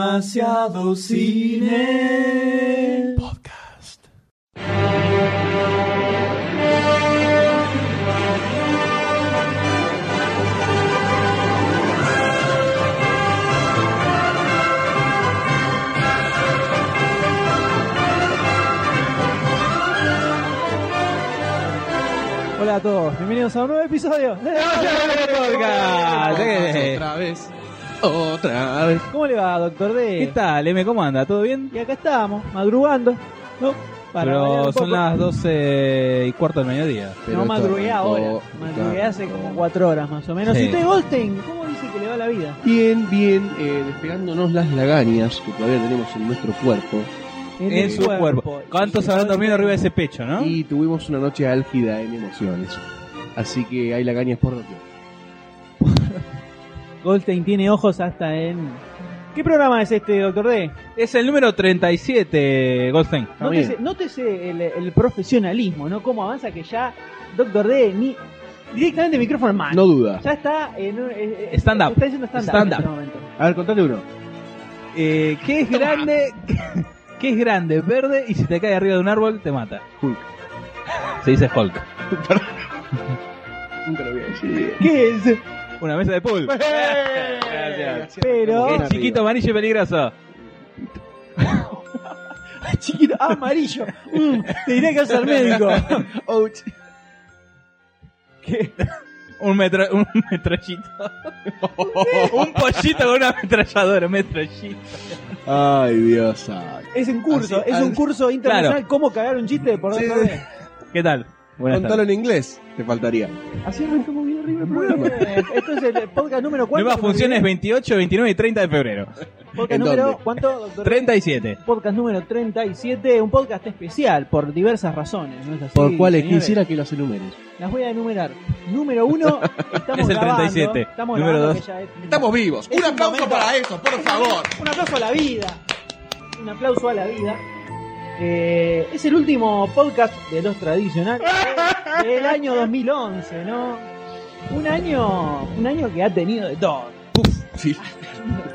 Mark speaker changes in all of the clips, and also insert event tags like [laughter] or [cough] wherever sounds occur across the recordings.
Speaker 1: Demasiado cine.
Speaker 2: Podcast.
Speaker 1: Hola a todos, bienvenidos a un nuevo episodio
Speaker 3: [laughs]
Speaker 1: de
Speaker 3: Ah,
Speaker 1: Demasiado
Speaker 3: sí.
Speaker 2: Otra vez. Otra vez.
Speaker 1: ¿Cómo le va, doctor D?
Speaker 3: ¿Qué tal, M? ¿Cómo anda? ¿Todo bien?
Speaker 1: Y acá estamos, madrugando, ¿no? variar
Speaker 3: Pero son
Speaker 1: un poco.
Speaker 3: las 12 y cuarto del mediodía.
Speaker 1: No madrugué
Speaker 2: madrugué
Speaker 1: ahora, madrugué hace como cuatro horas más o menos.
Speaker 3: Sí.
Speaker 1: ¿Y usted, Goldstein, cómo dice que le va la vida?
Speaker 2: Bien, bien, eh, despegándonos las lagañas que todavía tenemos en nuestro cuerpo.
Speaker 3: En,
Speaker 1: el
Speaker 3: su cuerpo. ¿Cuántos habrán dormido arriba de ese pecho, no?
Speaker 2: Y tuvimos una noche álgida en emociones. Así que hay lagañas por doquier.
Speaker 1: Goldstein tiene ojos hasta en... ¿Qué programa es este, doctor D?
Speaker 3: Es el número 37, Goldstein.
Speaker 2: Está
Speaker 1: Nótese,
Speaker 2: bien.
Speaker 1: nótese el, el profesionalismo, ¿no? Cómo avanza que ya doctor D ni... Directamente micrófono en mano.
Speaker 2: No duda.
Speaker 1: Ya está en un. eh, eh,
Speaker 3: Stand up.
Speaker 1: Está diciendo stand up.
Speaker 3: Stand
Speaker 1: en este
Speaker 3: up.
Speaker 1: momento.
Speaker 2: A ver, contate uno.
Speaker 3: Eh, ¿Qué es grande? [laughs] ¿Qué es grande? Verde y si te cae arriba de un árbol te mata.
Speaker 2: Hulk.
Speaker 3: Se dice Hulk.
Speaker 2: Nunca lo voy a decir.
Speaker 1: ¿Qué es?
Speaker 3: Una mesa de pool.
Speaker 2: Gracias.
Speaker 1: Pero-
Speaker 3: Es chiquito, amarillo y peligroso.
Speaker 1: Chiquito, ah, amarillo. Mm, te diría que vas al médico.
Speaker 2: Ouch.
Speaker 1: ¿Qué?
Speaker 3: [laughs] Un metro, un metrallito. [laughs] un pollito con una ametralladora, metrallito.
Speaker 2: Ay, Dios. ay.
Speaker 1: Es un curso,
Speaker 2: Así-
Speaker 1: es un
Speaker 2: así-
Speaker 1: curso internacional. ¿Cómo cagar un chiste por
Speaker 2: Sí,
Speaker 1: dónde?
Speaker 2: sí.
Speaker 3: ¿Qué tal? Buenas
Speaker 2: Contalo
Speaker 3: tardes.
Speaker 2: en inglés. Te faltaría. Así arrancamos bien arriba el programa.
Speaker 1: Esto es el podcast número 4.
Speaker 3: Nuevas funciones 28, 29 y 30 de febrero.
Speaker 1: Podcast
Speaker 2: ¿En
Speaker 1: número.
Speaker 2: dónde?
Speaker 1: ¿Cuánto, doctor?
Speaker 3: 37.
Speaker 1: Podcast número 37. Un podcast especial por diversas razones. ¿no es así,
Speaker 2: ¿Por cuáles?
Speaker 1: señores?
Speaker 2: Quisiera que las enumeres.
Speaker 1: Las voy a enumerar. Número
Speaker 2: [laughs]
Speaker 1: 1. Estamos
Speaker 3: Es el
Speaker 1: grabando,
Speaker 3: 37.
Speaker 1: Estamos
Speaker 3: Número
Speaker 1: grabando,
Speaker 3: dos.
Speaker 1: que ya es-
Speaker 2: Estamos vivos.
Speaker 1: Es
Speaker 2: un
Speaker 1: un
Speaker 2: aplauso
Speaker 1: momento.
Speaker 2: para eso, por favor.
Speaker 1: Un aplauso a la vida. Un aplauso a la vida. Eh, es el último podcast de los
Speaker 2: [laughs]
Speaker 1: tradicionales eh, del año 2011, ¿no? Un año, un año que ha tenido de todo. [laughs]
Speaker 2: Sí.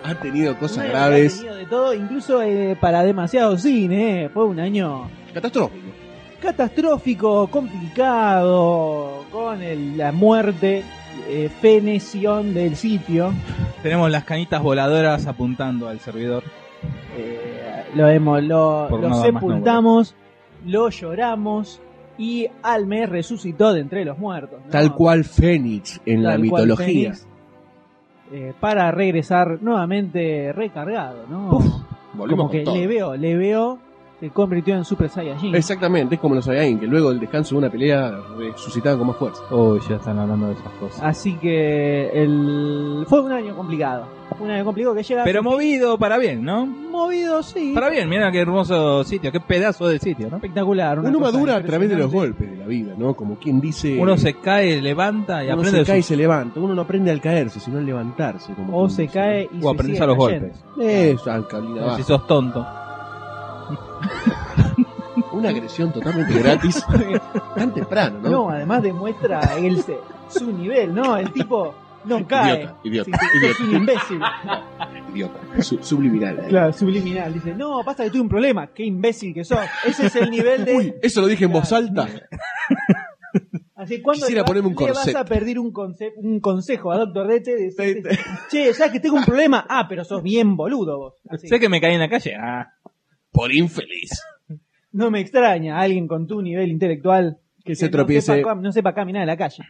Speaker 2: Ha tenido
Speaker 1: Un
Speaker 2: cosas
Speaker 1: año que Ha
Speaker 2: graves.
Speaker 1: tenido de todo, incluso eh, para demasiado cine. eh. Fue un año
Speaker 2: Catastrófico.
Speaker 1: catastrófico, complicado, con el- la muerte, eh, feneción del sitio.
Speaker 3: Tenemos las canitas voladoras apuntando al servidor.
Speaker 1: Eh, lo hemos, lo,
Speaker 3: Por
Speaker 1: lo
Speaker 3: nada más no,
Speaker 1: sepultamos, lo lloramos y al mes resucitó de entre los muertos. ¿no?
Speaker 2: Tal cual Fénix en la
Speaker 1: Tal cual
Speaker 2: mitología.
Speaker 1: Fénix, eh, para regresar nuevamente recargado, ¿no?
Speaker 2: Uf,
Speaker 1: como
Speaker 2: Volvimos
Speaker 1: que
Speaker 2: con todo.
Speaker 1: le veo, le veo, se convirtió en Super Saiyajin.
Speaker 2: Exactamente, es como los Saiyajin, que luego del descanso de una pelea resucitaban con más fuerza.
Speaker 3: Uy, ya están hablando de esas cosas.
Speaker 1: Así que el, fue un año complicado. Un año complicado que llega
Speaker 3: Pero movido para bien, ¿no?
Speaker 1: movido, sí.
Speaker 3: Para bien, mira qué hermoso sitio, qué pedazo de sitio, ¿no?
Speaker 1: espectacular. una
Speaker 2: Uno
Speaker 1: cosa
Speaker 2: madura a través de los
Speaker 1: impresionante.
Speaker 2: golpes de la vida, ¿no? Como quien dice.
Speaker 3: Uno se cae, levanta y
Speaker 2: uno
Speaker 3: aprende
Speaker 2: se
Speaker 3: de
Speaker 2: cae y
Speaker 3: sus-
Speaker 2: se levanta. Uno no aprende al caerse, sino al levantarse. Como
Speaker 1: O
Speaker 2: quien
Speaker 1: se
Speaker 2: dice,
Speaker 1: cae y
Speaker 3: o
Speaker 1: se
Speaker 3: aprendes
Speaker 1: sigue
Speaker 3: a los
Speaker 1: cayendo. Eh,
Speaker 3: golpes.
Speaker 2: ¿no? Eso, alcalina
Speaker 3: Si
Speaker 2: baja.
Speaker 3: sos tonto.
Speaker 2: Una agresión totalmente
Speaker 1: [laughs]
Speaker 2: gratis. Tan temprano, ¿no?
Speaker 1: No, además demuestra el, se- su nivel, ¿no? El tipo no cae.
Speaker 2: Idiota, idiota,
Speaker 1: Sí, sí,
Speaker 2: idiota.
Speaker 1: Es un
Speaker 2: [laughs]
Speaker 1: imbécil.
Speaker 2: Idiota. Su- subliminal. eh.
Speaker 1: Claro, subliminal. Dice, no, pasa que tuve un problema. Qué imbécil que sos. Ese es el nivel de...
Speaker 2: Uy, eso lo dije en voz alta.
Speaker 1: Así, ¿cuándo
Speaker 2: quisiera
Speaker 1: le, va-
Speaker 2: ponerme un
Speaker 1: le vas
Speaker 2: corset.
Speaker 1: a perder un, conse- un consejo a Doctor Dete? Decirle, che, ¿sabes que tengo un problema? Ah, pero sos bien boludo vos. Así.
Speaker 3: Sé que me caí en la calle. Ah,
Speaker 2: Por infeliz.
Speaker 1: No me extraña alguien con tu nivel intelectual
Speaker 2: Que se
Speaker 1: no
Speaker 2: tropiece.
Speaker 1: sepa cam- No sepa, caminar en la calle.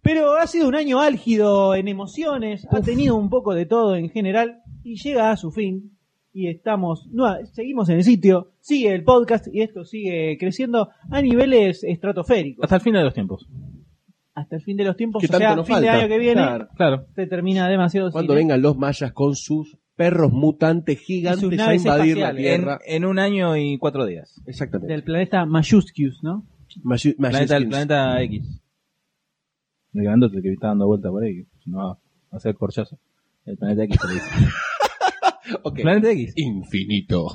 Speaker 1: Pero ha sido un año álgido en emociones, ha tenido un poco de todo en general y llega a su fin. Y estamos, no, seguimos en el sitio, sigue el podcast y esto sigue creciendo a niveles estratosféricos.
Speaker 3: hasta el fin de los tiempos.
Speaker 1: Hasta el fin de los tiempos,
Speaker 2: Que
Speaker 1: Pues, o
Speaker 2: tanto
Speaker 1: sea,
Speaker 2: nos
Speaker 1: fin de
Speaker 2: falta.
Speaker 1: año que viene,
Speaker 2: Claro.
Speaker 3: Claro.
Speaker 1: se termina demasiado
Speaker 2: Cuando
Speaker 1: cine.
Speaker 2: vengan los mayas con sus perros mutantes
Speaker 1: Y sus
Speaker 2: gigantes a
Speaker 1: naves
Speaker 2: invadir la
Speaker 1: espaciales.
Speaker 3: En,
Speaker 2: Tierra.
Speaker 3: en un año y cuatro días.
Speaker 2: Exactamente.
Speaker 1: del planeta Mayuskius, ¿no?
Speaker 2: Mayu-
Speaker 3: Planeta, el
Speaker 2: Majestins.
Speaker 3: planeta X. El grandote que está dando vuelta por ahí. que No va a hacer corchazo. El planeta X. se le dice.
Speaker 2: Ok.
Speaker 3: [laughs] Planeta X.
Speaker 2: Infinito.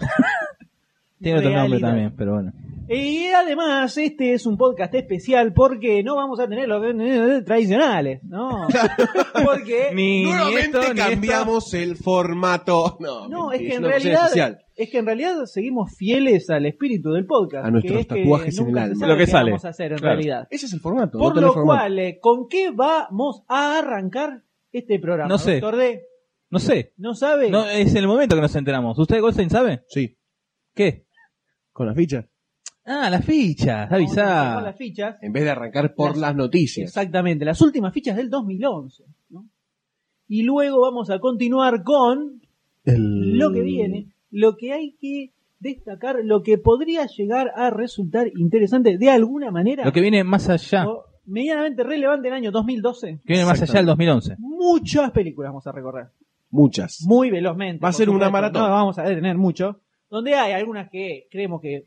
Speaker 3: Tiene otro nombre
Speaker 1: Realidad.
Speaker 3: también, pero bueno.
Speaker 1: Y además, este es un podcast especial porque no vamos a tener los eh, tradicionales, ¿no?
Speaker 2: [laughs]
Speaker 1: Porque
Speaker 4: Ni- ni
Speaker 2: Nuevamente
Speaker 4: esto, ni esto.
Speaker 2: cambiamos el formato. No,
Speaker 1: No,
Speaker 2: mentira,
Speaker 1: es que en
Speaker 2: una cosa
Speaker 1: realidad
Speaker 2: especial.
Speaker 1: es que en realidad seguimos fieles al espíritu del podcast,
Speaker 2: A nuestros
Speaker 1: que es que
Speaker 2: tatuajes en
Speaker 1: nunca se
Speaker 2: el alma.
Speaker 1: sabe
Speaker 3: Lo que
Speaker 1: qué
Speaker 3: sale.
Speaker 1: vamos a hacer en
Speaker 3: Claro.
Speaker 1: realidad.
Speaker 2: Ese es el formato.
Speaker 1: Por
Speaker 2: no
Speaker 1: lo
Speaker 2: tenés formato.
Speaker 1: cual, eh, ¿con qué vamos a arrancar este programa?
Speaker 3: No sé.
Speaker 1: Doctor D,
Speaker 3: No sé.
Speaker 1: ¿no sabe?
Speaker 3: No, es el momento que nos enteramos. ¿Usted Goldstein sabe?
Speaker 2: Sí,
Speaker 3: ¿Qué?
Speaker 2: con las fichas.
Speaker 3: Ah, las fichas,
Speaker 1: Vamos a empezar con
Speaker 3: avisá.
Speaker 1: las fichas.
Speaker 2: En vez de arrancar por
Speaker 1: Las-
Speaker 2: las noticias.
Speaker 1: Exactamente, las últimas fichas del 2011. ¿no? Y luego vamos a continuar con
Speaker 2: El-
Speaker 1: lo que viene, lo que hay que destacar, lo que podría llegar a resultar interesante de alguna manera.
Speaker 3: Lo que viene más allá,
Speaker 1: o medianamente relevante en el año 2012.
Speaker 3: que viene más allá del 2011.
Speaker 1: Muchas películas vamos a recorrer,
Speaker 2: Muchas.
Speaker 1: muy velozmente.
Speaker 2: Va a
Speaker 1: por
Speaker 2: ser una
Speaker 1: supuesto,
Speaker 2: maratón.
Speaker 1: No vamos a detener mucho. Donde hay algunas que creemos que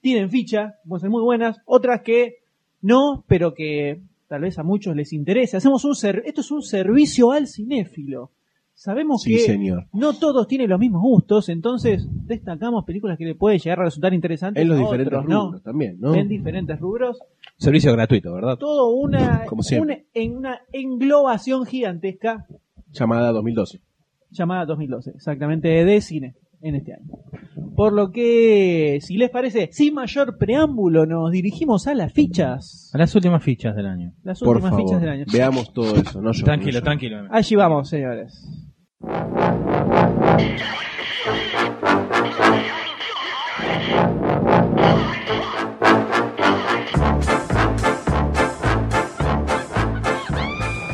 Speaker 1: tienen ficha, pueden ser muy buenas, otras que no, pero que tal vez a muchos les interese. Hacemos un ser- esto es un servicio al cinéfilo. Sabemos
Speaker 2: Sí,
Speaker 1: que
Speaker 2: señor.
Speaker 1: no todos tienen los mismos gustos, entonces destacamos películas que le pueden llegar a resultar interesantes
Speaker 2: En los
Speaker 1: a
Speaker 2: diferentes
Speaker 1: otros, ¿no?
Speaker 2: rubros también, ¿no?
Speaker 1: En diferentes rubros.
Speaker 3: Servicio gratuito, ¿verdad?
Speaker 1: todo una,
Speaker 2: Como siempre.
Speaker 1: una- en una englobación gigantesca
Speaker 2: Llamada 2012.
Speaker 1: llamada 2012, exactamente de cine en este año. Por lo que, si les parece, sin mayor preámbulo, nos dirigimos a las fichas,
Speaker 3: A Las últimas fichas del año.
Speaker 1: las
Speaker 2: Por
Speaker 1: últimas
Speaker 2: favor.
Speaker 1: fichas del año.
Speaker 2: Veamos todo eso, no yo.
Speaker 3: Tranquilo,
Speaker 2: no yo.
Speaker 3: tranquilo.
Speaker 1: Allí vamos, señores.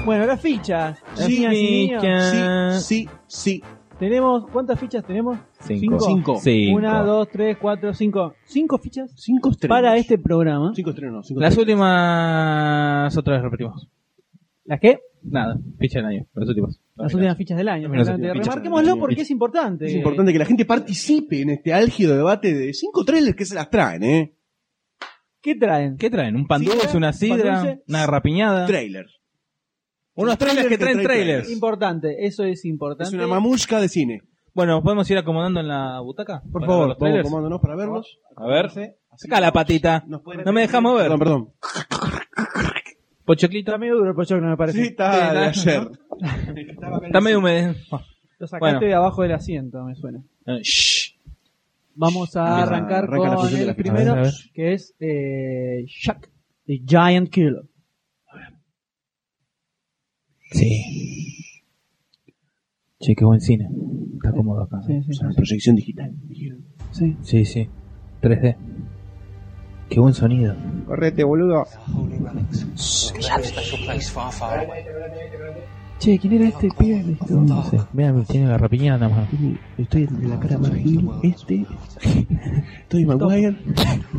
Speaker 1: Bueno, las fichas. las
Speaker 2: Sí,
Speaker 1: niñas y niños.
Speaker 2: Sí, sí, sí.
Speaker 1: Tenemos, ¿cuántas fichas tenemos?
Speaker 3: Cinco.
Speaker 2: Cinco.
Speaker 3: Cinco.
Speaker 1: Una, dos, tres, cuatro, cinco. Cinco fichas
Speaker 2: Cinco estrenos.
Speaker 1: para este programa.
Speaker 2: Cinco estrenos. Cinco
Speaker 3: Las
Speaker 2: estrenos.
Speaker 3: últimas. Otra vez repetimos.
Speaker 1: ¿Las qué?
Speaker 3: Nada, ficha del año. Las últimas.
Speaker 1: Las últimas fichas del año.
Speaker 3: Las últimas
Speaker 1: exactamente.
Speaker 2: fichas del
Speaker 1: Remarquémoslo
Speaker 2: año.
Speaker 1: porque es importante.
Speaker 2: Es importante que la gente participe en este álgido debate de cinco trailers que se las traen, ¿eh?
Speaker 1: ¿Qué traen?
Speaker 3: ¿Qué traen? ¿Un pan
Speaker 1: Sidra,
Speaker 3: ¿eh? dulce, una
Speaker 1: pan
Speaker 3: sidra,
Speaker 1: dulce,
Speaker 3: una rapiñada?
Speaker 2: Trailer.
Speaker 3: Unos trailers que
Speaker 2: Trailer
Speaker 3: traen
Speaker 2: que trae
Speaker 3: trailers.
Speaker 1: Importante, eso es importante.
Speaker 2: Es una mamushka de cine.
Speaker 3: Bueno, ¿podemos ir acomodando en la butaca?
Speaker 2: Por
Speaker 3: Para ver
Speaker 2: favor,
Speaker 3: los
Speaker 2: vamos
Speaker 3: trailers.
Speaker 2: acomodándonos para verlos.
Speaker 3: A ver. Saca la patita.
Speaker 2: Nos pueden-
Speaker 3: No me deja mover.
Speaker 2: Perdón, perdón.
Speaker 3: Pochoclito.
Speaker 1: Está medio duro el pochoclo, me parece.
Speaker 2: Sí, está de
Speaker 3: Sí,
Speaker 2: ayer.
Speaker 3: Está medio húmedo.
Speaker 1: Lo sacaste
Speaker 3: Bueno.
Speaker 1: de abajo del asiento, me suena.
Speaker 3: Eh, shh.
Speaker 1: Vamos a
Speaker 2: Empieza,
Speaker 1: arrancar
Speaker 2: arranca la
Speaker 1: con
Speaker 2: función de
Speaker 1: el
Speaker 2: la ficha.
Speaker 1: primero,
Speaker 3: A ver, a ver.
Speaker 1: que es eh, Jack, The Giant Killer.
Speaker 3: Sí. Che, qué buen cine. Está cómodo acá.
Speaker 1: Sí, sí,
Speaker 2: Es
Speaker 1: sí.
Speaker 2: una proyección digital.
Speaker 1: sí.
Speaker 3: Sí, sí. 3D. Qué buen sonido.
Speaker 2: Correte, boludo.
Speaker 5: Holy relics. Some sort of special place far, far away.
Speaker 1: Che, ¿quién era este pibe?
Speaker 3: No sé. Mira, tiene la rapiñada nada más.
Speaker 2: Estoy de la cara más gil, este. Estoy Maguire.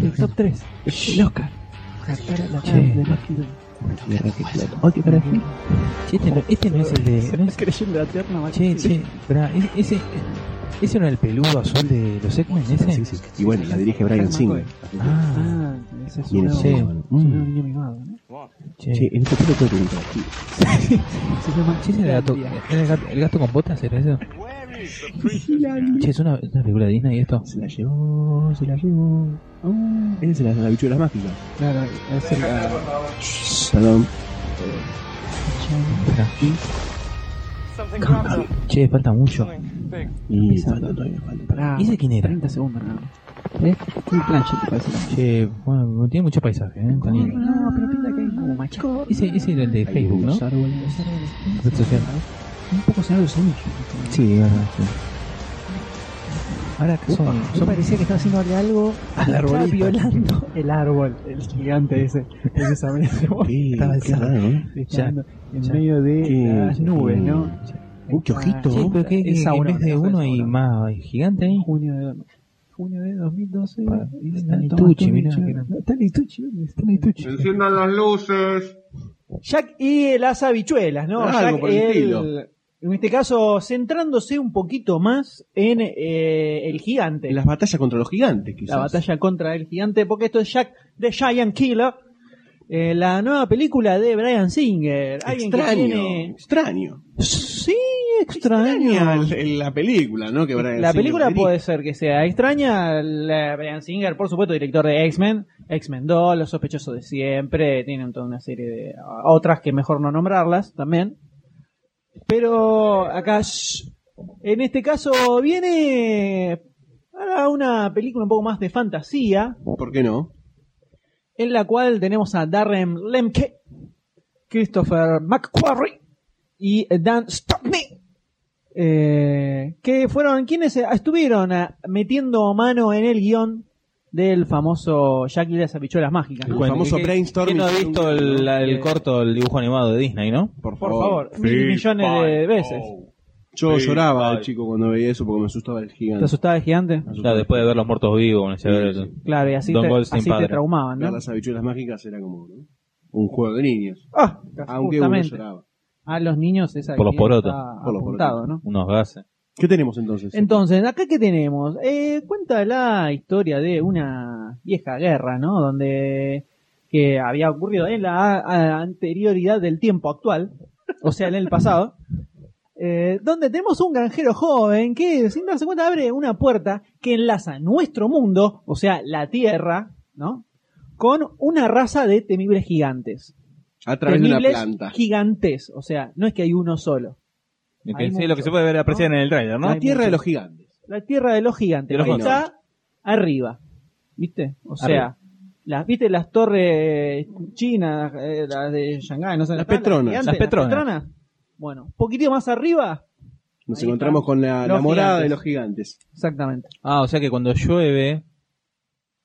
Speaker 1: El top 3. Loca.
Speaker 3: Che,
Speaker 2: Oh, qué carajo.
Speaker 3: che, este, no, este no es el de. no es-
Speaker 1: Creyendo la tierna macho.
Speaker 3: Che, che, pará, ¿es- ese, ese no era el peludo azul de los X-Men, ese.
Speaker 2: Y bueno, la dirige Brian Singer.
Speaker 3: Ah,
Speaker 1: Ah, ese es
Speaker 2: Y en el
Speaker 1: un
Speaker 3: Sí.
Speaker 2: bueno, mm.
Speaker 1: niño mimado, ¿no?
Speaker 2: Che,
Speaker 3: che.
Speaker 2: en este pelo tengo que entrar. Sí.
Speaker 1: Se llama
Speaker 3: Che, ese era el gato, era el gato, el gato con botas, ¿era eso? Che, es una, es una película de Disney esto.
Speaker 2: Se la llevó, se la llevó. Él se la la bichuela mágica.
Speaker 1: Claro, es el ah,
Speaker 2: Perdón.
Speaker 3: Pará.
Speaker 5: Something dropped up.
Speaker 3: Che, falta mucho.
Speaker 5: Something big.
Speaker 2: Y falta todavía, falta. pará.
Speaker 1: Ah,
Speaker 3: ¿Y ese quién era?
Speaker 1: 30 segundos, ¿no? ¿Eh? Un planche, te parece.
Speaker 3: Che, bueno, tiene mucho paisaje, ¿eh? Está lindo.
Speaker 1: No, pero pinta que hay como machaco.
Speaker 3: Ese, ese era el de
Speaker 2: Hay
Speaker 3: Facebook, ¿no?
Speaker 2: unos árboles.
Speaker 3: Red social.
Speaker 1: Un poco se los anillos.
Speaker 3: Sí, verdad, sí. Ahora que son,
Speaker 1: Yo
Speaker 3: son
Speaker 1: parecía que estaba haciéndole algo [laughs] al árbol. violando [laughs] el árbol, el gigante ese. Ese saber ese
Speaker 2: Qué-
Speaker 3: Estaba
Speaker 2: qué
Speaker 3: encima.
Speaker 2: raro, ¿eh?
Speaker 1: que está
Speaker 3: Ya,
Speaker 1: dando en
Speaker 3: ya.
Speaker 1: medio de
Speaker 2: Qué-
Speaker 1: las nubes, ¿no?
Speaker 2: Mucho ojito.
Speaker 3: Che, pero que, que
Speaker 1: Es
Speaker 3: en
Speaker 1: Sauron,
Speaker 3: vez de
Speaker 1: eso es
Speaker 3: uno y
Speaker 1: Sauron.
Speaker 3: más hay gigante ahí.
Speaker 1: Junio de, junio de 2012.
Speaker 3: Pa-
Speaker 1: y-
Speaker 3: está en
Speaker 1: toma,
Speaker 3: Ituchi,
Speaker 1: toma,
Speaker 3: mirá,
Speaker 1: che.
Speaker 3: que no-
Speaker 1: Está en Ituchi, ¿dónde está en Ituchi?
Speaker 6: Enciendan las luces.
Speaker 1: Jack y las habichuelas, ¿no?
Speaker 2: Algo
Speaker 1: Jack
Speaker 2: por el
Speaker 1: el-
Speaker 2: estilo.
Speaker 1: En este caso, centrándose un poquito más en eh, el gigante.
Speaker 2: En las batallas contra los gigantes, quizás.
Speaker 1: la batalla contra el gigante, porque esto es Jack the Giant Killer. Eh, la nueva película de Brian Singer. Alguien que
Speaker 2: Extraño,
Speaker 1: tiene-
Speaker 2: extraño.
Speaker 1: Sí, extraño.
Speaker 2: el- el- la película, ¿no? Que Brian
Speaker 1: La
Speaker 2: Singer
Speaker 1: película
Speaker 2: dirige.
Speaker 1: puede ser que sea extraña. la- Brian Singer, por supuesto, director de X-Men, X-Men 2, Los Sospechosos de Siempre, tienen toda una serie de a- otras que mejor no nombrarlas también. Pero acá, shh, en este caso, viene ahora una película un poco más de fantasía,
Speaker 2: ¿Por qué no?
Speaker 1: en la cual tenemos a Darren Lemke, Christopher McQuarrie y Dan Stopney, eh, que fueron quienes estuvieron ah, metiendo mano en el guión del famoso Jack y las habichuelas mágicas. ¿no?
Speaker 2: El famoso
Speaker 3: ¿Quién- ¿Quién
Speaker 2: brainstorming.
Speaker 3: no ha visto el, la- el
Speaker 1: Eh,
Speaker 3: corto, el dibujo animado de Disney, no?
Speaker 2: Por
Speaker 1: Por
Speaker 2: favor.
Speaker 1: favor, mil millones de veces.
Speaker 2: Yo
Speaker 3: Sí,
Speaker 2: lloraba de
Speaker 3: ay.
Speaker 2: chico cuando veía eso porque me asustaba el
Speaker 1: ¿Te
Speaker 2: gigante.
Speaker 1: asustaba el gigante?
Speaker 2: Me asustaba.
Speaker 3: Claro, después de ver Los Muertos Vivos, bueno, ya ver-
Speaker 1: Claro, y así,
Speaker 3: Don
Speaker 1: te,
Speaker 3: Goldstein
Speaker 1: así te
Speaker 3: padre.
Speaker 1: traumaban,
Speaker 2: Ver
Speaker 1: ¿no?
Speaker 2: las habichuelas mágicas era como ¿no? un juego de niños.
Speaker 1: Ah,
Speaker 2: Aunque
Speaker 1: justamente.
Speaker 2: uno lloraba.
Speaker 1: A los niños esa
Speaker 3: Por los
Speaker 1: habilidad
Speaker 3: porotos.
Speaker 1: está
Speaker 2: Por los
Speaker 1: apuntado, ¿no?
Speaker 3: unos gases.
Speaker 2: ¿Qué tenemos entonces?
Speaker 1: Entonces, ¿acá qué tenemos? Eh, cuenta la historia de una vieja guerra, ¿no? Donde que había ocurrido en la a- anterioridad del tiempo actual, o sea, en el
Speaker 2: [laughs]
Speaker 1: pasado, eh, donde tenemos un granjero joven que, sin darse cuenta, abre una puerta que enlaza nuestro mundo, o sea, la Tierra, ¿no? Con una raza de temibles gigantes.
Speaker 2: a través de una
Speaker 1: temibles
Speaker 2: planta.
Speaker 1: gigantes, o sea, no es que hay uno solo.
Speaker 3: Lo
Speaker 1: Hay
Speaker 3: que, sí,
Speaker 1: mucho,
Speaker 3: lo que se puede ver apreciar en el tráiler, ¿no?
Speaker 2: La
Speaker 1: Hay
Speaker 2: tierra
Speaker 1: mucho.
Speaker 2: de los gigantes.
Speaker 1: la tierra de los gigantes.
Speaker 3: De los
Speaker 1: que
Speaker 2: gigantes.
Speaker 1: está arriba, ¿viste? O sea,
Speaker 3: Arriba.
Speaker 1: las viste las torres chinas, eh, las de Shanghái, no sé,
Speaker 2: Las
Speaker 1: están
Speaker 2: Petronas.
Speaker 1: gigantes,
Speaker 3: Las Petronas.
Speaker 1: Bueno, un poquitito más arriba,
Speaker 2: Nos
Speaker 1: Ahí
Speaker 2: encontramos
Speaker 1: está.
Speaker 2: con la, la
Speaker 1: Los
Speaker 2: morada
Speaker 1: gigantes.
Speaker 2: de los gigantes.
Speaker 1: exactamente.
Speaker 3: Ah, o sea que cuando llueve,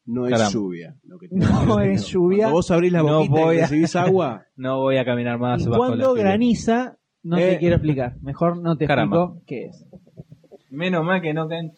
Speaker 2: No es
Speaker 3: Caramba.
Speaker 2: lluvia. lo que
Speaker 1: [laughs] No es lluvia.
Speaker 2: Cuando vos abrís la
Speaker 3: No
Speaker 2: boquita
Speaker 3: voy
Speaker 2: y
Speaker 3: a-
Speaker 2: recibís
Speaker 3: [laughs]
Speaker 2: agua,
Speaker 3: no voy a caminar
Speaker 2: Ah,
Speaker 3: más
Speaker 1: Y
Speaker 3: bajo la
Speaker 1: cuando
Speaker 3: lluvia.
Speaker 1: graniza, no te
Speaker 3: Eh.
Speaker 1: quiero explicar. Mejor no te
Speaker 3: Caramba.
Speaker 1: explico qué es.
Speaker 3: Menos mal que no caen.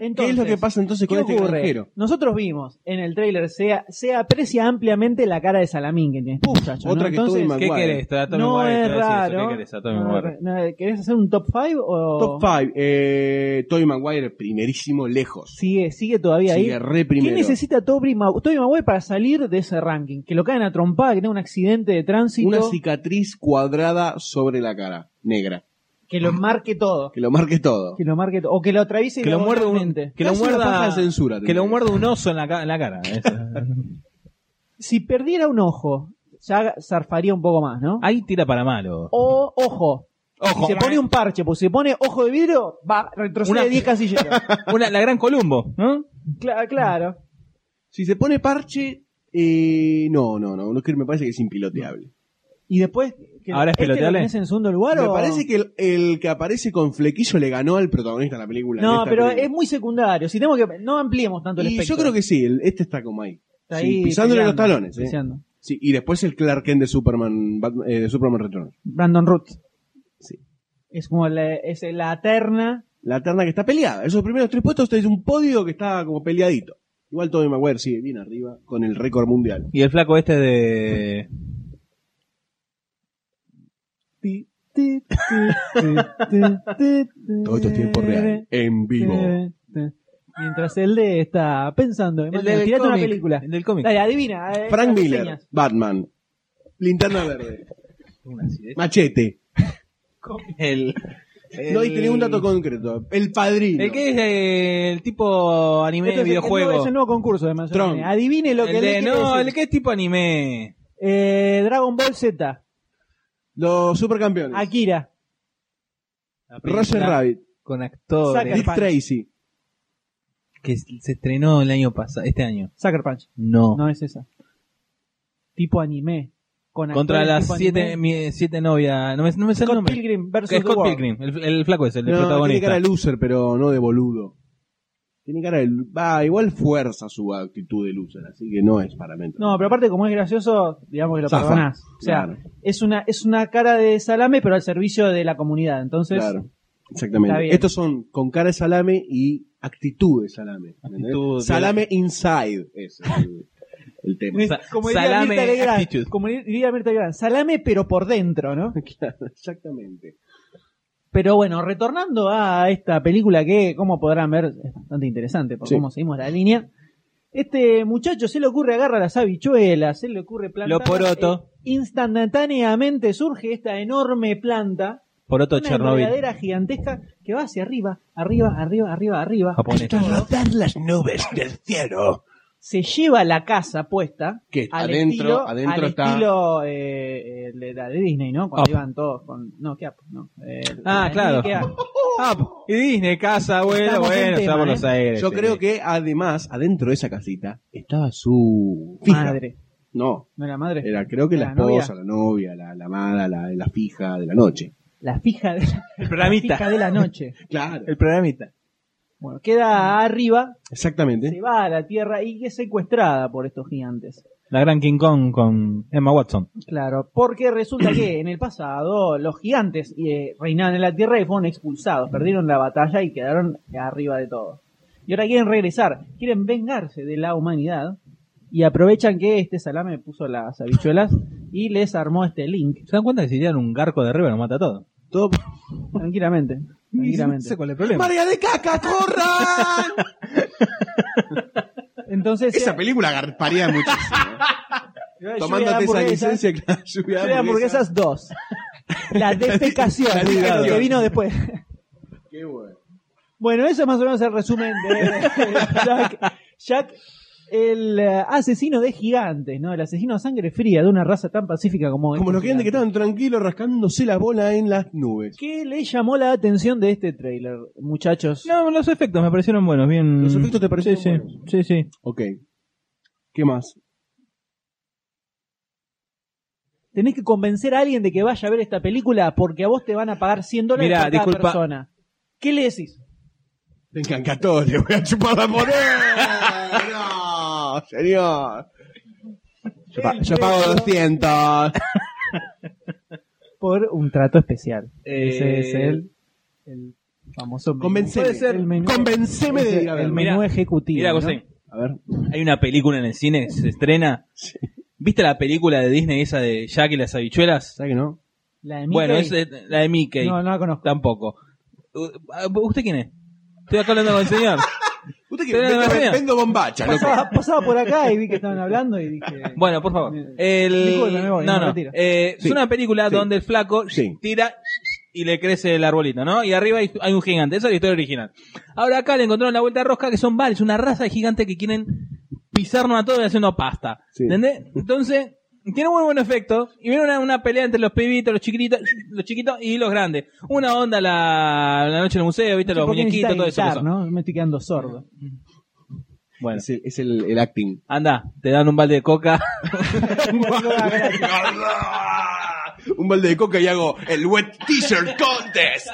Speaker 1: Entonces,
Speaker 2: ¿qué es lo que pasa entonces con
Speaker 1: ¿Qué
Speaker 2: este
Speaker 1: ocurre?
Speaker 2: granjero?
Speaker 1: Nosotros vimos en el tráiler, se, se aprecia ampliamente la cara de Salamín que tiene este muchacho, ¿no?
Speaker 2: Otra que
Speaker 1: Entonces,
Speaker 2: Tobey
Speaker 3: ¿Qué
Speaker 2: Maguire.
Speaker 3: querés? Te- a Tommy
Speaker 1: no
Speaker 3: Maguire te
Speaker 1: es
Speaker 3: voy a decir
Speaker 1: raro.
Speaker 3: eso. ¿Qué querés? A Tommy
Speaker 1: No es
Speaker 3: Maguire.
Speaker 1: ra- no, ¿Querés hacer un top 5 o...?
Speaker 2: Top 5. Eh, Toy Maguire, primerísimo, lejos.
Speaker 1: Sigue, sigue todavía
Speaker 2: Sigue
Speaker 1: ahí.
Speaker 2: re
Speaker 1: ¿Qué
Speaker 2: primero.
Speaker 1: necesita Toby Ma- Tobey Maguire para salir de ese ranking? Que lo caen a trompada, que tenga un accidente de tránsito,
Speaker 2: Una cicatriz cuadrada sobre la cara, negra.
Speaker 1: que lo marque todo.
Speaker 2: Que lo marque todo.
Speaker 1: Que lo marque todo. O que lo
Speaker 3: [laughs]
Speaker 1: atraviese
Speaker 3: Que lo muerde un,
Speaker 1: gradualmente.
Speaker 3: que lo
Speaker 2: Casi una
Speaker 3: muerda,
Speaker 2: faja de censura,
Speaker 3: que lo
Speaker 2: tendría.
Speaker 3: muerda un oso en la, ca- en la cara. [laughs] eso.
Speaker 1: Si perdiera un ojo, ya zarfaría un poco más, ¿no?
Speaker 3: Ahí tira para malo.
Speaker 1: O ojo.
Speaker 3: Ojo.
Speaker 1: Si se pone un parche, pues si se pone ojo de vidrio, va, retrocede
Speaker 3: Una-
Speaker 1: 10 casilleros.
Speaker 2: [laughs]
Speaker 3: Una- la gran Columbo, ¿no?
Speaker 1: Cla- claro.
Speaker 2: Si se pone parche, eh, no, no, no, no. es que Me parece que es impiloteable.
Speaker 1: Y después... que-
Speaker 3: Ahora es
Speaker 1: ¿este lo
Speaker 3: peloteable.
Speaker 1: tenés en segundo lugar
Speaker 2: Me
Speaker 1: o-
Speaker 2: parece que el, el que aparece con flequillo le ganó al protagonista de la película. en
Speaker 1: No,
Speaker 2: esta
Speaker 1: pero
Speaker 2: película.
Speaker 1: es muy secundario. Si tenemos que no ampliemos tanto el
Speaker 2: Y
Speaker 1: espectro.
Speaker 2: yo creo que sí, el- este está como ahí.
Speaker 1: Está
Speaker 2: Sí,
Speaker 1: ahí
Speaker 2: pisándole los
Speaker 1: peleando,
Speaker 2: talones, eh.
Speaker 1: piseando.
Speaker 2: Sí, y después el Clark Kent de Superman, Batman- eh, de Superman Returns.
Speaker 1: Brandon Root.
Speaker 2: Sí.
Speaker 1: Es como la, es la terna.
Speaker 2: La terna que está peleada. Esos primeros tres puestos es un podio que está como peleadito. Igual Tobey Maguire sigue bien arriba con el récord mundial.
Speaker 3: Y el flaco este de.
Speaker 2: Todo esto es tiempo real, en vivo.
Speaker 1: Mientras el de está pensando. en
Speaker 3: del
Speaker 1: tirate una
Speaker 3: cómic, Este
Speaker 1: película.
Speaker 3: El del cómic.
Speaker 1: Dale, adivina. eh,
Speaker 2: Frank
Speaker 1: las
Speaker 2: Miller,
Speaker 1: señas.
Speaker 2: Batman, Linterna Verde,
Speaker 3: eh.
Speaker 2: Machete.
Speaker 3: El, el-
Speaker 2: No, y tenía un dato concreto. El Padrino.
Speaker 3: El que es eh, el tipo anime
Speaker 1: Este es el-
Speaker 3: videojuego.
Speaker 1: Es el nuevo concurso de Manzanero.
Speaker 2: Tron.
Speaker 1: Adivine lo que
Speaker 3: El
Speaker 1: le
Speaker 3: de-
Speaker 1: quiere
Speaker 3: no,
Speaker 1: decir.
Speaker 3: el que es tipo anime.
Speaker 1: Eh, Dragon Ball Z.
Speaker 2: Los supercampeones.
Speaker 1: Akira.
Speaker 3: La
Speaker 2: Roger
Speaker 3: película
Speaker 2: Rabbit,
Speaker 3: Con
Speaker 1: Saca
Speaker 2: Dick
Speaker 1: el
Speaker 3: actores.
Speaker 1: pan.
Speaker 2: Tracy.
Speaker 3: Que se estrenó el año pasado, este año.
Speaker 1: Sucker Punch.
Speaker 3: No.
Speaker 1: No es esa. Tipo anime. Con
Speaker 3: Contra
Speaker 1: actores
Speaker 3: las
Speaker 1: tipo
Speaker 3: siete,
Speaker 1: anime.
Speaker 3: mi- siete novias. No me, no me sale el
Speaker 1: Scott
Speaker 3: nombre.
Speaker 1: Pilgrim
Speaker 3: Que
Speaker 1: versus
Speaker 3: es
Speaker 1: The
Speaker 3: Scott
Speaker 1: World.
Speaker 3: Pilgrim, el, el flaco es el
Speaker 2: No, tiene cara
Speaker 3: protagonista.
Speaker 2: de loser, pero no de boludo. Tiene cara de... Va, igual fuerza su actitud de loser, así que no es para menos.
Speaker 1: No, pero aparte como es gracioso, digamos que lo
Speaker 2: Zafa.
Speaker 1: perdonás. O sea,
Speaker 2: Claro.
Speaker 1: es una es una cara de salame pero al servicio de la comunidad. Entonces,
Speaker 2: Claro,
Speaker 1: Está bien.
Speaker 2: exactamente. Estos son con cara de salame y actitud de salame. ¿entendés?
Speaker 3: Actitud de-
Speaker 2: salame inside, ese es
Speaker 1: [laughs]
Speaker 2: el, el tema.
Speaker 1: es
Speaker 3: Sa-
Speaker 1: como diría
Speaker 3: salame
Speaker 1: Mirta Legrand,
Speaker 3: attitude.
Speaker 1: como diría Mirta Legrand, salame pero por dentro, ¿no?
Speaker 2: Claro, exactamente.
Speaker 1: Pero bueno, retornando a esta película que, como podrán ver, es bastante interesante por
Speaker 2: Sí.
Speaker 1: cómo seguimos la línea. Este muchacho se le ocurre agarra las habichuelas, se le ocurre plantar.
Speaker 3: Lo poroto.
Speaker 1: eh, instantáneamente surge esta enorme planta,
Speaker 3: Poroto
Speaker 1: una
Speaker 3: Chernobyl.
Speaker 1: enredadera gigantesca que va hacia arriba, arriba, arriba, arriba, arriba.
Speaker 3: Japonés.
Speaker 2: Trasladar las nubes del cielo.
Speaker 1: Se lleva la casa puesta.
Speaker 2: Que
Speaker 1: al
Speaker 2: adentro-
Speaker 1: estilo,
Speaker 2: adentro
Speaker 1: al
Speaker 2: está-
Speaker 1: estilo eh, eh, de la de Disney, ¿no? Cuando
Speaker 3: Up.
Speaker 1: iban todos con. No, ¿qué up? No, eh,
Speaker 3: Ah,
Speaker 1: la-
Speaker 3: claro. [laughs]
Speaker 1: ¿qué up?
Speaker 3: Ah, y Disney, casa, bueno,
Speaker 1: Estamos en
Speaker 3: bueno,
Speaker 1: tema,
Speaker 3: está Buenos
Speaker 1: ¿eh?
Speaker 3: Aires.
Speaker 2: Yo
Speaker 3: sí.
Speaker 2: creo que además, adentro de esa casita, estaba su fija.
Speaker 1: Madre.
Speaker 2: No,
Speaker 1: ¿No era madre?
Speaker 2: era creo que la,
Speaker 1: ¿La
Speaker 2: esposa, la novia, la, la amada, la, la fija de la noche.
Speaker 1: La fija de la,
Speaker 3: El
Speaker 1: la fija
Speaker 3: programita.
Speaker 1: de la noche.
Speaker 2: Claro.
Speaker 3: El programita.
Speaker 1: Bueno, queda arriba,
Speaker 2: Exactamente.
Speaker 1: se va a la tierra y es secuestrada por estos gigantes.
Speaker 3: La gran King Kong con Emma Watson.
Speaker 1: Claro, porque resulta que en el pasado los gigantes eh, reinaban en la tierra y fueron expulsados, perdieron la batalla y quedaron arriba de todo. Y ahora quieren regresar, quieren vengarse de la humanidad y aprovechan que este salame puso las habichuelas y les armó este link,
Speaker 3: ¿Se dan cuenta que si tiran un garco de arriba lo mata todo?
Speaker 2: Todo-
Speaker 1: tranquilamente.
Speaker 3: No
Speaker 1: Tranquilamente.
Speaker 3: sé cuál es el problema.
Speaker 2: ¡María de caca, corran!
Speaker 1: Entonces,
Speaker 2: [laughs] Esa
Speaker 1: eh,
Speaker 2: película garparía muchísimo.
Speaker 1: [laughs] lluvia de
Speaker 2: Tomándote esa
Speaker 1: hamburguesas,
Speaker 2: licencia, claro, lluvia de
Speaker 1: Yo de hamburguesas
Speaker 2: [laughs]
Speaker 1: dos. La defecación,
Speaker 2: La
Speaker 1: lo que
Speaker 2: defecación.
Speaker 1: vino después.
Speaker 2: Qué bueno.
Speaker 1: Bueno, ese es más o menos el resumen de Jack, Jack, el eh, asesino de gigantes, ¿no? El asesino a sangre fría de una raza tan pacífica como este
Speaker 2: Como
Speaker 1: estos
Speaker 2: los clientes que
Speaker 1: gigantes.
Speaker 2: estaban tranquilos rascándose la bola en las nubes.
Speaker 1: ¿Qué le llamó la atención de este trailer, muchachos?
Speaker 3: No, los efectos me parecieron buenos, bien.
Speaker 2: ¿Los efectos te parecieron
Speaker 3: sí, sí,
Speaker 2: buenos?
Speaker 3: Sí, sí.
Speaker 2: Ok. ¿Qué más?
Speaker 1: Tenés que convencer a alguien de que vaya a ver esta película porque a vos te van a pagar 100 dólares
Speaker 3: Mirá,
Speaker 1: por cada
Speaker 3: disculpa.
Speaker 1: persona. ¿Qué le decís?
Speaker 2: Me encanta todo, le voy a chupar la [laughs] moneda. No, señor. Yo, pa- yo pago 200.
Speaker 1: Por un trato especial.
Speaker 3: Eh,
Speaker 1: Ese es el, el famoso menú.
Speaker 2: Convenceme.
Speaker 1: Puede ser el menú.
Speaker 2: Convenceme de
Speaker 1: Ese-
Speaker 2: ir a
Speaker 1: el
Speaker 2: verlo.
Speaker 1: menú
Speaker 3: Mirá,
Speaker 1: ejecutivo.
Speaker 3: Mira,
Speaker 1: ¿no?
Speaker 3: José,
Speaker 2: A ver.
Speaker 3: hay una película en el cine, se estrena. ¿Viste la película de Disney esa de Jack y las habichuelas?
Speaker 2: ¿Sabes que no?
Speaker 1: La de
Speaker 3: Bueno, es
Speaker 1: Mickey.
Speaker 3: de- la de Mickey.
Speaker 1: No, no la conozco.
Speaker 3: Tampoco. U- ah, ¿Usted quién es? Estoy acá hablando con el [laughs] señor.
Speaker 2: Usted que
Speaker 3: Pero
Speaker 2: vendo,
Speaker 3: no, no, no.
Speaker 2: vendo bombacha, loco.
Speaker 1: Pasaba, pasaba por acá y vi que estaban hablando y dije.
Speaker 3: Bueno, por favor.
Speaker 1: Disculpe,
Speaker 3: El...
Speaker 1: me voy,
Speaker 3: No,
Speaker 1: me
Speaker 3: no.
Speaker 1: retiro.
Speaker 3: Eh,
Speaker 2: Sí.
Speaker 3: Es una película
Speaker 2: Sí.
Speaker 3: donde el flaco
Speaker 2: Sí.
Speaker 3: tira y le crece el arbolito, ¿no? Y arriba hay, hay un gigante. Esa es la historia original. Ahora acá le encontraron la vuelta de rosca que son vales, una raza de gigantes que quieren pisarnos a todos y haciendo pasta.
Speaker 2: Sí.
Speaker 3: ¿Entendés? Entonces, tiene muy buen efecto. Y viene una, una pelea entre los pibitos, los chiquitos, los chiquitos y los grandes. Una onda la, la noche en el museo, viste,
Speaker 1: no sé
Speaker 3: los
Speaker 1: por qué necesita
Speaker 3: muñequitos, todo eso. que
Speaker 1: gritar,
Speaker 3: son.
Speaker 1: ¿no? Me estoy quedando sordo.
Speaker 3: Bueno.
Speaker 2: Es, el, es el- el acting.
Speaker 3: Anda, te dan un balde de coca.
Speaker 2: [laughs] Un balde de coca y hago el wet t-shirt contest.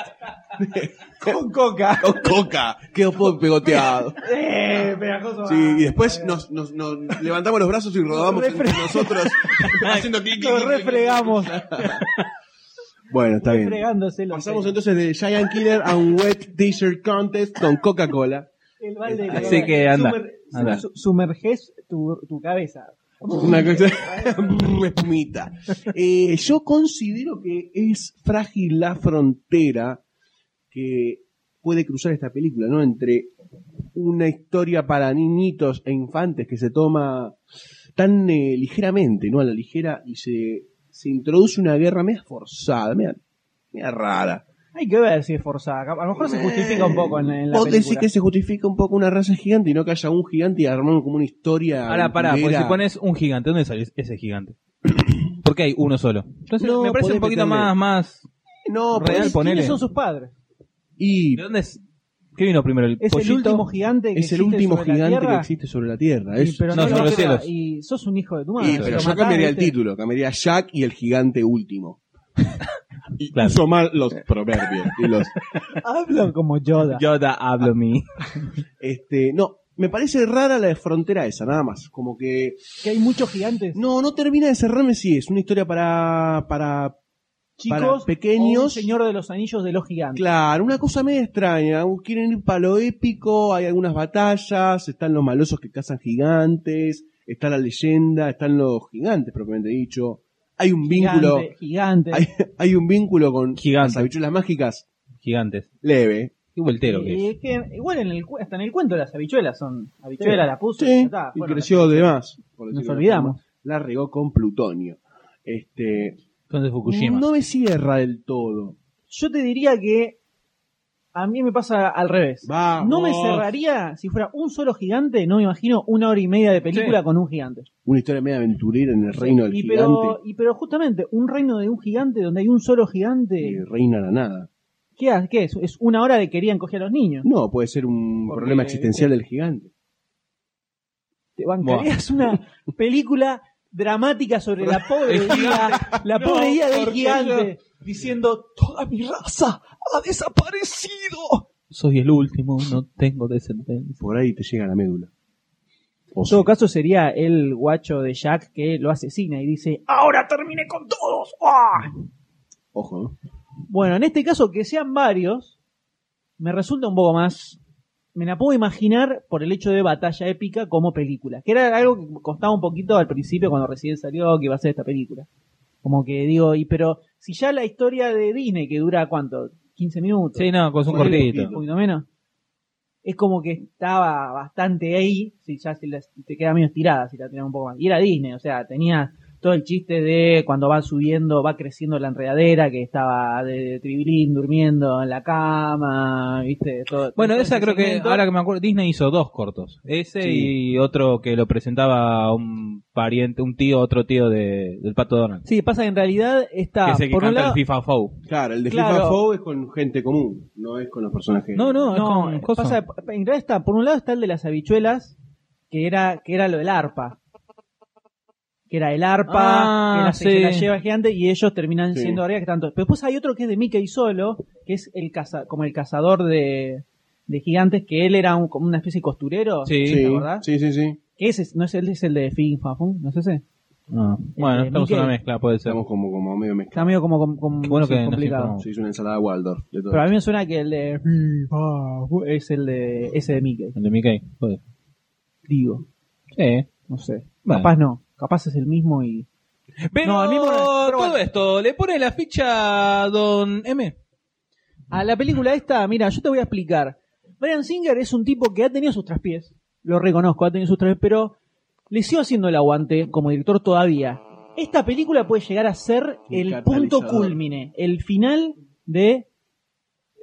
Speaker 1: Con coca.
Speaker 2: Con coca. Quedo todo pegoteado.
Speaker 1: Eh, pegajoso.
Speaker 2: Sí, y después nos, nos- nos levantamos los brazos y rodamos
Speaker 1: Nos
Speaker 2: entre
Speaker 1: refre-
Speaker 2: [laughs] nosotros haciendo clic, clic,
Speaker 1: Nos
Speaker 2: clic, clic,
Speaker 1: refregamos.
Speaker 2: clic. Bueno, está bien.
Speaker 1: Fregándose los
Speaker 2: Pasamos
Speaker 1: pelos.
Speaker 2: entonces de Giant Killer a un Wet T-shirt Contest con Coca-Cola.
Speaker 1: El balde de
Speaker 2: Así
Speaker 1: coca.
Speaker 3: que anda,
Speaker 1: Sumer-
Speaker 3: anda.
Speaker 1: su- Sumerges tu, tu cabeza.
Speaker 2: Una cosa. Mm, espumita. Eh, yo considero que es frágil la frontera que puede cruzar esta película, ¿no? Entre una historia para niñitos e infantes que se toma tan eh, ligeramente, ¿no? A la ligera y se, se introduce una guerra media forzada, media, media rara.
Speaker 1: Hay que ver si es forzada. A lo mejor se justifica un poco en, en la
Speaker 2: Vos
Speaker 1: película.
Speaker 2: decís que se justifica un poco una raza gigante y no que haya un gigante y armaron como una historia.
Speaker 3: Ahora pará, porque
Speaker 2: aventurera.
Speaker 3: si pones un gigante, ¿dónde sale ese gigante? Porque hay uno solo. Entonces
Speaker 2: No,
Speaker 3: me parece un
Speaker 2: podés
Speaker 3: poquito
Speaker 2: meterle.
Speaker 3: más, más.
Speaker 2: No,
Speaker 3: Real,
Speaker 2: ponés-
Speaker 3: ponele.
Speaker 1: ¿Quiénes son sus padres?
Speaker 2: Y
Speaker 3: ¿De dónde es? ¿Qué vino primero? ¿El
Speaker 1: Es el
Speaker 3: pollito?
Speaker 1: último gigante que
Speaker 2: es el
Speaker 1: existe
Speaker 2: último
Speaker 1: sobre la
Speaker 2: gigante que
Speaker 1: Tierra.
Speaker 2: existe sobre la Tierra. Es-
Speaker 1: Y, pero
Speaker 3: No,
Speaker 1: lo
Speaker 3: sobre los
Speaker 1: crea.
Speaker 3: cielos.
Speaker 1: Y sos un hijo de tu madre.
Speaker 2: Y, pero
Speaker 1: Lo
Speaker 2: yo
Speaker 1: matás,
Speaker 2: cambiaría el
Speaker 1: ¿viste?
Speaker 2: título, cambiaría Jack y el gigante último. [laughs] Y
Speaker 3: Claro.
Speaker 2: uso mal los proverbios y los
Speaker 1: Hablan como Yoda.
Speaker 3: Yoda hablo mí.
Speaker 2: este no, me parece rara la frontera esa, nada más. Como que
Speaker 1: Que hay muchos gigantes.
Speaker 2: no, no termina de cerrarme si es una historia para para
Speaker 1: chicos
Speaker 2: para pequeños.
Speaker 1: o un señor de los anillos de los gigantes.
Speaker 2: Claro, una cosa medio extraña. Uh, Quieren ir para lo épico, hay algunas batallas, están los malosos que cazan gigantes, está la leyenda, están los gigantes propiamente dicho. Hay un vínculo,
Speaker 1: Gigante, gigante.
Speaker 2: hay, hay un vínculo con
Speaker 3: Gigante.
Speaker 2: las habichuelas mágicas
Speaker 3: Gigantes.
Speaker 2: leve.
Speaker 3: Qué vueltero que es.
Speaker 1: Y es que, igual en el, cu- hasta en el cuento las habichuelas son. Habichuela la puso y ya
Speaker 2: Sí,
Speaker 1: está,
Speaker 2: y
Speaker 1: fueron
Speaker 2: creció de más. por
Speaker 1: Nos
Speaker 2: decirlo de alguna
Speaker 1: olvidamos.
Speaker 2: forma. La regó con plutonio. Este,
Speaker 3: Entonces Fukushima.
Speaker 2: No me cierra del todo.
Speaker 1: Yo te diría que a mí me pasa al revés.
Speaker 2: Vamos.
Speaker 1: No me cerraría si fuera un solo gigante, no me imagino una hora y media de película
Speaker 3: Sí.
Speaker 1: con un gigante.
Speaker 2: Una historia media aventurera en el reino del
Speaker 1: y
Speaker 2: gigante
Speaker 1: pero, y pero justamente, un reino de un gigante donde hay un solo
Speaker 2: y
Speaker 1: gigante,
Speaker 2: reina la nada.
Speaker 1: ¿qué, ha- qué es? Es una hora de querían coger a los niños.
Speaker 2: No, puede ser un
Speaker 1: Porque-
Speaker 2: problema existencial del gigante.
Speaker 1: Te bancarías una película dramática sobre
Speaker 2: [laughs]
Speaker 1: la pobre vida, la
Speaker 3: No,
Speaker 1: pobre vida del
Speaker 3: porque
Speaker 1: gigante.
Speaker 3: Diciendo, toda mi raza ha desaparecido. Soy el último, no tengo descendencia.
Speaker 2: Por ahí te llega la médula. O
Speaker 1: En todo
Speaker 2: sea,
Speaker 1: caso sería el guacho de Jack que lo asesina y dice, "Ah, ahora terminé con todos. ¡Ah!".
Speaker 2: ojo, ¿no?
Speaker 1: Bueno, en este caso que sean varios, me resulta un poco más... Me la puedo imaginar por el hecho de batalla épica como película, que era algo que costaba un poquito al principio cuando recién salió que iba a ser esta película. Como que digo, y pero si ya la historia de Disney que dura cuánto, 15 minutos,
Speaker 3: Sí, no, con un
Speaker 2: Ponele
Speaker 3: cortito.
Speaker 1: un poquito menos, es como que estaba bastante ahí, si ya si la- te queda medio estirada, si la tiraba un poco más. Y era Disney, o sea, tenía todo el chiste de cuando va subiendo, va creciendo la enredadera, que estaba de Tribilín durmiendo en la cama, viste, todo.
Speaker 3: Bueno,
Speaker 1: todo
Speaker 3: esa
Speaker 1: ese
Speaker 3: creo que,
Speaker 1: segmento.
Speaker 3: ahora que me acuerdo, Disney hizo dos cortos. Ese y otro que lo presentaba un pariente, un tío, otro tío de, del Pato Donald.
Speaker 1: Sí, pasa que en realidad
Speaker 3: que
Speaker 1: está,
Speaker 3: es el que
Speaker 1: Ah, por un
Speaker 3: canta
Speaker 1: lado...
Speaker 3: el FIFA Fow.
Speaker 2: Claro, el de
Speaker 1: Claro.
Speaker 2: FIFA Foe es con gente común, no es con los personajes.
Speaker 3: No, no, es
Speaker 1: No,
Speaker 3: con-
Speaker 1: eh,
Speaker 3: cosa.
Speaker 1: pasa- en realidad está, por un lado está el de las habichuelas, que era, que era lo del arpa. Que era el arpa,
Speaker 3: Ah,
Speaker 1: que la, se-
Speaker 3: sí.
Speaker 1: se la lleva el gigante y ellos terminan
Speaker 2: Sí.
Speaker 1: siendo áreas que tanto. Pero después hay otro que es de Mickey solo, que es el caza, como el cazador de, de gigantes, que él era un- como una especie de costurero.
Speaker 3: Sí.
Speaker 2: sí,
Speaker 1: ¿la verdad?
Speaker 2: sí, sí, sí.
Speaker 1: Que ese es, no es el, es el de Fin Fan Fun, no sé si.
Speaker 3: Ah, Bueno,
Speaker 1: Eh,
Speaker 3: estamos en
Speaker 1: Mickey.
Speaker 3: una mezcla, puede ser.
Speaker 2: Estamos como, como medio
Speaker 1: Está
Speaker 2: mezclados.
Speaker 1: medio como, como- como-
Speaker 3: Qué bueno
Speaker 1: sí,
Speaker 3: que nos
Speaker 1: complicado.
Speaker 3: informamos.
Speaker 2: Se hizo una ensalada Waldorf. de todo.
Speaker 1: Pero a mí me suena que el de Fin Fan Fun es el de ese de Mickey,
Speaker 3: El de Mickey, puede.
Speaker 1: digo,
Speaker 3: Sí.
Speaker 1: no sé.
Speaker 3: Bueno.
Speaker 1: Capaz no, capaz es el mismo y
Speaker 3: Pero,
Speaker 1: No, al mismo- pero
Speaker 3: todo
Speaker 1: bueno.
Speaker 3: esto, ¿le pone la ficha a Don M?
Speaker 1: A la película esta, mira, yo te voy a explicar. Brian Singer es un tipo que ha tenido sus traspiés, lo reconozco, ha tenido sus traspiés, pero le sigo haciendo el aguante como director todavía. Esta película puede llegar a ser
Speaker 2: Un
Speaker 1: el punto
Speaker 2: catalizador.
Speaker 1: culmine, el final de...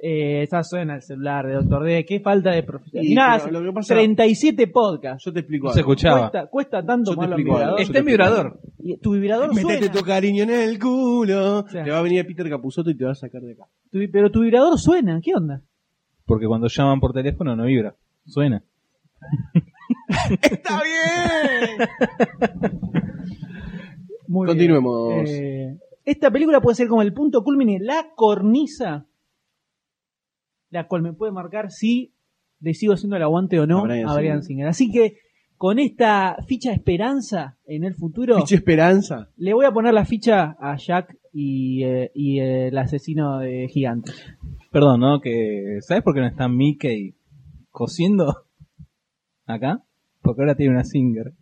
Speaker 1: Eh, esa suena el celular de Doctor D, qué falta de
Speaker 2: Y,
Speaker 1: profesionalidad.
Speaker 2: pero lo que pasa-
Speaker 1: 37 podcasts.
Speaker 2: Yo te explico
Speaker 3: No se
Speaker 2: algo.
Speaker 3: escuchaba.
Speaker 1: Cuesta, cuesta tanto
Speaker 2: Yo te
Speaker 1: ponerlo en
Speaker 2: explico algo.
Speaker 1: vibrador.
Speaker 2: Yo
Speaker 3: Está en
Speaker 2: te explico algo.
Speaker 3: vibrador.
Speaker 1: Y tu vibrador
Speaker 2: Métete
Speaker 1: suena.
Speaker 2: tu cariño en el culo.
Speaker 1: sea.
Speaker 2: Te va a venir Peter Capuzotto y te va a sacar de acá.
Speaker 1: Tu vi- pero tu vibrador suena, ¿qué onda?
Speaker 3: Porque cuando llaman por teléfono no vibra. Suena.
Speaker 2: ¡Está bien!
Speaker 1: Muy bien.
Speaker 2: Continuemos.
Speaker 1: Eh, esta película puede ser como el punto culmine, la cornisa, la cual me puede marcar si le sigo haciendo el aguante o no
Speaker 2: A
Speaker 1: a
Speaker 2: Bryan
Speaker 1: Brian,
Speaker 2: Singer.
Speaker 1: Singer. Así que con esta ficha de esperanza en el futuro,
Speaker 2: Piche Esperanza.
Speaker 1: le voy a poner la ficha a Jack y, eh, y, eh, el asesino de gigante.
Speaker 3: Perdón, ¿no? Que, ¿Sabes por qué no está Mickey cosiendo [laughs] acá? Porque ahora tiene una Singer.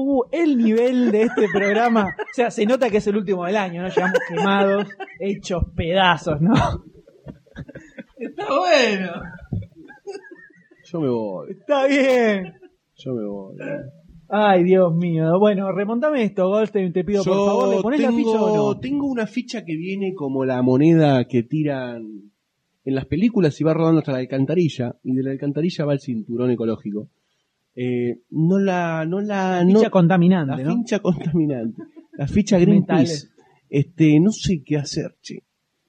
Speaker 1: Uh, el nivel de este [laughs] programa. O sea, se nota que es el último del año, ¿no? Llegamos quemados, hechos pedazos, ¿no?
Speaker 2: Yo me voy.
Speaker 1: Está bien.
Speaker 2: Yo me voy.
Speaker 1: Ay, Dios mío. Bueno, remontame esto, Goldstein, te pido por favor, ¿le pones
Speaker 2: tengo,
Speaker 1: la ficha o no?
Speaker 2: tengo una ficha que viene como la moneda que tiran en las películas y va rodando hasta la alcantarilla. Y de la alcantarilla va el cinturón ecológico. Eh, no la. No la no-
Speaker 1: Ficha
Speaker 2: la
Speaker 1: contaminante, ¿no?
Speaker 2: ficha contaminante. La ficha Greenpeace.
Speaker 1: Metales.
Speaker 2: Este, no sé qué hacer, che.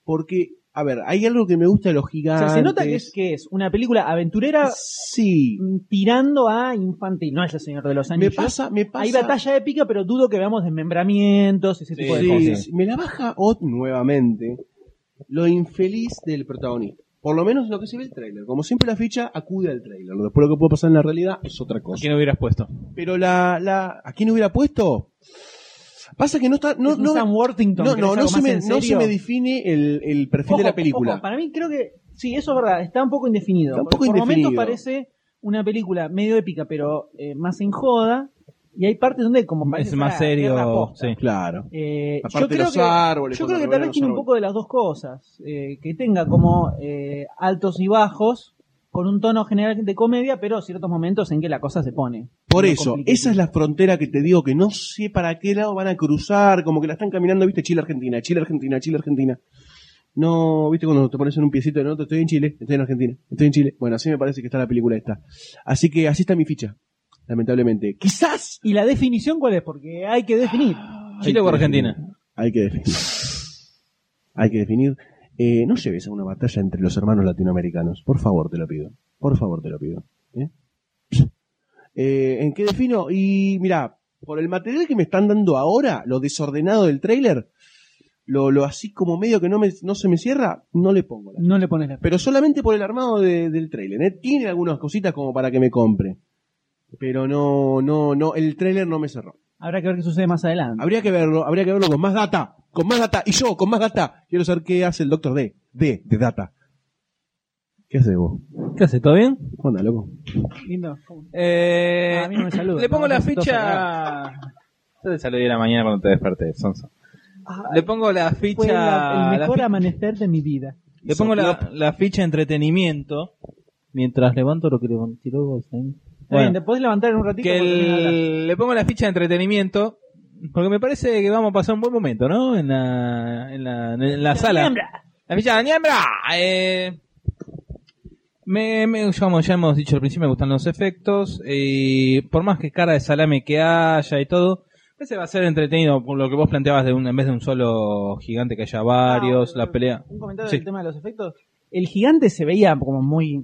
Speaker 2: Porque, a ver, hay algo que me gusta de los
Speaker 1: O
Speaker 2: gigantes.
Speaker 1: sea, se nota que es, que es una película aventurera
Speaker 2: Sí.
Speaker 1: mm, tirando a infantil, no es el Señor de los
Speaker 2: Me
Speaker 1: Anillos.
Speaker 2: pasa, me pasa.
Speaker 1: Hay batalla épica, pero dudo que veamos desmembramientos, ese
Speaker 3: Sí,
Speaker 1: tipo de
Speaker 2: Sí,
Speaker 1: cosas.
Speaker 2: sí, Eh, me la baja Ot nuevamente lo infeliz del protagonista. Por lo menos lo que se ve el trailer. Como siempre la ficha acude al trailer. Después lo que puede pasar en la realidad es otra
Speaker 3: ¿A
Speaker 2: cosa.
Speaker 3: quién hubieras puesto?
Speaker 2: Pero la, la, ¿a quién hubiera puesto? Pasa que no está, no,
Speaker 1: Es un
Speaker 2: no,
Speaker 1: Sam Worthington,
Speaker 2: no,
Speaker 1: que
Speaker 2: no,
Speaker 1: es
Speaker 2: no
Speaker 1: algo
Speaker 2: se
Speaker 1: más
Speaker 2: me,
Speaker 1: en
Speaker 2: no se
Speaker 1: serio.
Speaker 2: me define el, el perfil de
Speaker 1: Ojo,
Speaker 2: la película.
Speaker 1: ojo, para mí creo que, sí, eso es verdad, está un poco indefinido.
Speaker 2: Está un poco
Speaker 1: por
Speaker 2: indefinido.
Speaker 1: momentos parece una película medio épica, pero eh, más en joda. Y hay partes donde como
Speaker 3: Es
Speaker 1: parece
Speaker 3: más
Speaker 1: una guerra
Speaker 3: serio,
Speaker 1: posta.
Speaker 3: sí.
Speaker 2: Claro.
Speaker 1: Eh,
Speaker 2: Aparte
Speaker 1: yo
Speaker 2: de
Speaker 1: creo
Speaker 2: los
Speaker 1: que,
Speaker 2: árboles,
Speaker 1: yo creo
Speaker 2: cuando
Speaker 1: que
Speaker 2: revelan
Speaker 1: tal vez
Speaker 2: los
Speaker 1: tiene un
Speaker 2: árboles.
Speaker 1: poco de las dos cosas. eh, que tenga como eh, altos y bajos, con un tono general de comedia, pero ciertos momentos en que la cosa se pone.
Speaker 2: Por
Speaker 1: No
Speaker 2: eso,
Speaker 1: complique.
Speaker 2: esa es la frontera que te digo, que no sé para qué lado van a cruzar, como que la están caminando, viste, Chile-Argentina, Chile-Argentina, Chile-Argentina. No, viste, cuando te pones en un piecito en otro, estoy en Chile, estoy en Argentina, estoy en Chile. Bueno, así me parece que está la película esta. Así que así está mi ficha, lamentablemente. Quizás
Speaker 1: ¿Y la definición cuál es? Porque hay que definir.
Speaker 3: Chile o Argentina.
Speaker 2: hay que definir. Hay que definir. Eh, no lleves a una batalla entre los hermanos latinoamericanos. Por favor, te lo pido. Por favor, te lo pido. ¿Eh? Eh, en qué defino? Y mira, por el material que me están dando ahora, lo desordenado del tráiler, lo, lo así como medio que no, me- no se me cierra, no le pongo la.
Speaker 1: No le pones la
Speaker 2: Pero solamente por el armado de- del tráiler. ¿eh? Tiene algunas cositas como para que me compre. Pero no, no, no, el tráiler no me cerró.
Speaker 1: Habrá que ver qué sucede más adelante.
Speaker 2: Habría que verlo, habría que verlo con más data, con más data, y yo, con más data. Quiero saber qué hace el doctor D, D, de data. ¿Qué haces vos?
Speaker 3: ¿Qué hace? ¿Todo bien?
Speaker 2: ¿Qué onda, loco?
Speaker 1: Lindo.
Speaker 3: Eh,
Speaker 1: Ah, a mí no me saluda.
Speaker 3: Le pongo
Speaker 1: No,
Speaker 3: la
Speaker 1: no sé, todo
Speaker 3: ficha. Yo te saludé a la mañana cuando te desperté, Sonso. Le pongo la
Speaker 1: Ah, Fue
Speaker 3: ficha.
Speaker 1: la- el
Speaker 3: la
Speaker 1: mejor
Speaker 3: fi-
Speaker 1: amanecer de mi vida.
Speaker 3: le pongo la, la ficha entretenimiento. Mientras levanto lo que levanté luego. ¿sí?
Speaker 1: Está bien,
Speaker 3: ¿eh? Bueno,
Speaker 1: te podés levantar en un ratito.
Speaker 3: que
Speaker 1: porque tenés que hablar.
Speaker 3: el- le pongo la ficha de entretenimiento. Porque me parece que vamos a pasar un buen momento, ¿no? En la, en la, en la sala.
Speaker 1: Ñambra.
Speaker 3: La ficha de Ñambra. Eh, me, me- ya, hemos, ya hemos dicho al principio, me gustan los efectos. Y por más que cara de salame que haya y todo, ese va a ser entretenido por lo que vos planteabas de un, en vez de un solo gigante que haya varios,
Speaker 1: Ah,
Speaker 3: la pelea.
Speaker 1: Un comentario
Speaker 3: Sí.
Speaker 1: del tema de los efectos. El gigante se veía como muy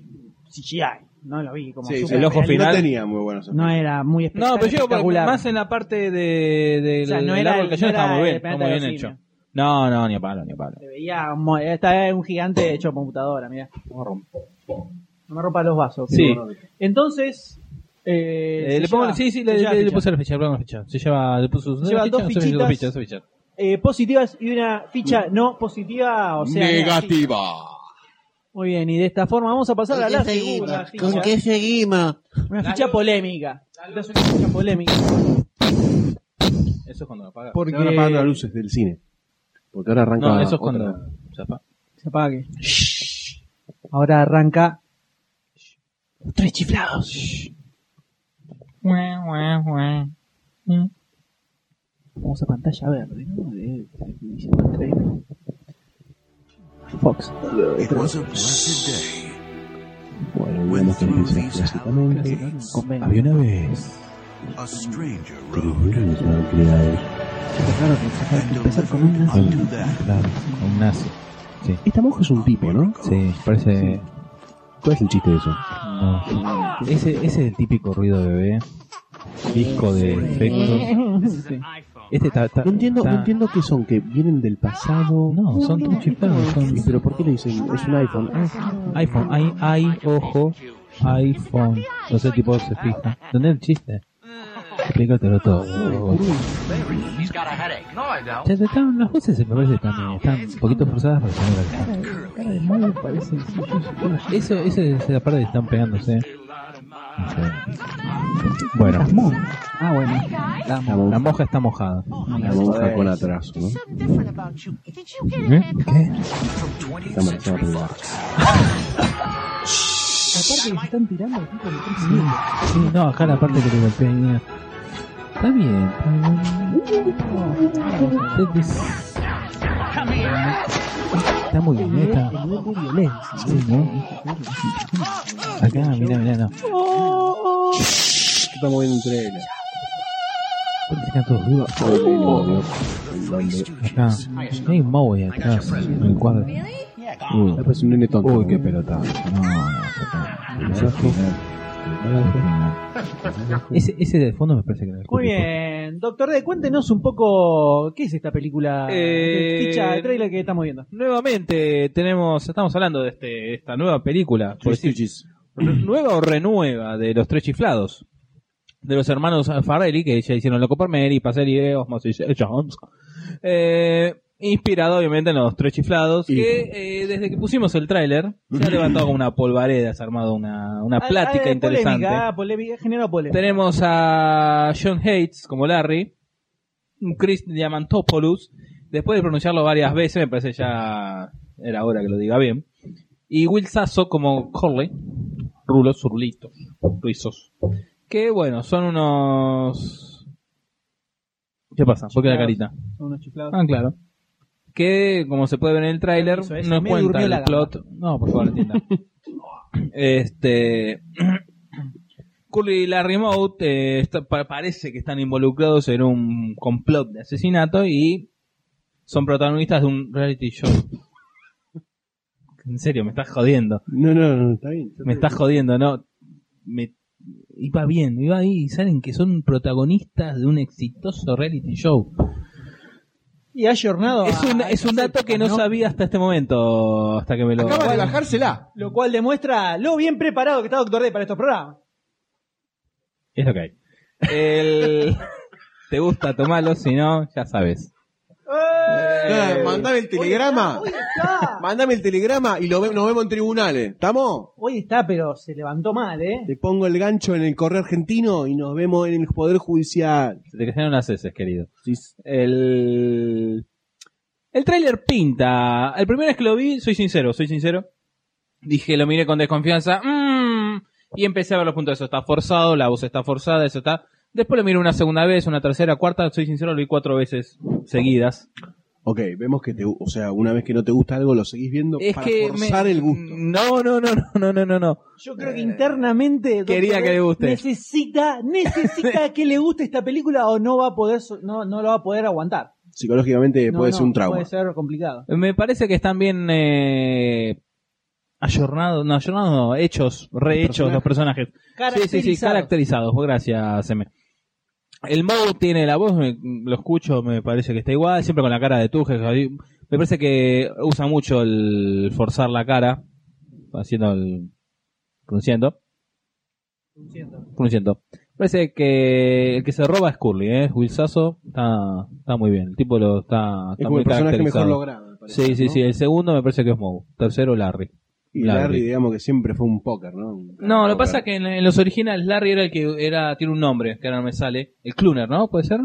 Speaker 1: CGI. No lo vi como
Speaker 3: sí, el ojo
Speaker 1: real.
Speaker 3: final.
Speaker 2: No tenía muy buenos
Speaker 1: No era muy espectacular.
Speaker 3: No, pero yo por-
Speaker 1: espectacular.
Speaker 3: más en la parte de, de
Speaker 1: O sea, no
Speaker 3: del
Speaker 1: era
Speaker 3: árbol
Speaker 1: el-
Speaker 3: que yo
Speaker 1: no
Speaker 3: estaba
Speaker 1: era
Speaker 3: muy bien,
Speaker 1: el
Speaker 3: estaba
Speaker 1: planeta
Speaker 3: muy
Speaker 1: de
Speaker 3: bien
Speaker 1: los
Speaker 3: hecho.
Speaker 1: simios. Eh,
Speaker 3: No, no, ni a palo, ni a palo.
Speaker 1: Se veía mo- estaba un gigante hecho computadora, mira. No me rompa los vasos.
Speaker 3: Sí.
Speaker 1: Entonces. eh,
Speaker 3: Eh,
Speaker 1: se
Speaker 3: le pongo,
Speaker 1: lleva-
Speaker 3: sí, sí,
Speaker 1: se
Speaker 3: le,
Speaker 1: lleva
Speaker 3: le- le
Speaker 1: ficha.
Speaker 3: puse la ficha, le pongo la ficha. Se lleva, le puso
Speaker 1: Lleva
Speaker 3: ficha,
Speaker 1: dos
Speaker 3: se ficha,
Speaker 1: fichitas.
Speaker 3: ficha, dos fichas.
Speaker 1: Eh, positivas y una
Speaker 3: Mm.
Speaker 1: ficha no positiva, o sea. negativa. Muy bien, y de esta forma vamos a pasar a la segunda ficha.
Speaker 4: seguimos?
Speaker 1: Una ficha polémica. Esta es una ficha polémica.
Speaker 3: Eso es cuando lo apaga.
Speaker 2: Porque... Ahora apagando las luces del cine. Porque ahora arranca.
Speaker 3: No, eso es
Speaker 2: otra.
Speaker 3: cuando se apaga.
Speaker 1: Se apaga aquí. Ahora arranca.
Speaker 3: Tres chiflados.
Speaker 1: Mm. Vamos a pantalla verde, ¿no? De televisión estreno. Fox.
Speaker 7: was a blessed day
Speaker 2: Bueno,
Speaker 7: when
Speaker 2: vemos que
Speaker 7: through
Speaker 2: empieza
Speaker 7: these
Speaker 2: clásicamente.
Speaker 7: howlings
Speaker 1: Convenio.
Speaker 2: Había una vez.
Speaker 7: a stranger
Speaker 2: Una
Speaker 7: rode
Speaker 2: vez una criada.
Speaker 1: Claro que se acaba
Speaker 7: and
Speaker 1: de empezar con un
Speaker 7: delivered
Speaker 1: nazi.
Speaker 7: unto them
Speaker 3: Un nazi.
Speaker 2: Esta monja Este es un tipo, ¿no?
Speaker 3: Sí, parece.
Speaker 2: ¿Cuál es el chiste de eso?
Speaker 3: No. Ese, ese es el típico ruido de bebé. Disco de efectos.
Speaker 1: Sí.
Speaker 3: Este está. está-
Speaker 2: No entiendo,
Speaker 3: está-
Speaker 2: no entiendo qué son, que vienen del pasado.
Speaker 3: No, son tan chiflados. Son
Speaker 2: ¿Y pero por qué le dicen? Es un iPhone. Ah,
Speaker 3: iPhone. Hay, hay, ojo. iPhone. No sé, tipo, se fija. ¿Dónde es el chiste? Explícatelo todo.
Speaker 5: He's got a headache. No, I don't.
Speaker 3: Ya están, las voces me parece están, están un poquito forzadas para sonar al parece. Eso, eso es la parte que están pegándose. Bueno,
Speaker 1: Ah, bueno. La amo.
Speaker 3: la moja está mojada.
Speaker 2: La monja con atraso, ¿no?
Speaker 8: something different about you. Did you get a
Speaker 3: ¿Eh?
Speaker 8: haircut?
Speaker 3: ¿Qué?
Speaker 2: Está marchada por el barrio.
Speaker 1: Aparte que se están tirando aquí con el tren.
Speaker 3: Sí, no, acá la parte que le golpea ahí, mira. Está bien. está bien. Está muy bien, ¿no? está. Sí, ¿no? Acá, mira, mira, no.
Speaker 1: Oh,
Speaker 2: Está moviendo entre ellas.
Speaker 3: Porque están todos duros. Acá. Hay un Maui atrás, en el cuadro.
Speaker 2: Ah, pues un nene tonto.
Speaker 3: Uy, qué pelota. No, Ese, ese de fondo me parece que no es.
Speaker 1: Muy bien, doctor D, cuéntenos un poco qué es esta película,
Speaker 3: Eh,
Speaker 1: qué ficha de trailer que estamos viendo.
Speaker 3: Nuevamente tenemos, estamos hablando de este, esta nueva película, por decir, nueva o renueva de los tres chiflados, de los hermanos Farrelly que ya hicieron Loco por Mary, Paselli, Osmos y Jones. Eh, Inspirado, obviamente, en los tres chiflados,
Speaker 2: Y-
Speaker 3: que eh, desde que pusimos el tráiler se ha levantado como una polvareda, se ha armado una,
Speaker 1: [laughs]
Speaker 3: una
Speaker 1: Ah,
Speaker 3: plática
Speaker 1: ah,
Speaker 3: interesante.
Speaker 1: Polémica, ah, polémica, generó polémica.
Speaker 3: Tenemos a John Hates como Larry, un Chris Diamantopoulos, después de pronunciarlo varias veces, me parece ya era hora que lo diga bien, y Will Sasso como Corley, rulos, rulitos, suizos, que bueno, son unos... ¿Qué pasa? ¿Por qué la carita?
Speaker 1: Son unos chiflados.
Speaker 3: Ah, claro. Que, como se puede ver en el tráiler,
Speaker 1: Eso es,
Speaker 3: nos
Speaker 1: me
Speaker 3: cuenta
Speaker 1: durmió la
Speaker 3: el
Speaker 1: gama.
Speaker 3: plot. No, por favor,
Speaker 1: [laughs]
Speaker 3: entienda. este. Curly y la Remote eh, está- pa- parece que están involucrados en un complot de asesinato y son protagonistas de un reality show. En serio, me estás jodiendo.
Speaker 2: No, no, no, está bien.
Speaker 3: Me estás jodiendo, ¿no? Me... Iba bien, iba ahí y salen que son protagonistas de un exitoso reality show.
Speaker 1: Y ha jornado.
Speaker 3: Es un, es un dato que no, sabía hasta este momento, hasta que me lo...
Speaker 4: Acaba de bajársela.
Speaker 1: Lo cual demuestra lo bien preparado que está Doctor D para estos programas.
Speaker 3: Es lo que hay. El- Te gusta tomarlo, si no, ya sabes.
Speaker 2: Ah, mandame el telegrama.
Speaker 1: Hoy Eh, está,
Speaker 2: Mandame el telegrama y lo ve- nos vemos en tribunales. ¿Estamos?
Speaker 1: hoy está, pero se levantó mal, ¿eh?
Speaker 2: Te pongo el gancho en el correo argentino y nos vemos en el Poder Judicial.
Speaker 3: Se te cayeron las heces, querido.
Speaker 2: Sí, sí.
Speaker 3: El... El tráiler pinta. El primero vez que lo vi, soy sincero, soy sincero. Dije, lo miré con desconfianza. mm, y empecé a ver los puntos. Eso está forzado, la voz está forzada, eso está... Después lo miré una segunda vez, una tercera, cuarta. Soy sincero, lo vi cuatro veces seguidas.
Speaker 2: Ok, vemos que te, o sea, una vez que no te gusta algo lo seguís viendo
Speaker 3: Es
Speaker 2: para
Speaker 3: que...
Speaker 2: forzar
Speaker 3: me- Mm.
Speaker 2: el gusto.
Speaker 3: No, no, no, no, no, no, no, no.
Speaker 1: Yo creo que
Speaker 2: Eh.
Speaker 1: internamente Dr.
Speaker 3: quería
Speaker 1: D
Speaker 3: que le guste.
Speaker 1: necesita
Speaker 3: [laughs]
Speaker 1: necesita que le guste esta película o no va a poder so- no, no lo va a poder aguantar.
Speaker 2: Psicológicamente
Speaker 1: No,
Speaker 2: Eh, puede
Speaker 1: no,
Speaker 2: ser un trauma.
Speaker 1: Puede ser complicado.
Speaker 3: Me parece que están bien eh, ayornados, no, ayornados no, hechos, rehechos los personajes. Sí, sí, sí, caracterizados. Gracias, Seme. El Mau tiene la voz, me- lo escucho, me parece que está igual, siempre con la cara de Tuje. ahí. Me parece que usa mucho el forzar la cara, haciendo el... pronunciando. Pronunciando. Parece que el que se roba es Curly, ¿eh? Will Sasso está, está muy bien. El tipo lo está,
Speaker 2: es
Speaker 3: está
Speaker 2: como
Speaker 3: muy
Speaker 2: el personaje mejor
Speaker 3: caracterizado.
Speaker 2: logrado. me parece,
Speaker 3: Sí, sí,
Speaker 2: ¿no?
Speaker 3: sí. El segundo me parece que es Moe. Tercero, Larry.
Speaker 2: Y Larry,
Speaker 3: Larry.
Speaker 2: digamos que siempre fue un póker, ¿no? Un
Speaker 3: No, lo
Speaker 2: póker.
Speaker 3: que pasa es que en, en los originales Larry era el que era tiene un nombre, que ahora no me sale. El Cluner, ¿no? ¿Puede ser?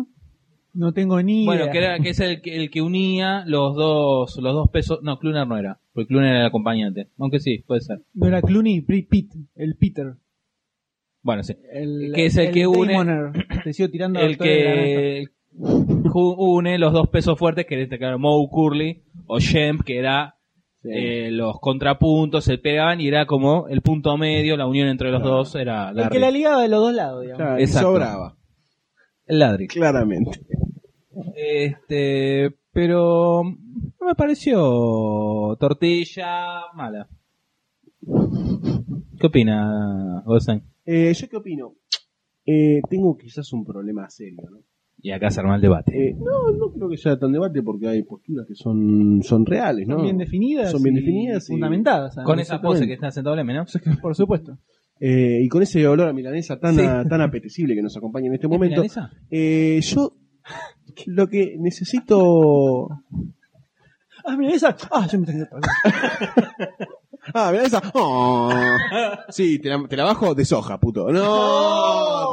Speaker 1: No tengo ni
Speaker 3: Bueno,
Speaker 1: idea.
Speaker 3: que, era, que es el, que- el que unía los dos los dos pesos. No, Cluner no era, porque Cluner era el acompañante. Aunque sí, puede ser.
Speaker 1: no era Clooney, Pri- Pitt, el Peter.
Speaker 3: Bueno, sí.
Speaker 1: El,
Speaker 3: Que es el que une-
Speaker 1: [coughs] Damoner. Te sigo tirando a
Speaker 3: El
Speaker 1: Doctor D de la mesa.
Speaker 3: que ju- une los dos pesos fuertes, que en este caso era Moe Curly o Shemp, que era
Speaker 2: Sí.
Speaker 3: eh, los contrapuntos, se pegaban y era como el punto medio, la unión entre los dos era
Speaker 1: El que
Speaker 3: Larry.
Speaker 1: la ligaba de los dos lados, digamos.
Speaker 2: Claro, y
Speaker 3: Exacto.
Speaker 2: sobraba,
Speaker 3: El Larry.
Speaker 2: claramente.
Speaker 3: Este, pero no me pareció tortilla mala. ¿Qué opina Goldstein?
Speaker 2: Eh, ¿Yo qué opino? Eh, tengo quizás un problema serio, ¿no?
Speaker 3: Y acá se arma el debate.
Speaker 2: Eh, no, no creo que sea tan debate porque hay posturas que son, son reales, ¿no?
Speaker 1: Son bien definidas.
Speaker 2: Son bien
Speaker 1: y
Speaker 2: definidas y-
Speaker 1: Fundamentadas. además.
Speaker 3: Con esa pose
Speaker 2: exactamente.
Speaker 3: que está sentado Leme, ¿no?
Speaker 1: Por supuesto.
Speaker 2: Eh, y con ese olor a milanesa tan,
Speaker 3: Sí.
Speaker 2: a- tan apetecible que nos acompaña en este
Speaker 3: ¿Es
Speaker 2: momento,
Speaker 3: milanesa?
Speaker 2: eh, yo lo que necesito...
Speaker 1: Ah, mira esa. Ah, yo me tengo que acordar.
Speaker 2: Ah, milanesa. Oh. Sí, te la, te la bajo de soja, puto. No,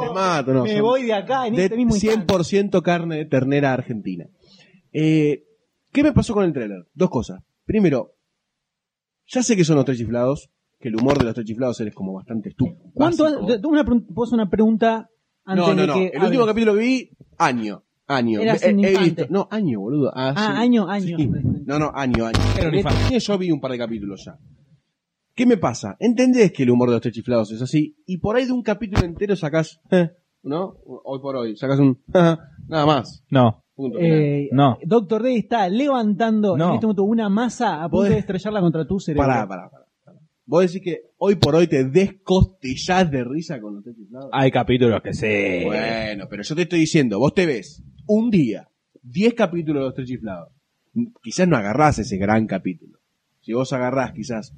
Speaker 1: No.
Speaker 2: te mato. No,
Speaker 1: Me
Speaker 2: son-
Speaker 1: voy de acá en
Speaker 2: de
Speaker 1: este mismo instante.
Speaker 2: 100% carne de ternera argentina. Eh, ¿Qué me pasó con el trailer? Dos cosas. Primero, ya sé que son los tres chiflados, que el humor de los tres chiflados es como bastante estúpido.
Speaker 1: ¿Cuánto
Speaker 2: básico.
Speaker 1: has- te- una, pregun- pos una pregunta antes
Speaker 2: No, no, no.
Speaker 1: de que.
Speaker 2: El último
Speaker 1: hables.
Speaker 2: capítulo que vi, año. Año.
Speaker 1: Eras
Speaker 2: He-
Speaker 1: un
Speaker 2: he
Speaker 1: infante.
Speaker 2: visto- No, año, boludo. Ah,
Speaker 1: Ah,
Speaker 2: sí.
Speaker 1: año, año.
Speaker 2: Sí. No, no, año, año.
Speaker 3: Era un infante.
Speaker 2: Sí, Yo vi un par de capítulos ya. ¿Qué me pasa? Entendés que el humor de los tres chiflados es así, y por ahí de un capítulo entero sacás, eh, ¿no? Hoy por hoy, sacás un, nada más.
Speaker 3: No,
Speaker 2: Punto.
Speaker 1: Eh,
Speaker 3: No.
Speaker 1: Doctor D está levantando
Speaker 3: No.
Speaker 1: en este momento una masa a punto
Speaker 2: Podés-
Speaker 1: de estrellarla contra tu cerebro.
Speaker 2: pará, pará, pará, pará. Vos decís que hoy por hoy te descostillás de risa con los tres chiflados.
Speaker 3: hay capítulos que sí.
Speaker 2: Bueno, pero yo te estoy diciendo, vos te ves un día, 10 capítulos de los tres chiflados. Quizás no agarrás ese gran capítulo. Si vos agarrás quizás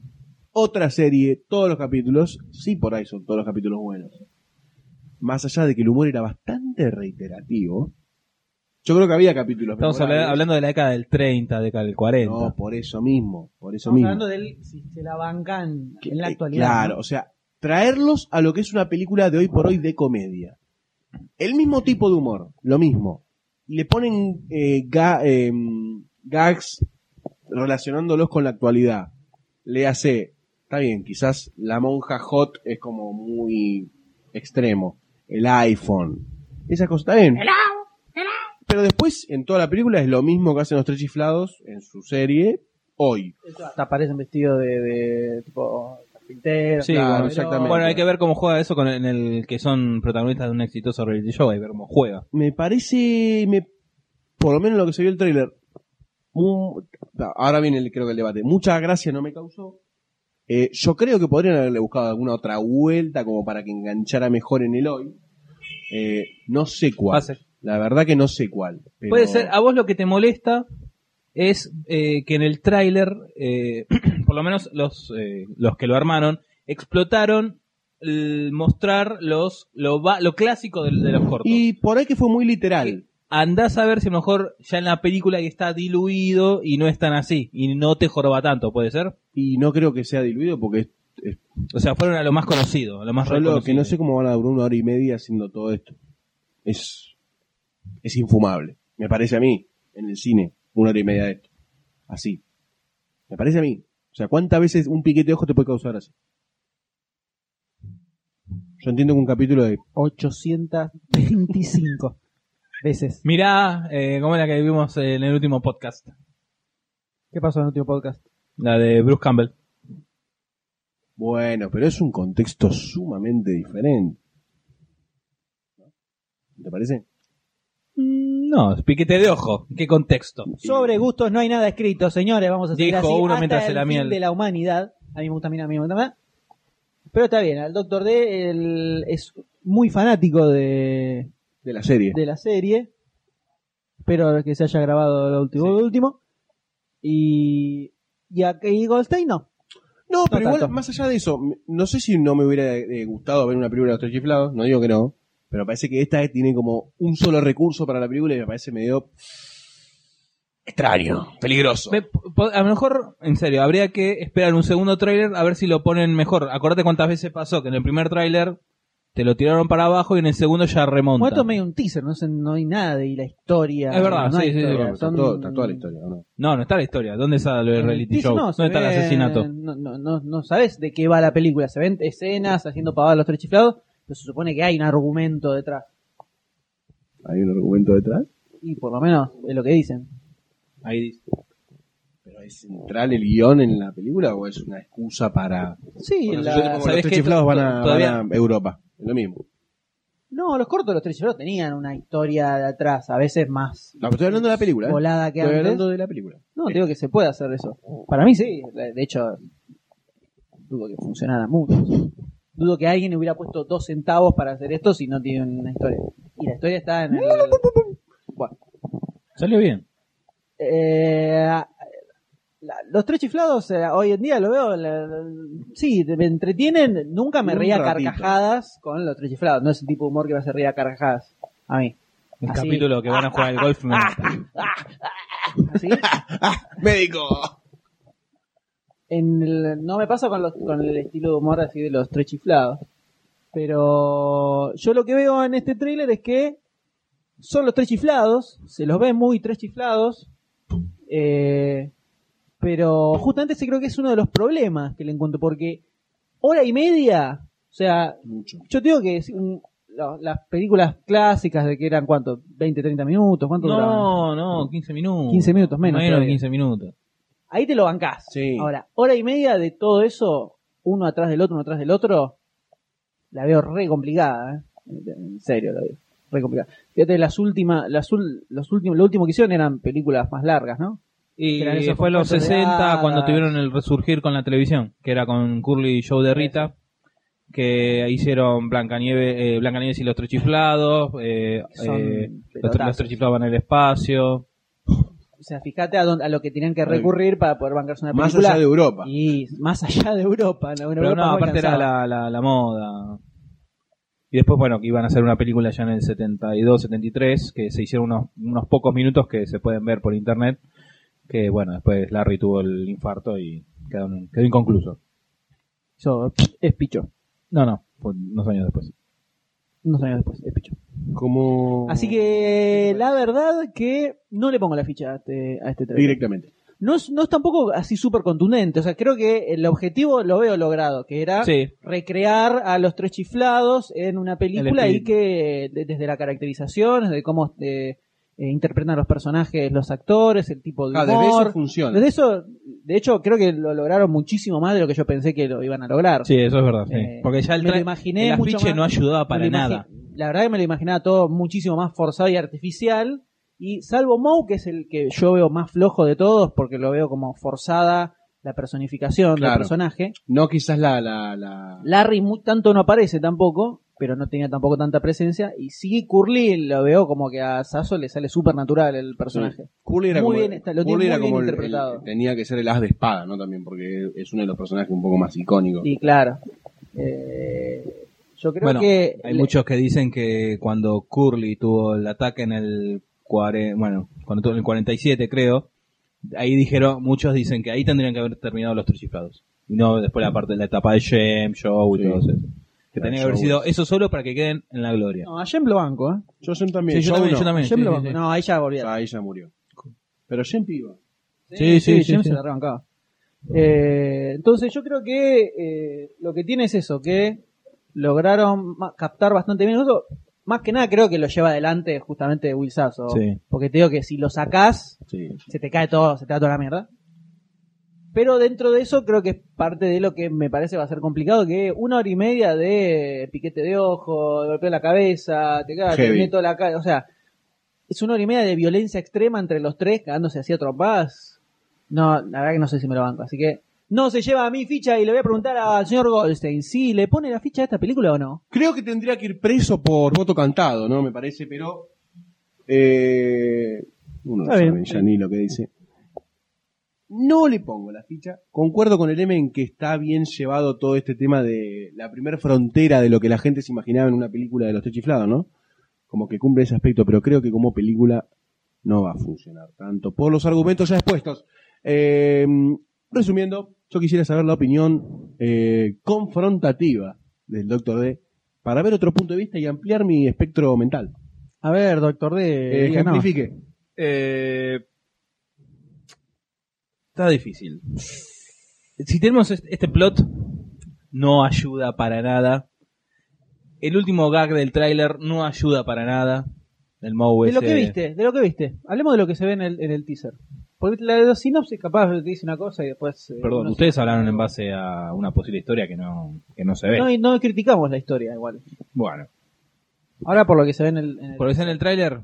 Speaker 2: otra serie, todos los capítulos, sí por ahí son todos los capítulos buenos. Más allá de que el humor era bastante reiterativo, Yo creo que había capítulos.
Speaker 3: Estamos habla-
Speaker 2: memorables.
Speaker 3: hablando de la década del 30, década del 40.
Speaker 2: No, por eso mismo, por eso
Speaker 1: Estamos
Speaker 2: mismo.
Speaker 1: hablando del si se la bancan en la
Speaker 2: Eh,
Speaker 1: actualidad.
Speaker 2: Claro,
Speaker 1: ¿no?
Speaker 2: o sea, traerlos a lo que es una película de hoy por hoy de comedia. El mismo tipo de humor, lo mismo. Le ponen eh, ga- eh, gags relacionándolos con la actualidad. Le hace, está bien, quizás la monja hot es como muy extremo. El iPhone, esas cosas, está bien. Pero después, en toda la película, es lo mismo que hacen los tres chiflados en su serie hoy.
Speaker 4: Hasta aparecen vestidos de, de tipo carpintero.
Speaker 3: Sí,
Speaker 2: Claro,
Speaker 3: bueno,
Speaker 2: exactamente.
Speaker 3: Bueno, hay que ver cómo juega eso con el, en el que son protagonistas de un exitoso reality show, hay que ver cómo juega.
Speaker 2: me parece, me, por lo menos lo que se vio el tráiler, un- ahora viene el- creo que el debate, mucha gracia no me causó. Eh, yo creo que podrían haberle buscado alguna otra vuelta como para que enganchara mejor en el hoy. Eh, no sé cuál.
Speaker 3: Pase.
Speaker 2: La verdad que no sé cuál. pero-
Speaker 3: Puede ser, ah, a vos lo que te molesta es eh, que en el tráiler, eh, [clears throat] por lo menos los, eh, los que lo armaron, explotaron el mostrar los lo, va- lo clásico de, de los cortos.
Speaker 2: Y por ahí que fue muy literal.
Speaker 3: Andás a ver si a lo mejor ya en la película ahí está diluido y no es tan así, y no te joroba tanto, ¿puede ser?
Speaker 2: Y no creo que sea diluido porque es
Speaker 3: O sea, fueron a lo más conocido, a lo más
Speaker 2: solo que
Speaker 3: reconocido.
Speaker 2: no sé cómo van a durar una hora y media haciendo todo esto. Es, es infumable. Me parece a mí, en el cine, una hora y media de esto. Así. Me parece a mí. O sea, ¿cuántas veces un piquete de ojo te puede causar así? Yo entiendo que un capítulo de...
Speaker 4: 825 [laughs] veces.
Speaker 3: Mirá, eh, ¿cómo era que vimos en el último podcast?
Speaker 4: ¿Qué pasó en el último podcast?
Speaker 3: La de Bruce Campbell.
Speaker 2: Bueno, pero es un contexto sumamente diferente. ¿No? ¿Te parece?
Speaker 3: Mm, No, es piquete de ojo. ¿Qué contexto?
Speaker 1: Sobre gustos no hay nada escrito, señores. Vamos a seguir
Speaker 3: Dijo
Speaker 1: así
Speaker 3: uno
Speaker 1: hasta
Speaker 3: mientras
Speaker 1: el
Speaker 3: se la
Speaker 1: fin
Speaker 3: miel.
Speaker 1: de la humanidad. A mí me gusta, a mí no, a mí me gusta más. Pero está bien, el Doctor D él es muy fanático de,
Speaker 2: De la serie.
Speaker 1: de la serie. Espero que se haya grabado lo último.
Speaker 3: Sí.
Speaker 1: lo último. Y, y a y Goldstein no.
Speaker 2: No, pero igual,
Speaker 1: tanto.
Speaker 2: más allá de eso, m- no sé si no me hubiera eh, gustado ver una película de los tres chiflados, no digo que no, pero parece que esta tiene como un solo recurso para la película y me parece medio extraño, peligroso.
Speaker 3: Me- po- a lo mejor, en serio, habría que esperar un segundo tráiler a ver si lo ponen mejor. Acordate cuántas veces pasó que en el primer tráiler te lo tiraron para abajo y en el segundo ya remonta.
Speaker 1: Bueno, esto es medio un teaser, no, sé, no hay nada de la historia.
Speaker 3: Es verdad,
Speaker 1: no hay
Speaker 3: sí, sí, sí,
Speaker 2: Pero
Speaker 1: historia,
Speaker 2: bueno, está,
Speaker 1: son-
Speaker 2: todo- está toda la historia, ¿o ¿no?
Speaker 3: No, no está la historia. ¿Dónde está lo del
Speaker 1: en el
Speaker 3: reality
Speaker 1: teaser
Speaker 3: show?
Speaker 1: Eh, no, se
Speaker 3: ¿Dónde está el
Speaker 1: ve-
Speaker 3: asesinato?
Speaker 1: No, no, no, no sabes de qué va la película. Se ven escenas haciendo pavadas los tres chiflados, pero se supone que hay un argumento detrás.
Speaker 2: Hay un argumento detrás.
Speaker 1: Y por lo menos es lo que dicen.
Speaker 3: Ahí dice.
Speaker 2: Pero ¿Es central el guión en la película o es una excusa para...
Speaker 1: Sí,
Speaker 2: Bueno,
Speaker 1: la-
Speaker 2: yo te pongo los
Speaker 3: ¿sabés
Speaker 2: tres
Speaker 3: qué?
Speaker 2: chiflados van a,
Speaker 3: Todavía-
Speaker 2: van a Europa, es lo mismo.
Speaker 1: no, los cortos de los tres chiflados tenían una historia de atrás, a veces más
Speaker 2: No, pero estoy hablando de la película. ¿eh?
Speaker 1: volada que
Speaker 2: Estoy
Speaker 1: antes.
Speaker 2: hablando de la película.
Speaker 1: [laughs] No, te digo que se puede hacer eso. Para mí sí, de hecho, dudo que funcionara mucho. Dudo que alguien hubiera puesto dos centavos para hacer esto si no tiene una historia. Y la historia está en el...
Speaker 3: Salió bien.
Speaker 1: Eh, la- los tres chiflados eh, hoy en día lo veo, la- la- sí, te- me entretienen, nunca me
Speaker 2: Un
Speaker 1: reía a
Speaker 2: ratito.
Speaker 1: carcajadas con los tres chiflados, no es el tipo de humor que me hace reír a carcajadas, a mí.
Speaker 3: El
Speaker 1: Así.
Speaker 3: capítulo que van a jugar al golf.
Speaker 1: [laughs]
Speaker 3: me mata.
Speaker 1: Así.
Speaker 2: ¡Médico!
Speaker 1: en el- no me pasa con, los- con el estilo de humor así de los tres chiflados. Pero yo lo que veo en este tráiler es que son los tres chiflados, se los ve muy tres chiflados, eh, pero justamente ese creo que es uno de los problemas que le encuentro, porque hora y media, o sea,
Speaker 2: Mucho.
Speaker 1: yo te digo que es un- la- las películas clásicas de que eran cuánto, 20, 30 minutos, ¿cuánto duraban?
Speaker 3: No, no, 15 minutos.
Speaker 1: 15 minutos menos.
Speaker 3: Menos de
Speaker 1: todavía.
Speaker 3: 15 minutos.
Speaker 1: Ahí te lo bancás.
Speaker 2: Sí.
Speaker 1: Ahora, hora y media de todo eso, uno atrás del otro, uno atrás del otro, la veo re complicada, ¿eh? En serio, la veo re complicada. Fíjate, las últimas, las, ul- los últimos, lo último que hicieron eran películas más largas, ¿no?
Speaker 3: Y
Speaker 1: Eran esos
Speaker 3: fue en los
Speaker 1: formatos de
Speaker 3: 60 cuando
Speaker 1: hadas.
Speaker 3: tuvieron el resurgir con la televisión, que era con Curly y Joe de Rita, que hicieron Blancanieve, eh, Blancanieves y los tres chiflados, eh,
Speaker 1: Son
Speaker 3: eh, los, tres-
Speaker 1: pelotazos.
Speaker 3: los tres chiflados van al espacio.
Speaker 1: O sea, fíjate a, dónde- a lo que tenían que recurrir para poder bancarse una
Speaker 2: Más
Speaker 1: película.
Speaker 2: allá de Europa.
Speaker 1: Y más allá de Europa. ¿no? En
Speaker 3: Pero
Speaker 1: Europa
Speaker 3: no,
Speaker 1: no
Speaker 3: aparte era
Speaker 1: alcanzaba.
Speaker 3: la, la, la moda. Y después, bueno, que iban a hacer una película ya en el 72, 73, que se hicieron unos, unos pocos minutos que se pueden ver por internet. Que bueno, después Larry tuvo el infarto y quedó, quedó inconcluso.
Speaker 1: Eso es picho.
Speaker 3: No, no, fue unos años después.
Speaker 1: Unos años después, es picho.
Speaker 2: Como.
Speaker 1: Así que la verdad que no le pongo la ficha a este, a este trailer.
Speaker 2: Directamente.
Speaker 1: No es, no es tampoco así súper contundente. O sea, creo que el objetivo lo veo logrado, que era
Speaker 3: Sí,
Speaker 1: recrear a los tres chiflados en una película
Speaker 3: El
Speaker 1: y que eh, de- desde la caracterización, desde cómo eh, eh, interpretan los personajes, los actores, el tipo de
Speaker 2: Ah, desde
Speaker 1: humor.
Speaker 2: eso funciona.
Speaker 1: Desde eso, de hecho, creo que lo lograron muchísimo más de lo que yo pensé que lo iban a lograr.
Speaker 3: sí, eso es verdad. sí.
Speaker 1: Eh,
Speaker 3: Porque ya el,
Speaker 1: me lo
Speaker 3: tra-
Speaker 1: imaginé
Speaker 3: el
Speaker 1: mucho
Speaker 3: afiche
Speaker 1: más.
Speaker 3: no ayudaba
Speaker 1: Me
Speaker 3: para
Speaker 1: lo imagi-
Speaker 3: nada.
Speaker 1: La verdad que me lo imaginaba todo muchísimo más forzado y artificial. Y salvo Moe, que es el que yo veo más flojo de todos, porque lo veo como forzada la personificación
Speaker 2: Claro.
Speaker 1: del personaje.
Speaker 2: No, quizás la. la, la...
Speaker 1: Larry mu- tanto no aparece tampoco, pero no tenía tampoco tanta presencia. Y sí, Curly lo veo como que a Sasso le sale súper natural el personaje.
Speaker 2: Curly era
Speaker 1: Muy
Speaker 2: como,
Speaker 1: bien está, lo tiene
Speaker 2: Curly
Speaker 1: muy
Speaker 2: era
Speaker 1: bien
Speaker 2: como el-
Speaker 1: interpretado.
Speaker 2: el- tenía que ser el as de espada, ¿no? También, porque es uno de los personajes un poco más icónicos.
Speaker 1: Y claro. eh, yo creo
Speaker 3: Bueno,
Speaker 1: que.
Speaker 3: Hay
Speaker 1: le-
Speaker 3: muchos que dicen que cuando Curly tuvo el ataque en el cuare- bueno, cuando tuvo en el 47 creo, ahí dijeron, muchos dicen que ahí tendrían que haber terminado los trechiflados. Y no después la parte de la etapa de Jem, Show y
Speaker 2: Sí.
Speaker 3: todo eso. Que
Speaker 2: Claro,
Speaker 3: tenía que haber
Speaker 2: Show
Speaker 3: sido
Speaker 2: es-
Speaker 3: eso solo para que queden en la gloria.
Speaker 1: No, a Jem lo banco, ¿eh?
Speaker 2: Yo, Jem también.
Speaker 3: Sí, yo
Speaker 2: Joe
Speaker 3: también,
Speaker 2: no.
Speaker 3: yo también.
Speaker 1: Jem
Speaker 3: sí,
Speaker 1: lo
Speaker 3: sí,
Speaker 1: banco.
Speaker 3: sí.
Speaker 1: No, ahí ya volvieron.
Speaker 2: Ah, ella murió. Pero siempre iba.
Speaker 3: Sí, sí, sí,
Speaker 1: James
Speaker 3: sí.
Speaker 1: se la rebancaba. Eh, entonces yo creo que eh, lo que tiene es eso, que lograron ma- captar bastante bien eso. Más que nada creo que lo lleva adelante justamente Will Sasso.
Speaker 3: Sí.
Speaker 1: Porque te digo que si lo sacás,
Speaker 2: Sí.
Speaker 1: se te cae todo, se te da toda la mierda. Pero dentro de eso creo que es parte de lo que me parece va a ser complicado, que una hora y media de piquete de ojo, de golpeo en la cabeza, te cagas, te
Speaker 2: Heavy.
Speaker 1: meto la cara, o sea, es una hora y media de violencia extrema entre los tres, cagándose así a trompadas. No, la verdad que no sé si me lo banco, así que no se lleva a mi ficha y le voy a preguntar al señor Goldstein si le pone la ficha a esta película o no.
Speaker 2: Creo que tendría que ir preso por voto cantado, ¿no? Me parece, pero. Eh, uno no
Speaker 1: Está
Speaker 2: sabe
Speaker 1: bien.
Speaker 2: ya ni lo que dice. No le pongo la ficha. Concuerdo con el M en que está bien llevado todo este tema de la primera frontera de lo que la gente se imaginaba en una película de los tres chiflados, ¿no? Como que cumple ese aspecto, pero creo que como película no va a funcionar tanto por los argumentos ya expuestos. Eh, resumiendo, yo quisiera saber la opinión eh, confrontativa del Doctor D para ver otro punto de vista y ampliar mi espectro mental.
Speaker 1: A ver, doctor
Speaker 2: Eh,
Speaker 1: D,
Speaker 2: ejemplifique.
Speaker 3: Eh, está difícil. Si tenemos est- este plot, no ayuda para nada. El último gag del tráiler no ayuda para nada. El Moe
Speaker 1: de lo
Speaker 3: ese-
Speaker 1: que viste, de lo que viste. Hablemos de lo que se ve en el, en el teaser. Porque la de los sinopsis capaz te dice una cosa y después... eh,
Speaker 3: Perdón,
Speaker 1: uno
Speaker 3: ustedes
Speaker 1: se-
Speaker 3: hablaron en base a una posible historia que no, que no se ve.
Speaker 1: No, y no criticamos la historia igual.
Speaker 3: Bueno,
Speaker 1: Ahora por lo que se ve en el... en el-
Speaker 3: por eso en el tráiler.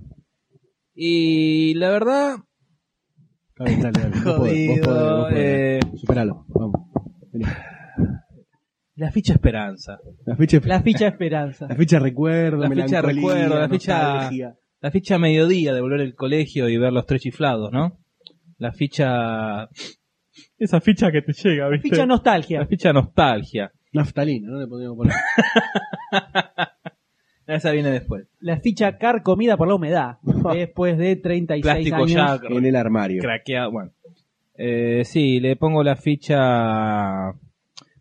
Speaker 3: Y la verdad,
Speaker 2: [laughs] Dale, dale, dale. Vos podés, vos
Speaker 3: jodido,
Speaker 2: podés, vos podés.
Speaker 3: eh,
Speaker 2: Superalo. Vamos. Vení.
Speaker 3: la ficha esperanza.
Speaker 2: La ficha,
Speaker 1: La ficha Esperanza.
Speaker 3: [laughs]
Speaker 2: la ficha recuerdo,
Speaker 3: La ficha
Speaker 2: melancolía,
Speaker 3: recuerdo, la ficha-
Speaker 2: nostalgia.
Speaker 3: La ficha mediodía de volver al colegio y ver los tres chiflados, ¿no? La ficha... Esa ficha que te llega, ¿viste?
Speaker 1: ficha
Speaker 3: La
Speaker 1: nostalgia.
Speaker 3: ficha nostalgia.
Speaker 2: Naftalina, ¿no? Le podríamos poner.
Speaker 3: Esa viene después.
Speaker 1: La ficha car comida por
Speaker 3: [laughs]
Speaker 1: la humedad. Después de 36
Speaker 3: Plástico
Speaker 1: años.
Speaker 3: ya
Speaker 2: en el armario.
Speaker 3: craqueado. Bueno. Eh, sí, le pongo la ficha...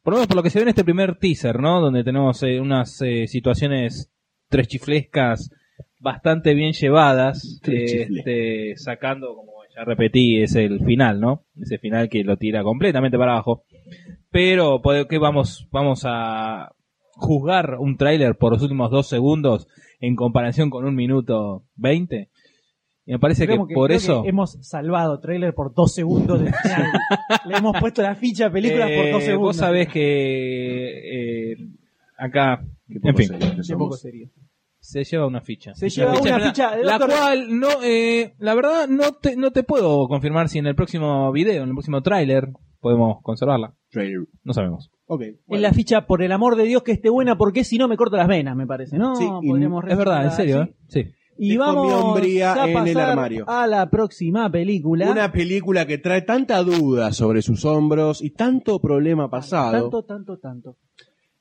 Speaker 3: Por lo menos por lo que se ve en este primer teaser, ¿no? Donde tenemos eh, unas eh, situaciones tres chiflescas bastante bien llevadas.
Speaker 2: Tres
Speaker 3: eh, este, sacando, como ya repetí, es el final, ¿no? Ese final que lo tira completamente para abajo. Pero pode- que vamos, vamos a juzgar un tráiler por los últimos dos segundos en comparación con un minuto veinte. Y me parece que,
Speaker 1: Creo que-
Speaker 3: por
Speaker 1: creo
Speaker 3: eso
Speaker 1: que hemos salvado trailer por dos segundos
Speaker 3: [laughs]
Speaker 1: del final. Le hemos puesto la ficha a películas por dos
Speaker 3: eh,
Speaker 1: segundos.
Speaker 3: Vos sabés que eh, acá,
Speaker 2: Qué poco
Speaker 3: en fin,
Speaker 2: serio que
Speaker 1: Qué poco
Speaker 2: somos.
Speaker 1: serio.
Speaker 3: se lleva una ficha.
Speaker 1: Se lleva una
Speaker 3: plana,
Speaker 1: ficha de
Speaker 3: La
Speaker 1: Doctor-
Speaker 3: cual, no, eh, la verdad, no te, no te puedo confirmar si en el próximo video, en el próximo tráiler, podemos conservarla.
Speaker 2: Trailer.
Speaker 3: No sabemos.
Speaker 2: Ok.
Speaker 1: En
Speaker 2: bueno.
Speaker 1: la ficha, por el amor de Dios que esté buena, porque si no me corto las venas, me parece, ¿no?
Speaker 2: Sí, y
Speaker 1: Podríamos
Speaker 3: Es verdad, en
Speaker 1: resumirla
Speaker 3: serio,
Speaker 1: así.
Speaker 3: ¿eh? Sí.
Speaker 1: Y
Speaker 2: Dejo mi
Speaker 1: vamos
Speaker 2: hombría
Speaker 1: a
Speaker 2: en el
Speaker 1: pasar
Speaker 2: armario.
Speaker 1: a la próxima película.
Speaker 2: Una película que trae tanta duda sobre sus hombros y tanto problema pasado.
Speaker 1: Tanto, tanto, tanto.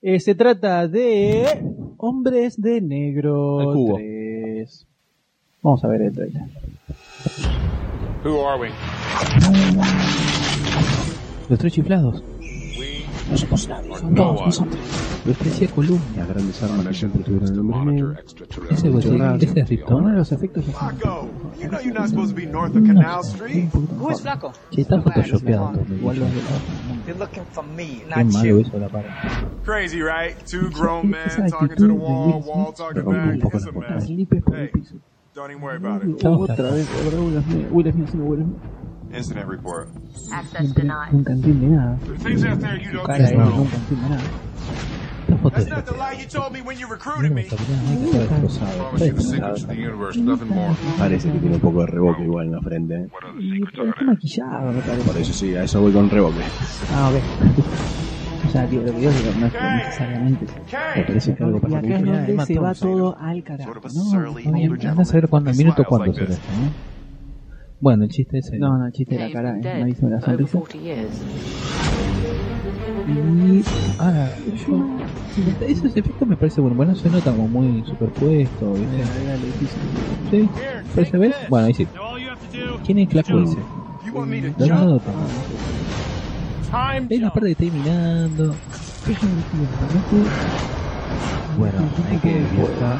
Speaker 1: Eh, se trata de Hombres de Negro
Speaker 2: Al cubo.
Speaker 1: 3. Vamos a ver el trailer.
Speaker 9: Who are we?
Speaker 3: Los tres chiflados.
Speaker 9: We are no one.
Speaker 3: Los tres de columna.
Speaker 2: Las grandes armas que siempre tuvieron el hombre
Speaker 9: Monitor
Speaker 2: negro.
Speaker 3: Ese
Speaker 9: extraterrestrial.
Speaker 3: botín, ese es Ripton.
Speaker 1: de los efectos
Speaker 10: Flaco, you know you're not supposed to be north of Canal Street.
Speaker 5: Who is Flaco?
Speaker 3: Que está photoshopeado. Igual los de
Speaker 5: You're looking for me,
Speaker 3: Qué
Speaker 5: not
Speaker 3: malo
Speaker 5: you.
Speaker 3: eso de la pared.
Speaker 10: Crazy, right? Two grown men
Speaker 3: Esa
Speaker 10: talking to
Speaker 3: actitud
Speaker 10: the
Speaker 3: de
Speaker 10: wall,
Speaker 3: Will
Speaker 10: wall
Speaker 3: Smith me
Speaker 10: talking
Speaker 3: rompe
Speaker 10: back.
Speaker 3: un poco
Speaker 10: It's
Speaker 3: la
Speaker 10: a
Speaker 3: puta.
Speaker 10: mess. Hey, don't even worry about it.
Speaker 3: Estamos
Speaker 1: Otra
Speaker 3: cagados.
Speaker 1: vez, otra vez, Will Smith. Will Smith haciendo Will Smith.
Speaker 10: Incident report.
Speaker 8: Access denied.
Speaker 1: Nunca entiende nada.
Speaker 10: The things out there you don't
Speaker 3: Cara,
Speaker 10: just know.
Speaker 1: Nunca entiende nada.
Speaker 3: Está
Speaker 10: That's not the
Speaker 3: photoshopeado.
Speaker 10: lie you told me when you recruited
Speaker 3: Tiene
Speaker 10: me.
Speaker 3: una habilidad muy que está destrozado.
Speaker 9: Promise you the secrets of the universe, nothing more.
Speaker 2: Parece que tiene un poco de reboque igual en la frente. ¿eh?
Speaker 9: What are the
Speaker 1: Y
Speaker 9: secrets
Speaker 1: pero
Speaker 9: over
Speaker 1: está
Speaker 9: there?
Speaker 1: maquillado, Ah, me parece.
Speaker 2: Por eso sí, a eso voy con reboque.
Speaker 1: Ah, ok. O sea, tío, lo que yo digo no es que necesariamente.
Speaker 10: Okay.
Speaker 2: Me parece que algo
Speaker 1: Y
Speaker 2: pasa
Speaker 1: acá
Speaker 2: con
Speaker 1: es
Speaker 2: el
Speaker 1: donde se va
Speaker 3: Matanza.
Speaker 1: todo al carajo.
Speaker 10: Sort of a
Speaker 1: ¿no?
Speaker 10: surly
Speaker 3: Oye,
Speaker 10: older
Speaker 3: Andá a saber cuándo, el
Speaker 10: gentleman who
Speaker 3: minuto
Speaker 10: smiles
Speaker 3: cuándo
Speaker 10: like
Speaker 3: se
Speaker 10: this.
Speaker 3: deja, ¿eh? Bueno, el chiste es... el-
Speaker 1: No, no, el chiste de la
Speaker 8: He's
Speaker 1: cara,
Speaker 8: been
Speaker 1: es
Speaker 8: dead
Speaker 1: malísimo la
Speaker 8: for over
Speaker 1: sonrisa.
Speaker 8: 40 years.
Speaker 3: Y ahora, yo, esos efectos me parece bueno. Bueno, se nota como muy superpuesto, ¿viste? Sí, pero se ve. Bueno, ahí sí. ¿Quién es Claco ese?
Speaker 10: You want me to
Speaker 3: No lo
Speaker 10: jump?
Speaker 3: noto.
Speaker 10: Time
Speaker 3: Hay una
Speaker 10: jump.
Speaker 3: parte que está ahí mirando.
Speaker 2: Bueno, hay que viajar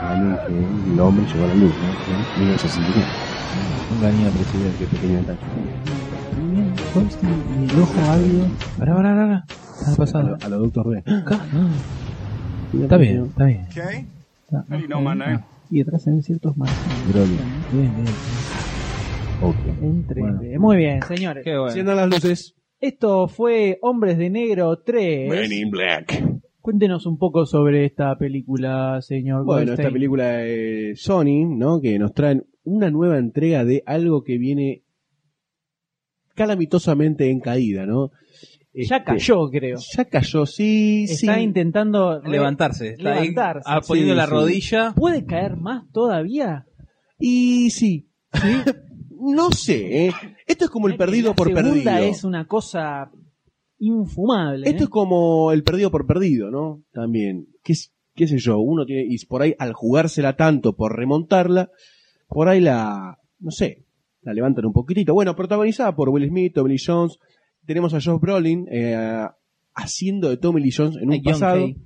Speaker 2: al año en que el hombre llegó a la luz, ¿no? 1969. Un ganía presidente, qué pequeño detalle.
Speaker 3: Y el ojo ávido. Pará, pará, pará. Está
Speaker 2: A,
Speaker 3: pasando.
Speaker 2: lo- a los doctor B.
Speaker 3: Acá, no. Está bien, está bien.
Speaker 10: Okay. How do you know my name?
Speaker 1: Y detrás se ven ciertos más
Speaker 2: Broly.
Speaker 3: Bien, bien.
Speaker 2: Ok.
Speaker 1: en 3D.
Speaker 3: Bueno.
Speaker 1: Muy bien, señores.
Speaker 3: Qué bueno.
Speaker 2: Enciendan las luces.
Speaker 1: Esto fue Hombres de Negro 3.
Speaker 2: Men in Black.
Speaker 1: Cuéntenos un poco sobre esta película, señor
Speaker 2: Bueno,
Speaker 1: Goldstein.
Speaker 2: esta película de Sony, ¿no? Que nos traen una nueva entrega de algo que viene calamitosamente en caída, ¿no?
Speaker 1: Ya
Speaker 2: Este,
Speaker 1: cayó, creo.
Speaker 2: Ya cayó, sí,
Speaker 1: Está
Speaker 2: sí.
Speaker 1: intentando re-
Speaker 3: Levantarse. Está ahí
Speaker 1: Levantarse.
Speaker 3: ah, poniendo
Speaker 2: Sí,
Speaker 3: la
Speaker 2: sí.
Speaker 3: rodilla.
Speaker 1: ¿Puede caer más todavía?
Speaker 2: Y sí. [laughs] no sé, ¿eh? Esto es como el
Speaker 1: Mirá que
Speaker 2: perdido
Speaker 1: la
Speaker 2: por
Speaker 1: segunda
Speaker 2: perdido.
Speaker 1: es una cosa infumable.
Speaker 2: Esto
Speaker 1: ¿eh?
Speaker 2: es como el perdido por perdido, ¿no? También. ¿Qué, s- qué sé yo? Uno tiene, y por ahí al jugársela tanto, por remontarla, por ahí la, no sé, la levantan un poquitito. Bueno, protagonizada por Will Smith, Tommy Lee Jones. Tenemos a Josh Brolin eh, haciendo de Tommy Lee Jones en
Speaker 3: A
Speaker 2: un
Speaker 3: John
Speaker 2: pasado.
Speaker 3: Kay.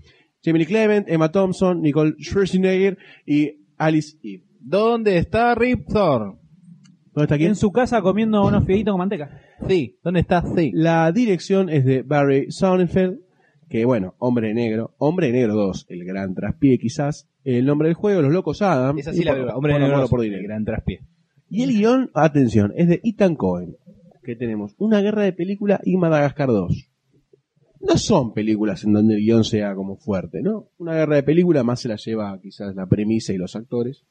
Speaker 2: Jamie Lee Clement, Emma Thompson, Nicole Schwarzenegger y Alice Eve.
Speaker 3: ¿Dónde está Rip Thor?
Speaker 2: ¿Dónde está quién?
Speaker 1: En su casa comiendo unos fideitos con manteca.
Speaker 3: Sí, ¿dónde está Sí?
Speaker 2: La dirección es de Barry Sonnenfeld, que bueno, Hombre Negro, Hombre Negro 2, el gran traspié quizás, el nombre del juego, Los Locos Adam,
Speaker 3: Es así
Speaker 2: y
Speaker 3: la
Speaker 2: por-
Speaker 3: veo. Hombre
Speaker 2: por
Speaker 3: negro,
Speaker 2: amor o por
Speaker 3: el
Speaker 2: dinero.
Speaker 3: gran traspié.
Speaker 2: Y el guión, atención, es de Ethan Cohen, que tenemos Una Guerra de Película y Madagascar 2. No son películas en donde el guión sea como fuerte, ¿no? Una guerra de película más se la lleva quizás la premisa y los actores.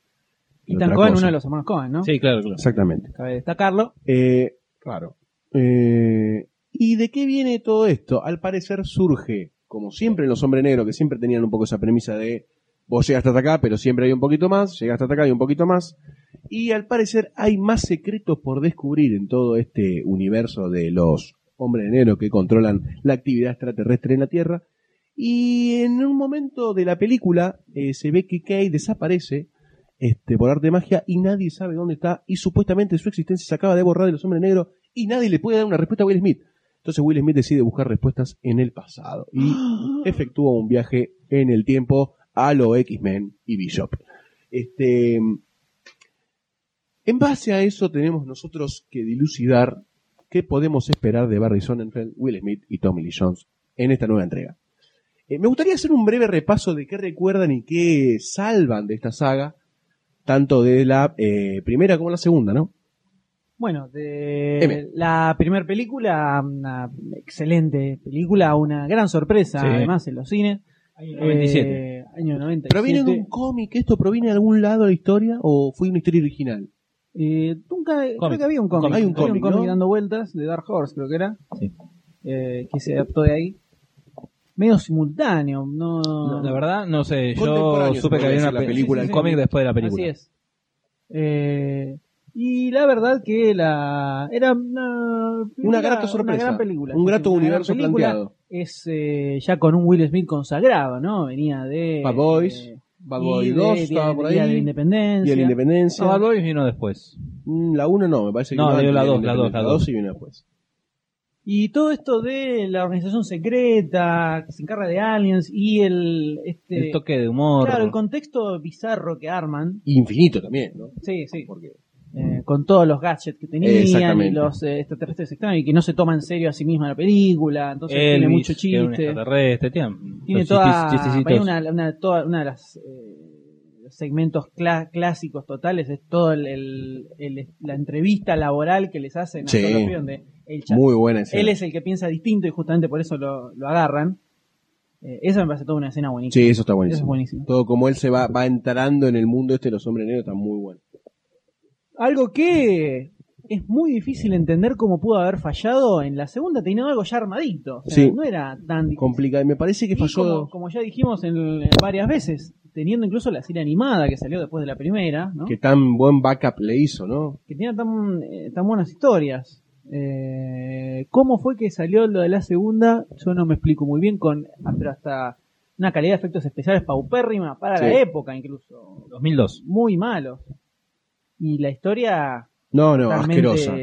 Speaker 1: Y
Speaker 2: otra
Speaker 1: tan Cohen,
Speaker 2: cosa.
Speaker 1: uno de los hermanos Cohen, ¿no?
Speaker 3: Sí, claro, claro.
Speaker 2: Exactamente.
Speaker 1: Cabe destacarlo.
Speaker 2: Eh, claro. Eh, ¿Y de qué viene todo esto? Al parecer surge, como siempre en los hombres negros, que siempre tenían un poco esa premisa de vos llegas hasta acá, pero siempre hay un poquito más, llegas hasta acá y un poquito más. Y al parecer hay más secretos por descubrir en todo este universo de los hombres negros que controlan la actividad extraterrestre en la Tierra. Y en un momento de la película eh, se ve que Kay desaparece este, por arte de magia y nadie sabe dónde está y supuestamente su existencia se acaba de borrar de los hombres negros y nadie le puede dar una respuesta a Will Smith. Entonces Will Smith decide buscar respuestas en el pasado y efectúa un viaje en el tiempo a los X-Men y Bishop. Este, en base a eso tenemos nosotros que dilucidar qué podemos esperar de Barry Sonnenfeld, Will Smith y Tommy Lee Jones en esta nueva entrega. Eh, me gustaría hacer un breve repaso de qué recuerdan y qué salvan de esta saga, tanto de la eh, primera como la segunda, ¿no?
Speaker 1: Bueno, de
Speaker 2: M.
Speaker 1: la primera película, una excelente película, una gran sorpresa,
Speaker 3: Sí.
Speaker 1: además en los cines.
Speaker 3: Año 97.
Speaker 1: Eh, año 97.
Speaker 2: ¿Proviene de un cómic? ¿Esto proviene de algún lado de la historia o fue una historia original?
Speaker 1: Eh, nunca, creo
Speaker 3: Cómic.
Speaker 1: que había un cómic.
Speaker 3: Cómic.
Speaker 2: Hay un
Speaker 1: Había
Speaker 2: cómic, ¿no?
Speaker 1: dando vueltas de Dark Horse, creo que era.
Speaker 3: Sí.
Speaker 1: Eh, que se adaptó de ahí. Medio simultáneo, no.
Speaker 3: No, La verdad, no sé. Yo
Speaker 2: Contemporáneo,
Speaker 3: supe
Speaker 2: se
Speaker 3: que había
Speaker 2: podría
Speaker 3: una
Speaker 2: decir, la película,
Speaker 3: película,
Speaker 2: el
Speaker 3: un cómic
Speaker 2: cómic.
Speaker 3: después de la película.
Speaker 1: Así es. Eh, y la verdad que la era una,
Speaker 2: Una grata sorpresa.
Speaker 1: gran película.
Speaker 2: Un grato
Speaker 1: Una gran
Speaker 2: universo
Speaker 1: película
Speaker 2: planteado.
Speaker 1: es eh, ya con un Will Smith consagrado, ¿no? Venía de.
Speaker 2: Bad Boys,
Speaker 1: eh,
Speaker 2: Bad
Speaker 1: y
Speaker 2: Boy
Speaker 1: de-
Speaker 2: 2
Speaker 1: Día-
Speaker 2: estaba por ahí.
Speaker 1: Día de la Independencia.
Speaker 2: Día de la Independencia.
Speaker 3: No, Bad Boys vino después.
Speaker 2: Mm, La 1 no, me parece que
Speaker 3: No,
Speaker 2: vino
Speaker 3: digo la
Speaker 2: antes de
Speaker 3: dos, la dos,
Speaker 2: Independencia.
Speaker 3: la
Speaker 2: La
Speaker 3: dos.
Speaker 2: 2 y vino después.
Speaker 1: Y todo esto de la organización secreta que se encarga de aliens y el. Este,
Speaker 3: El toque de humor.
Speaker 1: claro, el contexto bizarro que arman.
Speaker 2: Infinito también, ¿no?
Speaker 1: Sí, sí.
Speaker 2: Porque
Speaker 1: eh, con todos los gadgets que tenían y
Speaker 2: Exactamente.
Speaker 1: los eh, extraterrestres extraños y que no se toma en serio a sí misma la película, entonces tiene
Speaker 3: Elvis,
Speaker 1: mucho
Speaker 3: que era un
Speaker 1: chiste.
Speaker 3: extraterrestre, tiene,
Speaker 1: Tiene
Speaker 3: los
Speaker 1: toda,
Speaker 3: chistes- chistecitos.
Speaker 1: hay una, una, toda- una de las eh, segmentos cla- clásicos totales es todo el, el- el- la entrevista laboral que les hacen a
Speaker 2: Sí.
Speaker 1: todos los pibes donde el chat-
Speaker 2: muy buena escena.
Speaker 1: él es el que piensa distinto y justamente por eso lo, lo agarran. Eh, esa me parece toda una escena buenísima.
Speaker 2: Sí, eso
Speaker 1: Eso
Speaker 2: está
Speaker 1: es
Speaker 2: buenísimo.
Speaker 1: buenísimo.
Speaker 2: Todo como él se va, va entrando en el mundo este de los hombres negros está muy bueno.
Speaker 1: Algo que es muy difícil entender cómo pudo haber fallado en la segunda, teniendo algo ya armadito. O sea,
Speaker 2: Sí.
Speaker 1: No era tan difícil.
Speaker 2: Complicado. Me parece que
Speaker 1: Y
Speaker 2: falló.
Speaker 1: Como, como ya dijimos en, en varias veces, teniendo incluso la serie animada que salió después de la primera, ¿no?
Speaker 2: Que tan buen backup le hizo, ¿no?
Speaker 1: que tenía tan, eh, tan buenas historias. Eh, ¿Cómo fue que salió lo de la segunda? Yo no me explico muy bien, con ah, pero hasta una calidad de efectos especiales paupérrima para
Speaker 2: Sí.
Speaker 1: la época incluso.
Speaker 3: 2002.
Speaker 1: Muy malos. Y la historia
Speaker 2: No, no,
Speaker 1: totalmente
Speaker 2: asquerosa.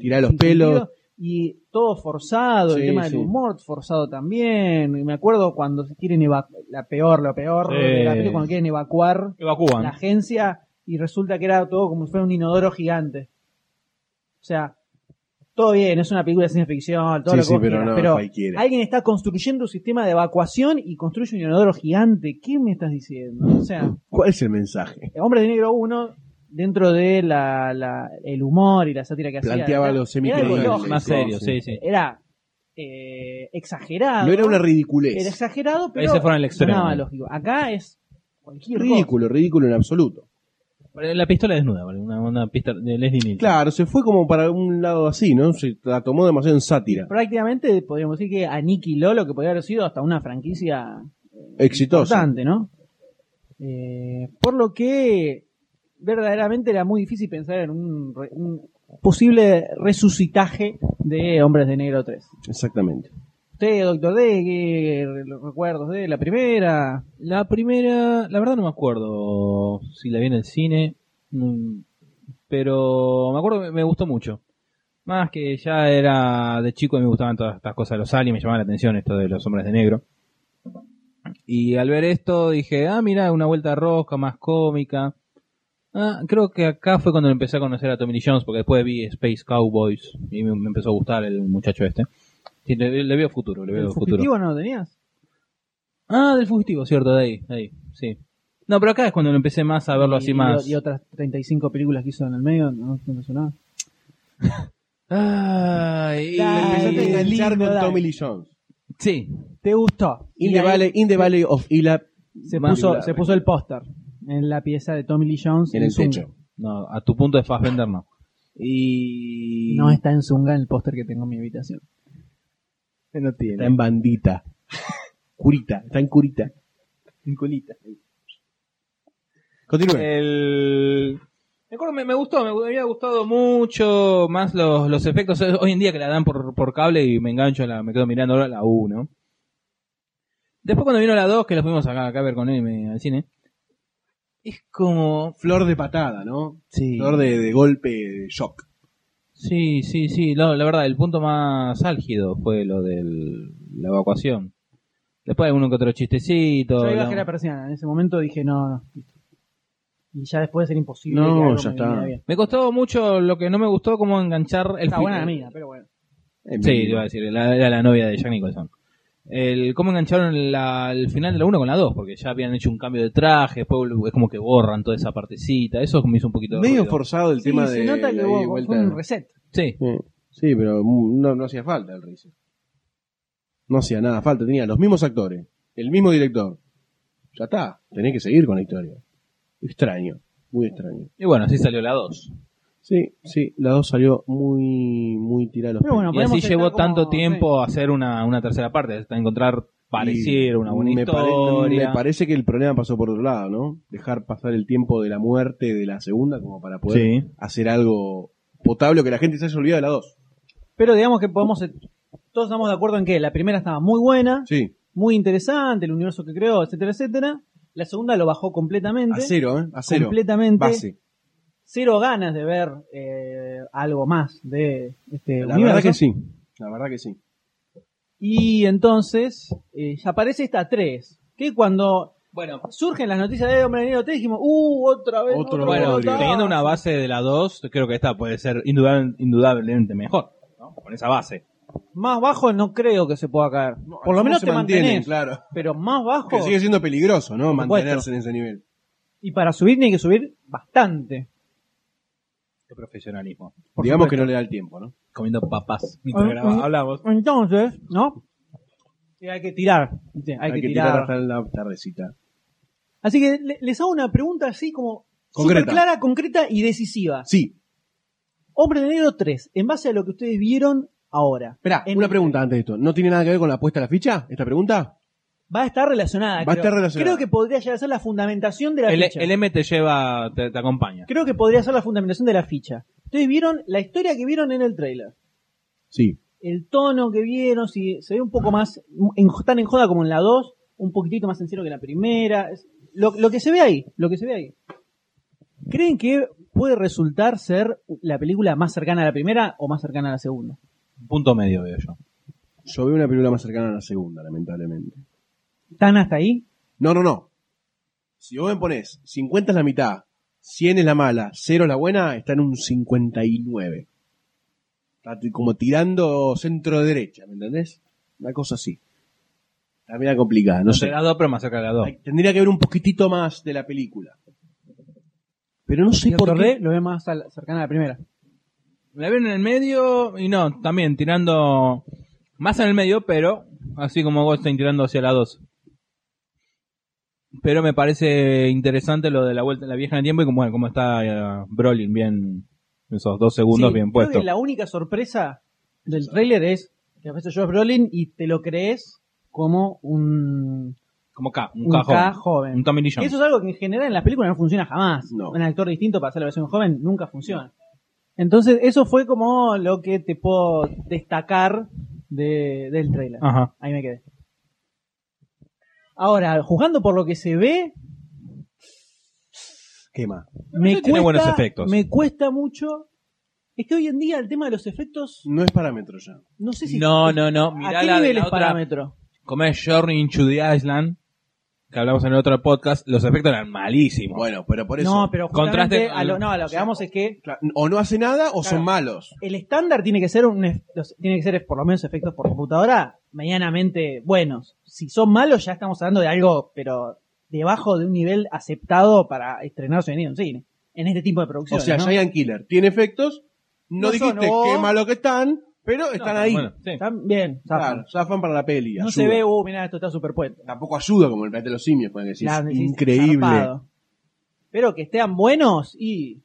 Speaker 2: Tirá los
Speaker 1: sin
Speaker 2: pelos.
Speaker 1: sentido, Y todo forzado, el
Speaker 2: Sí,
Speaker 1: tema
Speaker 2: sí.
Speaker 1: del humor forzado también. Y me acuerdo cuando se quieren evacuar, la peor, lo peor,
Speaker 3: Sí.
Speaker 1: de la película, cuando quieren evacuar la
Speaker 3: Evacúan.
Speaker 1: agencia y resulta que era todo como si fuera un inodoro gigante. O sea, todo bien, es una película de ciencia ficción, todo
Speaker 2: Sí,
Speaker 1: lo que
Speaker 2: sí,
Speaker 1: vos
Speaker 2: pero
Speaker 1: quieras,
Speaker 2: no,
Speaker 1: pero
Speaker 2: cualquiera.
Speaker 1: alguien está construyendo un sistema de evacuación y construye un inodoro gigante. ¿Qué me estás diciendo? O sea,
Speaker 2: ¿Cuál es el mensaje?
Speaker 1: Hombre de Negro 1, dentro de la, la- el humor y la sátira que hacía.
Speaker 2: Planteaba
Speaker 1: era-
Speaker 2: los
Speaker 1: era algo
Speaker 2: semicriminales.
Speaker 1: lógico,
Speaker 3: Más serio, sí, sí.
Speaker 1: Era eh, exagerado.
Speaker 2: No era una
Speaker 1: Era
Speaker 2: ridiculez.
Speaker 1: exagerado, pero
Speaker 3: Ese fueron el extremo.
Speaker 1: sonaba lógico. Acá es cualquier cosa.
Speaker 2: Ridículo, ridículo en absoluto.
Speaker 3: La pistola desnuda, ¿vale? una, una pistola de Leslie Nielsen.
Speaker 2: Claro, se fue como para un lado así, ¿no? Se la tomó demasiado en sátira.
Speaker 1: Prácticamente podríamos decir que aniquiló lo que podría haber sido hasta una franquicia
Speaker 2: Exitosa.
Speaker 1: importante, ¿no? Eh, por lo que verdaderamente era muy difícil pensar en un, re- un posible resucitaje de Hombres de Negro 3.
Speaker 2: Exactamente.
Speaker 1: Usted, doctor D, ¿qué recuerdos de la primera?
Speaker 3: La primera, la verdad no me acuerdo si la vi en el cine, mm, pero me acuerdo que me gustó mucho. Más que ya era de chico y me gustaban todas estas cosas de los aliens, me llamaba la atención esto de los hombres de negro. Y al ver esto dije, ah, mira, una vuelta de rosca más cómica. Ah, creo que acá fue cuando empecé a conocer a Tommy Lee Jones, porque después vi Space Cowboys y me, me empezó a gustar el muchacho este. Sí, le, le veo futuro, le veo
Speaker 1: ¿El
Speaker 3: futuro.
Speaker 1: fugitivo no lo tenías?
Speaker 3: Ah, del fugitivo, cierto, de ahí, de ahí, sí. No, pero acá es cuando lo empecé más a verlo así
Speaker 1: Y-
Speaker 3: más.
Speaker 1: Y, otras 35 películas que hizo en el medio, no, no me sonaba.
Speaker 3: Ay,
Speaker 1: Dale,
Speaker 2: Empezaste a enganchar
Speaker 1: lindo,
Speaker 2: con
Speaker 1: dale.
Speaker 2: Tommy Lee Jones.
Speaker 3: sí.
Speaker 1: ¿Te gustó?
Speaker 2: In
Speaker 1: Y
Speaker 2: the,
Speaker 1: ahí
Speaker 2: valley, in the Valley of Ila
Speaker 1: se,
Speaker 3: más
Speaker 1: puso,
Speaker 2: película,
Speaker 1: se puso el póster en la pieza de Tommy Lee Jones.
Speaker 2: en el
Speaker 1: Zunga.
Speaker 2: techo.
Speaker 3: No, a tu punto de Fassbender no. Y.
Speaker 1: No está en Zunga el póster que tengo en mi habitación.
Speaker 3: no
Speaker 2: Está
Speaker 3: tiene.
Speaker 1: [laughs]
Speaker 2: en bandita. Curita, está en curita.
Speaker 3: [laughs] En culita.
Speaker 1: Eh,
Speaker 2: Continúe.
Speaker 3: El. Me acuerdo, me, me gustó, me había gustado mucho más los, los efectos. Hoy en día que la dan por, por cable y me engancho, a la, me quedo mirando ahora la 1. Después cuando vino la 2, que la fuimos acá, acá a ver con él me- al cine, es como...
Speaker 2: Flor de patada, ¿no?
Speaker 3: Sí.
Speaker 2: Flor de, de golpe, de shock.
Speaker 3: Sí, sí, sí. No, la verdad, el punto más álgido fue lo de la evacuación. Después hay uno que otro chistecito.
Speaker 1: Yo iba a
Speaker 3: la-
Speaker 1: la persiana, en ese momento dije no, no. listo. Y ya después era imposible.
Speaker 2: No,
Speaker 1: que algo
Speaker 2: ya
Speaker 1: me
Speaker 2: está.
Speaker 1: viniera bien.
Speaker 3: Me costó mucho lo que no me gustó, como enganchar el
Speaker 1: Está
Speaker 3: fi-
Speaker 1: buena la mina, pero bueno.
Speaker 2: En
Speaker 3: Sí,
Speaker 2: vivo.
Speaker 3: iba a decir, la- era la novia de Jack Nicholson. El, cómo engancharon la- el final de la 1 con la 2, porque ya habían hecho un cambio de traje, después es como que borran toda esa partecita, eso me hizo un poquito de
Speaker 2: Medio
Speaker 3: ruido.
Speaker 2: forzado el tema
Speaker 1: sí,
Speaker 2: de.
Speaker 1: se nota que
Speaker 2: de
Speaker 1: vos-
Speaker 2: vuelta.
Speaker 1: fue un reset.
Speaker 3: Sí,
Speaker 2: Sí, Mm. sí, pero mu- no, no hacía falta el reset. No hacía nada falta. Tenía los mismos actores, el mismo director. Ya está. Tenés que seguir con la historia. Extraño, muy extraño.
Speaker 3: y bueno, así salió la 2.
Speaker 2: Sí, sí, la dos salió muy, muy tirada. a los
Speaker 1: Pero bueno,
Speaker 2: pelos.
Speaker 3: Y así
Speaker 1: podemos
Speaker 3: llevó
Speaker 1: estar como-
Speaker 3: tanto tiempo hacer una, una tercera parte, hasta encontrar pareciera una buena
Speaker 2: me pare-
Speaker 3: historia.
Speaker 2: me parece que el problema pasó por otro lado, ¿no? Dejar pasar el tiempo de la muerte de la segunda como para poder
Speaker 3: Sí.
Speaker 2: hacer algo potable o que la gente se haya olvidado de la dos.
Speaker 1: Pero digamos que podemos todos estamos de acuerdo en que la primera estaba muy buena,
Speaker 2: Sí,
Speaker 1: muy interesante, el universo que creó, etcétera, etcétera. La segunda lo bajó completamente.
Speaker 2: a cero, ¿eh? A cero.
Speaker 1: Completamente.
Speaker 2: Base.
Speaker 1: Cero ganas de ver eh, algo más de este
Speaker 2: La
Speaker 1: universo.
Speaker 2: verdad que sí. La verdad que sí.
Speaker 1: Y entonces eh, ya aparece esta 3, que cuando
Speaker 3: Bueno,
Speaker 1: surgen las noticias de Hombre de Negro 3 dijimos, uh, otra vez.
Speaker 2: Otro
Speaker 1: otra
Speaker 2: Rodrigo.
Speaker 3: bueno,
Speaker 1: vez, otra
Speaker 3: teniendo
Speaker 1: vez".
Speaker 3: una base de la 2, creo que esta puede ser indudable- indudablemente mejor, ¿no? Con esa base.
Speaker 1: Más bajo no creo que se pueda caer. Por lo
Speaker 2: ¿Cómo
Speaker 1: menos
Speaker 2: se
Speaker 1: te
Speaker 2: mantienen,
Speaker 1: mantenés.
Speaker 2: Claro.
Speaker 1: Pero más bajo.
Speaker 2: Que sigue siendo peligroso, ¿no?
Speaker 1: Por supuesto.
Speaker 2: Mantenerse en ese nivel.
Speaker 1: Y para subir tiene que subir bastante.
Speaker 3: Qué profesionalismo.
Speaker 2: Digamos que no le da el tiempo, ¿no?
Speaker 3: Comiendo papas mientras
Speaker 1: Ah,
Speaker 3: grababa.
Speaker 1: ah.
Speaker 3: Hablamos.
Speaker 1: Entonces, ¿no? Y hay que tirar. ¿viste? Hay, que, tirar.
Speaker 2: hasta la tardecita.
Speaker 1: Así que le- les hago una pregunta así como
Speaker 2: Concreta.
Speaker 1: súper clara, concreta y decisiva.
Speaker 2: Sí.
Speaker 1: Hombre de Negro 3, en base a lo que ustedes vieron ahora.
Speaker 2: Espera,
Speaker 1: En-
Speaker 2: una pregunta antes de esto. ¿No tiene nada que ver con la apuesta a la ficha? ¿Esta pregunta?
Speaker 1: Va a estar relacionada.
Speaker 2: Va a
Speaker 1: creo.
Speaker 2: estar relacionada.
Speaker 1: Creo que podría llegar a ser la fundamentación de la
Speaker 3: El,
Speaker 1: ficha.
Speaker 3: el M te lleva, te, te acompaña.
Speaker 1: Creo que podría ser la fundamentación de la ficha. Ustedes vieron la historia que vieron en el trailer.
Speaker 2: Sí.
Speaker 1: El tono que vieron, si se ve un poco más en, tan en joda como en la 2, un poquitito más sincero que en la primera. Es- Lo, lo que se ve ahí, lo que se ve ahí. ¿Creen que puede resultar ser la película más cercana a la primera o más cercana a la segunda?
Speaker 3: Un punto medio veo yo.
Speaker 2: Yo veo una película más cercana a la segunda, lamentablemente.
Speaker 1: ¿Tan hasta ahí?
Speaker 2: No, no, no. Si vos me pones 50 es la mitad, 100 es la mala, 0 es la buena, está en un 59. Está t- como tirando centro-derecha, ¿me entendés? Una cosa así. Está media complicada, no
Speaker 3: Entre
Speaker 2: sé.
Speaker 3: la 2, pero más cerca de la 2.
Speaker 2: Hay- Tendría que ver un poquitito más de la película. Pero no sé por qué.
Speaker 1: lo ve más a la- cercana a la primera.
Speaker 3: La veo en el medio y no, también tirando más en el medio, pero así como Goldstein tirando hacia la 2. Pero me parece interesante lo de la vuelta, la vieja en el tiempo y como, bueno, como está eh, Brolin bien, esos dos segundos
Speaker 1: Sí,
Speaker 3: bien
Speaker 1: creo
Speaker 3: puestos.
Speaker 1: que la única sorpresa del tráiler es que aparece Josh Brolin y te lo crees como un,
Speaker 3: Como K, un,
Speaker 1: un
Speaker 3: K joven.
Speaker 1: K joven.
Speaker 3: Un Tommy Lee
Speaker 1: Que
Speaker 3: Jones.
Speaker 1: Eso es algo que en general en las películas no funciona jamás.
Speaker 2: No.
Speaker 1: Un actor distinto para hacer la versión joven nunca funciona. Entonces, eso fue como lo que te puedo destacar de- del tráiler.
Speaker 3: Ajá.
Speaker 1: Ahí me quedé. Ahora, juzgando por lo que se ve,
Speaker 2: Quema.
Speaker 1: me
Speaker 3: tiene
Speaker 1: cuesta,
Speaker 3: buenos efectos.
Speaker 1: me cuesta mucho. Es que hoy en día el tema de los efectos,
Speaker 2: No es parámetro ya.
Speaker 1: no sé si
Speaker 3: No, no, no. Mirá
Speaker 1: ¿A qué
Speaker 3: la,
Speaker 1: nivel
Speaker 3: la
Speaker 1: es
Speaker 3: otra-
Speaker 1: parámetro?
Speaker 3: Como es Journey into the Island, que hablamos en el otro podcast, los efectos eran malísimos.
Speaker 2: Bueno, pero por eso.
Speaker 1: No, pero
Speaker 3: Contraste
Speaker 1: justamente
Speaker 3: con-
Speaker 1: a lo, no, a lo que vamos es que
Speaker 2: Cla- O no hace nada o
Speaker 1: Claro.
Speaker 2: son malos.
Speaker 1: el estándar tiene que ser un ef- los- tiene que ser por lo menos efectos por computadora medianamente buenos. Si son malos ya estamos hablando de algo, pero debajo de un nivel aceptado para estrenarse en un cine. En este tipo de
Speaker 2: O
Speaker 1: producciones.
Speaker 2: sea,
Speaker 1: ¿no?
Speaker 2: Giant Killer tiene efectos. No,
Speaker 1: No
Speaker 2: dijiste
Speaker 1: son, o-
Speaker 2: qué malo que están, pero están ahí.
Speaker 3: Bueno, sí.
Speaker 1: Están bien. zafan.
Speaker 2: Claro, zafan para la peli.
Speaker 1: no
Speaker 2: ayuda.
Speaker 1: se ve, uh, mirá, esto está superpuesto.
Speaker 2: Tampoco ayuda como el planeta de los simios, pueden decir.
Speaker 1: Claro,
Speaker 2: es
Speaker 1: decís,
Speaker 2: increíble.
Speaker 1: zarpado. Pero que estén buenos y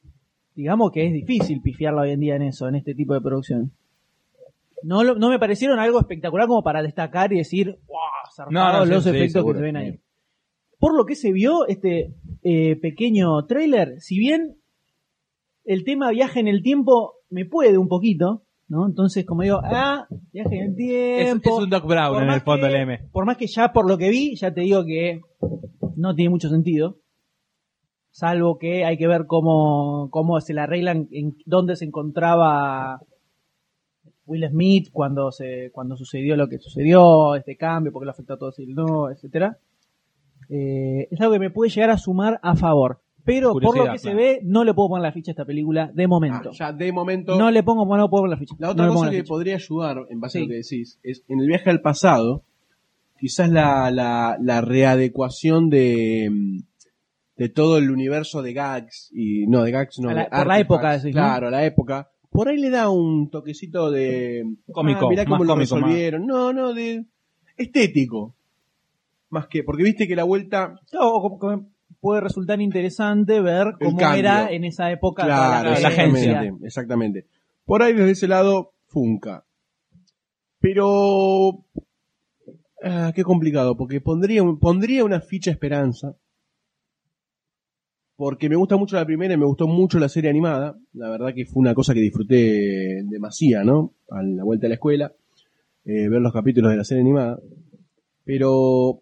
Speaker 1: digamos que es difícil pifiarla hoy en día en eso, en este tipo de producción. No, lo- no me parecieron algo espectacular como para destacar y decir, wow,
Speaker 3: No, no, sí,
Speaker 1: los
Speaker 3: sí,
Speaker 1: efectos
Speaker 3: seguro,
Speaker 1: que se ven ahí.
Speaker 3: sí.
Speaker 1: Por lo que se vio este eh, pequeño trailer, si bien el tema viaje en el tiempo me puede un poquito, ¿no? Entonces, como digo, ah, viaje en el
Speaker 3: es,
Speaker 1: tiempo.
Speaker 3: es un Doc Brown
Speaker 1: Por
Speaker 3: en
Speaker 1: más
Speaker 3: el fondo
Speaker 1: que-
Speaker 3: del M.
Speaker 1: Por más que ya por lo que vi, ya te digo que no tiene mucho sentido. Salvo que hay que ver cómo, cómo se la arreglan, en dónde se encontraba Will Smith cuando se cuando sucedió lo que sucedió, este cambio, porque lo afectó a todos y no, etcétera. Eh, es algo que me puede llegar a sumar a favor. Pero por lo
Speaker 3: Curiosidad,
Speaker 1: que se
Speaker 3: claro.
Speaker 1: ve, no le puedo poner la ficha a esta película de
Speaker 2: Ah,
Speaker 1: momento.
Speaker 2: ya de momento.
Speaker 1: no le pongo, no puedo poner la ficha.
Speaker 2: la
Speaker 1: No
Speaker 2: otra
Speaker 1: le pongo
Speaker 2: cosa
Speaker 1: la
Speaker 2: que
Speaker 1: ficha.
Speaker 2: podría ayudar, en base a lo
Speaker 1: Sí.
Speaker 2: que decís, es en el viaje al pasado, quizás la, la, la readecuación de, mm, de todo el universo de Gags. y No, de Gags no.
Speaker 1: A la-
Speaker 2: de
Speaker 1: por la
Speaker 2: Artifacts.
Speaker 1: época decís, ¿no?
Speaker 2: Claro, a la época. Por ahí le da un toquecito de.
Speaker 3: Cómico,
Speaker 2: Ah, mirá cómo
Speaker 3: más
Speaker 2: lo
Speaker 3: cómico, más.
Speaker 2: resolvieron. No, no, de. Estético. Más que. Porque viste que la vuelta.
Speaker 1: Claro, o como- como puede resultar interesante ver cómo
Speaker 2: cambio.
Speaker 1: era en esa época toda
Speaker 2: Claro,
Speaker 3: la
Speaker 1: violencia.
Speaker 2: exactamente, exactamente. Por ahí desde ese lado, Funka. Pero ah, qué complicado, porque pondría, un- pondría una ficha esperanza. Porque me gusta mucho la primera y me gustó mucho la serie animada. La verdad que fue una cosa que disfruté demasiado, ¿no? A la vuelta de la escuela. eh, ver los capítulos de la serie animada, pero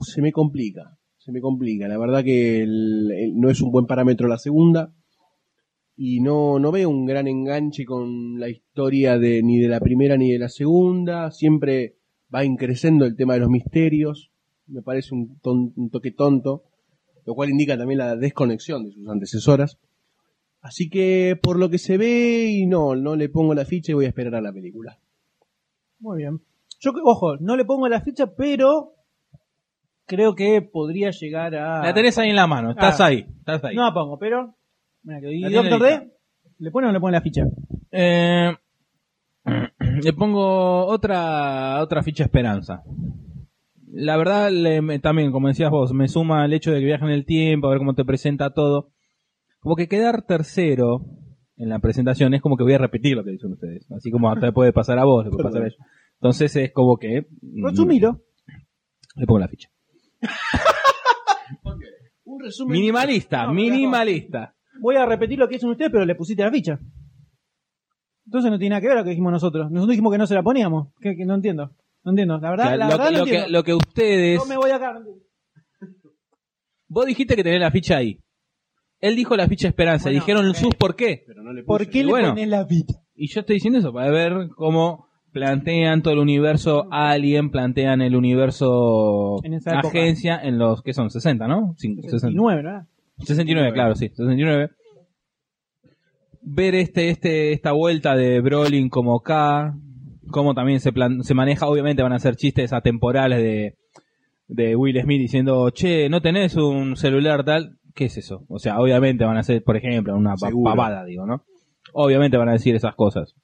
Speaker 2: se me complica, se me complica. La verdad que el- el- no es un buen parámetro la segunda y no, no veo un gran enganche con la historia de ni de la primera ni de la segunda. Siempre va increciendo el tema de los misterios, me parece un, ton- un toque tonto, lo cual indica también la desconexión de sus antecesoras. Así que por lo que se ve y no, no le pongo la ficha y voy a esperar a la película.
Speaker 1: Muy bien. Yo, que- ojo, no le pongo la ficha, pero creo que podría llegar a.
Speaker 3: La tenés ahí en la mano, estás
Speaker 1: Ah.
Speaker 3: ahí, estás ahí.
Speaker 1: No la pongo, pero. Mira que- ¿Y
Speaker 3: La
Speaker 1: Doctor
Speaker 3: tiene
Speaker 1: D? ¿Le pone o no le pone la ficha?
Speaker 2: Mm.
Speaker 3: Eh, [clears throat] le pongo otra otra ficha esperanza. La verdad, le- me- también, como decías vos, me suma el hecho de que viajan en el tiempo, a ver cómo te presenta todo. Como que quedar tercero en la presentación es como que voy a repetir lo que dicen ustedes. Así como hasta puede pasar a vos, le puede pasar a ellos. Entonces es como que... mm,
Speaker 1: Resumilo.
Speaker 3: Le pongo la ficha.
Speaker 2: Un resumen.
Speaker 3: Minimalista,
Speaker 1: No, pero-
Speaker 3: minimalista.
Speaker 1: Voy a repetir lo que dicen ustedes, pero le pusiste la ficha. Entonces no tiene nada que ver lo que dijimos nosotros. Nosotros dijimos que no se la poníamos. Que, que no entiendo. No entiendo. La verdad,
Speaker 3: O sea,
Speaker 1: la
Speaker 3: lo,
Speaker 1: verdad
Speaker 3: que-
Speaker 1: no
Speaker 3: lo que,
Speaker 1: entiendo.
Speaker 3: lo que ustedes...
Speaker 1: Yo me voy acá. no entiendo.
Speaker 3: Vos dijiste que tenés la ficha ahí. Él dijo la ficha esperanza.
Speaker 1: Bueno,
Speaker 3: Dijeron
Speaker 1: ok.
Speaker 3: sus por qué.
Speaker 2: Pero no le puse.
Speaker 1: ¿Por qué
Speaker 3: y
Speaker 1: le
Speaker 3: bueno.
Speaker 1: pones la ficha?
Speaker 3: Y yo estoy diciendo eso para ver cómo plantean todo el universo Alien, plantean el universo
Speaker 1: En esa época.
Speaker 3: agencia en los que son 60, ¿no? Cin- 60.
Speaker 1: 69, ¿verdad?
Speaker 3: 69, claro, sí, 69. Ver este, este, esta vuelta de Brolin como K, cómo también se, plan- se maneja, obviamente van a hacer chistes atemporales de, de Will Smith diciendo, che, no tenés un celular tal, ¿qué es eso? O sea, obviamente van a hacer, por ejemplo, una pa-
Speaker 2: Seguro.
Speaker 3: pavada, digo, ¿no? Obviamente van a decir esas cosas.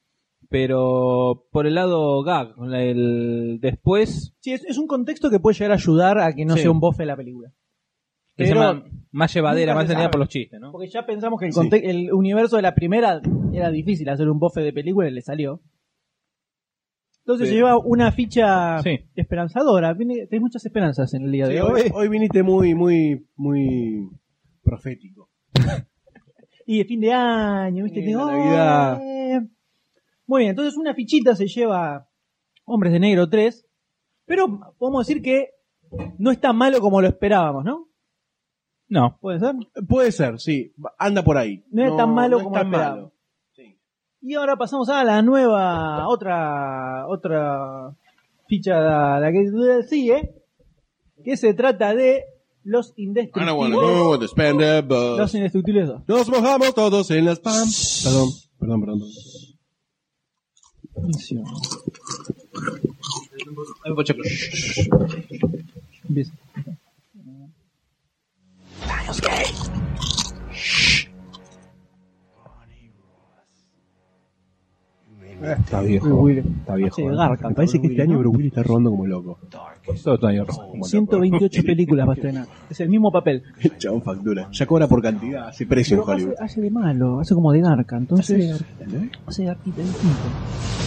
Speaker 3: Pero por el lado gag, el después,
Speaker 1: Sí, es, es un contexto que puede llegar a ayudar a que no
Speaker 3: Sí.
Speaker 1: sea un bofe la película.
Speaker 3: que sea
Speaker 1: Pero
Speaker 3: más, más llevadera,
Speaker 1: nunca
Speaker 3: más
Speaker 1: se
Speaker 3: entendida
Speaker 1: sabe.
Speaker 3: por los chistes, ¿no?
Speaker 1: Porque ya pensamos que el,
Speaker 2: Sí.
Speaker 1: conte- el universo de la primera era difícil hacer un bofe de película y le salió. Entonces
Speaker 2: Sí.
Speaker 1: se lleva una ficha
Speaker 3: Sí.
Speaker 1: esperanzadora. Viene- tenés muchas esperanzas en el día
Speaker 2: Sí,
Speaker 1: de
Speaker 2: hoy,
Speaker 1: hoy.
Speaker 2: hoy viniste muy, muy, muy profético.
Speaker 1: Y de fin de año, ¿viste?
Speaker 2: Sí,
Speaker 1: Te-
Speaker 2: la
Speaker 1: ¡Oh!
Speaker 2: Navidad.
Speaker 1: Muy bien, entonces una fichita se lleva Hombres de Negro 3. Pero podemos decir que no es tan malo como lo esperábamos, ¿no?
Speaker 3: No.
Speaker 1: ¿Puede ser?
Speaker 2: Puede ser, sí. Anda por ahí.
Speaker 1: No es tan malo
Speaker 2: es
Speaker 1: como
Speaker 2: tan
Speaker 1: esperaba.
Speaker 2: malo. Sí.
Speaker 1: Y ahora pasamos a la nueva, otra, otra ficha la, la que sigue, que se trata de los
Speaker 9: I don't wanna
Speaker 1: indestructibles.
Speaker 9: go.
Speaker 2: No, the Spender Bus.
Speaker 1: Los indestructibles 2.
Speaker 2: Nos mojamos todos en las pam. Perdón, perdón, perdón. perdón.
Speaker 1: Empieza.
Speaker 2: Está viejo. Está viejo.
Speaker 1: Sí, garca,
Speaker 2: parece que este año Bruce Willis está robando como loco.
Speaker 3: Todo está ahí rojo.
Speaker 1: 128 películas va a estrenar. Es el mismo papel.
Speaker 2: El chabón factura. Ya cobra por cantidad, hace precio en
Speaker 1: Pero hace,
Speaker 2: Hollywood.
Speaker 1: hace de malo, hace como de garca. Entonces,
Speaker 2: ¿Eh?
Speaker 1: hace de garquita distinto.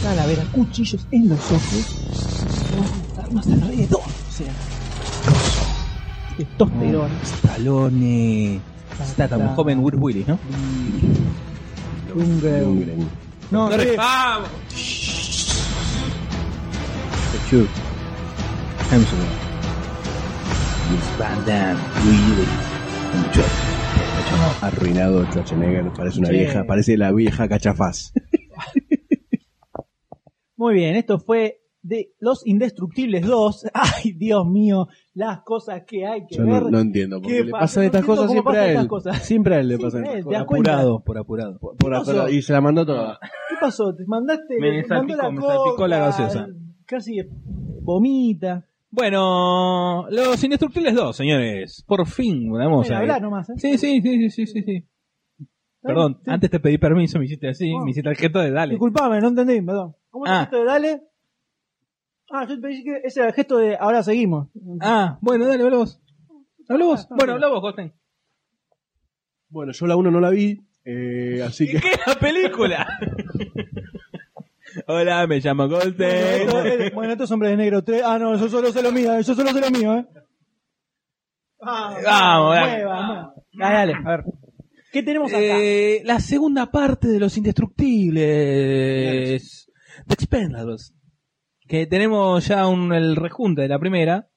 Speaker 1: Calavera, cuchillos en los ojos. Armas alrededor. O sea, testosterona.
Speaker 3: Stallone. Está tan joven Will Willis, ¿no?
Speaker 2: Lundgren.
Speaker 1: No, sí.
Speaker 3: ¡Vamos!
Speaker 2: Sure.
Speaker 3: Hemsworth. Luis Van Damme. Willis.
Speaker 2: Arruinado Schwarzenegger. Parece una
Speaker 1: Sí.
Speaker 2: vieja. Parece la vieja cachafaz.
Speaker 1: Muy bien, esto fue de Los Indestructibles 2. [laughs] Ay, Dios mío, las cosas que hay que
Speaker 2: Yo
Speaker 1: ver.
Speaker 2: no, no entiendo por qué,
Speaker 1: ¿Qué
Speaker 2: le
Speaker 1: pasa?
Speaker 2: pasan
Speaker 1: No
Speaker 2: estas
Speaker 1: entiendo
Speaker 2: cosas
Speaker 1: cómo
Speaker 2: siempre
Speaker 1: pasan
Speaker 2: a él.
Speaker 1: estas cosas.
Speaker 2: Siempre a él le
Speaker 1: Siempre
Speaker 2: pasan
Speaker 1: a
Speaker 2: estas
Speaker 1: él, te
Speaker 2: cosas.
Speaker 1: das cuenta.
Speaker 3: Apurado, por apurado.
Speaker 2: Por- por
Speaker 1: pasó?
Speaker 2: atrás. Y se la mandó toda.
Speaker 1: ¿Qué pasó? ¿Te mandaste?
Speaker 3: Me
Speaker 1: te mandó
Speaker 3: salpicó, me salpicó la
Speaker 1: coca,
Speaker 3: gaseosa.
Speaker 1: Casi vomita.
Speaker 3: Bueno, Los Indestructibles 2, señores. Por fin, vamos
Speaker 1: Bueno,
Speaker 3: a
Speaker 1: hablar nomás. ¿eh?
Speaker 3: Sí, sí, sí, sí, sí, sí, sí. Perdón,
Speaker 1: Sí.
Speaker 3: antes te pedí permiso, me hiciste así,
Speaker 1: Oh.
Speaker 3: me hiciste objeto de dale.
Speaker 1: Disculpame, no entendí, perdón. ¿Cómo es
Speaker 3: Ah.
Speaker 1: el gesto de dale? Ah, yo pensé que ese era el gesto de ahora seguimos.
Speaker 3: Ah, bueno, dale, habla vos. Habla vos.
Speaker 1: Ah,
Speaker 3: bueno,
Speaker 1: mira.
Speaker 3: habla vos, Goten.
Speaker 2: Bueno, yo la 1 no la vi, eh, así que...
Speaker 3: ¿Qué es la película? [laughs] Hola, me llamo Goten.
Speaker 1: Bueno, esto- bueno, estos hombres de negro 3. Ah, no, yo solo sé lo mío, eh, yo solo sé lo mío, ¿eh?
Speaker 3: Vamos, dale.
Speaker 1: mueva, mueva. Ah, Dale, dale, a ver. ¿Qué tenemos acá?
Speaker 3: Eh, la segunda parte de Los Indestructibles. The Expendables. que tenemos ya un, el rejunte de la primera,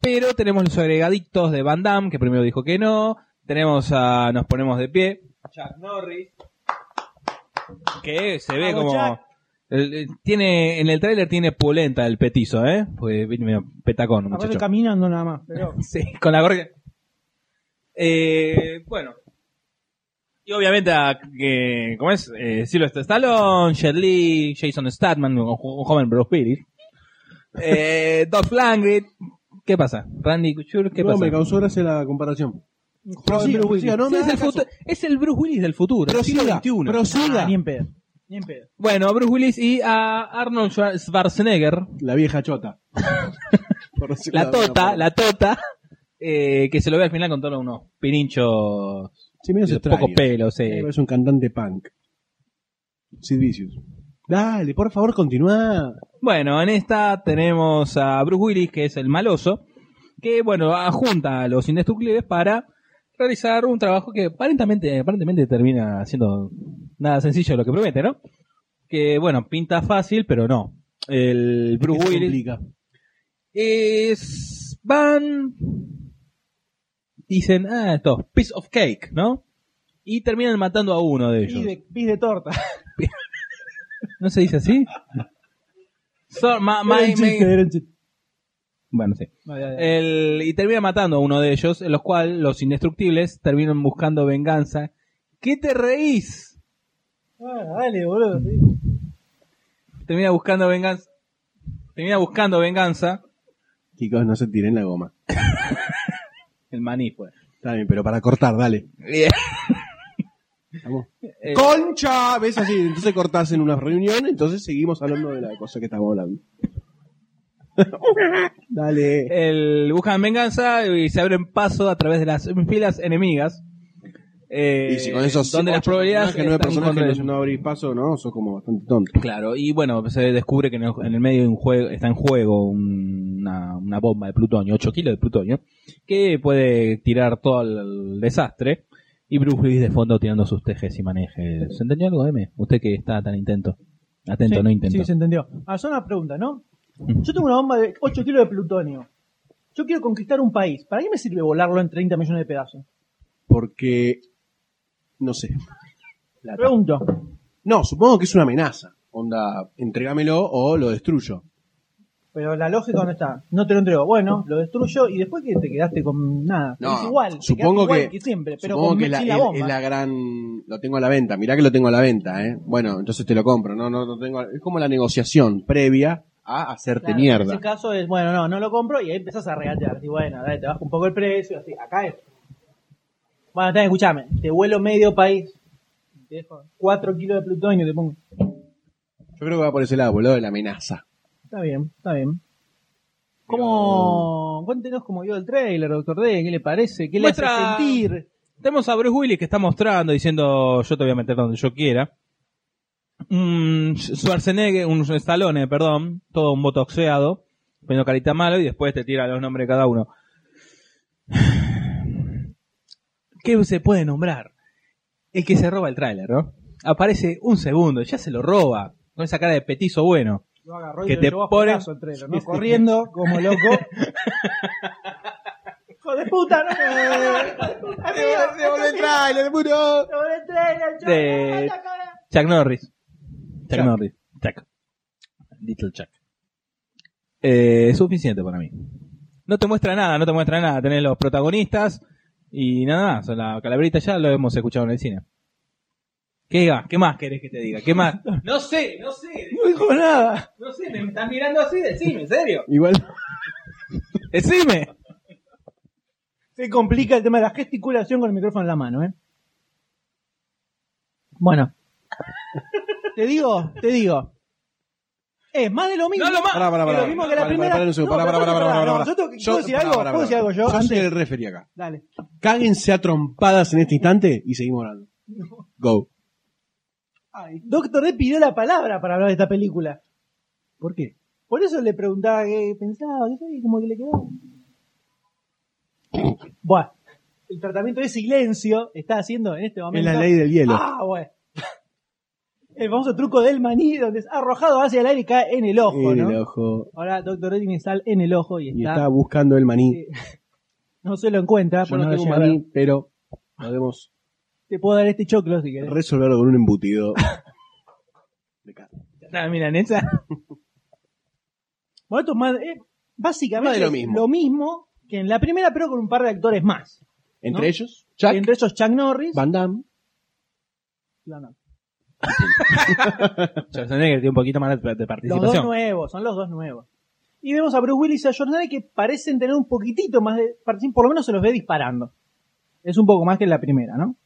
Speaker 3: pero tenemos los agregaditos de Van Damme, que primero dijo que no, tenemos a Nos Ponemos de Pie, Chuck Norris, que se ve
Speaker 1: Vamos,
Speaker 3: como...
Speaker 1: Chuck.
Speaker 3: el- el- tiene En el tráiler tiene pulenta el petizo, ¿eh? Porque viene medio petacón, muchacho.
Speaker 1: Aparte Ah, caminando nada más, pero
Speaker 3: Sí, con la gorra. Eh, bueno. Y obviamente, a, eh, ¿cómo es? Eh, Sylvester Stallone, Jet Li, Jason Statham, un, jo- un joven Bruce Willis.
Speaker 2: [laughs]
Speaker 3: Eh, Dolph Lundgren. ¿Qué pasa? Randy Couture, ¿qué
Speaker 2: no,
Speaker 3: pasa?
Speaker 2: me causó gracia la comparación. Prosiga,
Speaker 1: Bruce
Speaker 2: prosiga, no
Speaker 3: Sí,
Speaker 2: me
Speaker 3: es, el
Speaker 2: hagas caso.
Speaker 3: futu- es el Bruce Willis del futuro. del siglo
Speaker 2: Prosiga,
Speaker 3: XXI.
Speaker 2: prosiga.
Speaker 3: Ah.
Speaker 1: ni en pedo, ni en pedo.
Speaker 3: Bueno, Bruce Willis y a Arnold Schwarzenegger.
Speaker 2: La
Speaker 3: [laughs]
Speaker 2: vieja chota. Por decirlo
Speaker 3: La
Speaker 2: de alguna
Speaker 3: tota,
Speaker 2: forma.
Speaker 3: la tota. eh, que se lo ve al final con todos unos pirinchos
Speaker 2: Sí, menos
Speaker 3: de
Speaker 2: extraño.
Speaker 3: poco pelo, sí.
Speaker 2: Es un cantante punk. Sid Vicious. Dale, por favor, continúa.
Speaker 3: Bueno, en esta tenemos a Bruce Willis, que es el maloso, que bueno, a- junta a los indestructibles para realizar un trabajo que aparentemente, aparentemente termina siendo nada sencillo de lo que promete, ¿no? Que bueno, pinta fácil, pero no. El
Speaker 2: ¿Qué
Speaker 3: Bruce
Speaker 2: se
Speaker 3: Willis
Speaker 2: complica?
Speaker 3: es van dicen, ah, esto, piece of cake, ¿no? Y terminan matando a uno de ellos.
Speaker 1: Pis de, pis de torta.
Speaker 3: ¿No se dice
Speaker 1: [laughs]
Speaker 3: así? So- ma- ma-
Speaker 1: Era un chiste,
Speaker 3: ma-
Speaker 1: era un chiste.
Speaker 3: Bueno, sí.
Speaker 1: No, ya, ya.
Speaker 3: El- y termina matando a uno de ellos, en los cual los indestructibles terminan buscando venganza. ¿Qué te reís?
Speaker 1: Ah, dale, boludo. sí.
Speaker 3: Termina buscando venganza. Termina buscando venganza.
Speaker 2: Chicos, no se tiren la goma.
Speaker 3: El maní pues. fue.
Speaker 2: Está bien, pero para cortar, dale. Vamos.
Speaker 3: [laughs] Eh,
Speaker 2: ¡Concha! ¿Ves así? Entonces cortás en una reunión, entonces seguimos hablando de la cosa que
Speaker 3: [laughs]
Speaker 2: estamos hablando. [laughs] dale.
Speaker 3: el, buscan venganza y se abren paso a través de las filas enemigas. Eh,
Speaker 2: y si con esos
Speaker 3: donde las
Speaker 2: ocho
Speaker 3: probabilidades
Speaker 2: personajes, nueve
Speaker 3: están contra
Speaker 2: personajes
Speaker 3: el-
Speaker 2: no, no abrís paso, ¿no? Sos como bastante tonto.
Speaker 3: Claro, y bueno, se descubre que en el, en el medio de un juego, está en juego un- una, una bomba de plutonio, 8 kilos de plutonio, que puede tirar todo el desastre. Y Bruce Willis de fondo tirando sus tejes y manejes. ¿Se entendió algo, M? Usted que está tan intento. Atento,
Speaker 1: Sí,
Speaker 3: no intento.
Speaker 1: Sí, se entendió. Ah, son una pregunta, ¿no? Yo tengo una bomba de 8 kilos de plutonio. Yo quiero conquistar un país. ¿Para qué me sirve volarlo en 30 millones de pedazos?
Speaker 2: Porque. No sé. La-
Speaker 1: Pregunto.
Speaker 2: No, supongo que es una amenaza. Onda, entregámelo o lo destruyo.
Speaker 1: Pero la lógica, ¿dónde está? No te lo entrego. Bueno, lo destruyo y después que te quedaste con nada.
Speaker 2: No,
Speaker 1: es igual. te
Speaker 2: supongo
Speaker 1: quedaste igual
Speaker 2: que-
Speaker 1: siempre, pero
Speaker 2: Supongo
Speaker 1: con
Speaker 2: que la-
Speaker 1: sin
Speaker 2: es
Speaker 1: la, bomba.
Speaker 2: es la gran. Lo tengo a la venta. Mirá que lo tengo a la venta, ¿eh? Bueno, entonces te lo compro. No, no, no tengo. Es como la negociación previa a hacerte
Speaker 1: Claro, En
Speaker 2: mierda.
Speaker 1: ese caso es, bueno, no, no lo compro y ahí empezás a regatear. Y bueno, dale, te bajo un poco el precio, así. Acá es. Bueno, está, escuchame. Te vuelo medio país. Te dejo 4 kilos de plutonio, te pongo.
Speaker 2: Yo creo que va por ese lado, por el lado de la amenaza.
Speaker 1: Está bien, está bien. ¿Cómo? Cuéntenos cómo vio el trailer, doctor D. ¿Qué le parece? ¿Qué le
Speaker 3: Muestra-
Speaker 1: hace sentir?
Speaker 3: Tenemos a Bruce Willis que está mostrando, diciendo yo te voy a meter donde yo quiera. Un Schwarzenegger, un Stallone, perdón, todo un botoxeado, poniendo carita malo y después te tira los nombres de cada uno. ¿Qué se puede nombrar? El que se roba el tráiler, ¿no? Aparece un segundo, ya se lo roba, con esa cara de petizo bueno.
Speaker 1: Lo agarró y
Speaker 3: que
Speaker 1: lo
Speaker 3: te
Speaker 1: llevó a
Speaker 3: pone-
Speaker 1: putazo el trailer, ¿no? Corriendo como loco. ¡Hijo de puta! ¡No!
Speaker 2: el trailer, puro!
Speaker 1: ¡Sobre el trailer! yo-
Speaker 3: De-
Speaker 1: ¡Ah, la cara!
Speaker 3: Chuck Norris. Chuck,
Speaker 2: Chuck.
Speaker 3: Norris. Chuck. Little Chuck. Eh, suficiente para mí. No te muestra nada, no te muestra nada. Tenés los protagonistas y nada más. O La calaverita ya lo hemos escuchado en el cine. ¿Qué, más- ¿Qué más querés que te diga? ¿Qué más? [laughs] No sé, no sé.
Speaker 2: No dijo nada.
Speaker 3: No sé, me estás mirando así, decime, en serio.
Speaker 2: Igual.
Speaker 3: Decime.
Speaker 1: Se complica el tema de la gesticulación con el micrófono en la mano, ¿eh? Bueno.
Speaker 3: [laughs]
Speaker 1: te digo, te digo. Es más de lo mismo.
Speaker 3: No lo más.
Speaker 2: Pará, pará,
Speaker 1: Es
Speaker 2: pará.
Speaker 1: lo mismo que la
Speaker 2: Pará,
Speaker 1: primera.
Speaker 2: pará, pará, un segundo,
Speaker 1: No,
Speaker 2: pará,
Speaker 1: no,
Speaker 2: pará,
Speaker 1: no,
Speaker 2: pará,
Speaker 1: pará,
Speaker 2: pará,
Speaker 1: no,
Speaker 2: pará.
Speaker 1: yo tengo que-
Speaker 2: Yo-
Speaker 1: ¿puedo decir
Speaker 2: pará,
Speaker 1: algo?
Speaker 2: pará,
Speaker 1: ¿Puedo decir
Speaker 2: pará.
Speaker 1: algo yo?
Speaker 2: Yo soy
Speaker 1: Antes-
Speaker 2: el referee acá.
Speaker 1: Dale.
Speaker 2: Cáguense a trompadas en este instante y seguimos hablando. Go.
Speaker 1: Ay, Doctor D pidió la palabra para hablar de esta película.
Speaker 2: ¿Por qué?
Speaker 1: Por eso le preguntaba qué pensaba, qué sé, y como que le
Speaker 2: [coughs]
Speaker 1: quedó. Bueno, el tratamiento de silencio está haciendo en este
Speaker 2: Es
Speaker 1: momento.
Speaker 2: la ley del hielo.
Speaker 1: Ah, bueno. El famoso truco del maní, donde es arrojado hacia el aire y cae en el ojo,
Speaker 2: el
Speaker 1: ¿no?
Speaker 2: ojo.
Speaker 1: Ahora Doctor Dead tiene sal en el ojo y
Speaker 2: Y
Speaker 1: está.
Speaker 2: estaba buscando el maní.
Speaker 1: No se lo encuentra,
Speaker 2: Yo
Speaker 1: pues
Speaker 2: no
Speaker 1: no lo
Speaker 2: tengo
Speaker 1: llega a ver.
Speaker 2: maní, pero podemos
Speaker 1: Te puedo dar este choclo si querés.
Speaker 2: resolverlo con un embutido. [laughs] De carne.
Speaker 3: Ah, mira, en
Speaker 2: [laughs]
Speaker 3: esa.
Speaker 1: Bueno, esto es más- eh, básicamente
Speaker 2: Más de lo mismo.
Speaker 1: mismo que en la primera, pero con un par de actores más.
Speaker 2: Entre
Speaker 1: ¿No?
Speaker 2: ellos, Chuck,
Speaker 1: Entre ellos Chuck Norris.
Speaker 2: Van Damme.
Speaker 1: No, no.
Speaker 3: Schwarzenegger tiene un poquito más de, de
Speaker 1: Los dos
Speaker 3: participación.
Speaker 1: nuevos, son los dos nuevos. Y vemos a Bruce Willis y a Jordan que parecen tener un poquitito más de participación, por lo menos se los ve disparando. Es un poco más que en la primera, ¿no?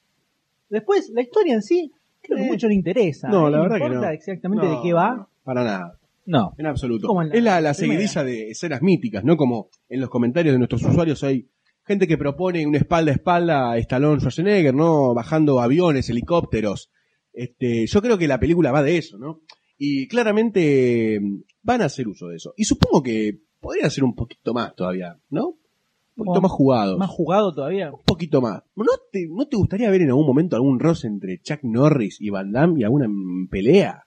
Speaker 1: Después, la historia en sí, creo que
Speaker 2: Eh.
Speaker 1: mucho le interesa.
Speaker 2: No,
Speaker 1: ¿eh?
Speaker 2: la verdad que
Speaker 1: importa
Speaker 2: no.
Speaker 1: exactamente
Speaker 2: No,
Speaker 1: de qué va.
Speaker 2: no, Para nada,
Speaker 3: No.
Speaker 2: en absoluto.
Speaker 1: Como en la
Speaker 2: es la,
Speaker 1: primera.
Speaker 2: la seguidilla de escenas míticas, ¿no? Como en los comentarios de nuestros usuarios hay gente que propone un espalda a espalda a Stallone Schwarzenegger, ¿no? Bajando aviones, helicópteros. Este, yo creo que la película va de eso, ¿no? Y claramente mm, van a hacer uso de eso. Y supongo que podrían ser un poquito más todavía, ¿no? Un poquito
Speaker 1: Como
Speaker 2: más jugados.
Speaker 1: Más jugado todavía.
Speaker 2: un poquito más. ¿No te, ¿No te gustaría ver en algún momento algún roce entre Chuck Norris y Van Damme y alguna mm, pelea?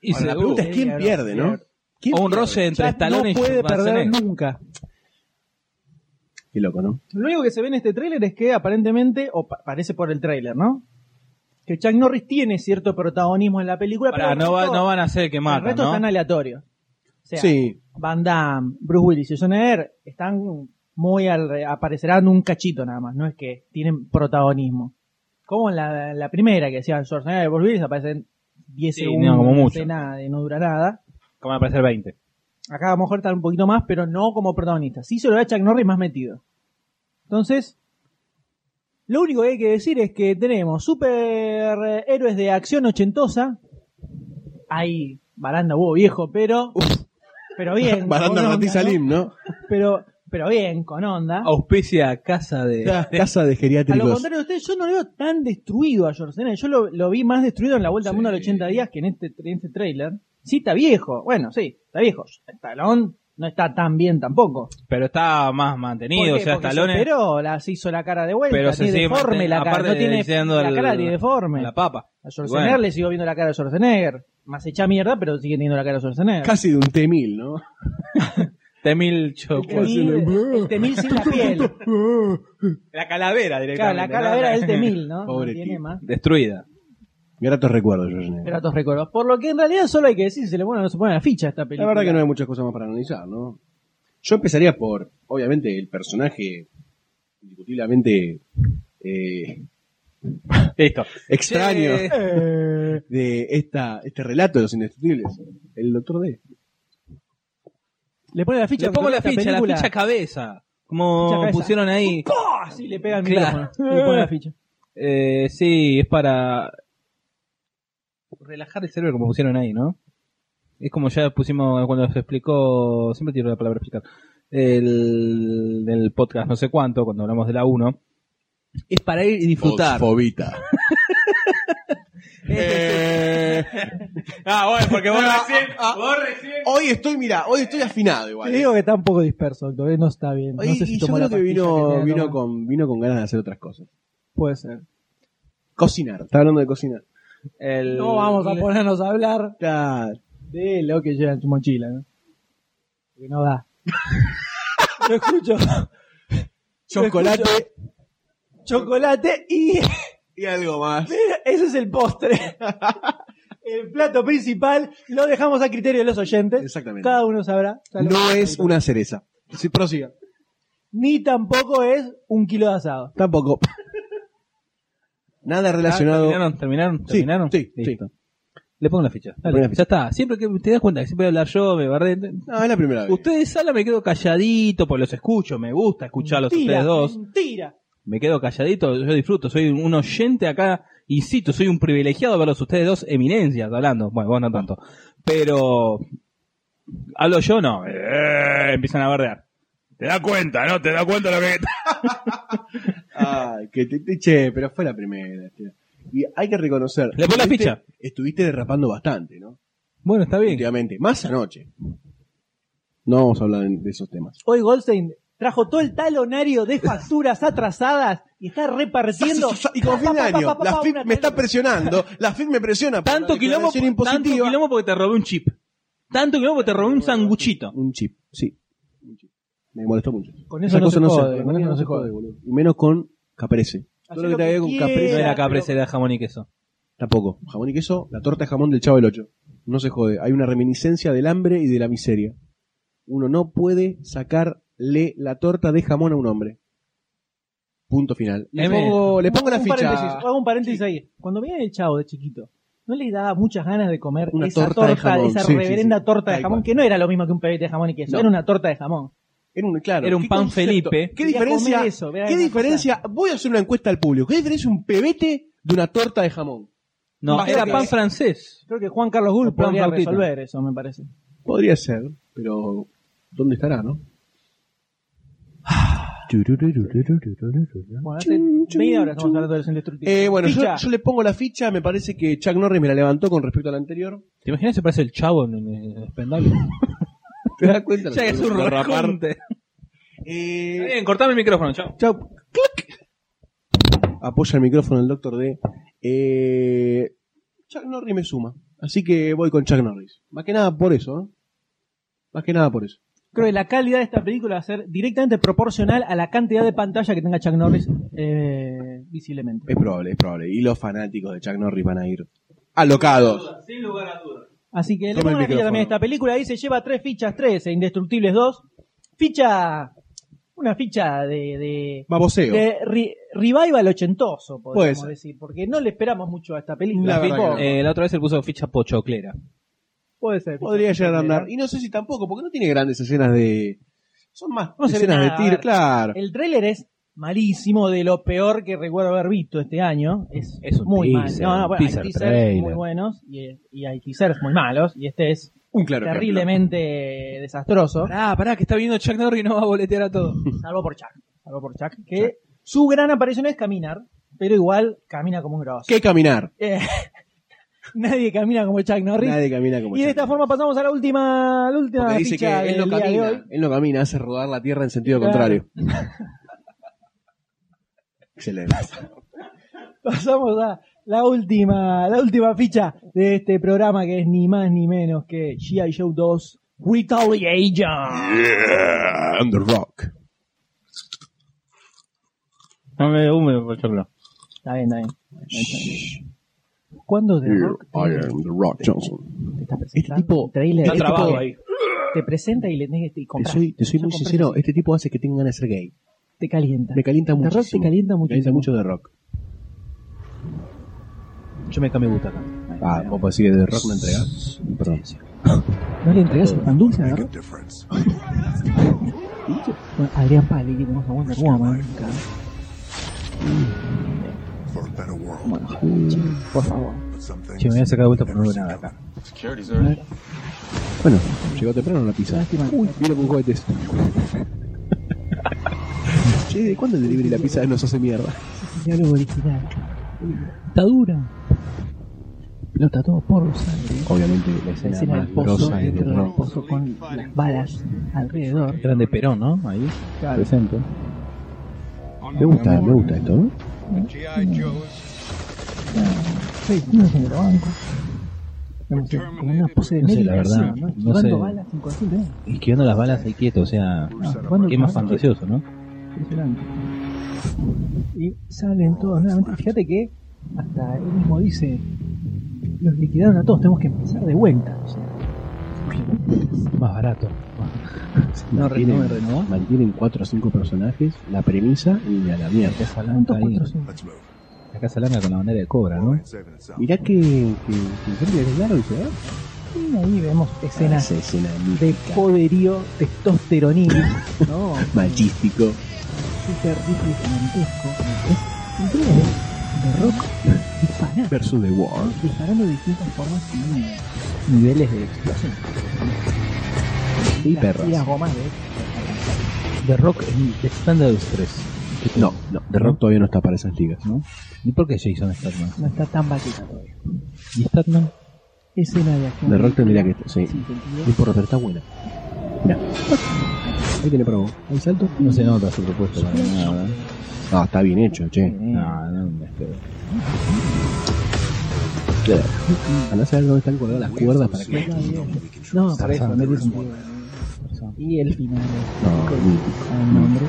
Speaker 3: Y
Speaker 2: Ahora, la
Speaker 3: seguro.
Speaker 2: pregunta es quién pierde, ¿no? ¿Quién
Speaker 3: O un
Speaker 2: pierde?
Speaker 3: roce entre
Speaker 1: Chuck
Speaker 3: Stallone
Speaker 1: no puede
Speaker 3: y
Speaker 1: perder
Speaker 3: Schwarzenegger.
Speaker 1: nunca.
Speaker 2: Qué loco, ¿no?
Speaker 1: Lo único que se ve en este tráiler es que aparentemente, o pa- parece por el tráiler, ¿no? Que Chuck Norris tiene cierto protagonismo en la película,
Speaker 3: Pará,
Speaker 1: pero el
Speaker 3: no, va-
Speaker 1: resto-
Speaker 3: no van a ser que
Speaker 1: el
Speaker 3: matan,
Speaker 1: resto están
Speaker 3: ¿no?
Speaker 1: aleatorios. O sea,
Speaker 2: sí,
Speaker 1: Van Damme, Bruce Willis y Schwarzenegger están muy al- aparecerán un cachito nada más, no es que tienen protagonismo. Como en la, en la primera que decían Schwarzenegger y Bruce Willis aparecen 10
Speaker 3: Sí,
Speaker 1: segundos,
Speaker 3: no, como
Speaker 1: no
Speaker 3: mucho.
Speaker 1: hace nada y no dura nada.
Speaker 3: Como van a aparecer 20.
Speaker 1: Acá a lo mejor están un poquito más, pero no como protagonista. Sí se lo da a Chuck Norris más metido. Entonces, lo único que hay que decir es que tenemos superhéroes de acción ochentosa. Hay baranda huevo viejo, pero.
Speaker 3: [laughs]
Speaker 1: Pero bien. con
Speaker 2: Baranda
Speaker 1: onda,
Speaker 2: Ortiz
Speaker 1: ¿no?
Speaker 2: Salim, ¿no?
Speaker 1: Pero, pero bien, con onda.
Speaker 3: Ah. Auspicia a casa de.
Speaker 2: La Casa de
Speaker 1: A lo
Speaker 2: geriátricos.
Speaker 1: contrario de ustedes, yo no lo veo tan destruido a Schwarzenegger. Yo lo, lo vi más destruido en la Vuelta al Mundo de
Speaker 2: Sí.
Speaker 1: 80 días que en este, en este trailer. Sí, está viejo. Bueno, sí, está viejo. Talón no está tan bien tampoco.
Speaker 3: Pero está más
Speaker 1: ¿Por
Speaker 3: mantenido, o
Speaker 1: qué?
Speaker 3: sea,
Speaker 1: Porque
Speaker 3: Stallone.
Speaker 1: se operó, la, se hizo la cara de vuelta,
Speaker 3: Pero
Speaker 1: pero
Speaker 3: se
Speaker 1: tiene
Speaker 3: sigue
Speaker 1: deforme
Speaker 3: manten-
Speaker 1: la cara,
Speaker 3: aparte
Speaker 1: no
Speaker 3: le
Speaker 1: tiene
Speaker 3: diciendo
Speaker 1: la
Speaker 3: el-
Speaker 1: cara tiene deforme.
Speaker 3: La papa.
Speaker 1: a Schwarzenegger
Speaker 3: Bueno.
Speaker 1: le sigo viendo la cara de Schwarzenegger, más hecha mierda, pero sigue teniendo la cara de Schwarzenegger.
Speaker 2: Casi de un T-1000, ¿no?
Speaker 3: Temil Chocó.
Speaker 1: El temil, el temil sin la piel.
Speaker 3: [laughs] La calavera
Speaker 1: Claro,
Speaker 3: directamente.
Speaker 1: la calavera
Speaker 3: ¿no?
Speaker 1: del temil, ¿no?
Speaker 2: Pobre
Speaker 1: no tiene
Speaker 2: tipo.
Speaker 3: [laughs]
Speaker 1: más.
Speaker 3: Destruida.
Speaker 2: Gratos recuerdos, Schwarzenegger.
Speaker 1: Gratos recuerdos. Por lo que en realidad solo hay que decir si se le pone o no se pone la ficha a esta
Speaker 2: La
Speaker 1: película.
Speaker 2: verdad que no hay muchas cosas más para analizar, ¿no? Yo empezaría por, obviamente, el personaje indiscutiblemente eh,
Speaker 3: Listo.
Speaker 2: extraño
Speaker 3: Sí.
Speaker 1: Eh,
Speaker 2: de esta, este relato de los indestructibles, el Doctor D.
Speaker 1: le pone la ficha.
Speaker 3: Le pongo
Speaker 1: porque
Speaker 3: la
Speaker 1: esta
Speaker 3: ficha,
Speaker 1: película-
Speaker 3: la ficha cabeza. Como
Speaker 1: Ficha cabeza.
Speaker 3: pusieron [laughs] ahí.
Speaker 1: ¡Pah! Sí, le pega el
Speaker 3: Claro.
Speaker 1: micrófono. Le pone la ficha.
Speaker 3: Eh, sí, es para relajar el cerebro como pusieron ahí, ¿no? Es como ya pusimos cuando se explicó, siempre tiro la palabra explicar, el del podcast no sé cuánto, cuando hablamos de la 1. Es para ir y disfrutar.
Speaker 2: Fobita.
Speaker 3: [laughs] Ah, bueno, porque vos
Speaker 2: Eh, Ah,
Speaker 3: recién,
Speaker 2: ah,
Speaker 3: vos recién-
Speaker 2: Hoy estoy, mira, hoy estoy afinado igual.
Speaker 1: Te digo que está un poco disperso, doctor. eh, No está bien. No
Speaker 2: Hoy-
Speaker 1: sé si
Speaker 2: y yo
Speaker 1: tomó
Speaker 2: creo
Speaker 1: la
Speaker 2: que
Speaker 1: pastilla
Speaker 2: vino,
Speaker 1: tenía que
Speaker 2: vino,
Speaker 1: tomar.
Speaker 2: con, vino con ganas de hacer otras cosas.
Speaker 1: Puede ser.
Speaker 2: Cocinar, está hablando de cocinar.
Speaker 3: el-
Speaker 1: No vamos a ponernos a hablar
Speaker 2: Está-
Speaker 1: de lo que lleva en tu mochila, ¿no? Porque no
Speaker 3: [laughs]
Speaker 1: da. Lo escucho.
Speaker 2: Chocolate
Speaker 1: Chocolate y [laughs]
Speaker 2: y algo más.
Speaker 1: ese es el postre.
Speaker 3: [laughs]
Speaker 1: El plato principal lo dejamos a criterio de los oyentes.
Speaker 2: Exactamente.
Speaker 1: Cada uno sabrá. Salvo-
Speaker 2: No es una cereza. Sí, prosiga.
Speaker 1: Ni tampoco es un kilo de asado.
Speaker 2: Tampoco. Nada
Speaker 3: Ah,
Speaker 2: relacionado.
Speaker 3: ¿Terminaron? ¿Terminaron?
Speaker 2: Sí,
Speaker 3: ¿Terminaron?
Speaker 2: sí,
Speaker 3: Listo. Le pongo la ficha. Dale,
Speaker 2: pongo la ficha.
Speaker 3: Ya está. Siempre que te das cuenta que siempre voy a hablar yo, me bardé.
Speaker 2: No, es la primera vez.
Speaker 3: Ustedes hablan, me quedo calladito, pues los escucho, me gusta escucharlos
Speaker 1: Mentira,
Speaker 3: ustedes dos.
Speaker 1: Mentira.
Speaker 3: Me quedo calladito, yo disfruto, soy un oyente acá, insisto, soy un privilegiado de verlos ustedes dos eminencias hablando. Bueno, vos no tanto. Pero. Hablo yo, no. Eh, empiezan a bardear. Te das cuenta, ¿no? Te das cuenta lo que.
Speaker 2: Ay, que te, te- che, pero fue la primera. tío. Y hay que reconocer.
Speaker 3: Le pongo la
Speaker 2: estuviste-
Speaker 3: ficha.
Speaker 2: Estuviste derrapando bastante, ¿no?
Speaker 3: Bueno, está bien.
Speaker 2: Últimamente. Más anoche. No vamos a hablar de esos temas.
Speaker 1: Hoy Goldstein Trajo todo el talonario de facturas [laughs] atrasadas y está repartiendo.
Speaker 2: Y con fin de
Speaker 1: Pa, pa, pa,
Speaker 2: año,
Speaker 1: pa, pa,
Speaker 2: la
Speaker 1: pa,
Speaker 2: FIP
Speaker 1: una
Speaker 2: me está
Speaker 1: tarea.
Speaker 2: presionando, la FIP me presiona. por
Speaker 3: Tanto
Speaker 2: la
Speaker 3: quilombo,
Speaker 2: declaración
Speaker 3: tanto
Speaker 2: impositiva.
Speaker 3: quilombo porque te robé un chip. Tanto quilombo porque te robé un sanguchito.
Speaker 2: Un chip, sí. Un chip. Me molestó mucho.
Speaker 1: Con eso
Speaker 2: Esa
Speaker 1: no
Speaker 2: cosa
Speaker 1: se jode,
Speaker 2: con
Speaker 1: con
Speaker 2: eso
Speaker 1: eso no se jode.
Speaker 2: boludo. Y menos con caprese. Todo lo que
Speaker 1: lo
Speaker 2: te había
Speaker 1: que
Speaker 2: con
Speaker 1: quieras.
Speaker 3: No
Speaker 2: caprese
Speaker 3: era caprese, era jamón y queso.
Speaker 2: Tampoco. Jamón y queso, la torta de jamón del Chavo del 8. No se jode. Hay una reminiscencia del hambre y de la miseria. Uno no puede sacarle la torta de jamón a un hombre. Punto final. Le
Speaker 3: M.
Speaker 2: pongo, le pongo la
Speaker 1: un paréntesis,
Speaker 2: ficha.
Speaker 1: hago un paréntesis ahí. Cuando veía el chavo de chiquito, no le daba muchas ganas de comer
Speaker 2: Una
Speaker 1: esa
Speaker 2: torta
Speaker 1: torta,
Speaker 2: de jamón,
Speaker 1: esa
Speaker 2: sí, sí,
Speaker 1: reverenda
Speaker 2: sí.
Speaker 1: torta
Speaker 2: Tal
Speaker 1: de jamón,
Speaker 2: cual.
Speaker 1: que no era lo mismo que un pebete de jamón y queso,
Speaker 2: No.
Speaker 1: era una torta de jamón.
Speaker 2: Era un, claro,
Speaker 3: Era un
Speaker 2: ¿qué
Speaker 3: pan
Speaker 2: concepto?
Speaker 3: Felipe.
Speaker 2: ¿Qué
Speaker 1: Quería
Speaker 2: diferencia?
Speaker 1: comer eso, ver
Speaker 2: ¿Qué
Speaker 1: una
Speaker 2: diferencia? Voy a hacer una encuesta al público. ¿Qué diferencia un pebete de una torta de jamón?
Speaker 3: No,
Speaker 2: Imagino
Speaker 3: era
Speaker 2: que-
Speaker 3: pan francés.
Speaker 1: Creo que Juan Carlos Bull
Speaker 3: O plan
Speaker 1: podría
Speaker 3: flautita.
Speaker 1: resolver eso, me parece.
Speaker 2: Podría ser, pero ¿dónde estará, no?
Speaker 1: Bueno, hace 20 horas estamos hablando del centro destructivo.
Speaker 2: Eh, bueno, yo,
Speaker 1: Ficha.
Speaker 2: yo le pongo la ficha. Me parece que Chuck Norris me la levantó con respecto a la anterior. [laughs]
Speaker 3: ¿Te imaginas si parece el chavo en el espendable?
Speaker 2: ¿Te das cuenta?
Speaker 3: [laughs] ya es un
Speaker 2: Lo rapar.
Speaker 3: raconte. Está
Speaker 2: Eh,
Speaker 3: bien, cortame el micrófono, chao.
Speaker 2: chau. Clac. Apoya el micrófono el doctor D. Eh, Chuck Norris me suma. Así que voy con Chuck Norris. Más que nada por eso, ¿eh? Más que nada por eso.
Speaker 1: Creo que la calidad de esta película va a ser directamente proporcional a la cantidad de pantalla que tenga Chuck Norris eh, visiblemente.
Speaker 2: Es probable, es probable. Y los fanáticos de Chuck Norris van a ir alocados.
Speaker 1: Así que le
Speaker 2: Toma
Speaker 1: pongo
Speaker 2: el
Speaker 1: una ficha
Speaker 2: micrófono.
Speaker 1: también a esta película. Ahí se lleva tres fichas, tres e Indestructibles 2. Ficha. Una ficha de. de,
Speaker 2: Baboseo.
Speaker 1: de ri- revival ochentoso, podríamos
Speaker 2: ser.
Speaker 1: decir. Porque no le esperamos mucho a esta película.
Speaker 2: La verdad
Speaker 1: Tampoco.
Speaker 2: que no.
Speaker 3: Eh, la otra vez él puso ficha pochoclera.
Speaker 1: Puede ser.
Speaker 2: Podría llegar a andar.
Speaker 1: Pero
Speaker 2: Y no sé si tampoco, porque no tiene grandes escenas de. Son más
Speaker 1: No se ve
Speaker 2: escenas
Speaker 1: nada,
Speaker 2: de
Speaker 1: a
Speaker 2: tiro,
Speaker 1: ver.
Speaker 2: claro.
Speaker 1: El tráiler es malísimo, de lo peor que recuerdo haber visto este año. Es,
Speaker 3: Es un
Speaker 1: muy
Speaker 3: teaser,
Speaker 1: mal. No,
Speaker 3: un
Speaker 1: no, bueno, hay
Speaker 3: teaser
Speaker 1: teasers
Speaker 3: trailer.
Speaker 1: muy buenos y, y hay teasers muy malos. Y este es
Speaker 2: Un claro ejemplo.
Speaker 1: terriblemente desastroso.
Speaker 3: Pará, Ah, pará, que está viendo Chuck Norris y no va a boletear a todo.
Speaker 1: Salvo por Chuck. Salvo por Chuck. Que su gran aparición es caminar, pero igual camina como un grosso.
Speaker 2: Que caminar.
Speaker 1: Eh, nadie camina como Chuck Norris.
Speaker 2: Nadie camina como
Speaker 1: y de
Speaker 2: Chuck.
Speaker 1: esta forma pasamos a la última, la última
Speaker 2: Porque dice que
Speaker 1: ficha del
Speaker 2: él no
Speaker 1: día de hoy.
Speaker 2: camina, él no camina, hace rodar la tierra en sentido
Speaker 1: Claro.
Speaker 2: [laughs] contrario. Excelente.
Speaker 1: Pasamos a la última, la última ficha de este programa que es ni más ni menos que G.I. Joe 2 Retaliation.
Speaker 2: Yeah, I'm the rock.
Speaker 3: No me húmedo pochoclo.
Speaker 1: Está bien, está bien. ¿Cuándo The Rock
Speaker 2: I am the rock Johnson.
Speaker 1: te está
Speaker 2: Este
Speaker 1: presentando
Speaker 2: tipo,
Speaker 1: un trailer?
Speaker 2: este
Speaker 1: Este
Speaker 2: tipo-
Speaker 1: tipo Te presenta y le y
Speaker 2: te
Speaker 1: compras.
Speaker 2: soy, te soy
Speaker 1: Yo
Speaker 2: muy
Speaker 1: compré
Speaker 2: sincero,
Speaker 1: ese.
Speaker 2: este tipo hace que tengan ganas de ser gay.
Speaker 1: te calienta.
Speaker 2: Me calienta
Speaker 1: The
Speaker 2: mucho.
Speaker 1: Rock te calienta
Speaker 2: Me calienta
Speaker 1: muchísimo.
Speaker 2: mucho de rock.
Speaker 3: Yo me cambio acá.
Speaker 2: Ah, ¿cómo puedo decir que de rock me entrega? Perdón.
Speaker 1: ¿No le entregas el pan dulce a The
Speaker 7: Make a
Speaker 1: Rock?
Speaker 7: difference.
Speaker 1: Bueno, Adrián Pali, que tenemos a Wonder Woman.
Speaker 7: For a better world.
Speaker 1: Por favor.
Speaker 7: But some things
Speaker 3: Che, me voy a sacar de vuelta porque no veo
Speaker 7: never
Speaker 3: nada
Speaker 7: see
Speaker 3: acá.
Speaker 7: coming.
Speaker 9: Security's urgent.
Speaker 2: Bueno, llegó temprano la pizza.
Speaker 1: Lástima.
Speaker 2: Uy, viene
Speaker 1: [laughs]
Speaker 2: con cohetes. che, ¿de cuándo el delivery de la pizza nos hace mierda?
Speaker 1: Diálogo original. Está dura. Lo está todo por sangre.
Speaker 2: Obviamente la
Speaker 1: La
Speaker 2: escena
Speaker 1: escena del
Speaker 2: más
Speaker 1: pozo,
Speaker 2: grosa es de
Speaker 1: dentro del
Speaker 2: rock.
Speaker 1: pozo con las balas alrededor.
Speaker 3: Eran de Perón, ¿no? Ahí, presente.
Speaker 2: Me gusta, me gusta esto, ¿no?
Speaker 9: G.I. Joe's
Speaker 1: Sí, no es en el banco. Vemos como una pose de
Speaker 3: No sé, la
Speaker 1: meditación,
Speaker 3: verdad, no
Speaker 1: Esquivando
Speaker 3: sé.
Speaker 1: balas inconscientemente.
Speaker 3: Esquivando las balas ahí quieto, o sea,
Speaker 1: Bueno,
Speaker 3: qué más
Speaker 1: bueno,
Speaker 3: fantasioso, ¿no?
Speaker 1: Impresionante. Y salen todos nuevamente. Fíjate que hasta él mismo dice: Los liquidaron a todos, tenemos que empezar de vuelta. O sea,
Speaker 3: Más barato.
Speaker 1: no, re- no me
Speaker 2: Mantienen,
Speaker 1: renovó.
Speaker 2: mantienen cuatro o cinco personajes, la premisa y a la mierda.
Speaker 3: Casa
Speaker 1: ¿Cuántos
Speaker 3: Blanca ahí.
Speaker 1: cuatro son?
Speaker 7: Let's move.
Speaker 3: La Casa Blanca con la bandera de cobra, ¿no?
Speaker 7: Ain't saving itself.
Speaker 2: Mirá que, que, que yo me aislaron, ¿sí?
Speaker 1: Y ahí vemos escenas
Speaker 2: Esa escena
Speaker 1: de
Speaker 2: mítica,
Speaker 1: poderío testosteronil, [laughs] ¿no?
Speaker 2: machístico.
Speaker 1: Súper rico y gigantesco. Es increíble. De rock disparando,
Speaker 2: Versus The War.
Speaker 1: disparando de distintas formas y niveles de explosión.
Speaker 2: Y
Speaker 1: Las- Y las
Speaker 2: perras.
Speaker 1: gomas de
Speaker 3: The Rock en Standard 3.
Speaker 2: No, no, The Rock todavía no está para esas ligas.
Speaker 3: ¿No? ¿Y por qué Jason Statham?
Speaker 1: no está tan vaquita todavía.
Speaker 3: ¿Y Statham?
Speaker 1: Escena de acción.
Speaker 2: The Rock tendría que.
Speaker 1: Sin
Speaker 2: Sí.
Speaker 1: sentido.
Speaker 2: No importa, pero está buena. Ahí tiene para vos. Ahí salto.
Speaker 11: No se nota su propuesta para nada.
Speaker 2: Ah, está bien hecho, che.
Speaker 11: No, no me espero.
Speaker 2: Andá a saber dónde están colgadas las cuerdas para que.
Speaker 11: No, para eso,
Speaker 2: Tarzán,
Speaker 11: metes un
Speaker 2: Tarzán.
Speaker 11: poco. Y el final
Speaker 2: No, mítico.
Speaker 11: al nombre.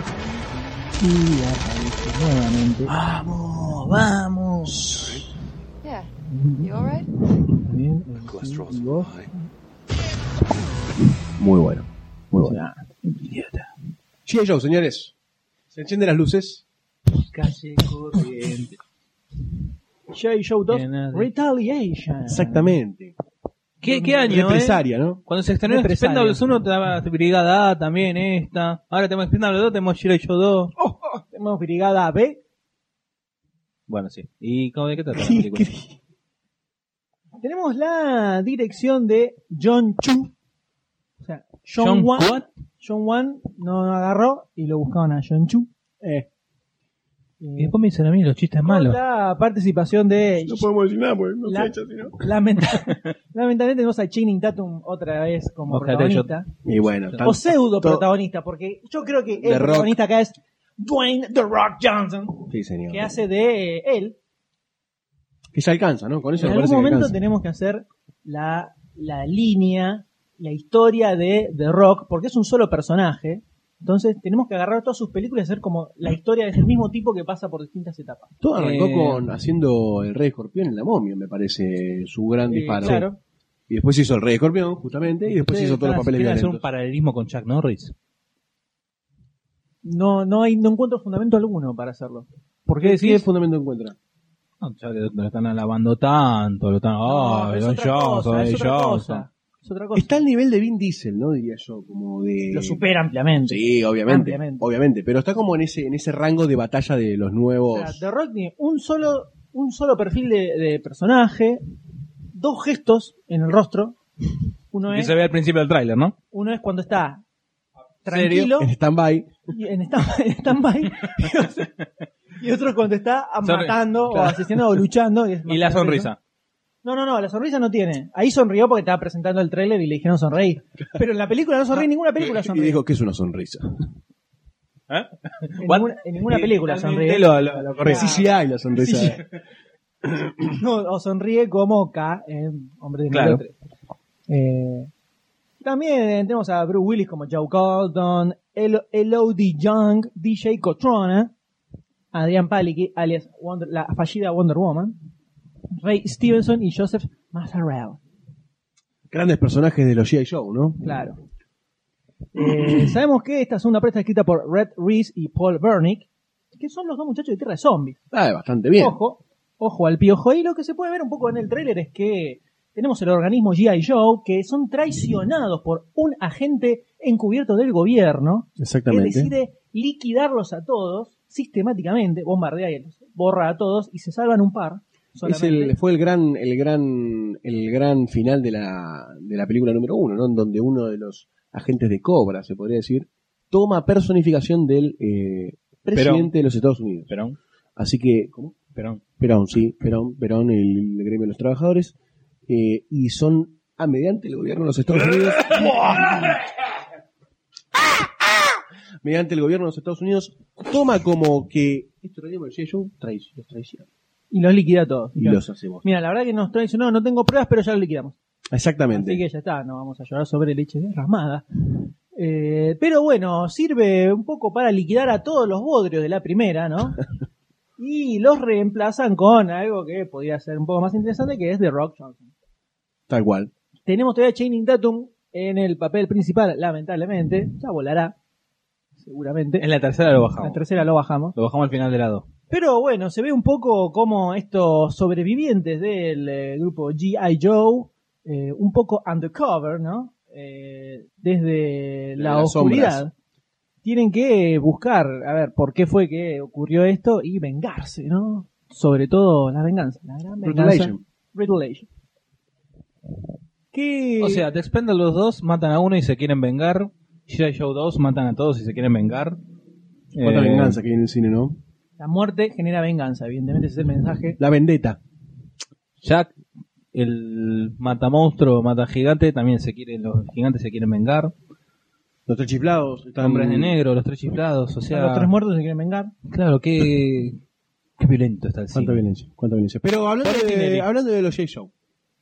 Speaker 11: Y aparece nuevamente. ¡Vamos! ¡Vamos!
Speaker 8: Yeah. You alright?
Speaker 11: Bien, el sí, y vos.
Speaker 2: Muy bueno. Muy bueno.
Speaker 11: Ah, idiota.
Speaker 2: G.I. Joe, señores. Se encienden las luces.
Speaker 3: Calle corriente.
Speaker 1: J. Show 2
Speaker 3: Bien, nadie.
Speaker 1: Retaliation.
Speaker 2: Exactamente.
Speaker 3: ¿Qué, qué año, eh?
Speaker 2: Represaria,
Speaker 1: [laughs]
Speaker 2: ¿no?
Speaker 3: Cuando se estrenó
Speaker 1: Represalia.
Speaker 3: Expendables 1 estaba Brigada A también esta. Ahora tenemos Expendables 2, tenemos Shiro 2.
Speaker 1: Tenemos Brigada B.
Speaker 3: Bueno, sí. ¿Y cómo de qué
Speaker 2: [laughs]
Speaker 3: trata la película?
Speaker 1: Tenemos la dirección de John Chu. O sea, John,
Speaker 3: John
Speaker 1: Wan.
Speaker 3: Wan.
Speaker 1: John Wan no agarró y lo buscaban a John Chu. Eh.
Speaker 3: Y después me dicen a mí los chistes
Speaker 1: Con
Speaker 3: malos.
Speaker 1: la participación de
Speaker 2: podemos decir nada, pues. No
Speaker 1: La-
Speaker 3: [laughs]
Speaker 1: Lamenta- Lamentablemente tenemos a Channing Tatum otra vez como
Speaker 3: Ojalá
Speaker 1: protagonista.
Speaker 2: Y bueno,
Speaker 1: O pseudo
Speaker 2: to-
Speaker 1: protagonista, porque yo creo que
Speaker 2: The
Speaker 1: el
Speaker 2: Rock.
Speaker 1: protagonista acá es Dwayne The Rock Johnson,
Speaker 2: Sí, señor.
Speaker 1: que hace de eh, él.
Speaker 2: Que se alcanza, ¿no? Con eso
Speaker 1: En
Speaker 2: me parece
Speaker 1: algún
Speaker 2: que
Speaker 1: momento
Speaker 2: alcanza.
Speaker 1: tenemos que hacer la, la línea, la historia de The Rock, porque es un solo personaje. Entonces tenemos que agarrar todas sus películas y hacer como la historia de ese mismo tipo que pasa por distintas etapas.
Speaker 2: Todo arrancó
Speaker 3: Eh,
Speaker 2: con haciendo el Rey Escorpión en la momia, me parece su gran
Speaker 1: Eh,
Speaker 2: disparo.
Speaker 1: claro.
Speaker 2: Y después hizo el Rey Escorpión, justamente, y después
Speaker 3: Sí,
Speaker 2: hizo todos los
Speaker 3: están-
Speaker 2: papeles
Speaker 3: quieren hacer
Speaker 2: violentos.
Speaker 3: un paralelismo con Chuck Norris.
Speaker 1: No, no hay, no encuentro fundamento alguno para hacerlo.
Speaker 3: ¿Por qué
Speaker 2: ¿Qué
Speaker 3: decís?
Speaker 2: fundamento encuentra?
Speaker 3: No, ya que lo están alabando tanto, lo están...
Speaker 1: No,
Speaker 2: Ah,
Speaker 3: ¡Oh,
Speaker 1: pero
Speaker 3: Don
Speaker 1: es otra
Speaker 3: Johnson,
Speaker 1: cosa,
Speaker 3: Don
Speaker 1: es otra
Speaker 3: Johnson!
Speaker 1: cosa, es otra cosa.
Speaker 2: Está al nivel de Vin Diesel, ¿no? Diría yo, como de...
Speaker 1: Lo supera ampliamente.
Speaker 2: Sí, obviamente,
Speaker 1: Ampliamente.
Speaker 2: obviamente, pero está como en ese en ese rango de batalla de los
Speaker 1: O
Speaker 2: nuevos.
Speaker 1: sea, The Rock tiene un solo, un solo perfil de, de personaje, dos gestos en el rostro. Uno
Speaker 3: Que
Speaker 1: es,
Speaker 3: se ve al principio del tráiler, ¿no?
Speaker 1: uno es cuando está
Speaker 3: ¿Serio?
Speaker 1: tranquilo
Speaker 2: en stand-by.
Speaker 1: y en stand- [laughs] en stand-by. y otro- y otro cuando está
Speaker 3: Sonri-
Speaker 1: matando o
Speaker 3: claro.
Speaker 1: asesinando o luchando. es
Speaker 3: Y la
Speaker 1: bastante
Speaker 3: sonrisa.
Speaker 1: eso. No, no, no, la sonrisa no tiene. Ahí sonrió porque estaba presentando el tráiler y le dijeron sonreír. Pero en la película no sonreí, en ninguna película
Speaker 2: Y
Speaker 1: sonreí.
Speaker 2: dijo que es una sonrisa.
Speaker 3: ¿Eh?
Speaker 1: en, ninguna, en ninguna película sonreí.
Speaker 3: Literalmente Lo, lo, lo corrí.
Speaker 2: Sí, sí hay la sonrisa.
Speaker 1: No, o sonríe como K en Hombre de
Speaker 3: Claro.
Speaker 1: Negro 3. Eh, también eh, tenemos a Bruce Willis como Joe Colton, El Elodie Young, DJ Cotrona, Adrian Palicki, alias Wonder- la fallida Wonder Woman, Ray Stevenson y Joseph Mazarel.
Speaker 2: Grandes personajes de los G.I. Joe, ¿no?
Speaker 1: Claro. Eh, sabemos que esta es una presta escrita por Red Reese y Paul Bernick, que son los dos muchachos de Tierra de Zombies.
Speaker 2: Ah, bastante bien.
Speaker 1: Ojo, ojo al piojo. Y lo que se puede ver un poco en el tráiler es que tenemos el organismo G.I. Joe que son traicionados por un agente encubierto del gobierno que
Speaker 2: Exactamente.
Speaker 1: decide liquidarlos a todos sistemáticamente, bombardea y los borra a todos y se salvan un par.
Speaker 2: Es
Speaker 1: solamente.
Speaker 2: el, fue el gran, el gran, el gran final de la, de la película número uno, ¿no? En donde uno de los agentes de Cobra, se podría decir, toma personificación del eh, presidente
Speaker 3: Perón.
Speaker 2: de los Estados Unidos.
Speaker 3: Perón,
Speaker 2: Así que, ¿cómo?
Speaker 3: Perón.
Speaker 2: Perón, sí, Perón, Perón, el, el gremio de los trabajadores, eh, y son, a mediante el gobierno de los Estados Unidos, mediante el gobierno de los Estados Unidos, toma como que esto lo digo, el G.I. Joe, traición, los traiciona
Speaker 1: Y los liquida a todos.
Speaker 2: y los hace vos.
Speaker 1: Mira, la verdad que nos traicionó, no tengo pruebas, pero ya los liquidamos.
Speaker 2: Exactamente.
Speaker 1: Así que ya está, no vamos a llorar sobre leche derramada. Eh, pero bueno, sirve un poco para liquidar a todos los bodrios de la primera, ¿no? Y los reemplazan con algo que podría ser un poco más interesante, que es The Rock Johnson.
Speaker 2: Tal cual.
Speaker 1: Tenemos todavía a Channing Tatum en el papel principal, lamentablemente. Ya volará, seguramente.
Speaker 3: En la tercera lo
Speaker 1: la
Speaker 3: bajamos.
Speaker 1: tercera lo bajamos.
Speaker 3: Lo bajamos al final del lado.
Speaker 1: Pero bueno, se ve un poco como estos sobrevivientes del eh, grupo G.I. Joe, eh, un poco undercover, ¿no? Eh, desde la
Speaker 2: las
Speaker 1: oscuridad.
Speaker 2: sombras.
Speaker 1: Tienen que buscar, a ver, por qué fue que ocurrió esto y vengarse, ¿no? Sobre todo la venganza, la gran venganza.
Speaker 2: Retaliation.
Speaker 1: Retaliation. Que-
Speaker 3: O sea, te expenden los dos, matan a uno y se quieren vengar. G.I. Joe 2 matan a todos y se quieren vengar.
Speaker 2: Otra
Speaker 3: Eh,
Speaker 2: venganza que viene en el cine, ¿no?
Speaker 1: la muerte genera venganza, evidentemente ese es el mensaje.
Speaker 2: La vendetta.
Speaker 3: Jack, el mata monstruo, mata gigante, también se quieren, los gigantes se quieren vengar.
Speaker 2: Los tres chiflados. Están...
Speaker 3: Hombres de negro, los tres chiflados, o
Speaker 1: A
Speaker 3: sea.
Speaker 1: los
Speaker 2: Ah.
Speaker 1: tres muertos se quieren vengar.
Speaker 3: Claro, qué, qué violento está el
Speaker 2: Cuánta
Speaker 3: cine.
Speaker 2: violencia, cuánta violencia. Pero hablando
Speaker 3: Ponle Tinelli.
Speaker 2: de, hablando de los J-Show,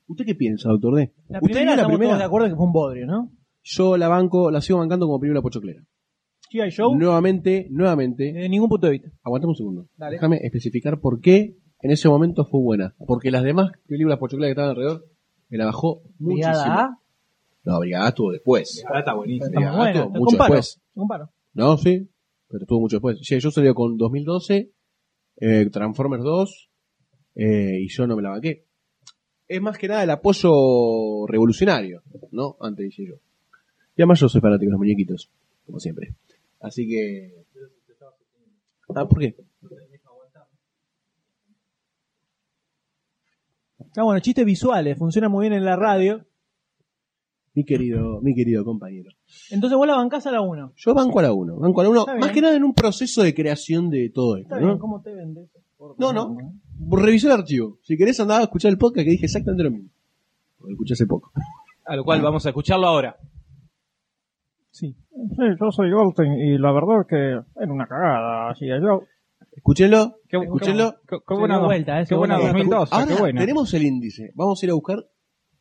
Speaker 2: ¿usted qué piensa, doctor D?
Speaker 1: La
Speaker 2: ¿Usted
Speaker 1: primera,
Speaker 2: vio
Speaker 1: estamos todos de acuerdo que fue un bodrio, ¿no?
Speaker 2: Yo la banco, la sigo bancando como película pochoclera.
Speaker 1: G.I. Joe,
Speaker 2: Nuevamente, nuevamente,
Speaker 1: de ningún punto de vista.
Speaker 2: aguantame un segundo.
Speaker 1: Dale.
Speaker 2: Déjame especificar por qué en ese momento fue buena. Porque las demás películas pochocleras que estaban alrededor me la bajó muchísimo.
Speaker 1: Brigada A,
Speaker 2: No, Brigada estuvo después.
Speaker 12: está buenísimo.
Speaker 1: está muy
Speaker 2: Brigada
Speaker 1: buena.
Speaker 2: estuvo
Speaker 1: Te
Speaker 2: mucho
Speaker 1: comparo,
Speaker 2: después.
Speaker 1: te comparo.
Speaker 2: No, sí, pero estuvo mucho después. Sí, yo salió con 2012, eh, Transformers 2, eh, y yo no me la banqué. Es más que nada el apoyo revolucionario, ¿no? Antes dije yo. Y además yo soy fanático de los muñequitos, como siempre. Así que... Ah, ¿por qué?
Speaker 1: Está bueno, chistes visuales, funciona muy bien en la radio.
Speaker 2: Mi querido, mi querido compañero.
Speaker 1: Entonces vos la bancás a la 1.
Speaker 2: Yo banco a la 1, banco a la 1,
Speaker 1: Está
Speaker 2: más
Speaker 1: bien.
Speaker 2: que nada en un proceso de creación de todo esto,
Speaker 1: Está
Speaker 2: ¿no?
Speaker 1: bien, ¿cómo te vendes?
Speaker 2: No, no. Revisé el archivo. Si querés andar a escuchar el podcast que dije exactamente lo mismo. Lo escuché hace poco.
Speaker 3: A lo cual vamos a escucharlo ahora.
Speaker 13: Sí. Sí, yo soy Goldstein y la verdad que era una cagada, G.I. Joe.
Speaker 2: Escúchenlo,
Speaker 3: Qué,
Speaker 2: escúchenlo.
Speaker 3: qué- qué
Speaker 1: Se
Speaker 3: buena
Speaker 1: dio
Speaker 3: dos-
Speaker 1: vuelta, eh,
Speaker 3: qué
Speaker 1: se
Speaker 3: buena
Speaker 1: dio vuelta.
Speaker 3: 2002,
Speaker 2: Ahora
Speaker 3: qué buena.
Speaker 2: tenemos el índice. Vamos a ir a buscar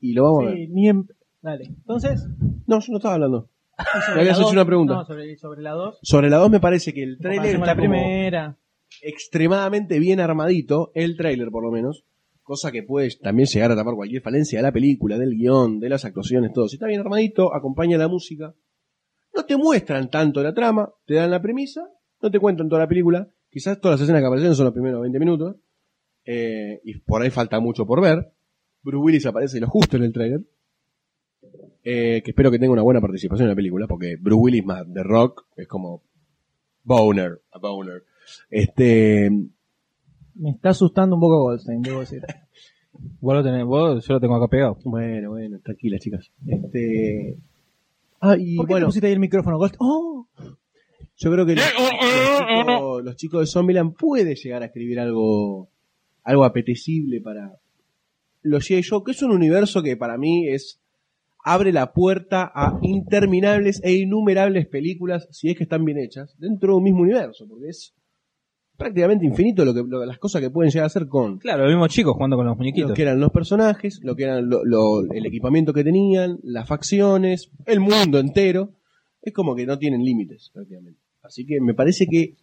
Speaker 2: y lo vamos a ver.
Speaker 1: Sí, ni en- Dale. Entonces,
Speaker 2: No, yo no estaba hablando.
Speaker 1: sobre
Speaker 2: Le habías
Speaker 1: la
Speaker 2: hecho
Speaker 1: dos-
Speaker 2: una pregunta.
Speaker 1: No, sobre, sobre la 2.
Speaker 2: Sobre la 2 me parece que el trailer
Speaker 1: Hacemos la
Speaker 2: está como
Speaker 1: primera.
Speaker 2: extremadamente bien armadito, el trailer por lo menos, cosa que puede también llegar a tapar cualquier falencia de la película, del guión, de las actuaciones, todo. Si está bien armadito, acompaña la música. No te muestran tanto la trama, te dan la premisa, no te cuentan toda la película. Quizás todas las escenas que aparecen son los primeros 20 minutos. eh, y por ahí falta mucho por ver. Bruce Willis aparece lo justo en el trailer. eh, que espero que tenga una buena participación en la película, porque Bruce Willis más The Rock es como Boner, a Boner. Este,
Speaker 1: Me está asustando un poco Goldstein, debo decir.
Speaker 3: Vos lo tenés, vos, yo lo tengo acá pegado.
Speaker 2: Bueno, bueno, tranquilas, chicas. Este. Ah, y
Speaker 1: ¿Por qué
Speaker 2: bueno,
Speaker 1: te pusiste ahí el micrófono, Goldstein? ¡Oh!
Speaker 2: yo creo que los, los chicos, los chicos de Zombieland puede llegar a escribir algo, algo apetecible para los G.I. Joe, que es un universo que para mí es abre la puerta a interminables e innumerables películas, si es que están bien hechas, dentro de un mismo universo, porque es prácticamente infinito lo que, lo- las cosas que pueden llegar a hacer con
Speaker 3: Claro, los mismos chicos jugando con los
Speaker 2: lo
Speaker 3: muñequitos.
Speaker 2: que eran los personajes, lo que eran lo- lo- el equipamiento que tenían, las facciones, el mundo entero. Es como que no tienen límites, prácticamente. Así que me parece que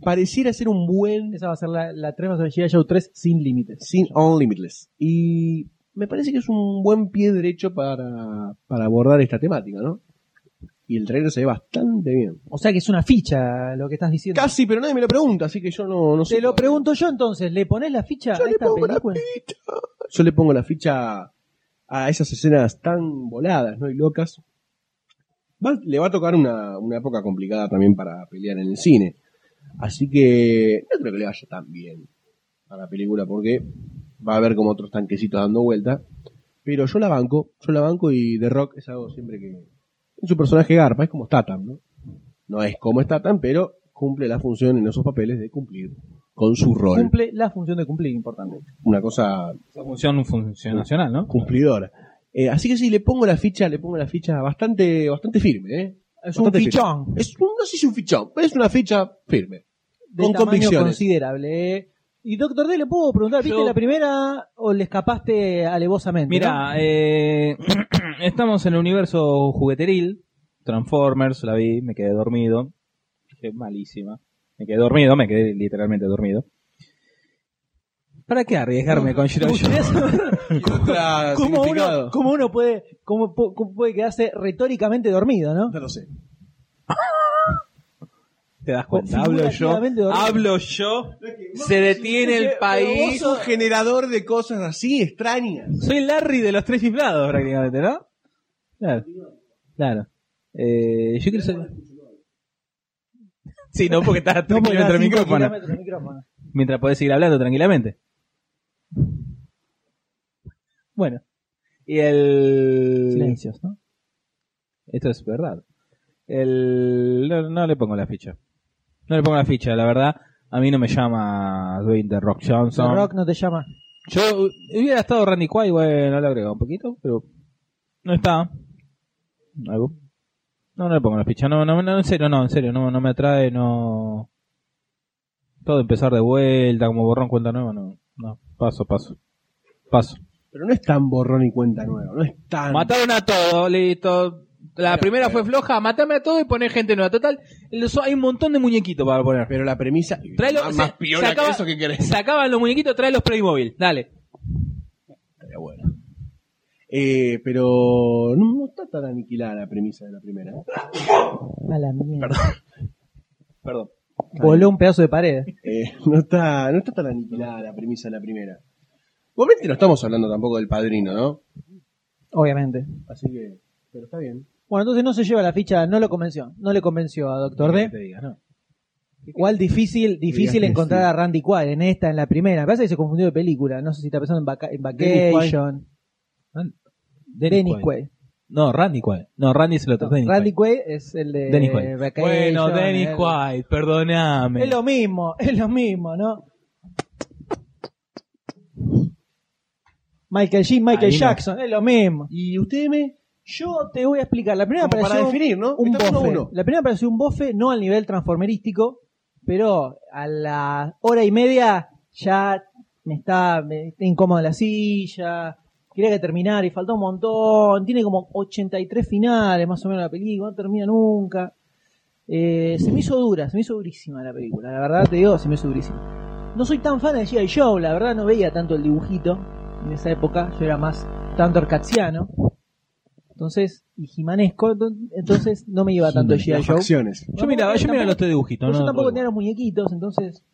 Speaker 2: pareciera ser un buen
Speaker 1: Esa va a ser la, la 3, va a ser G.I. Joe 3 sin límites.
Speaker 2: Sin On Limitless. Y me parece que es un buen pie derecho para, para abordar esta temática, ¿no? Y el trailer se ve bastante bien.
Speaker 1: O sea que es una ficha lo que estás diciendo.
Speaker 2: Casi, pero nadie me lo pregunta, así que yo no, no sé.
Speaker 1: Te lo
Speaker 2: todavía.
Speaker 1: pregunto yo entonces, ¿le pones la ficha
Speaker 2: Yo
Speaker 1: a
Speaker 2: le
Speaker 1: esta
Speaker 2: pongo la
Speaker 1: película?
Speaker 2: Yo le pongo la ficha a esas escenas tan voladas, ¿no? Y locas. Va- le va a tocar una, una época complicada también para pelear en el cine. Así que no creo que le vaya tan bien a la película porque va a haber como otros tanquecitos dando vuelta. Pero yo la banco, yo la banco y The Rock es algo siempre que... Es un personaje garpa, es como Statham, ¿no? No es como Statham, pero cumple la función en esos papeles de cumplir con su rol.
Speaker 1: Cumple la función de cumplir, importante.
Speaker 2: Una cosa
Speaker 3: Esa función funcionacional, ¿no?
Speaker 2: cumplidora. Eh, así que sí, le pongo la ficha, le pongo la ficha bastante, bastante firme, ¿eh?
Speaker 1: Es
Speaker 2: Bastante
Speaker 1: un
Speaker 2: firme.
Speaker 1: fichón.
Speaker 2: Es un, no sé si un fichón, pero es una ficha firme.
Speaker 1: de
Speaker 2: con
Speaker 1: tamaño
Speaker 2: convicciones.
Speaker 1: considerable. ¿eh? Y doctor D, le puedo preguntar, ¿viste
Speaker 3: Yo-
Speaker 1: la primera o le escapaste alevosamente? no?
Speaker 3: Mira, eh, [clears throat] estamos en el universo jugueteril. Transformers, la vi, me quedé dormido. Dije, malísima. Me quedé dormido, me quedé literalmente dormido. ¿Para qué arriesgarme con Shiro [laughs]
Speaker 1: [laughs] ¿Cómo uno, cómo uno puede, cómo, pu- cómo puede quedarse retóricamente dormido, no?
Speaker 2: No lo sé.
Speaker 3: ¿Te das cuenta? Hablo yo. Ah,
Speaker 1: Figurativamente dormido.
Speaker 3: Hablo yo. Se detiene el
Speaker 2: Vos
Speaker 3: país.
Speaker 2: sos generador de cosas así extrañas.
Speaker 3: Soy Larry de los tres chiflados, prácticamente, ¿no? Claro. Claro. Eh, yo quiero ser. Sí, no, porque estás a tres
Speaker 1: [laughs] No, porque
Speaker 3: kilómetros del
Speaker 1: cinco
Speaker 3: micrófono.
Speaker 1: kilómetros del micrófono.
Speaker 3: Mientras podés seguir hablando tranquilamente. Bueno. Y el.
Speaker 1: Silencios, ¿no?
Speaker 3: Esto es verdad. El... No, no le pongo la ficha. No le pongo la ficha, la verdad. A mí no me llama Dwayne The Rock Johnson.
Speaker 1: The Rock no te llama.
Speaker 3: Yo hubiera estado Randy Quaid, bueno, le agrego un poquito, pero no está. Algo. No, no le pongo las fichas. No, no, no, en serio, no, en serio, no, no me atrae, no. Todo empezar de vuelta, como borrón cuenta nueva, no. No, paso, paso. Paso.
Speaker 2: Pero no es tan borrón y cuenta nueva, no es tan.
Speaker 3: Mataron a todos, listo. La
Speaker 1: eh.
Speaker 3: primera fue floja, matame a todos y poné gente nueva. Total, el- so- hay un montón de muñequitos para poner.
Speaker 2: Pero la premisa.
Speaker 3: Trae los-
Speaker 2: más,
Speaker 3: se-
Speaker 2: más
Speaker 3: se
Speaker 2: piola
Speaker 3: acaba-
Speaker 2: que eso que querés.
Speaker 3: Se acaban los muñequitos, trae los Playmobil. Dale.
Speaker 2: Estaría bueno. Eh, pero no, no está tan aniquilada la premisa de la primera. ¿eh?
Speaker 1: A la mierda.
Speaker 2: Perdón.
Speaker 1: Voló un pedazo de pared.
Speaker 2: Eh, no, está, no está tan aniquilada la premisa de la primera. Obviamente no estamos hablando tampoco del padrino, ¿no?
Speaker 1: Obviamente.
Speaker 2: Así que. Pero está bien.
Speaker 1: Bueno, entonces no se lleva la ficha, no lo convenció. No le convenció a Doctor D.
Speaker 2: Que te digas, ¿no?
Speaker 1: Igual difícil, difícil
Speaker 2: Digas que
Speaker 1: encontrar
Speaker 2: sí.
Speaker 1: a Randy Quaid en esta, en la primera. Me parece que se confundió de película. No sé si está pensando en, Vaca- en Vacation. Dennis Quaid.
Speaker 3: No, Randy Quaid. No, Randy es el otro. Dennis
Speaker 1: Randy
Speaker 3: Quaid.
Speaker 1: Quaid es el de
Speaker 3: Dennis Quaid.
Speaker 1: Vacation.
Speaker 3: Bueno, Dennis
Speaker 1: el-
Speaker 3: Quaid, perdóname.
Speaker 1: Es lo mismo, es lo mismo, ¿no? Michael G, Michael
Speaker 3: Ahí no.
Speaker 1: Jackson, es lo mismo.
Speaker 2: ¿Y usted me.?
Speaker 1: Yo te voy a explicar. La primera
Speaker 2: Como para
Speaker 1: pareció
Speaker 2: definir, ¿no?
Speaker 1: un
Speaker 2: Estamos uno a
Speaker 1: bofe.
Speaker 2: uno.
Speaker 1: La primera pareció un bofe, no al nivel transformerístico, pero a la hora y media ya me está, me está incómoda la silla. Quería que terminara y faltó un montón. Tiene como 83 finales más o menos la película, no termina nunca. Eh, se me hizo dura, se me hizo durísima la película. La verdad te digo, se me hizo durísima. No soy tan fan de G.I. Joe, la verdad no veía tanto el dibujito en esa época. Yo era más tanto arcatsiano. Entonces, y jimanesco, ento- entonces no me iba tanto G.I.
Speaker 2: Las
Speaker 1: Joe.
Speaker 2: facciones.
Speaker 3: Yo miraba, yo
Speaker 1: Tampoco-
Speaker 3: miraba los tres dibujitos.
Speaker 1: Pero
Speaker 3: no,
Speaker 1: yo tampoco
Speaker 3: no,
Speaker 1: tenía los muñequitos, entonces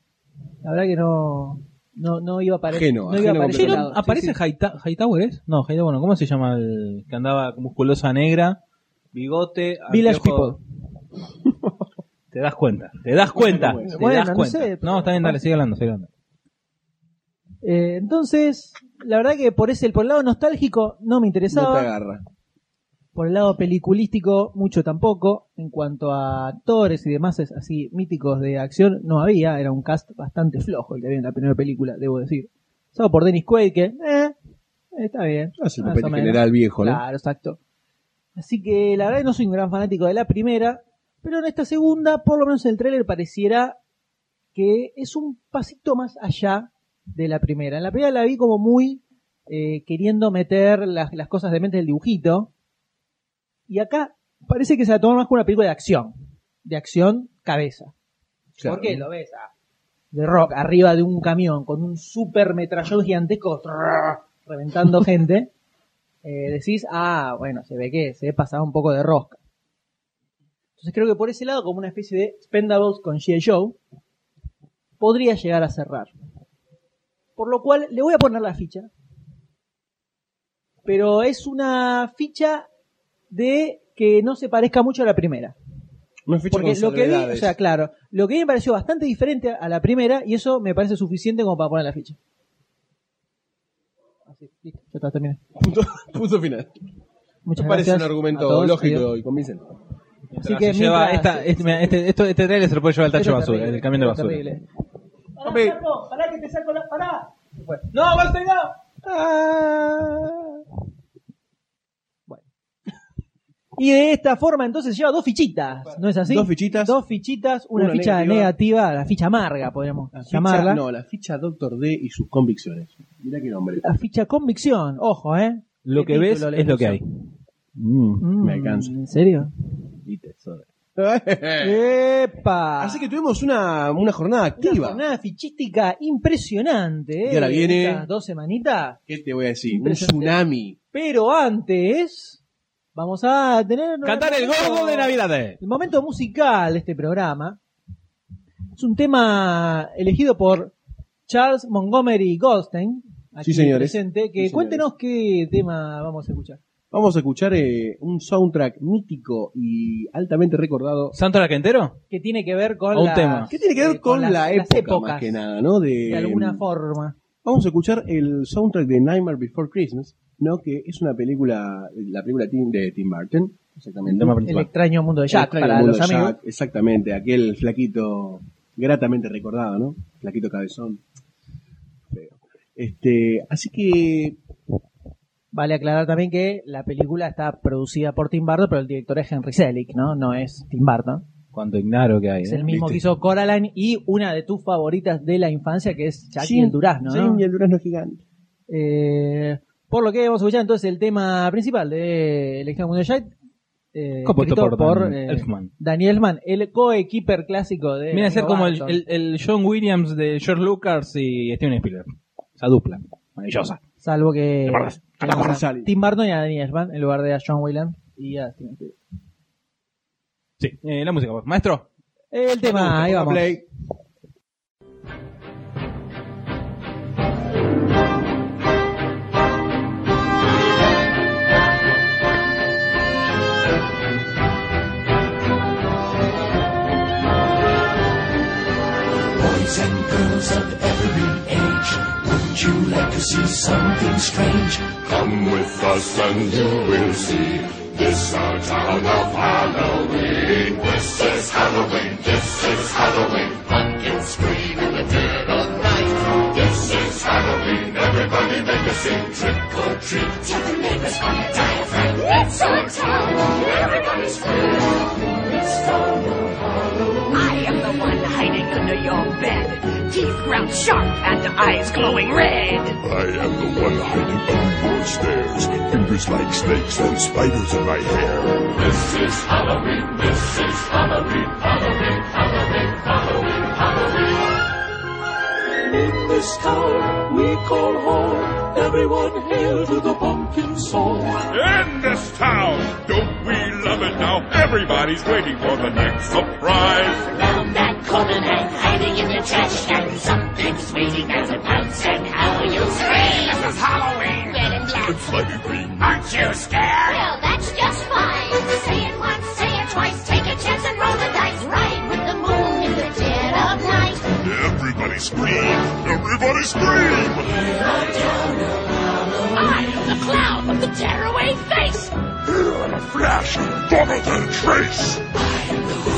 Speaker 1: la verdad que no no, no iba para
Speaker 2: Ajeno,
Speaker 1: no iba
Speaker 2: ajeno
Speaker 1: para ese
Speaker 3: Che, ¿no
Speaker 1: lado. Sí,
Speaker 3: ¿Aparece
Speaker 1: sí.
Speaker 3: Highta- Hightower? ¿es? No, Hightower no. ¿Cómo se llama el que andaba con musculosa negra, bigote,
Speaker 1: Village
Speaker 3: anteojo? Te das cuenta, te das cuenta,
Speaker 2: Bueno,
Speaker 3: te
Speaker 1: bueno,
Speaker 3: das
Speaker 1: no
Speaker 3: cuenta.
Speaker 1: sé,
Speaker 3: no, está bien, dale, sigue hablando, sigue hablando.
Speaker 1: Eh, entonces, la verdad que por ese por el lado nostálgico no me
Speaker 2: No te
Speaker 1: interesaba,
Speaker 2: agarra.
Speaker 1: por el lado peliculístico mucho tampoco, en cuanto a actores y demás es- así míticos de acción no había, era un cast bastante flojo el que había en la primera película, debo decir. Solo por Dennis Quaid que eh, está bien.
Speaker 2: Hace el
Speaker 1: Ah, más
Speaker 2: papel
Speaker 1: o
Speaker 2: de
Speaker 1: menos.
Speaker 2: general viejo, ¿no?
Speaker 1: Claro, exacto. Así que la verdad que no soy un gran fanático de la primera, pero en esta segunda, por lo menos el tráiler pareciera que es un pasito más allá de la primera. En la primera la vi como muy eh, queriendo meter las, las cosas de mente del dibujito. Y acá parece que se la toma más como una película de acción. De acción, cabeza.
Speaker 2: Claro.
Speaker 1: ¿Por qué lo ves a The Rock arriba de un camión con un super metrallón gigantesco trrr, reventando [laughs] gente? eh, decís, ah, bueno, se ve que se ve pasado un poco de rosca. Entonces creo que por ese lado, como una especie de Spendables con G.I. Joe, podría llegar a cerrar. Por lo cual, le voy a poner la ficha. Pero es una ficha de que no se parezca mucho a la primera.
Speaker 2: Una ficha
Speaker 1: Porque
Speaker 2: con
Speaker 1: lo que vi, o
Speaker 2: salvedades.
Speaker 1: sea, claro, lo que vi me pareció bastante diferente a la primera y eso me parece suficiente como para poner la ficha. Así, listo, ya está, terminé.
Speaker 2: [laughs] punto, punto final.
Speaker 1: Muchas
Speaker 2: Me parece
Speaker 1: gracias
Speaker 2: un argumento
Speaker 1: a todos,
Speaker 2: lógico
Speaker 1: adiós.
Speaker 2: y convincente.
Speaker 3: Así
Speaker 1: que
Speaker 3: que lleva
Speaker 1: mientras-
Speaker 3: esta, este, mira, este, esto- este trailer se lo puede llevar al tacho de
Speaker 1: Esto es
Speaker 3: basura,
Speaker 1: terrible,
Speaker 3: el camión de
Speaker 1: esto es
Speaker 3: basura.
Speaker 1: terrible. Pará,
Speaker 2: Papi.
Speaker 1: Carlos, pará que te saco la pará. No, Walter, no. Ah. Bueno. [laughs] Y de esta forma entonces lleva dos fichitas, ¿no es así?
Speaker 2: Dos fichitas.
Speaker 1: ¿Ah, Dos fichitas, una,
Speaker 2: Una
Speaker 1: ficha
Speaker 2: negativa.
Speaker 1: negativa. la ficha amarga podríamos
Speaker 2: La ficha-
Speaker 1: llamarla.
Speaker 2: no, la ficha Doctor D y sus convicciones. Mirá
Speaker 1: [laughs]
Speaker 2: qué nombre.
Speaker 1: La ficha convicción, ojo, ¿eh?
Speaker 3: Lo que
Speaker 1: El
Speaker 3: ves
Speaker 1: título le
Speaker 3: es lo que hay.
Speaker 1: puso.
Speaker 2: Mm, me
Speaker 1: Mm,
Speaker 2: alcanza.
Speaker 1: ¿En serio?
Speaker 2: Y te sobra.
Speaker 1: ¡Epa!
Speaker 2: Eh. Así que tuvimos una, una jornada
Speaker 1: una
Speaker 2: activa.
Speaker 1: jornada fichística impresionante, ¿eh?
Speaker 2: Y ahora viene-
Speaker 1: Estas dos semanitas.
Speaker 2: ¿Qué te voy a decir? Un
Speaker 1: Impresionante.
Speaker 2: tsunami.
Speaker 1: Pero antes, vamos a tener.
Speaker 3: Cantar el gordo de Navidades.
Speaker 1: El momento musical de este programa es un tema elegido por Charles Montgomery Goldstein, aquí
Speaker 2: Sí, señores.
Speaker 1: presente. Que
Speaker 2: Sí,
Speaker 1: cuéntenos qué tema vamos a escuchar.
Speaker 2: Vamos a escuchar eh, un soundtrack mítico y altamente recordado.
Speaker 3: ¿Santo la entero?
Speaker 1: Que tiene que ver con.
Speaker 3: A un
Speaker 1: las-
Speaker 3: tema.
Speaker 2: ¿Qué tiene que ver
Speaker 1: eh,
Speaker 2: con,
Speaker 1: las-
Speaker 2: la
Speaker 1: las
Speaker 2: época
Speaker 1: épocas,
Speaker 2: más que nada, Eh, no? De,
Speaker 1: De alguna forma.
Speaker 2: Vamos a escuchar el soundtrack de Nightmare Before Christmas, ¿no? Que es una película, la película de Tim- de Tim Burton, exactamente.
Speaker 1: El extraño mundo de Jack,
Speaker 2: El extraño
Speaker 1: para los
Speaker 2: mundo de Jack,
Speaker 1: amigos.
Speaker 2: exactamente, aquel flaquito gratamente recordado, ¿no? Flaquito cabezón. Feo. Este, así que
Speaker 1: Vale aclarar también que la película está producida por Tim Burton, pero el director es Henry Selick, ¿no? No es Tim Burton.
Speaker 3: Cuánto ignaro que hay.
Speaker 1: Es
Speaker 3: ¿eh?
Speaker 1: el mismo que
Speaker 3: ¿Viste?
Speaker 1: hizo Coraline y una de tus favoritas de la infancia, que es Jackie
Speaker 2: Sí,
Speaker 1: el Durazno,
Speaker 2: Sí,
Speaker 1: ¿no?
Speaker 2: y el durazno gigante.
Speaker 1: Eh, por lo que vamos a escuchar entonces el tema principal de El Ejército Mundial Shite, eh,
Speaker 3: Compuesto
Speaker 1: escrito
Speaker 3: por,
Speaker 1: por,
Speaker 3: Dan
Speaker 1: eh,
Speaker 3: Elfman.
Speaker 1: Daniel Elfman, el coequiper clásico de.
Speaker 3: Viene a ser
Speaker 1: Tim
Speaker 3: como el,
Speaker 1: Burton.
Speaker 3: el- el John Williams de George Lucas y Steven Spielberg. Esa dupla. Maravillosa.
Speaker 1: Salvo que.
Speaker 3: ¿Te acordás?
Speaker 1: tenemos
Speaker 2: acordás,
Speaker 1: a
Speaker 2: Ali?
Speaker 1: Tim Burton y a Daniel Elfman en lugar de a John Williams y a Steven Spielberg.
Speaker 3: Sí, eh, la música. por favor. Maestro.
Speaker 1: El tema, ahí vamos.
Speaker 2: Play.
Speaker 7: Boys and girls of every age, would you like to see something strange? Come with us and you will see. This our town of Halloween. This is Halloween. This is Halloween. Pumpkins scream in the dead of night. This is Halloween. Everybody make a scene. Trick or treat. Tell the neighbors on your diaphragm. It's our town. Everybody's free. It's town of Halloween.
Speaker 10: I am the one hiding under your bed, teeth ground sharp and eyes glowing red.
Speaker 7: I am the one hiding under your stairs. Fingers like snakes and spiders in my hair. This is Halloween. This is Halloween. Halloween. Halloween. Halloween. Halloween. In this town we call home. Everyone hail to the pumpkin soul. In this town, don't we love it now? Everybody's waiting for the next surprise.
Speaker 10: Round that corner man hiding in the trash can, something's waiting as a pounce and how you scream. This is Halloween. Red and black.
Speaker 7: It's like green.
Speaker 10: Aren't you scared?
Speaker 14: Well, that's just fine. Say it once, say it twice, take a chance and roll the dice. Ride with the moon in the dead of night.
Speaker 7: Everybody scream! Everybody scream!
Speaker 10: I am the clown with the tearaway face.
Speaker 7: Here in a flash, follow their trace.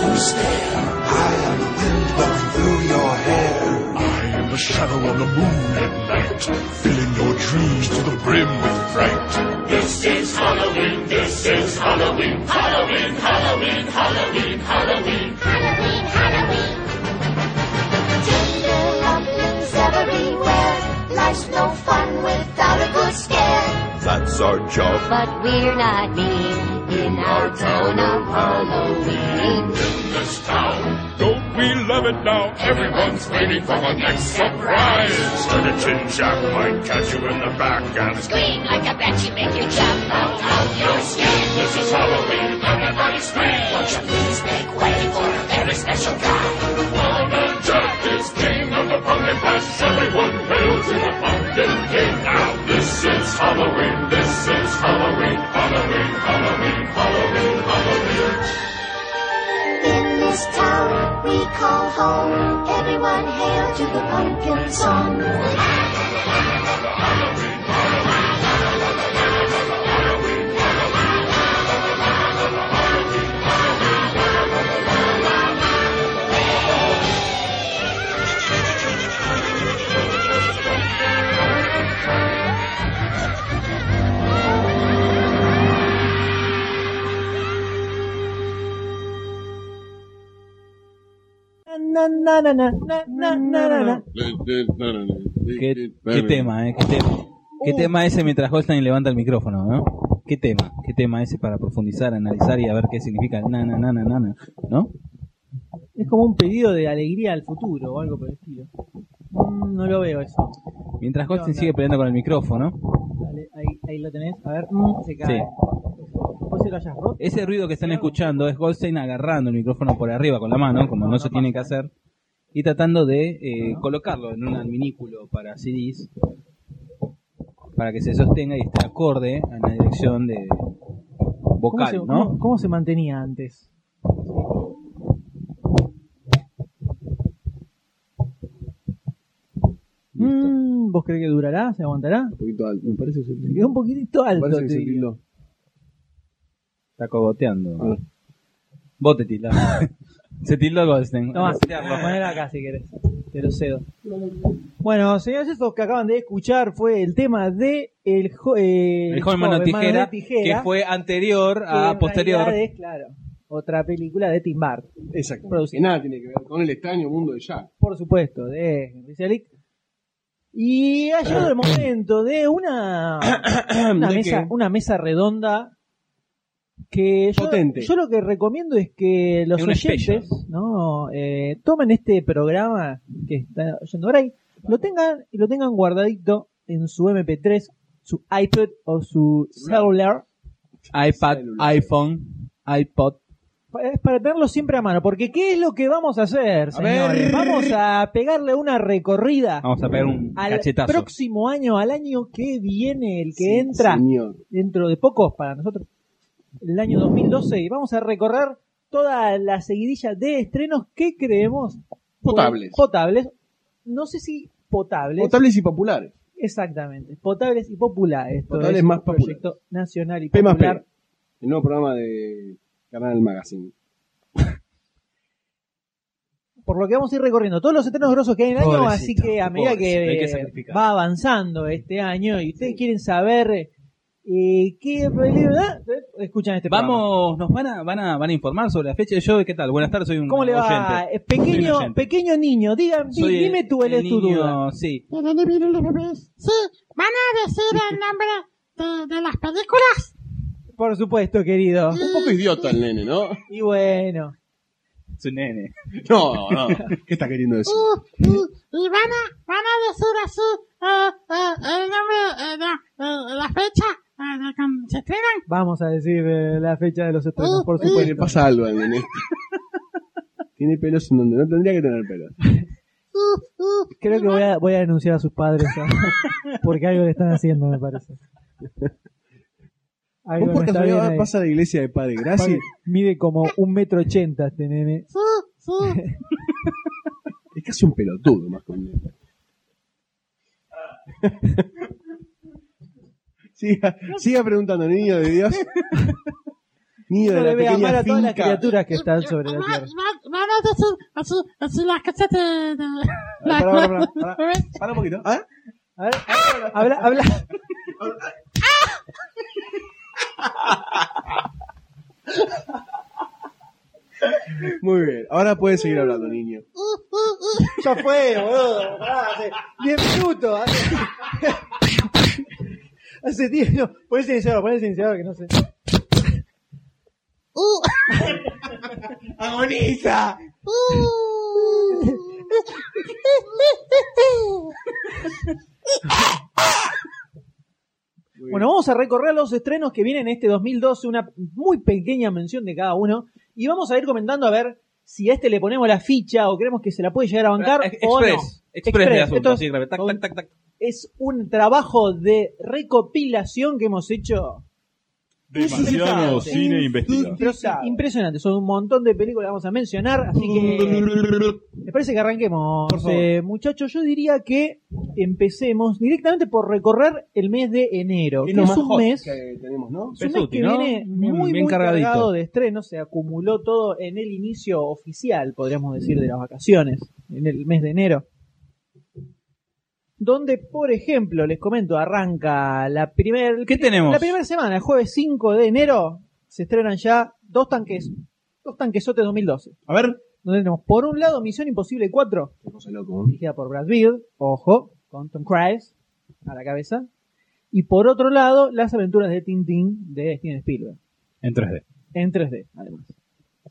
Speaker 7: I am the wind blowing through your hair. I am the shadow on the moon at night, filling your dreams to the brim with fright. This is Halloween, this is Halloween, Halloween, Halloween, Halloween, Halloween.
Speaker 14: Halloween, Halloween. Tinderlumblings everywhere. Life's no fun without a good scare.
Speaker 7: That's our job
Speaker 14: But we're not mean in our town of Halloween.
Speaker 7: in this town. Don't we love it now? Everyone's waiting for the next surprise. Skeleton Jack might catch you in the back and
Speaker 14: Scream like a bat, you make you jump out of your skin.
Speaker 7: This is Halloween. Everybody scream.
Speaker 14: Won't you please make way for a very special guy?
Speaker 7: Walnut Jack is king of the pumpkin patch. Everyone hail to the pumpkin king. Now this is Halloween. This is Halloween. Halloween. Halloween. Halloween. Halloween.
Speaker 14: In this town we call home, everyone hail to the pumpkin song.
Speaker 1: Na, na, na, na, na, na, na, na, na.
Speaker 3: Qué, qué tema, ¿eh? Qué tema. Qué tema ese mientras Holstein levanta el micrófono, ¿no? Qué tema, qué tema ese para profundizar, analizar y a ver qué significa na na na na na, na, ¿no?
Speaker 1: Es como un pedido de alegría al futuro o algo por el estilo. Mm, no lo veo eso.
Speaker 3: Mientras
Speaker 1: ¿Qué
Speaker 3: Holstein
Speaker 1: onda?
Speaker 3: sigue peleando con el micrófono,
Speaker 1: Dale, ahí, ahí lo tenés. A ver, mm, se cae.
Speaker 3: Sí.
Speaker 1: Vos se lo hayas roto.
Speaker 3: ese ruido que están escuchando es Goldstein agarrando el micrófono por arriba con la mano, como no, se tiene que hacer, y tratando de eh, colocarlo en un adminículo para CDs, para que se sostenga y esté acorde a la dirección de
Speaker 1: ¿Cómo
Speaker 3: vocal,
Speaker 1: se,
Speaker 3: ¿no?
Speaker 1: cómo- cómo se mantenía antes? Mm, ¿Vos crees que durará? ¿Se aguantará?
Speaker 2: Un poquito alto. Me parece que se
Speaker 1: Es un poquitito
Speaker 2: Me
Speaker 1: alto.
Speaker 2: parece que
Speaker 1: te
Speaker 2: se
Speaker 1: diría.
Speaker 2: tildó.
Speaker 3: Está cogoteando.
Speaker 2: Ah.
Speaker 3: Vos te
Speaker 1: [laughs]
Speaker 3: tildás. se tildó Goldstein.
Speaker 1: Tomá,
Speaker 3: Vamos a tirarlo.
Speaker 1: ponelo acá si querés. Te lo cedo. Bueno, señores, esto que acaban de escuchar fue el tema de El, jo- eh,
Speaker 3: El joven mano tijera,
Speaker 1: de tijera,
Speaker 3: que fue anterior
Speaker 1: que en
Speaker 3: a
Speaker 1: realidad
Speaker 3: posterior.
Speaker 1: es, claro, otra película de Tim Burton.
Speaker 2: Exacto.
Speaker 1: Producida.
Speaker 2: Que nada tiene que ver con el extraño mundo de Jack.
Speaker 1: por supuesto, de Henry Selick. Y ha llegado el momento de una, una,
Speaker 2: ¿De
Speaker 1: mesa,
Speaker 2: qué?
Speaker 1: una mesa redonda que yo,
Speaker 2: Potente.
Speaker 1: yo lo que recomiendo es que los
Speaker 3: Es un
Speaker 1: oyentes ¿no? Eh, tomen este programa que está yendo por ahí, lo tengan y lo tengan guardadito en su MP3, su iPod o su celular.
Speaker 3: iPad, iPhone, iPod.
Speaker 1: Pa- Es para tenerlo siempre a mano, porque ¿qué es lo que vamos a hacer, señores?
Speaker 3: ver.
Speaker 1: Vamos a pegarle una recorrida
Speaker 3: Vamos a pegar un
Speaker 1: al
Speaker 3: cachetazo.
Speaker 1: próximo año, al año que viene, el que entra dentro de pocos para nosotros, el año 2012, y vamos a recorrer toda la seguidilla de estrenos que creemos
Speaker 2: Potables.
Speaker 1: potables. No sé si potables.
Speaker 2: Potables y populares.
Speaker 1: Exactamente, potables y populares. Esto
Speaker 2: Potables
Speaker 1: es
Speaker 2: más
Speaker 1: un proyecto nacional y
Speaker 2: P más P.
Speaker 1: popular.
Speaker 2: El nuevo programa de Canal Magazine.
Speaker 1: Por lo que vamos a ir recorriendo todos los estrenos grosos que hay en el año, así
Speaker 3: Pobrecito,
Speaker 1: que a medida
Speaker 3: pobrecito, hay
Speaker 1: que,
Speaker 3: que
Speaker 1: eh,
Speaker 3: sacrificar.
Speaker 1: va avanzando este año y ustedes quieren saber eh, qué película escuchan este programa.
Speaker 3: Vamos, nos van a, van a, van a informar sobre la fecha de show. ¿Qué tal? Buenas tardes, soy un
Speaker 1: ¿Cómo le va?
Speaker 3: oyente.
Speaker 1: Eh, Pequeño,
Speaker 3: Soy un oyente.
Speaker 1: pequeño niño, digan, di-
Speaker 3: Soy el-
Speaker 1: dime tú, él
Speaker 3: el
Speaker 1: es tu
Speaker 3: niño,
Speaker 1: duda.
Speaker 3: Sí.
Speaker 15: ¿De dónde vienen los bebés? Sí, ¿van a decir el nombre de, de las películas?
Speaker 1: Por supuesto, querido.
Speaker 2: Un poco idiota el nene, ¿no? [laughs]
Speaker 1: Y bueno,
Speaker 3: Su nene.
Speaker 2: No, no. ¿Qué está queriendo decir?
Speaker 15: Y, y, y van, a, van a decir así eh, eh, el nombre, eh, de- eh, la fecha eh, de cuando se estrenan.
Speaker 1: vamos a decir eh, la fecha de los estrenos, por
Speaker 2: Después le
Speaker 1: supuesto.
Speaker 2: pasa algo al
Speaker 1: [laughs]
Speaker 2: nene. Tiene pelos en donde no tendría que tener pelos.
Speaker 1: Creo que voy a, voy a denunciar a sus padres ya, porque algo le están haciendo, me parece. Algo
Speaker 2: ¿Vos
Speaker 1: no
Speaker 2: por
Speaker 1: está bien
Speaker 2: casualidad
Speaker 1: ahí.
Speaker 2: vas a la iglesia de Padre Gracia?
Speaker 1: Padre, Mide como un metro ochenta este nene.
Speaker 15: Sí, sí.
Speaker 2: Es casi un pelotudo más que
Speaker 1: [laughs]
Speaker 2: un nene. siga, siga preguntando, niño de Dios. [laughs] niño
Speaker 1: No
Speaker 2: de
Speaker 1: le
Speaker 2: la
Speaker 1: vea mal
Speaker 2: pequeña
Speaker 1: a todas las
Speaker 2: finca.
Speaker 1: criaturas que están
Speaker 15: Y-
Speaker 1: sobre
Speaker 15: y
Speaker 1: la
Speaker 15: van,
Speaker 1: tierra.
Speaker 15: y van- y van a decir así, así las cosas de... de
Speaker 2: Ah, Pará,
Speaker 15: las-
Speaker 2: pará,
Speaker 3: [laughs]
Speaker 2: pará, pará. Pará un poquito. ¿Ah?
Speaker 1: A ver, habla, habla. [laughs]
Speaker 2: Muy bien, ahora puedes seguir hablando, niño.
Speaker 1: Ya fue, boludo. Pará, hace 10 minutos. Hace, hace 10. No, pon el silenciador, pon el silenciador que no sé.
Speaker 2: ¡Agoniza!
Speaker 1: Bueno, vamos a recorrer los estrenos que vienen este 2012, una muy pequeña mención de cada uno. Y vamos a ir comentando a ver si a este le ponemos la ficha o creemos que se la puede llegar a bancar
Speaker 3: Ex-
Speaker 1: o no.
Speaker 3: Express. Express de
Speaker 1: Express,
Speaker 3: asunto.
Speaker 1: esto es-
Speaker 3: así, grave. Tac, tac, tac, tac.
Speaker 1: Es un trabajo de recopilación que hemos hecho.
Speaker 16: Demasiado
Speaker 1: Sí.
Speaker 16: cine investigado.
Speaker 1: Pero sí, impresionante, son un montón de películas que vamos a mencionar, así
Speaker 2: [laughs]
Speaker 1: que me parece que arranquemos,
Speaker 4: Por favor.
Speaker 1: eh, muchachos. Yo diría que empecemos directamente por recorrer el mes de enero, que
Speaker 2: lo
Speaker 1: es
Speaker 2: más
Speaker 1: un
Speaker 2: hot
Speaker 1: mes,
Speaker 2: que tenemos, ¿no?
Speaker 1: es un mes que viene muy, muy cargado de estreno, se acumuló todo en el inicio oficial, podríamos decir, de las vacaciones, en el mes de enero. Donde, por ejemplo, les comento, arranca la primera
Speaker 3: ¿Qué tenemos?
Speaker 1: la primera semana, el jueves 5 de enero, se estrenan ya dos tanques, dos tanquesotes 2012.
Speaker 2: A ver.
Speaker 1: Donde tenemos, por un lado, Misión Imposible 4,
Speaker 2: Qué cosa loco. ¿eh?
Speaker 1: dirigida por Brad Beard, ojo, con Tom Cruise a la cabeza. Y por otro lado, Las aventuras de Tintín de Steven Spielberg,
Speaker 16: En 3D.
Speaker 1: en 3D, además.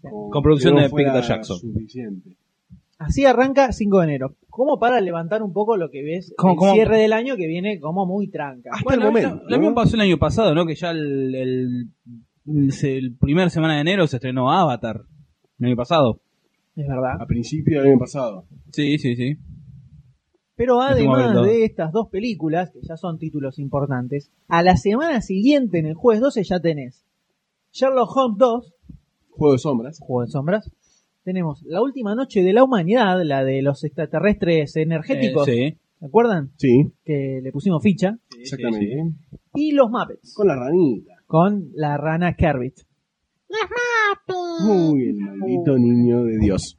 Speaker 2: Como
Speaker 3: Con producción
Speaker 2: que no
Speaker 3: de
Speaker 2: fuera
Speaker 3: Peter Jackson.
Speaker 2: Suficiente.
Speaker 1: Así arranca 5 de enero. Como para levantar un poco lo que ves
Speaker 3: ¿Cómo,
Speaker 1: el
Speaker 3: cómo?
Speaker 1: cierre del año que viene como muy tranca.
Speaker 2: Hasta
Speaker 3: Bueno,
Speaker 2: el momento.
Speaker 3: lo- lo mismo pasó el año pasado, ¿no? Que ya el, el, el primer semana de enero se estrenó Avatar. El año pasado.
Speaker 1: Es verdad.
Speaker 2: A principio del año pasado.
Speaker 3: Sí, sí, sí.
Speaker 1: Pero
Speaker 3: Último
Speaker 1: además
Speaker 3: momento.
Speaker 1: de estas dos películas, que ya son títulos importantes, a la semana siguiente, en el jueves 12, ya tenés Sherlock Holmes 2,
Speaker 2: Juego de sombras.
Speaker 1: Juego de Sombras. Tenemos La Última Noche de la Humanidad, la de los extraterrestres energéticos.
Speaker 3: Eh, sí.
Speaker 1: ¿Se acuerdan?
Speaker 2: Sí,
Speaker 1: Que le pusimos ficha.
Speaker 2: exactamente.
Speaker 1: Y Los Muppets,
Speaker 2: Con la ranita.
Speaker 1: con la rana Kermit.
Speaker 2: Muy el maldito niño de Dios.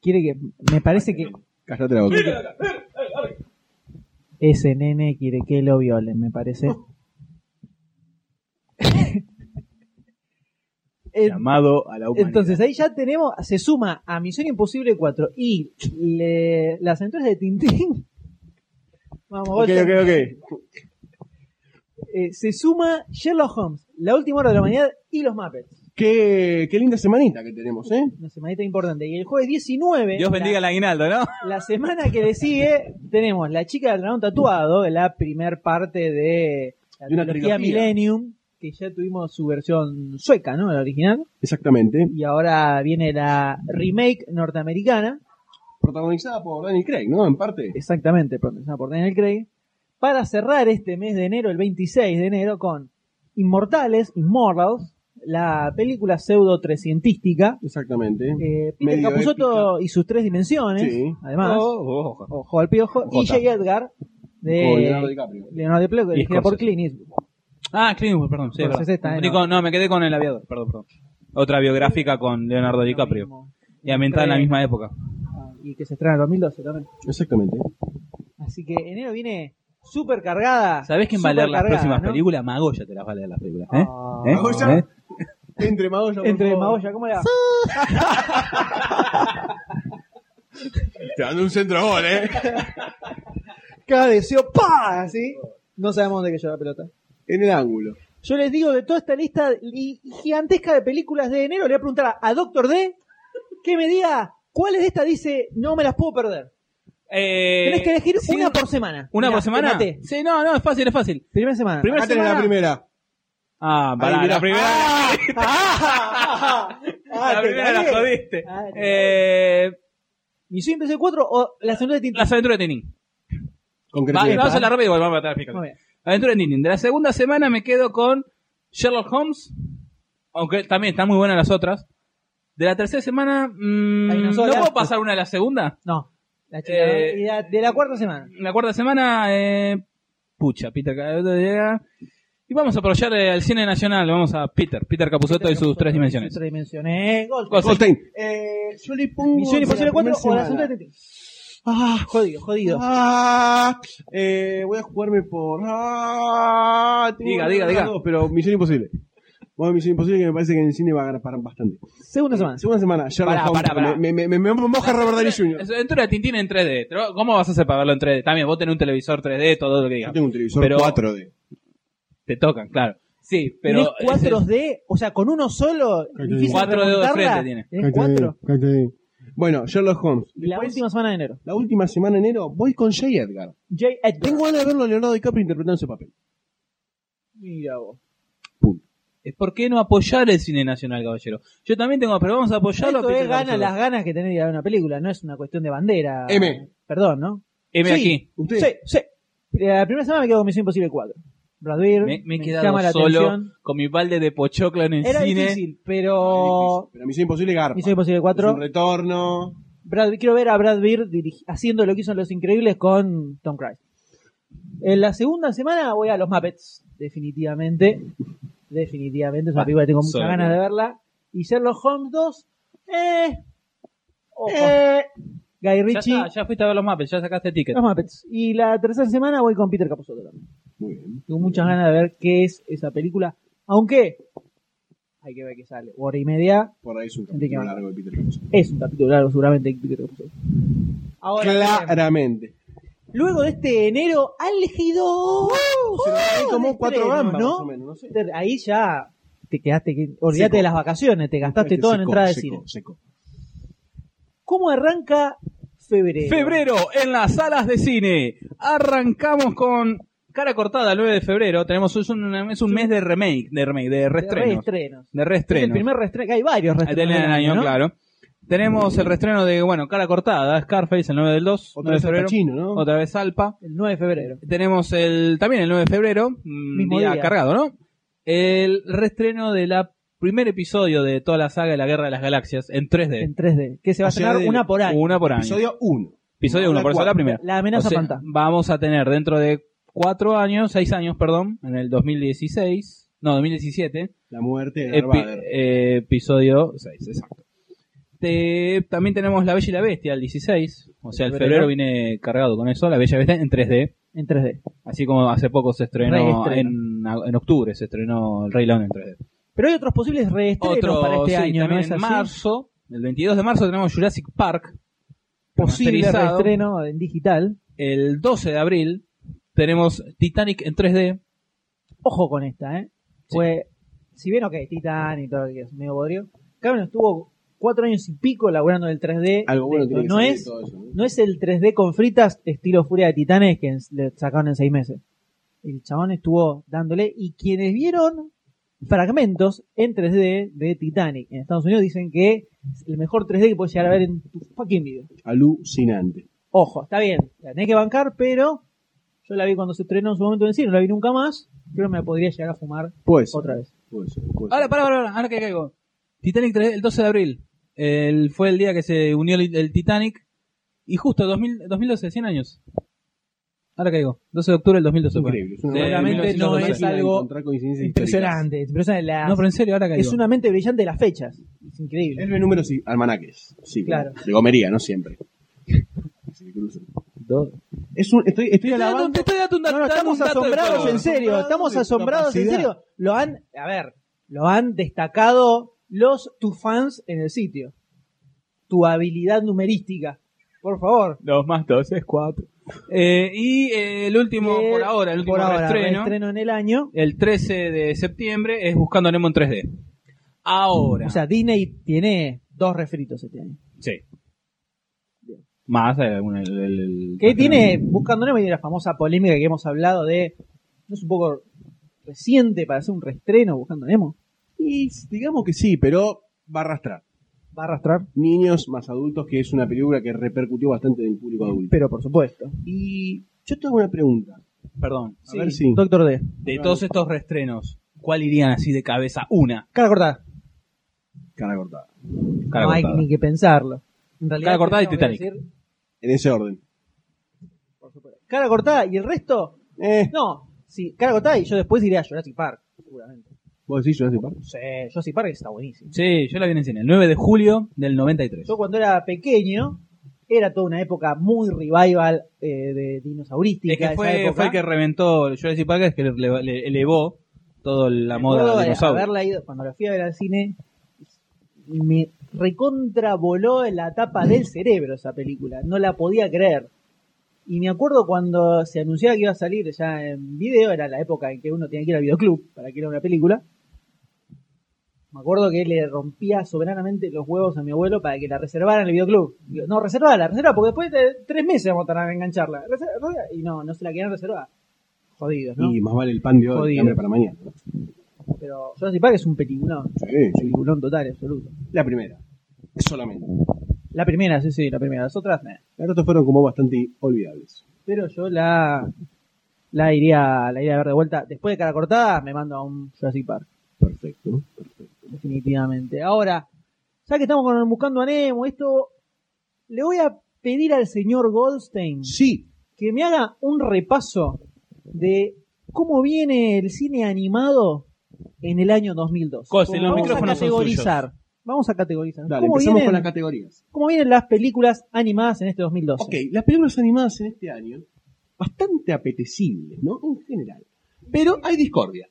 Speaker 1: Quiere que. Me parece que.
Speaker 2: Cállate la boquita.
Speaker 1: Ese nene quiere que lo violen, me parece.
Speaker 3: Oh.
Speaker 1: [laughs] En-
Speaker 2: Llamado a la humanidad.
Speaker 1: Entonces ahí ya tenemos, se suma a Misión Imposible 4 y le- las aventuras de Tintín. [laughs] Vamos,
Speaker 2: ok,
Speaker 1: Goldstein.
Speaker 2: ok, ok.
Speaker 1: Eh, se suma Sherlock Holmes, La Última Hora de la Humanidad y los Muppets.
Speaker 2: Qué, qué linda semanita que tenemos, ¿eh?
Speaker 1: Una semanita importante. Y el jueves 19,
Speaker 3: Dios bendiga el aguinaldo, ¿no?
Speaker 1: la semana que le sigue, tenemos La Chica del Dragón Tatuado, la primer parte de la
Speaker 2: De una
Speaker 1: trilogía
Speaker 2: trilogía.
Speaker 1: Millennium, que ya tuvimos su versión sueca, ¿no? La original.
Speaker 2: Exactamente.
Speaker 1: Y ahora viene la remake norteamericana.
Speaker 2: Protagonizada por Daniel Craig, ¿no? En parte.
Speaker 1: Exactamente, protagonizada por Daniel Craig. Para cerrar este mes de enero, el 26 de enero, con Inmortales, Immortals, la película pseudo trescientística.
Speaker 2: Exactamente.
Speaker 1: Eh, Peter
Speaker 2: Medio
Speaker 1: Capusotto y sus tres dimensiones,
Speaker 2: Sí.
Speaker 1: además. Ojo al piojo. Y
Speaker 3: Jota.
Speaker 1: J. Edgar, de
Speaker 2: Con Oh, Leonardo DiCaprio.
Speaker 1: Leonardo DiCaprio,
Speaker 3: Y
Speaker 1: dirigida por
Speaker 3: Scorsese.
Speaker 1: Clint Eastwood.
Speaker 3: Ah, Clint Eastwood, perdón. Sí, es
Speaker 1: Scorsese
Speaker 3: verdad.
Speaker 1: está en
Speaker 3: Ni con- no, me quedé con el aviador, perdón, perdón. Otra biográfica con Leonardo DiCaprio. Y ambientada en la
Speaker 1: Craig.
Speaker 3: misma época.
Speaker 1: Ah, Y que se estrena en 2012 también.
Speaker 2: Exactamente.
Speaker 1: Así que enero viene súper cargada.
Speaker 3: ¿Sabés quién va a leer las
Speaker 1: supercargada,
Speaker 3: próximas
Speaker 1: ¿no?
Speaker 3: películas? Magoya te las va a leer las películas. ¿eh?
Speaker 1: Ah.
Speaker 3: ¿Eh?
Speaker 2: Magoya.
Speaker 3: ¿Eh?
Speaker 2: Entre Magoya. por
Speaker 1: Entre
Speaker 2: favor.
Speaker 1: Magoya, ¿cómo era?
Speaker 2: Te dando un centro gol, ¿eh?
Speaker 1: Cada deseo, ¡pa! Así. No sabemos dónde cayó la pelota.
Speaker 2: En el ángulo.
Speaker 1: Yo les digo de toda esta lista li- gigantesca de películas de enero, le voy a preguntar a, a Doctor D que me diga cuáles de estas dice no me las puedo perder.
Speaker 3: Eh,
Speaker 1: Tenés que elegir
Speaker 3: sí,
Speaker 1: una por semana.
Speaker 3: ¿Una
Speaker 1: Mirá,
Speaker 3: por semana?
Speaker 1: te maté.
Speaker 3: Sí, no, no, es fácil, es fácil.
Speaker 1: Primera semana.
Speaker 3: Primera
Speaker 2: Acá tenés
Speaker 3: semana.
Speaker 2: la
Speaker 3: [laughs]
Speaker 2: primera.
Speaker 3: Ah, pará,
Speaker 2: Ahí, mirá.
Speaker 3: la primera.
Speaker 1: Ah.
Speaker 3: la
Speaker 1: te
Speaker 3: primera Ah, la
Speaker 1: cagué.
Speaker 3: jodiste.
Speaker 1: Ah, te
Speaker 3: Eh,
Speaker 1: ¿Misión Imposible 4 o La Segunda de Tintín?
Speaker 3: las aventuras de Tintín. Va,
Speaker 2: Concretamente.
Speaker 3: vamos a la ropa y volvamos a matar
Speaker 1: Muy bien.
Speaker 3: Aventura de Tintín. De la segunda semana me quedo con Sherlock Holmes. Aunque también están muy buenas las otras. De la tercera semana. mm,
Speaker 1: Hay una
Speaker 3: ¿No
Speaker 1: sola.
Speaker 3: puedo pasar una a la segunda?
Speaker 1: No. La chica,
Speaker 3: Eh,
Speaker 1: y la- de la cuarta semana.
Speaker 3: La cuarta semana. Eh, pucha, Peter Capuzotto. Y vamos a aprovechar eh, al cine nacional. Vamos a Peter. Peter Capuzotto y sus tres dimensiones.
Speaker 1: Tres dimensiones. Gol.
Speaker 2: Goldstein.
Speaker 1: Eh,
Speaker 2: Yo le pongo.
Speaker 1: Misión Imposible
Speaker 2: la
Speaker 1: 4
Speaker 2: primera
Speaker 1: o La Segunda
Speaker 2: semana.
Speaker 1: de Tintín. Ah, jodido, jodido.
Speaker 2: Ah, eh, voy a jugarme por. Ah, tengo
Speaker 3: Diga,
Speaker 2: que
Speaker 3: diga,
Speaker 2: ganar
Speaker 3: diga.
Speaker 2: dos, pero Misión Imposible. Bueno, Misión Imposible que me parece que en el cine va a ganar para bastante.
Speaker 1: Segunda semana.
Speaker 2: Segunda semana, Sherlock
Speaker 3: Pará,
Speaker 2: Holmes.
Speaker 3: pará, pará.
Speaker 2: Me, me, me, me moja Robert Downey Jr.
Speaker 3: Es aventura de Tintín en 3D. Pero, ¿Cómo vas a hacer para verlo en 3D? También vos tenés un televisor 3D, todo lo que
Speaker 2: Yo
Speaker 3: digas.
Speaker 2: tengo un televisor
Speaker 3: Pero-
Speaker 2: 4D.
Speaker 3: Te tocan, claro. Sí,
Speaker 1: Tenés
Speaker 3: pero.
Speaker 1: cuatro d o sea, con uno solo,
Speaker 2: Creo que
Speaker 1: difícil
Speaker 2: tiene.
Speaker 3: Cuatro dedos de
Speaker 1: remontarla.
Speaker 3: frente tiene.
Speaker 1: Tenés cuatro.
Speaker 2: Bueno, Sherlock Holmes.
Speaker 1: Y la
Speaker 2: Después,
Speaker 1: última semana de enero.
Speaker 2: la última semana de enero voy con J. Edgar.
Speaker 1: J. Edgar.
Speaker 2: Tengo ganas de verlo a Leonardo DiCaprio interpretando ese papel.
Speaker 1: Mira vos.
Speaker 3: Es por qué no apoyar el cine nacional, caballero. Yo también tengo, pero vamos a apoyarlo.
Speaker 1: Esto
Speaker 3: a Peter
Speaker 1: es gana,
Speaker 3: Capusotto.
Speaker 1: las ganas que tenés de ir a ver una película, no es una cuestión de
Speaker 3: Ah.
Speaker 1: bandera.
Speaker 2: M.
Speaker 1: Perdón, ¿no?
Speaker 3: M
Speaker 1: Sí.
Speaker 3: aquí.
Speaker 2: ¿Usted?
Speaker 1: Sí, sí. Eh, La primera semana me quedo con Misión Imposible 4. Bradbeer,
Speaker 3: Me, me he quedado
Speaker 1: llama la
Speaker 3: solo
Speaker 1: atención.
Speaker 3: con mi balde de pochoclo en el
Speaker 1: Era
Speaker 3: cine.
Speaker 1: difícil,
Speaker 2: Difícil,
Speaker 3: Oh.
Speaker 1: pero...
Speaker 2: Pero Misión Imposible garpa.
Speaker 1: Misión Imposible
Speaker 2: Es
Speaker 1: 4.
Speaker 2: un retorno.
Speaker 1: Brad- quiero ver a Brad Bird dirigi- haciendo lo que hizo en Los Increíbles con Tom Cruise. En la segunda semana voy a Los Muppets, definitivamente. Definitivamente, es una
Speaker 3: Ah,
Speaker 1: película que tengo muchas
Speaker 3: solo
Speaker 1: ganas
Speaker 3: que-
Speaker 1: de verla. Y Sherlock Holmes 2, eh, ojo. Guy
Speaker 3: Ya,
Speaker 1: Ritchie,
Speaker 3: está, ya fuiste a ver los mapas, ya sacaste ticket.
Speaker 1: Los Muppets. Y la tercera semana voy con Peter Capusotto también.
Speaker 2: Muy bien.
Speaker 1: Tengo muchas ganas de ver qué es esa película, aunque hay que ver qué sale. Hora y media,
Speaker 2: Por ahí es un
Speaker 1: Gente que
Speaker 2: capítulo
Speaker 1: va.
Speaker 2: largo de Peter Capusotto.
Speaker 1: es un capítulo largo seguramente de Peter Capusotto. Ahora,
Speaker 2: Claramente.
Speaker 1: Luego de este enero álgido.
Speaker 2: Uh, Se lo
Speaker 1: ¡Oh,
Speaker 2: gané
Speaker 1: de
Speaker 2: como cuatro
Speaker 1: estreno,
Speaker 2: gambas,
Speaker 1: ¿no?
Speaker 2: más o menos, no sé.
Speaker 1: Te- Ahí ya te quedaste, que- olvídate
Speaker 2: Seco.
Speaker 1: de las vacaciones, te gastaste
Speaker 2: Este
Speaker 1: todo en
Speaker 2: seco,
Speaker 1: entrada de
Speaker 2: seco,
Speaker 1: cine.
Speaker 2: seco.
Speaker 1: ¿Cómo arranca febrero?
Speaker 3: Febrero en las salas de cine. Arrancamos con cara cortada el 9 de febrero. Tenemos es un, es un mes de remake, de remake, de
Speaker 1: reestrenos.
Speaker 3: reestreno. De
Speaker 1: Es el
Speaker 3: reestreno.
Speaker 1: primer reestreno, que hay varios reestrenos.
Speaker 3: del
Speaker 1: del
Speaker 3: año,
Speaker 1: ¿no?
Speaker 3: claro. Tenemos el reestreno de, bueno, cara cortada, Scarface el 9 del 2, 9
Speaker 2: Otra
Speaker 3: de
Speaker 2: vez
Speaker 3: febrero.
Speaker 2: al Pacino, ¿no?
Speaker 3: Otra vez Alpa.
Speaker 1: El 9 de febrero.
Speaker 3: Tenemos el también el 9 de febrero, mm,
Speaker 1: Mismo
Speaker 3: día,
Speaker 1: día.
Speaker 3: cargado, ¿no? El reestreno de la primer episodio de toda la saga de la Guerra de las Galaxias en 3D.
Speaker 1: En 3D. Que se va a
Speaker 2: O sea,
Speaker 1: estrenar
Speaker 2: del-
Speaker 1: una por año.
Speaker 3: una por año.
Speaker 2: Episodio 1.
Speaker 3: Episodio 1, por eso la primera.
Speaker 1: La amenaza
Speaker 3: O sea,
Speaker 1: fantasma.
Speaker 3: Vamos a tener dentro de 4 años, 6 años, perdón, en el 2016, no, 2017,
Speaker 2: La muerte de Darth
Speaker 3: epi-
Speaker 2: Vader.
Speaker 3: eh, episodio 6, exacto. Te- también tenemos La Bella y la Bestia, el 16. O sea, el
Speaker 1: Febrero.
Speaker 3: febrero viene cargado con eso, La Bella y la Bestia en 3D.
Speaker 1: en 3D.
Speaker 3: Así como hace poco se estrenó
Speaker 1: Reestreno.
Speaker 3: en, en octubre, se estrenó El Rey León en 3D.
Speaker 1: Pero hay otros posibles reestrenos
Speaker 3: Otro,
Speaker 1: para este
Speaker 3: sí,
Speaker 1: año, ¿no
Speaker 3: también
Speaker 1: es
Speaker 3: en
Speaker 1: así?
Speaker 3: marzo, el 22 de marzo tenemos Jurassic Park.
Speaker 1: Posible
Speaker 3: remasterizado.
Speaker 1: reestreno en digital.
Speaker 3: El 12 de abril tenemos Titanic en 3D.
Speaker 1: Ojo con esta, ¿eh? Pues, si bien, ok, Titan y todo lo que es medio bodrio, Cameron estuvo cuatro años y pico laburando en el 3D.
Speaker 2: Algo bueno
Speaker 1: de
Speaker 2: tiene que
Speaker 1: esto. no,
Speaker 2: salir de
Speaker 1: es,
Speaker 2: todo eso, ¿no?
Speaker 1: no es el 3D con fritas estilo Furia de Titanes que ens- le sacaron en seis meses. El chabón estuvo dándole, y quienes vieron fragmentos en 3D de Titanic en Estados Unidos dicen que es el mejor 3D que puedes llegar a ver en tu fucking video.
Speaker 2: Alucinante.
Speaker 1: Ojo, está bien, la tenés que bancar, pero yo la vi cuando se estrenó en su momento en el cine, no la vi nunca más, pero me la podría llegar a fumar
Speaker 2: Pues.
Speaker 1: otra vez.
Speaker 2: Puede ser, puede ser.
Speaker 3: Ahora, para, para, ahora que caigo. Titanic 3D, el 12 de abril. El- fue el día que se unió el, el Titanic. Y justo 2000, 2012, 100 años. Ahora caigo. 12 de octubre del 2012. fue.
Speaker 2: Increíble. es una
Speaker 3: De
Speaker 1: Seguramente no
Speaker 3: 1912.
Speaker 1: es algo
Speaker 2: encontrar coincidencias
Speaker 1: impresionante, impresionante, las-
Speaker 3: No, pero en serio, ahora caigo.
Speaker 1: es una mente brillante de las fechas, es increíble.
Speaker 2: Él ve números y almanaques. Sí,
Speaker 1: Claro.
Speaker 2: De gomería,
Speaker 1: [laughs]
Speaker 2: no siempre. Se cruzan. Es un, estoy, estoy alabando.
Speaker 3: Te estoy dando un dato-
Speaker 1: No, no,
Speaker 3: dando un
Speaker 1: estamos
Speaker 3: dato de
Speaker 1: asombrados
Speaker 3: color.
Speaker 1: en serio,
Speaker 2: Asombrados
Speaker 1: estamos
Speaker 2: de
Speaker 1: asombrados en
Speaker 2: capacidad.
Speaker 1: serio. Lo han, a ver, lo han destacado los tus fans en el sitio. Tu habilidad numerística, por favor.
Speaker 3: 2 más 2 es 4. y eh, el último,
Speaker 1: Eh,
Speaker 3: por ahora, el último
Speaker 1: por ahora,
Speaker 3: reestreno,
Speaker 1: reestreno en el año.
Speaker 3: el 13 de septiembre, es Buscando a Nemo en 3D. Ahora.
Speaker 1: O sea, Disney tiene dos refritos este año.
Speaker 3: sí. Más eh, un- el, el-
Speaker 1: Que tiene, buscando Nemo, tiene la famosa polémica que hemos hablado de. ¿No es un poco reciente para hacer un reestreno buscando Nemo?
Speaker 2: Y digamos que sí, pero va a arrastrar.
Speaker 1: Va a arrastrar,
Speaker 2: Niños más adultos, que es una película que repercutió bastante en el público adulto.
Speaker 1: pero por supuesto.
Speaker 2: Y yo te hago una pregunta.
Speaker 3: Perdón.
Speaker 2: A ver si.
Speaker 1: Doctor D.
Speaker 3: De todos estos reestrenos, ¿cuál irían así de cabeza? Una.
Speaker 1: Cara cortada.
Speaker 2: Cara cortada.
Speaker 3: Cara
Speaker 1: no hay
Speaker 3: cortada.
Speaker 1: ni que pensarlo. En realidad,
Speaker 3: Cara cortada y
Speaker 1: tendríamos que decir-
Speaker 2: En ese orden.
Speaker 1: cara cortada y el resto.
Speaker 2: Eh,
Speaker 1: No, sí, cara cortada y yo después iré a Jurassic Park, seguramente.
Speaker 2: ¿Vos decís Jurassic Park?
Speaker 1: Sí, Jurassic Park está buenísimo.
Speaker 3: Sí, yo la vi en el cine, el 9 de julio del 93.
Speaker 1: Yo cuando era pequeño, era toda una época muy revival eh, de dinosaurística.
Speaker 3: Es que
Speaker 1: esa
Speaker 3: fue,
Speaker 1: época.
Speaker 3: fue el que reventó el Jurassic Park, es que le, le elevó toda la moda
Speaker 1: Recuerdo
Speaker 3: de
Speaker 1: de
Speaker 3: dinosaurios.
Speaker 1: eh, haberla ido, cuando la fui a ver al cine, me recontravoló en la tapa
Speaker 3: [laughs]
Speaker 1: del cerebro esa película. No la podía creer. Y me acuerdo cuando se anunciaba que iba a salir ya en video, era la época en que uno tenía que ir al videoclub para que era una película. Me acuerdo que le rompía soberanamente los huevos a mi abuelo para que la reservara en el videoclub. Digo, no, reservala, reservala, porque después de tres meses vamos a tardar en engancharla. Reserva- reserva. Y no, no se la querían reservar. Jodidos, ¿no?
Speaker 2: Y más vale el pan de hoy que
Speaker 1: Jodido.
Speaker 2: hambre para mañana. ¿no?
Speaker 1: Pero Jurassic Park es un peliculón.
Speaker 2: Sí, sí.
Speaker 1: Peliculón total, y absoluto.
Speaker 2: La primera. Solamente.
Speaker 1: La primera, sí, sí, la primera. Las otras, meh.
Speaker 2: Las otras fueron como bastante olvidables.
Speaker 1: Pero yo la, la, iría, la iría a ver de vuelta. Después de cara cortada, me mando a un Jurassic Park,
Speaker 2: Perfecto.
Speaker 1: definitivamente. Ahora, ya que estamos con- buscando a Nemo, esto. Le voy a pedir al señor Goldstein
Speaker 2: Sí,
Speaker 1: que me haga un repaso de cómo viene el cine animado en el año 2002.
Speaker 3: Goldstein, los
Speaker 1: Vamos
Speaker 3: micrófonos
Speaker 1: a
Speaker 3: son
Speaker 1: categorizar. Vamos a categorizar.
Speaker 2: dale,
Speaker 1: ¿Cómo
Speaker 2: empezamos
Speaker 1: vienen-
Speaker 2: con las categorías.
Speaker 1: ¿Cómo vienen las películas animadas en este 2012?
Speaker 2: Ok, las películas animadas en este año, bastante apetecibles, ¿no? En general. Pero hay discordia.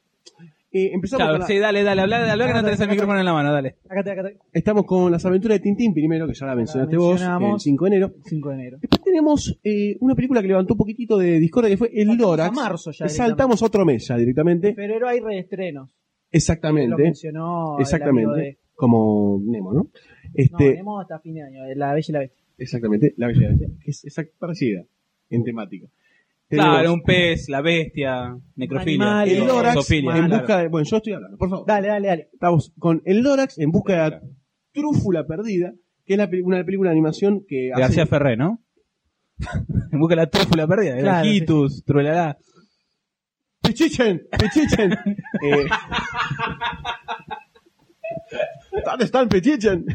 Speaker 2: Eh, empezamos
Speaker 3: Claro,
Speaker 2: con la-
Speaker 3: sí, dale, dale, habla, dale, habla que no tenés el micrófono en la mano, dale.
Speaker 1: Acá te, acá te-
Speaker 2: Estamos con las aventuras de Tintín primero, que ya la mencionaste vos,
Speaker 1: mencionamos.
Speaker 2: el 5 de enero.
Speaker 1: 5 de enero.
Speaker 2: Después tenemos eh, una película que levantó un poquitito de discordia, que fue El
Speaker 1: Saltamos
Speaker 2: Dórax.
Speaker 1: a marzo ya
Speaker 2: Que Saltamos otro mes ya directamente.
Speaker 1: Pero hay reestrenos. Lo
Speaker 2: Exactamente.
Speaker 1: mencionó. el amigo
Speaker 2: Exactamente.
Speaker 1: de-
Speaker 2: Como Nemo, ¿no?
Speaker 1: No,
Speaker 2: Este,
Speaker 1: tenemos hasta fin de año. de La Bella y la Bestia.
Speaker 2: Exactamente, la belleza. Que es exact- parecida en temática.
Speaker 3: Claro,
Speaker 2: Tenemos
Speaker 3: un pez, la bestia, necrofilia,
Speaker 1: Animales.
Speaker 2: el
Speaker 1: un-
Speaker 2: Dórax
Speaker 3: zoofilia,
Speaker 2: en
Speaker 3: claro.
Speaker 2: busca de. Bueno, yo estoy hablando, por favor.
Speaker 1: Dale, dale, dale.
Speaker 2: Estamos con el Dórax en busca de la trúfula perdida, que es la peli- una película de animación que
Speaker 3: De García Ferré, ¿no? [laughs] En busca de la trófula perdida, de
Speaker 1: Claro,
Speaker 3: ojitos, trulalá.
Speaker 2: ¡Pichichen!
Speaker 3: [laughs]
Speaker 2: ¡Pichichen! Eh, ¿Dónde están Pichichen?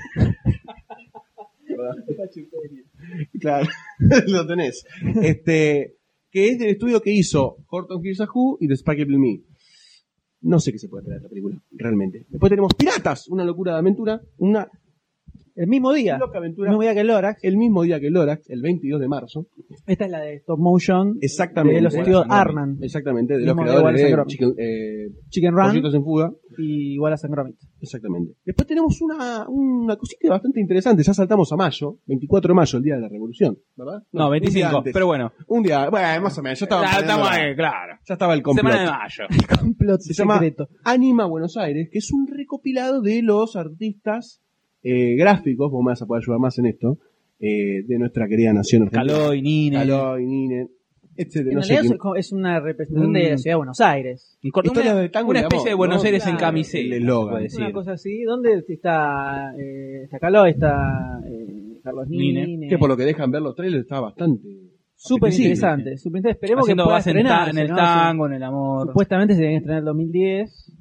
Speaker 2: claro, [laughs] lo tenés. Este, que es del estudio que hizo Horton Hears a Who y The Sparkle Me. No sé qué se puede esperar de esta película, realmente. Después tenemos Piratas, una locura de aventura, una
Speaker 1: El mismo día.
Speaker 2: Loca
Speaker 1: El mismo día que el Lorax.
Speaker 2: El mismo día que el Lorax, el 22 de marzo.
Speaker 1: Esta es la de stop motion.
Speaker 2: Exactamente.
Speaker 1: De los estudios
Speaker 2: Bueno,
Speaker 1: Arman.
Speaker 2: Exactamente, de los
Speaker 1: Mismo de
Speaker 2: creadores
Speaker 1: Wallace and
Speaker 2: de
Speaker 1: Gromit.
Speaker 2: Chicken, eh,
Speaker 1: Chicken Run.
Speaker 2: Pollitos en Fuga.
Speaker 1: Y Wallace and Gromit.
Speaker 2: Exactamente. Después tenemos una, una cosita bastante interesante. Ya saltamos a mayo, 24 de mayo, el día de la revolución. ¿Verdad?
Speaker 3: No,
Speaker 2: un
Speaker 3: 25,
Speaker 2: día antes.
Speaker 3: pero bueno.
Speaker 2: Un día, bueno, más o menos, ya estaba.
Speaker 3: Ya estamos
Speaker 2: planeando la-
Speaker 3: ahí, claro.
Speaker 2: Ya estaba el complot.
Speaker 3: Semana de mayo.
Speaker 1: Complot
Speaker 2: Se llama
Speaker 1: secreto.
Speaker 2: Anima Buenos Aires, que es un recopilado de los artistas eh, gráficos, vos me vas a poder ayudar más en esto, eh, de nuestra querida nación argentina.
Speaker 3: Caló y Nine.
Speaker 2: Caloy, Nine, etcétera.
Speaker 1: En
Speaker 2: no sé
Speaker 1: realidad
Speaker 2: quién.
Speaker 1: es co- es una representación de
Speaker 2: Mm.
Speaker 1: la ciudad de Buenos Aires.
Speaker 2: Historia
Speaker 3: una-
Speaker 2: del tango
Speaker 3: una
Speaker 2: y el
Speaker 3: especie
Speaker 2: amor,
Speaker 3: de Buenos
Speaker 2: ¿no?
Speaker 3: Aires en
Speaker 2: Claro.
Speaker 3: camiseta,
Speaker 2: El
Speaker 3: se
Speaker 2: eslogan.
Speaker 3: puede decir.
Speaker 1: Una cosa así. ¿Dónde está, eh, está Caló? Está eh, Carlos
Speaker 3: Nine.
Speaker 1: Nine.
Speaker 2: Que por lo que dejan ver los trailers está bastante.
Speaker 1: Súper
Speaker 2: apetecible.
Speaker 1: interesante. súper interesante. Esperemos
Speaker 3: eh, Haciendo
Speaker 1: que pueda
Speaker 3: base en, ta-
Speaker 1: estrenarse,
Speaker 3: en el
Speaker 1: ¿no?
Speaker 3: tango, en el amor.
Speaker 1: Supuestamente se deben estrenar el 2010.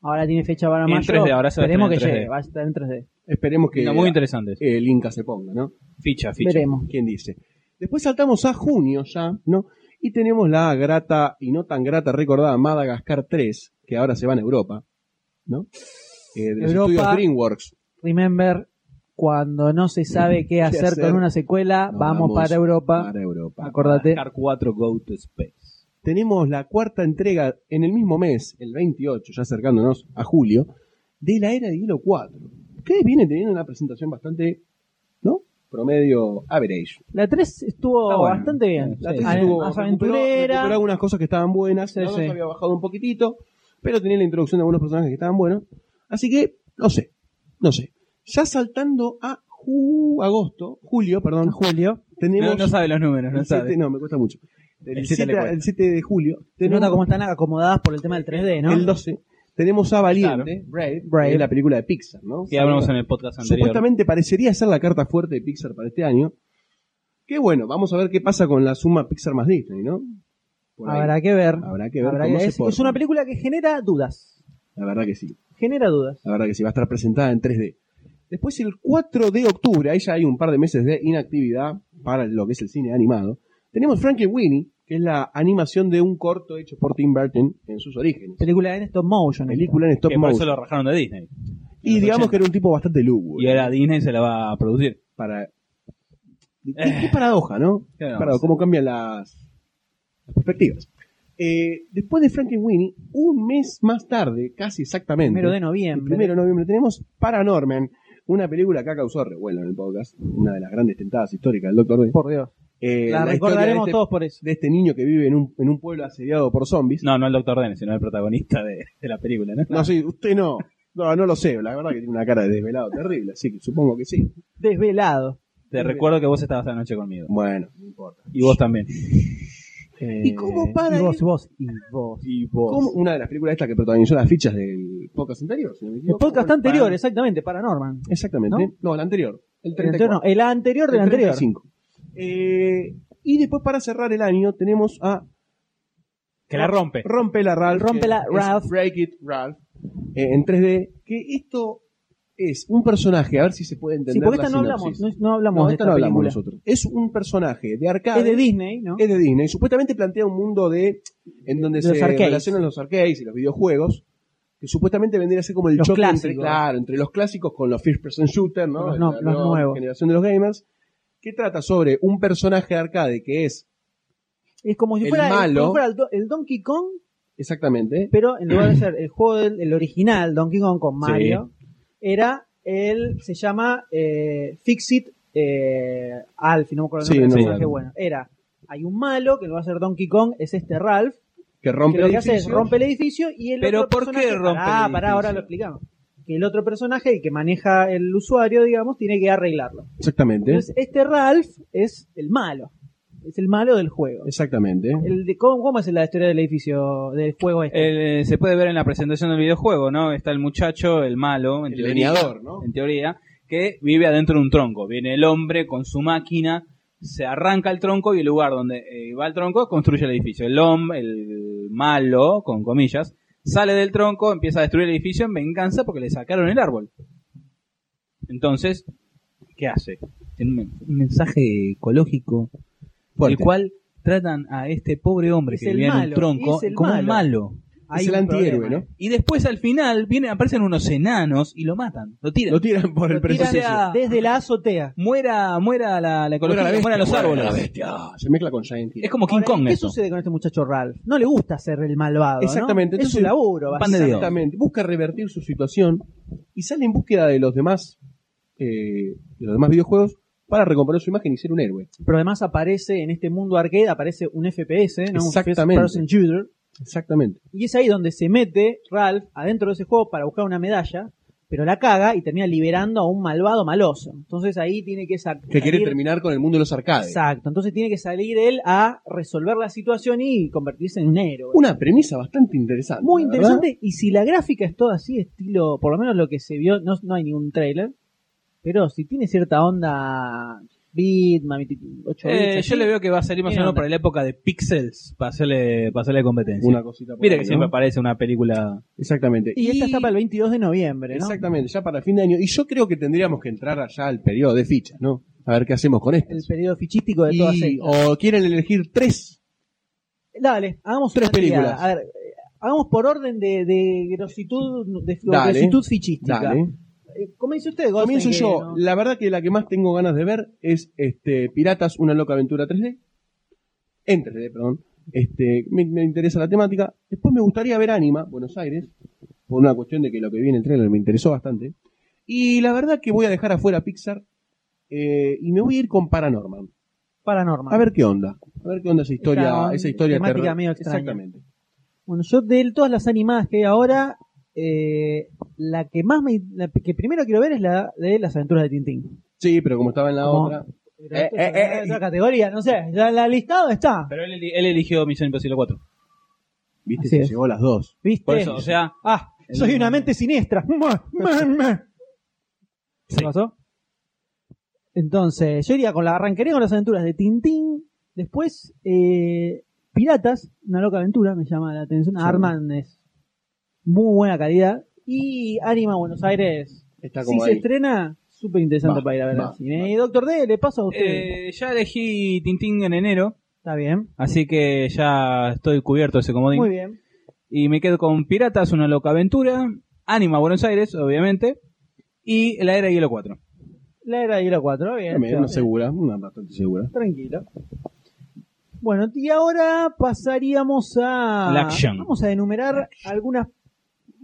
Speaker 1: Ahora tiene fecha para
Speaker 3: En
Speaker 1: mayo.
Speaker 3: 3D, ahora se va a
Speaker 1: Esperemos que
Speaker 3: estrenar en
Speaker 1: llegue,
Speaker 3: 3D.
Speaker 1: va a estar en 3D.
Speaker 2: Esperemos que
Speaker 3: Mira, muy interesante.
Speaker 2: el Inca se ponga, ¿no?
Speaker 3: Ficha, ficha.
Speaker 1: Veremos.
Speaker 2: ¿Quién dice? Después saltamos a junio ya, ¿no? Y tenemos la grata y no tan grata recordada Madagascar 3, que ahora se va en Europa, ¿no? Eh, de los
Speaker 1: Europa.
Speaker 2: estudios DreamWorks.
Speaker 1: Remember, cuando no
Speaker 3: [laughs]
Speaker 1: se sabe qué hacer,
Speaker 2: hacer?
Speaker 1: con una secuela,
Speaker 2: Nos
Speaker 1: vamos,
Speaker 2: vamos
Speaker 1: para Europa.
Speaker 2: Para Europa.
Speaker 1: Acordate.
Speaker 3: Car 4 Go to Space.
Speaker 2: Tenemos la cuarta entrega en el mismo mes, el 28, ya acercándonos a julio, de la Era de Hielo 4, que viene teniendo una presentación bastante, ¿no? Promedio average.
Speaker 1: La 3 estuvo
Speaker 3: Está bueno.
Speaker 1: bastante bien.
Speaker 2: La
Speaker 1: Sí.
Speaker 2: tres
Speaker 1: Ah,
Speaker 2: estuvo-
Speaker 1: más
Speaker 2: recuperó-
Speaker 1: aventurera.
Speaker 2: recuperó algunas cosas que estaban buenas.
Speaker 1: Sí,
Speaker 2: la dos
Speaker 1: sí.
Speaker 2: había bajado un poquitito, pero tenía la introducción de algunos personajes que estaban buenos. Así que, no sé, no sé. Ya saltando a ju- agosto, julio, perdón,
Speaker 1: Julio.
Speaker 3: No,
Speaker 2: tenemos...
Speaker 3: no sabe los números, no
Speaker 2: el siete-
Speaker 3: sabe.
Speaker 2: no, me cuesta mucho. El,
Speaker 3: El siete le
Speaker 2: 7,
Speaker 3: cuesta.
Speaker 2: de julio.
Speaker 1: Se
Speaker 2: tenemos-
Speaker 1: nota cómo están acomodadas por el tema del 3D, ¿no?
Speaker 2: El 12. Tenemos a Valiente, Brave,
Speaker 1: Brave.
Speaker 2: que es la película de Pixar, ¿no?
Speaker 3: Que hablamos en el podcast anterior.
Speaker 2: Supuestamente parecería ser la carta fuerte de Pixar para este año. Que bueno, vamos a ver qué pasa con la suma Pixar más Disney, ¿no? Por ahí.
Speaker 1: Habrá que ver.
Speaker 2: Habrá que ver
Speaker 1: Habrá
Speaker 2: cómo
Speaker 1: que-
Speaker 2: se
Speaker 1: es,
Speaker 2: porta.
Speaker 1: es una película que genera dudas.
Speaker 2: La verdad que sí.
Speaker 1: Genera dudas.
Speaker 2: La verdad que sí, va a estar presentada en 3D. Después, el 4 de octubre, ahí ya hay un par de meses de inactividad para lo que es el cine animado. Tenemos Frankie Winnie, que es la animación de un corto hecho por Tim Burton en sus orígenes.
Speaker 1: Película en stop motion.
Speaker 2: Película en stop
Speaker 3: que por eso
Speaker 2: motion.
Speaker 3: lo rajaron de Disney.
Speaker 2: Y digamos que era un tipo bastante lúgubre.
Speaker 3: Y ahora Disney se la va a producir.
Speaker 2: para. Qué, qué paradoja, ¿no?
Speaker 1: [laughs]
Speaker 3: Qué paradoja.
Speaker 2: Claro, cómo cambian las, las perspectivas. Eh, después de Frankenweenie, un mes más tarde, casi exactamente,
Speaker 1: Primero de
Speaker 2: el
Speaker 1: noviembre.
Speaker 2: primero de noviembre, tenemos Paranorman, una película que ha causado revuelo en el podcast, una de las grandes tentadas históricas del Doctor D.
Speaker 1: Por Dios.
Speaker 2: Eh,
Speaker 1: La,
Speaker 2: historia
Speaker 1: recordaremos
Speaker 2: de este,
Speaker 1: todos por eso.
Speaker 2: de este niño que vive en un, en un pueblo asediado por zombies.
Speaker 3: No, no el Doctor Den, sino el protagonista de, de la película, ¿no?
Speaker 2: No, sí, usted no. No, no lo sé, la verdad que tiene una cara de desvelado terrible, así que supongo que sí.
Speaker 1: Desvelado.
Speaker 3: Te recuerdo que vos estabas anoche conmigo.
Speaker 2: Bueno, no importa.
Speaker 3: Y vos también.
Speaker 2: [laughs]
Speaker 3: Eh,
Speaker 2: ¿Y cómo para
Speaker 1: Y vos,
Speaker 2: ir-
Speaker 1: y vos, y vos.
Speaker 3: Y vos.
Speaker 2: ¿Cómo? Una de las películas esta que protagonizó las fichas del podcast anterior. si no me
Speaker 1: El
Speaker 2: equivoco.
Speaker 1: podcast
Speaker 2: Bueno,
Speaker 1: anterior,
Speaker 2: para-
Speaker 1: exactamente, Paranorman.
Speaker 2: Exactamente. ¿No? el anterior.
Speaker 1: El
Speaker 2: El
Speaker 1: anterior,
Speaker 2: 34.
Speaker 1: no, el anterior del
Speaker 2: El
Speaker 1: anterior.
Speaker 2: 35. Eh, y después para cerrar el año tenemos a
Speaker 3: Que la rompe.
Speaker 2: Rompela Ralph.
Speaker 1: Rompela
Speaker 2: que es
Speaker 1: Ralph.
Speaker 2: Break It Ralph. eh, en 3D. Que esto es un personaje, a ver si se puede entender
Speaker 1: Sí, porque
Speaker 2: la
Speaker 1: esta no hablamos,
Speaker 2: sinopsis.
Speaker 1: no, no hablamos
Speaker 2: No,
Speaker 1: de
Speaker 2: esta
Speaker 1: esta
Speaker 2: no hablamos
Speaker 1: película.
Speaker 2: nosotros. Es un personaje de arcade.
Speaker 1: Es de Disney, ¿no?
Speaker 2: es de Disney. Supuestamente plantea un mundo de en donde
Speaker 1: De
Speaker 2: se
Speaker 1: los arcades.
Speaker 2: relacionan los arcades y los videojuegos, que supuestamente vendría a ser como el
Speaker 1: Los
Speaker 2: choque entre,
Speaker 1: clásicos.
Speaker 2: claro, entre los clásicos con los first person shooter, ¿no?
Speaker 1: Con los no-
Speaker 2: la
Speaker 1: los
Speaker 2: nueva
Speaker 1: nuevos.
Speaker 2: generación de los gamers, que trata sobre un personaje de arcade que es
Speaker 1: Es como si
Speaker 2: El
Speaker 1: fuera, el,
Speaker 2: malo.
Speaker 1: como fuera el do- el Donkey Kong,
Speaker 2: exactamente
Speaker 1: pero en lugar de ser el juego del el original Donkey Kong con Mario, era el, se llama eh, Fix It eh, Alfie, no me acuerdo el
Speaker 2: Sí,
Speaker 1: nombre del
Speaker 2: no,
Speaker 1: personaje,
Speaker 2: no.
Speaker 1: bueno, era, hay un malo que lo va a hacer Donkey Kong, es este Ralph,
Speaker 2: que rompe
Speaker 1: que lo
Speaker 2: el
Speaker 1: que hace es
Speaker 2: edificio.
Speaker 1: rompe el edificio y el
Speaker 3: Pero
Speaker 1: otro
Speaker 3: ¿por qué
Speaker 1: personaje,
Speaker 3: rompe el
Speaker 1: pará, pará,
Speaker 3: edificio?
Speaker 1: ahora lo explicamos. Que el otro personaje, el que maneja el usuario, digamos, tiene que arreglarlo.
Speaker 2: Exactamente.
Speaker 1: Entonces, este Ralph es el malo. Es el malo del juego.
Speaker 2: Exactamente.
Speaker 1: El de, ¿cómo, cómo es la historia del edificio, del juego este?
Speaker 3: El- eh, se puede ver en la presentación del videojuego, ¿no? Está el muchacho, el malo, en
Speaker 2: El
Speaker 3: teoría,
Speaker 2: leñador, ¿no?
Speaker 3: en teoría, que vive adentro de un tronco. Viene el hombre con su máquina, se arranca el tronco y el lugar donde eh, va el tronco construye el edificio. El hombre, el malo, con comillas, sale del tronco, empieza a destruir el edificio en venganza porque le sacaron el árbol. Entonces, ¿qué hace? Tiene un men- un mensaje ecológico,
Speaker 2: Fuerte.
Speaker 3: el cual tratan a este pobre hombre
Speaker 1: Es
Speaker 3: que
Speaker 1: el
Speaker 3: vivía en un
Speaker 1: malo,
Speaker 3: tronco
Speaker 1: es el
Speaker 3: como un
Speaker 1: malo.
Speaker 3: malo.
Speaker 1: Hay
Speaker 2: el
Speaker 1: un
Speaker 2: antihéroe,
Speaker 1: problema.
Speaker 2: ¿no?
Speaker 3: Y después al final vienen, aparecen unos enanos y lo matan, lo tiran. Lo
Speaker 2: tiran por
Speaker 1: Lo tiran desde la azotea.
Speaker 3: Muera, muera la, la ecología, muera los árboles.
Speaker 2: la bestia. Se mezcla con Silent Hill.
Speaker 3: Es como King
Speaker 1: Ahora,
Speaker 3: Kong
Speaker 1: ¿Qué
Speaker 3: eso.
Speaker 1: sucede con este muchacho Ralph? No le gusta ser el malvado. ¿no?
Speaker 2: Exactamente.
Speaker 1: Es su laburo.
Speaker 2: pan de Dios. Exactamente. Busca revertir su situación y sale en búsqueda de los demás, eh, de los demás videojuegos para recomponer su imagen y ser un héroe.
Speaker 1: Pero además aparece en este mundo arcade, aparece un FPS, ¿no? Un first
Speaker 2: Exactamente.
Speaker 1: person shooter.
Speaker 2: Exactamente.
Speaker 1: Y es ahí donde se mete Ralph adentro de ese juego para buscar una medalla, pero la caga y termina liberando a un malvado maloso. Entonces ahí tiene que sa-
Speaker 2: Que quiere
Speaker 1: salir-
Speaker 2: terminar con el mundo de los arcades.
Speaker 1: Exacto, entonces tiene que salir él a resolver la situación y convertirse en un héroe.
Speaker 2: Una premisa bastante interesante.
Speaker 1: Muy
Speaker 2: la
Speaker 1: interesante, y si la gráfica es toda así, estilo, por lo menos lo que se vio, no, no hay ningún trailer, pero si tiene cierta onda Bitmami 8 bits,
Speaker 3: Eh,
Speaker 1: así,
Speaker 3: yo le veo que va a salir más o
Speaker 1: Tiene
Speaker 3: menos
Speaker 1: onda.
Speaker 3: para la época de Pixels, para hacerle, para hacerle competencia.
Speaker 2: Una cosita por
Speaker 3: Mira
Speaker 2: ahí,
Speaker 3: que
Speaker 2: ¿no?
Speaker 3: siempre aparece una película.
Speaker 2: Exactamente.
Speaker 1: Y, esta está para el 22 de noviembre, ¿no?
Speaker 2: Exactamente, ya para fin de año. Y yo creo que tendríamos que entrar allá al periodo de fichas, ¿no? A ver qué hacemos con esto.
Speaker 1: El periodo fichístico de todas
Speaker 2: Y-
Speaker 1: estas.
Speaker 2: o quieren elegir tres.
Speaker 1: Dale, hagamos
Speaker 2: Tres
Speaker 1: una tirada.
Speaker 2: películas.
Speaker 1: A ver, eh, hagamos por orden de, de grositud, de
Speaker 2: Dale.
Speaker 1: grositud fichística.
Speaker 2: Dale.
Speaker 1: Eh, comience usted, Goldstein,
Speaker 2: Comienzo
Speaker 1: que
Speaker 2: yo.
Speaker 1: no-
Speaker 2: La verdad que la que más tengo ganas de ver es este Piratas, una loca aventura 3D. En 3D, perdón. Este, me, me interesa la temática. Después me gustaría ver Anima, Buenos Aires, por una cuestión de que lo que vi en el trailer me interesó bastante. Y la verdad que voy a dejar afuera Pixar eh, y me voy a ir con Paranorman.
Speaker 1: Paranormal.
Speaker 2: A ver qué onda. A ver qué onda esa historia,
Speaker 1: Esta
Speaker 2: esa historia
Speaker 1: temática
Speaker 2: terror-
Speaker 1: medio extraña.
Speaker 2: Exactamente.
Speaker 1: Bueno, yo de todas las animadas que hay ahora, eh, la que más me, la que primero quiero ver es la de las aventuras de Tintín.
Speaker 2: Sí, pero como estaba en la
Speaker 1: Como-
Speaker 2: otra.
Speaker 1: Pero
Speaker 2: Eh,
Speaker 1: esto
Speaker 2: eh,
Speaker 1: es una-
Speaker 2: eh,
Speaker 1: otra categoría, no sé, ya la listado está.
Speaker 3: Pero él, eli- él eligió Misión Imposible 4.
Speaker 2: Viste,
Speaker 1: Así
Speaker 2: se
Speaker 1: es.
Speaker 2: llegó a las dos.
Speaker 1: ¿Viste?
Speaker 3: Por eso, o sea,
Speaker 1: Ah,
Speaker 3: el-
Speaker 1: soy una mente siniestra. [laughs] ¿Qué pasó? Entonces, yo iría con la arrancaría con las aventuras de Tintín. Después, eh, Piratas, una loca aventura, me llama la atención.
Speaker 2: Sí.
Speaker 1: Arman es muy buena calidad. Y Anima Buenos Aires.
Speaker 2: Está
Speaker 1: si
Speaker 2: como
Speaker 1: se
Speaker 2: ahí.
Speaker 1: estrena, súper interesante
Speaker 2: Va,
Speaker 1: para ir a ver
Speaker 2: va,
Speaker 1: al cine. Y Doctor D, le paso a usted.
Speaker 3: Eh, ya elegí Tintín en enero,
Speaker 1: Está bien.
Speaker 3: así que ya estoy cubierto ese comodín.
Speaker 1: Muy bien.
Speaker 3: Y me quedo con Piratas, una loca aventura, Anima Buenos Aires, obviamente, y La Era de Hielo 4.
Speaker 1: La era de Hielo 4, bien.
Speaker 2: Dame,
Speaker 1: Está
Speaker 2: una
Speaker 1: bien.
Speaker 2: segura, una bastante segura.
Speaker 1: Tranquilo. Bueno, y ahora pasaríamos a.
Speaker 3: La acción.
Speaker 1: Vamos a enumerar algunas.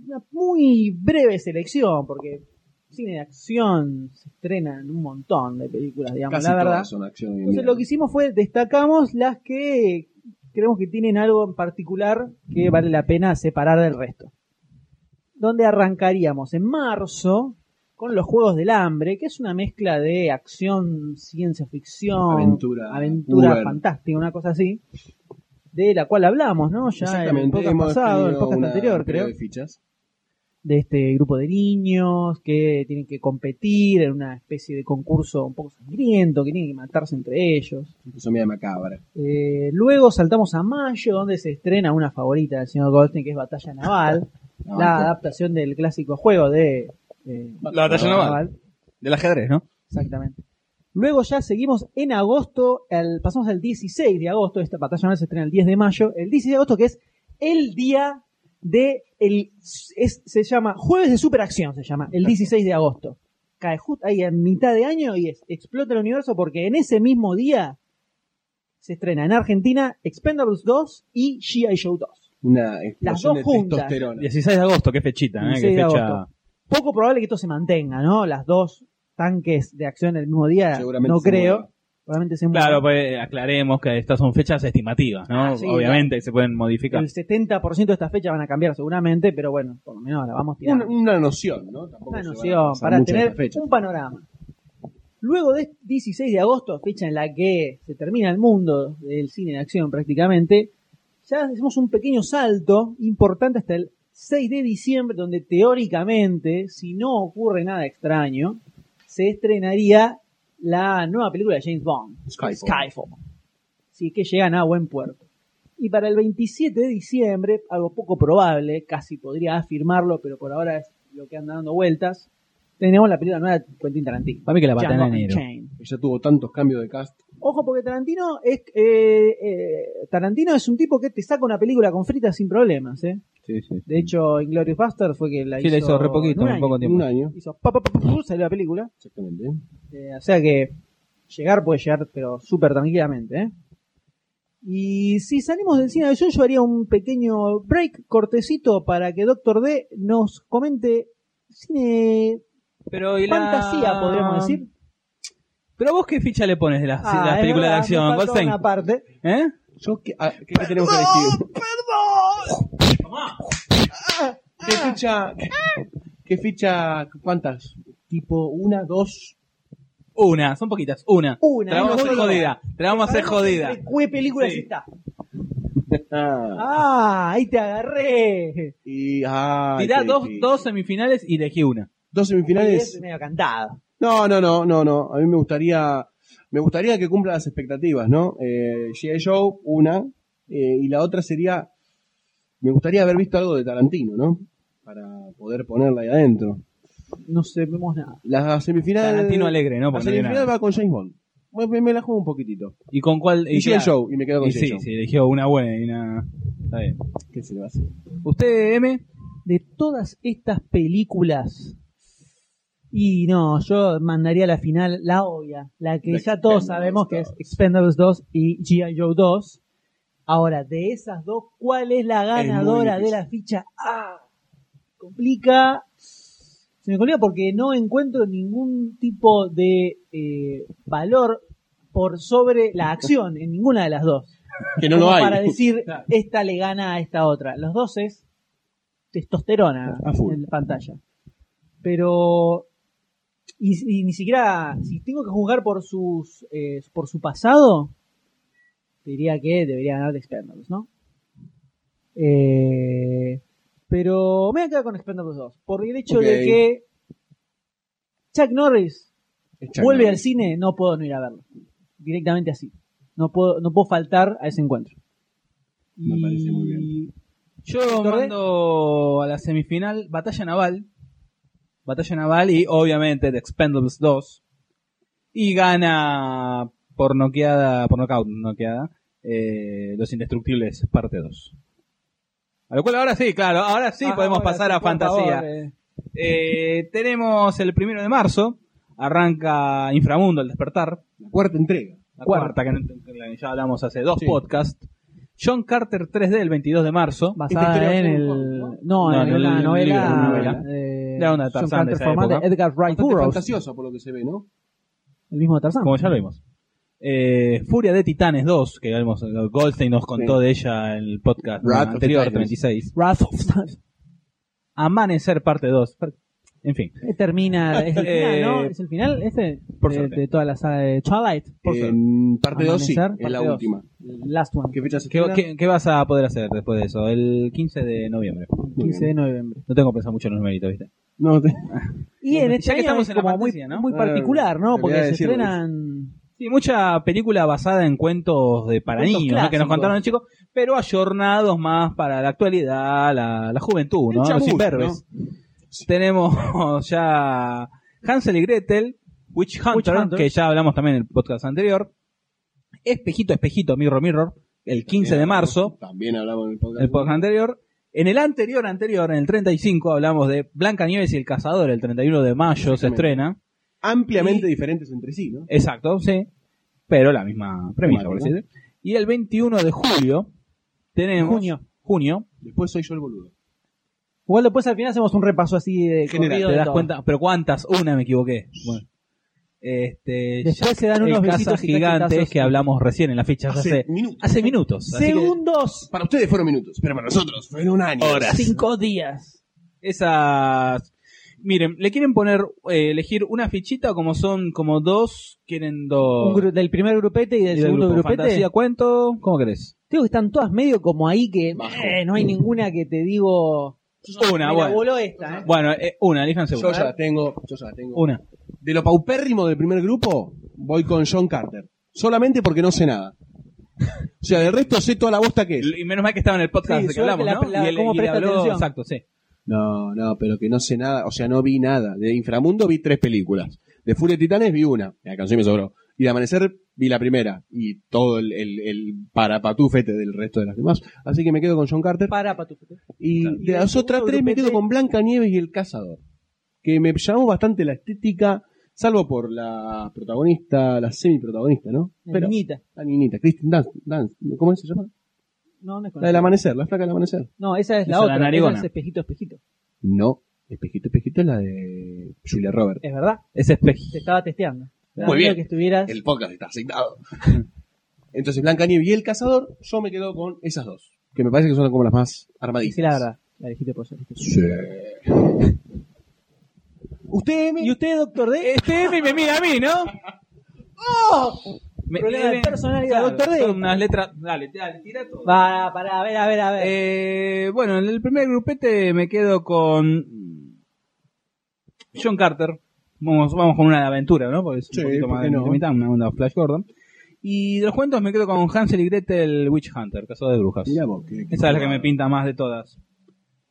Speaker 1: Una muy breve selección, porque cine de acción se estrenan un montón de películas, digamos,
Speaker 2: Casi
Speaker 1: la verdad.
Speaker 2: todas son acción hoy en
Speaker 1: Entonces
Speaker 2: día.
Speaker 1: lo que hicimos fue destacamos las que creemos que tienen algo en particular que vale la pena separar del resto. Donde arrancaríamos en marzo con los Juegos del Hambre, que es una mezcla de acción, ciencia ficción,
Speaker 2: Aventura,
Speaker 1: aventura
Speaker 2: Uber.
Speaker 1: fantástica, una cosa así, de la cual hablamos, ¿no? Ya en el
Speaker 2: Exactamente,
Speaker 1: podcast pasado, el
Speaker 2: tenido
Speaker 1: podcast
Speaker 2: una
Speaker 1: anterior,
Speaker 2: entrega
Speaker 1: creo
Speaker 2: de fichas.
Speaker 1: de este grupo de niños que tienen que competir en una especie de concurso un poco sangriento, que tienen que matarse entre ellos.
Speaker 2: Incluso media macabra.
Speaker 1: Eh, luego saltamos a mayo, donde se estrena una favorita del señor Goldstein, que es Batalla Naval,
Speaker 2: No,
Speaker 1: la
Speaker 2: no.
Speaker 1: adaptación del clásico juego de... eh,
Speaker 3: La Batalla Naval. Del ajedrez, ¿no?
Speaker 1: Exactamente. Luego ya seguimos en agosto, el- pasamos al 16 de agosto, esta batalla naval se estrena el 10 de mayo, el 16 de agosto que es el día de, el, es- se llama, jueves de superacción se llama, el 16 de agosto. Cae justo ahí en mitad de año y es- explota el universo porque en ese mismo día se estrena en Argentina Expendables 2 y G.I. Show 2.
Speaker 2: Una
Speaker 1: Las
Speaker 2: explosión
Speaker 1: dos
Speaker 2: de
Speaker 1: juntas.
Speaker 2: testosterona.
Speaker 3: 16 de agosto, qué fechita, ¿eh?
Speaker 1: 16
Speaker 3: Qué
Speaker 1: de
Speaker 3: fecha.
Speaker 1: agosto. Poco probable que esto se mantenga, ¿no? Las dos tanques de acción el mismo día,
Speaker 2: Seguramente
Speaker 1: no
Speaker 2: se
Speaker 1: creo.
Speaker 2: mueva.
Speaker 1: Probablemente se mueva.
Speaker 3: Claro, pues aclaremos que estas son fechas estimativas, ¿no?
Speaker 1: Ah, sí,
Speaker 3: obviamente, que se pueden modificar.
Speaker 1: El 70% de estas fechas van a cambiar seguramente, pero bueno, por lo menos la vamos tirando.
Speaker 2: Una, una noción, ¿no? Tampoco
Speaker 1: Una
Speaker 2: se van a
Speaker 1: noción
Speaker 2: pasar
Speaker 1: para
Speaker 2: mucho de
Speaker 1: tener
Speaker 2: esta fecha.
Speaker 1: un panorama. Luego de este 16 de agosto, fecha en la que se termina el mundo del cine en acción prácticamente, ya hacemos un pequeño salto importante hasta el 6 de diciembre, donde teóricamente, si no ocurre nada extraño, se estrenaría la nueva película de James Bond,
Speaker 2: Skyfall.
Speaker 1: Si es que llegan a buen puerto. Y para el 27 de diciembre, algo poco probable, casi podría afirmarlo, pero por ahora es lo que anda dando vueltas, tenemos la película nueva de Quentin Tarantino.
Speaker 3: Para mí que la patan
Speaker 1: Django
Speaker 3: en enero.
Speaker 1: Unchained.
Speaker 2: Que Ya tuvo tantos cambios de cast.
Speaker 1: Ojo, porque Tarantino es eh, eh, Tarantino es un tipo que te saca una película con fritas sin problemas. ¿eh?
Speaker 17: Sí, sí.
Speaker 1: De hecho, Inglorious Buster fue que la
Speaker 3: Sí,
Speaker 1: hizo.
Speaker 3: la hizo re poquito,
Speaker 1: en un
Speaker 3: en
Speaker 1: año.
Speaker 3: poco tiempo.
Speaker 2: Un año.
Speaker 1: Hizo pa, pa, pa, pa, pa, salió la película.
Speaker 2: Exactamente.
Speaker 1: Eh, o sea que llegar puede llegar, pero súper tranquilamente. ¿eh? Y si salimos del cine de yo, yo haría un pequeño break cortecito para que Doctor D nos comente cine
Speaker 3: Pero, ¿y la-
Speaker 1: fantasía, podríamos decir.
Speaker 3: Pero vos qué ficha le pones de las,
Speaker 1: Ah,
Speaker 3: de las
Speaker 1: es
Speaker 3: películas
Speaker 1: verdad,
Speaker 3: de
Speaker 1: me
Speaker 3: acción,
Speaker 1: faltó
Speaker 3: Goldstein?
Speaker 1: una parte.
Speaker 3: ¿Eh?
Speaker 2: Yo, ¿qué, a- qué- qué tenemos que decir? ¿Qué ficha? ¿Qué ficha? ¿Cuántas? ¿Tipo una, dos?
Speaker 3: Una, son poquitas, una.
Speaker 1: Una,
Speaker 3: Te la vamos a
Speaker 1: no,
Speaker 3: hacer
Speaker 1: no, no.
Speaker 3: jodida. Te la vamos a hacer
Speaker 1: Sabemos
Speaker 3: jodida.
Speaker 1: entre ¿Qué películas
Speaker 3: Sí.
Speaker 1: está?
Speaker 2: Ah,
Speaker 1: Ah, ahí te agarré.
Speaker 2: y, ah,
Speaker 3: Tirá
Speaker 2: qué
Speaker 3: dos,
Speaker 2: difícil.
Speaker 3: dos semifinales y elegí una.
Speaker 2: dos
Speaker 1: Sí,
Speaker 2: semifinales.
Speaker 1: es medio cantada.
Speaker 2: No, no, no, no, no. A mí me gustaría, me gustaría que cumpla las expectativas, ¿no? Eh, G.I. Joe, una, eh, y la otra sería, me gustaría haber visto algo de Tarantino, ¿no? Para poder ponerla ahí adentro.
Speaker 1: No sabemos nada.
Speaker 2: La semifinal.
Speaker 1: Eh,
Speaker 3: Tarantino alegre, ¿no?
Speaker 2: La
Speaker 3: Porque no hay
Speaker 2: semifinal
Speaker 3: nada.
Speaker 2: va con James Bond. Me, me- me la juego un poquitito.
Speaker 3: ¿Y con cuál?
Speaker 2: Y G.I.
Speaker 3: claro.
Speaker 2: Joe, y me quedo con
Speaker 3: Y
Speaker 2: G.I.
Speaker 3: sí,
Speaker 2: Joe.
Speaker 3: sí, eligió una buena y una. Está bien.
Speaker 2: ¿Qué se le va a hacer?
Speaker 3: ¿Usted, M?
Speaker 1: De todas estas películas. Y no, yo mandaría a la final la obvia, la que
Speaker 2: La
Speaker 1: ya todos
Speaker 2: Expendables
Speaker 1: sabemos que es
Speaker 2: 2.
Speaker 1: Expendables 2 y G.I. Joe 2. Ahora, de esas dos, ¿cuál es la ganadora de
Speaker 2: difícil.
Speaker 1: la ficha? Ah, complica. Se me complica porque no encuentro ningún tipo de eh, valor por sobre la acción en ninguna de las dos.
Speaker 2: Que no
Speaker 1: Como
Speaker 2: lo hay.
Speaker 1: Para decir, esta le gana a esta otra. Los dos es testosterona
Speaker 2: A full.
Speaker 1: en la pantalla. Pero. Y, y ni siquiera. Si tengo que juzgar por sus eh, por su pasado, diría que debería ganar de Expendables, ¿no? Eh, pero me voy a quedar con Expendables 2. Por el hecho
Speaker 2: Ok.
Speaker 1: de que. Chuck Norris
Speaker 2: [laughs] Es Chuck
Speaker 1: vuelve al
Speaker 2: Norris.
Speaker 1: cine, no puedo no ir a verlo. Directamente así. No puedo, no puedo faltar a ese encuentro.
Speaker 2: Me parece muy bien.
Speaker 1: Y-
Speaker 3: Yo
Speaker 1: ¿Doctor D?
Speaker 3: mando a la semifinal Batalla Naval. Batalla Naval y obviamente The Expendables 2. Y gana por noqueada, por nocaut noqueada, eh, Los Indestructibles parte 2. A lo cual ahora sí, claro, ahora sí
Speaker 1: Ah,
Speaker 3: podemos
Speaker 1: ahora
Speaker 3: pasar
Speaker 1: sí,
Speaker 3: a
Speaker 1: por
Speaker 3: fantasía.
Speaker 1: favor, eh.
Speaker 3: Eh, tenemos el primero de marzo, arranca Inframundo al despertar.
Speaker 2: La cuarta entrega.
Speaker 3: La cuarta, que no- que la- ya hablamos hace dos
Speaker 2: Sí.
Speaker 3: podcasts. John Carter 3D el 22 de marzo.
Speaker 1: basada
Speaker 2: historia
Speaker 1: en
Speaker 2: fue
Speaker 1: el.
Speaker 2: un cómic,
Speaker 1: No,
Speaker 3: No,
Speaker 1: en
Speaker 3: no,
Speaker 1: una
Speaker 3: el-
Speaker 1: novela.
Speaker 3: el libro, novela.
Speaker 1: eh,
Speaker 3: La onda de
Speaker 1: John
Speaker 3: Tarzán
Speaker 1: Carter
Speaker 3: de esa
Speaker 1: Forman de
Speaker 3: época.
Speaker 1: Edgar Wright
Speaker 2: Bastante
Speaker 1: Burroughs,
Speaker 2: fantasiosa por lo que se ve, ¿no?
Speaker 1: el mismo de Tarzán.
Speaker 3: como ya lo vimos. Eh, Furia de Titanes 2, que ya vimos, eh, Goldstein nos contó de ella en el podcast
Speaker 2: Wrath of
Speaker 3: anterior,
Speaker 2: Titans.
Speaker 3: 36.
Speaker 1: Wrath of Tarzán.
Speaker 3: Amanecer parte 2. En fin,
Speaker 1: Este Termina. Es el final, ¿no?
Speaker 3: Eh,
Speaker 1: ¿Es el final este?
Speaker 3: por
Speaker 1: de,
Speaker 3: suerte.
Speaker 1: de toda la saga de Twilight.
Speaker 2: Eh, En parte 2 sí,
Speaker 1: Amanecer,
Speaker 2: es la
Speaker 1: parte dos.
Speaker 2: última.
Speaker 1: Last One.
Speaker 2: ¿Qué fecha se
Speaker 3: ¿qué,
Speaker 2: estrena?
Speaker 3: qué- qué vas a poder hacer después de eso? El 15 de noviembre.
Speaker 1: 15 de noviembre.
Speaker 3: No tengo pensado mucho en los numeritos, ¿viste?
Speaker 2: No, te-
Speaker 1: Y en este
Speaker 3: Ya que
Speaker 1: año
Speaker 3: estamos
Speaker 1: es
Speaker 3: en la
Speaker 1: como muy,
Speaker 3: fantasía, ¿no?
Speaker 1: muy
Speaker 2: Eh,
Speaker 1: particular, ¿no?
Speaker 2: te
Speaker 1: Porque
Speaker 2: voy a
Speaker 1: se
Speaker 2: decir, Luis.
Speaker 1: estrenan.
Speaker 3: Sí, mucha película basada en cuentos de para
Speaker 1: Cuentos
Speaker 3: niños, ¿no? que nos
Speaker 1: clásicos.
Speaker 3: contaron los chicos, pero ayornados más para la actualidad, la, la juventud,
Speaker 2: El
Speaker 3: ¿no?
Speaker 2: chamuyo,
Speaker 3: Los imberbes. Tenemos [laughs] ya Hansel y Gretel, Witch Hunter,
Speaker 1: Hunter.
Speaker 3: que ya hablamos también en el podcast anterior, Espejito, Espejito, Mirror, Mirror, el 15 de
Speaker 2: También
Speaker 3: marzo,
Speaker 2: hablamos- También hablamos en el podcast.
Speaker 3: el podcast anterior. En el anterior, anterior, en el 35, hablamos de Blanca Nieves y el Cazador, el 31 de mayo se
Speaker 2: Exactamente.
Speaker 3: estrena.
Speaker 2: Ampliamente diferentes entre sí, ¿no?
Speaker 3: Exacto, sí. Pero la misma premisa, por
Speaker 2: Temática.
Speaker 3: así decirlo. Y el 21 de julio tenemos.
Speaker 1: Junio.
Speaker 3: Junio.
Speaker 2: Después soy yo el boludo.
Speaker 1: Igual después al final hacemos un repaso así de
Speaker 2: General,
Speaker 1: corrido
Speaker 3: Te
Speaker 1: de
Speaker 3: das
Speaker 1: todo.
Speaker 3: cuenta. Pero cuántas, una me equivoqué. Bueno. Este,
Speaker 1: Después
Speaker 3: ya-
Speaker 1: se dan unos
Speaker 3: el
Speaker 1: besitos
Speaker 3: Casas
Speaker 1: y Ah, cachetazos.
Speaker 3: gigantes que hablamos recién en la ficha hace,
Speaker 2: minutos.
Speaker 3: hace minutos. así que
Speaker 1: Segundos,
Speaker 2: Para ustedes fueron minutos, pero para nosotros fueron un año.
Speaker 3: Horas.
Speaker 1: cinco días.
Speaker 3: esas. Miren, le quieren poner, eh, elegir una fichita como son, como dos, quieren dos.
Speaker 1: Un gru- del primer grupete y del
Speaker 3: y del
Speaker 1: segundo
Speaker 3: grupo
Speaker 1: grupete.
Speaker 3: Fantasía, cuento, ¿cómo querés?
Speaker 1: Creo que están todas medio como ahí que
Speaker 2: Bajo.
Speaker 1: eh, no hay ninguna que te digo.
Speaker 3: Una,
Speaker 1: me la
Speaker 3: bueno.
Speaker 1: voló esta, ¿eh?
Speaker 3: Bueno, eh, una, elíjanse
Speaker 2: Yo ya la
Speaker 3: una.
Speaker 2: tengo, yo ya la tengo.
Speaker 3: Una.
Speaker 2: De lo paupérrimo del primer grupo, voy con John Carter. Solamente porque no sé nada. [laughs] O sea, del resto sé toda la bosta que es.
Speaker 3: Y menos mal que estaba en el podcast
Speaker 1: Sí,
Speaker 3: que
Speaker 1: suerte
Speaker 3: hablamos,
Speaker 1: la-
Speaker 3: ¿no?
Speaker 1: la-
Speaker 3: y él-
Speaker 1: cómo
Speaker 3: y le
Speaker 1: presta
Speaker 3: habló-
Speaker 1: atención.
Speaker 3: Exacto, sí.
Speaker 2: No, no, pero que no sé nada. O sea, no vi nada. De Inframundo vi tres películas. De Furia de Titanes vi una. Me alcanzó y me sobró. Y de Amanecer vi la primera y todo el, el, el parapatúfete del resto de las demás. Así que me quedo con John Carter.
Speaker 1: Parapatúfete.
Speaker 2: Y de las otras tres me quedo con Blanca Nieves y El Cazador. Que me llamó bastante la estética, salvo por la protagonista, la semi-protagonista, ¿no?
Speaker 1: La niñita.
Speaker 2: La niñita, Kristen Dunst, Dunst, ¿Cómo se llama?
Speaker 1: No, no es con
Speaker 2: La del amanecer, la flaca del amanecer.
Speaker 1: No, esa es la
Speaker 2: Esa es la
Speaker 1: otra. esa
Speaker 2: narigona.
Speaker 1: es espejito, espejito.
Speaker 2: No, Espejito, Espejito es la de Julia Roberts.
Speaker 1: Es verdad.
Speaker 3: Es espejito.
Speaker 1: Te estaba testeando. Me da
Speaker 2: Muy
Speaker 1: miedo
Speaker 2: bien.
Speaker 1: que estuvieras.
Speaker 2: El podcast está asignado. [laughs] Entonces, Blanca Nieve y El Cazador, yo me quedo con esas dos. Que me parece que son como las más armaditas.
Speaker 1: Sí, la verdad. La dijiste por ser.
Speaker 2: Sí. [laughs] Usted,
Speaker 1: ¿Y usted, doctor D?
Speaker 3: Este M me mira a mí, ¿no?
Speaker 1: ¡Oh!
Speaker 3: Me-
Speaker 1: Problema de
Speaker 3: eh,
Speaker 1: personalidad,
Speaker 3: claro,
Speaker 1: doctor D.
Speaker 3: son Unas letras. Dale, dale, tira todo.
Speaker 1: Para, para, a ver, a ver, a ver.
Speaker 3: Eh, bueno, en el primer grupete me quedo con John Carter. Vamos, vamos con una de aventura, ¿no? Porque es un
Speaker 2: Sí,
Speaker 3: poquito
Speaker 2: ¿por
Speaker 3: más
Speaker 2: qué
Speaker 3: de
Speaker 2: no?
Speaker 3: mitad, mitad, una onda Flash Gordon. Y de los cuentos me quedo con Hansel y Gretel Witch Hunter, Caso de Brujas.
Speaker 2: Mirá vos, qué-
Speaker 3: Esa
Speaker 2: qué
Speaker 3: es la que
Speaker 2: bárbaro.
Speaker 3: me pinta más de todas.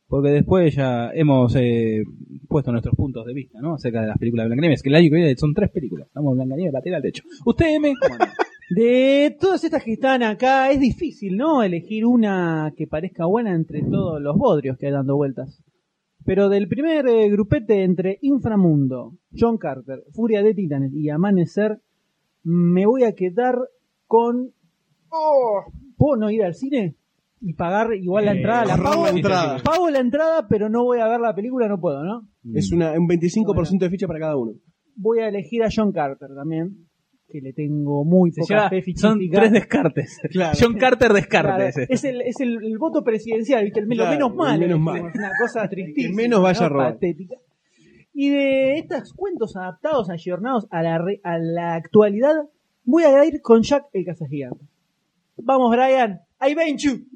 Speaker 3: Porque después ya hemos eh, puesto nuestros puntos de vista, ¿no? Acerca de las películas de Blanca Nieves, que la que son tres películas. Estamos Blanca Nieves, la al techo. Usted me.
Speaker 1: De todas estas que están acá, es difícil, ¿no? Elegir una que parezca buena entre todos los bodrios que hay dando vueltas. Pero del primer eh, grupete entre Inframundo, John Carter, Furia de Titanes y Amanecer, me voy a quedar con. ¡Oh! ¿Puedo no ir al cine? Y pagar igual la
Speaker 2: Eh,
Speaker 1: entrada. La
Speaker 2: ahorrar
Speaker 1: pago
Speaker 2: la entrada.
Speaker 1: Pago la entrada, pero no voy a ver la película, no puedo, ¿no?
Speaker 2: Es una, un 25% de ficha para cada uno.
Speaker 1: Voy a elegir a John Carter también, que le tengo muy
Speaker 3: Se
Speaker 1: poca
Speaker 3: lleva-
Speaker 1: fe
Speaker 3: son
Speaker 1: fichística.
Speaker 3: tres descartes.
Speaker 2: Claro.
Speaker 3: John Carter descartes.
Speaker 1: Claro,
Speaker 3: este.
Speaker 1: es el, es el, el voto presidencial, ¿viste? El, lo
Speaker 2: Claro,
Speaker 1: menos
Speaker 2: el
Speaker 1: mal.
Speaker 2: menos
Speaker 1: es
Speaker 2: mal.
Speaker 1: Una
Speaker 2: [laughs]
Speaker 1: cosa tristísima.
Speaker 2: menos vaya
Speaker 1: ¿no?
Speaker 2: a robar.
Speaker 1: Patética. Y de estos cuentos adaptados, ayornados a la, re- a la actualidad, voy a ir con Jack el Cazagigante. Vamos, Brian. I bet you.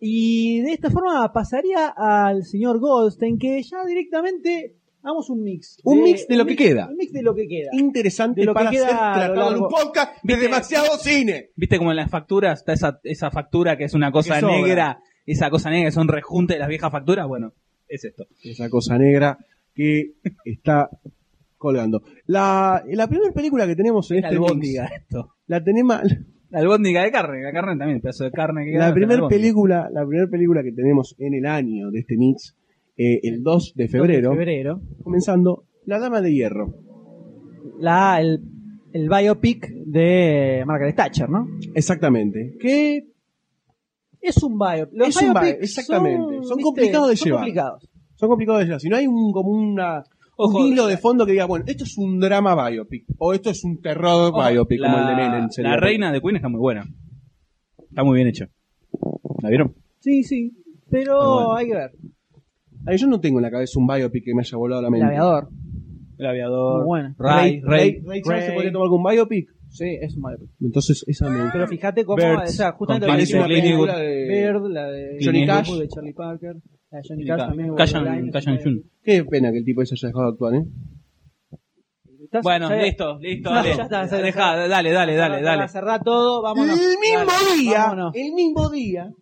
Speaker 1: Y de esta forma pasaría al señor Goldstein, que ya directamente hagamos un mix.
Speaker 2: Un mix de lo
Speaker 1: un
Speaker 2: que
Speaker 1: mix-
Speaker 2: queda.
Speaker 1: Un mix de lo que queda.
Speaker 2: Interesante
Speaker 1: De lo que
Speaker 2: para ser
Speaker 1: queda a lo
Speaker 2: tratado en un
Speaker 1: largo.
Speaker 2: podcast de
Speaker 3: Viste-
Speaker 2: demasiado cine.
Speaker 3: ¿Viste como en las facturas está esa, esa factura que es una cosa
Speaker 2: Que sobra.
Speaker 3: negra? Esa cosa negra que son rejuntes de las viejas facturas. Bueno, es esto.
Speaker 2: Esa cosa negra que está colgando. La, la primera película que tenemos en
Speaker 3: Es la
Speaker 2: este mix,
Speaker 3: albóndiga esto.
Speaker 2: la tenemos
Speaker 3: La albóndiga de carne. La carne también, el pedazo de carne que queda,
Speaker 2: la
Speaker 3: pero
Speaker 2: primera
Speaker 3: albóndiga.
Speaker 2: película, la primera película que tenemos en el año de este mix, eh, el 2 de febrero,
Speaker 1: febrero.
Speaker 2: comenzando La Dama de Hierro.
Speaker 1: La, el, el biopic de Margaret Thatcher, ¿no?
Speaker 2: Exactamente. Que
Speaker 1: Es un biopic. Los
Speaker 2: Es un
Speaker 1: biopics
Speaker 2: bio- exactamente. Son
Speaker 1: viste,
Speaker 2: complicados de
Speaker 1: son
Speaker 2: llevar.
Speaker 1: complicados.
Speaker 2: son complicados de llevar. Si no hay un como una
Speaker 3: Ojo,
Speaker 2: un hilo de fondo que diga, bueno, esto es un drama biopic o esto es un terror
Speaker 3: Ojo,
Speaker 2: biopic
Speaker 3: Ah, la,
Speaker 2: como el de Menem. sería.
Speaker 3: La reina de Queen está muy buena. Está muy bien hecho. ¿La vieron?
Speaker 1: Sí, sí. Pero
Speaker 2: Está Ah, bueno.
Speaker 1: hay que ver.
Speaker 2: Ay, yo no tengo en la cabeza un biopic que me haya volado la
Speaker 1: El
Speaker 2: mente.
Speaker 1: aviador.
Speaker 3: El aviador.
Speaker 1: Muy buena.
Speaker 3: Ray,
Speaker 2: Ray,
Speaker 3: Ray.
Speaker 2: Ray Charles se
Speaker 1: Ray.
Speaker 2: podría tomar con biopic.
Speaker 1: Sí, es un biopic.
Speaker 2: Entonces esa me
Speaker 1: Pero fíjate cómo.
Speaker 3: Birds,
Speaker 1: o sea, justamente
Speaker 3: con
Speaker 1: lo que
Speaker 3: Clint
Speaker 1: hicimos
Speaker 3: Eastwood.
Speaker 1: con
Speaker 2: Clint Eastwood.
Speaker 1: Bird, la de
Speaker 2: Johnny
Speaker 1: Clint
Speaker 2: Cash.
Speaker 1: Eastwood, de Charlie Parker, la de Johnny Cash también.
Speaker 3: Callan
Speaker 1: Wolverine,
Speaker 3: Callan Jun.
Speaker 2: Qué pena que el tipo ese haya dejado de actuar, ¿eh?
Speaker 1: ¿Estás-
Speaker 3: Bueno,
Speaker 1: ya-
Speaker 3: listo, listo,
Speaker 1: Ya,
Speaker 3: dale.
Speaker 1: ya está, ya
Speaker 3: Dejá,
Speaker 1: está.
Speaker 3: dale, dale, dale,
Speaker 1: Cerrá,
Speaker 3: dale.
Speaker 1: Cerrá todo, vámonos.
Speaker 2: El mismo
Speaker 1: Dale,
Speaker 2: día,
Speaker 1: vámonos.
Speaker 2: el mismo día,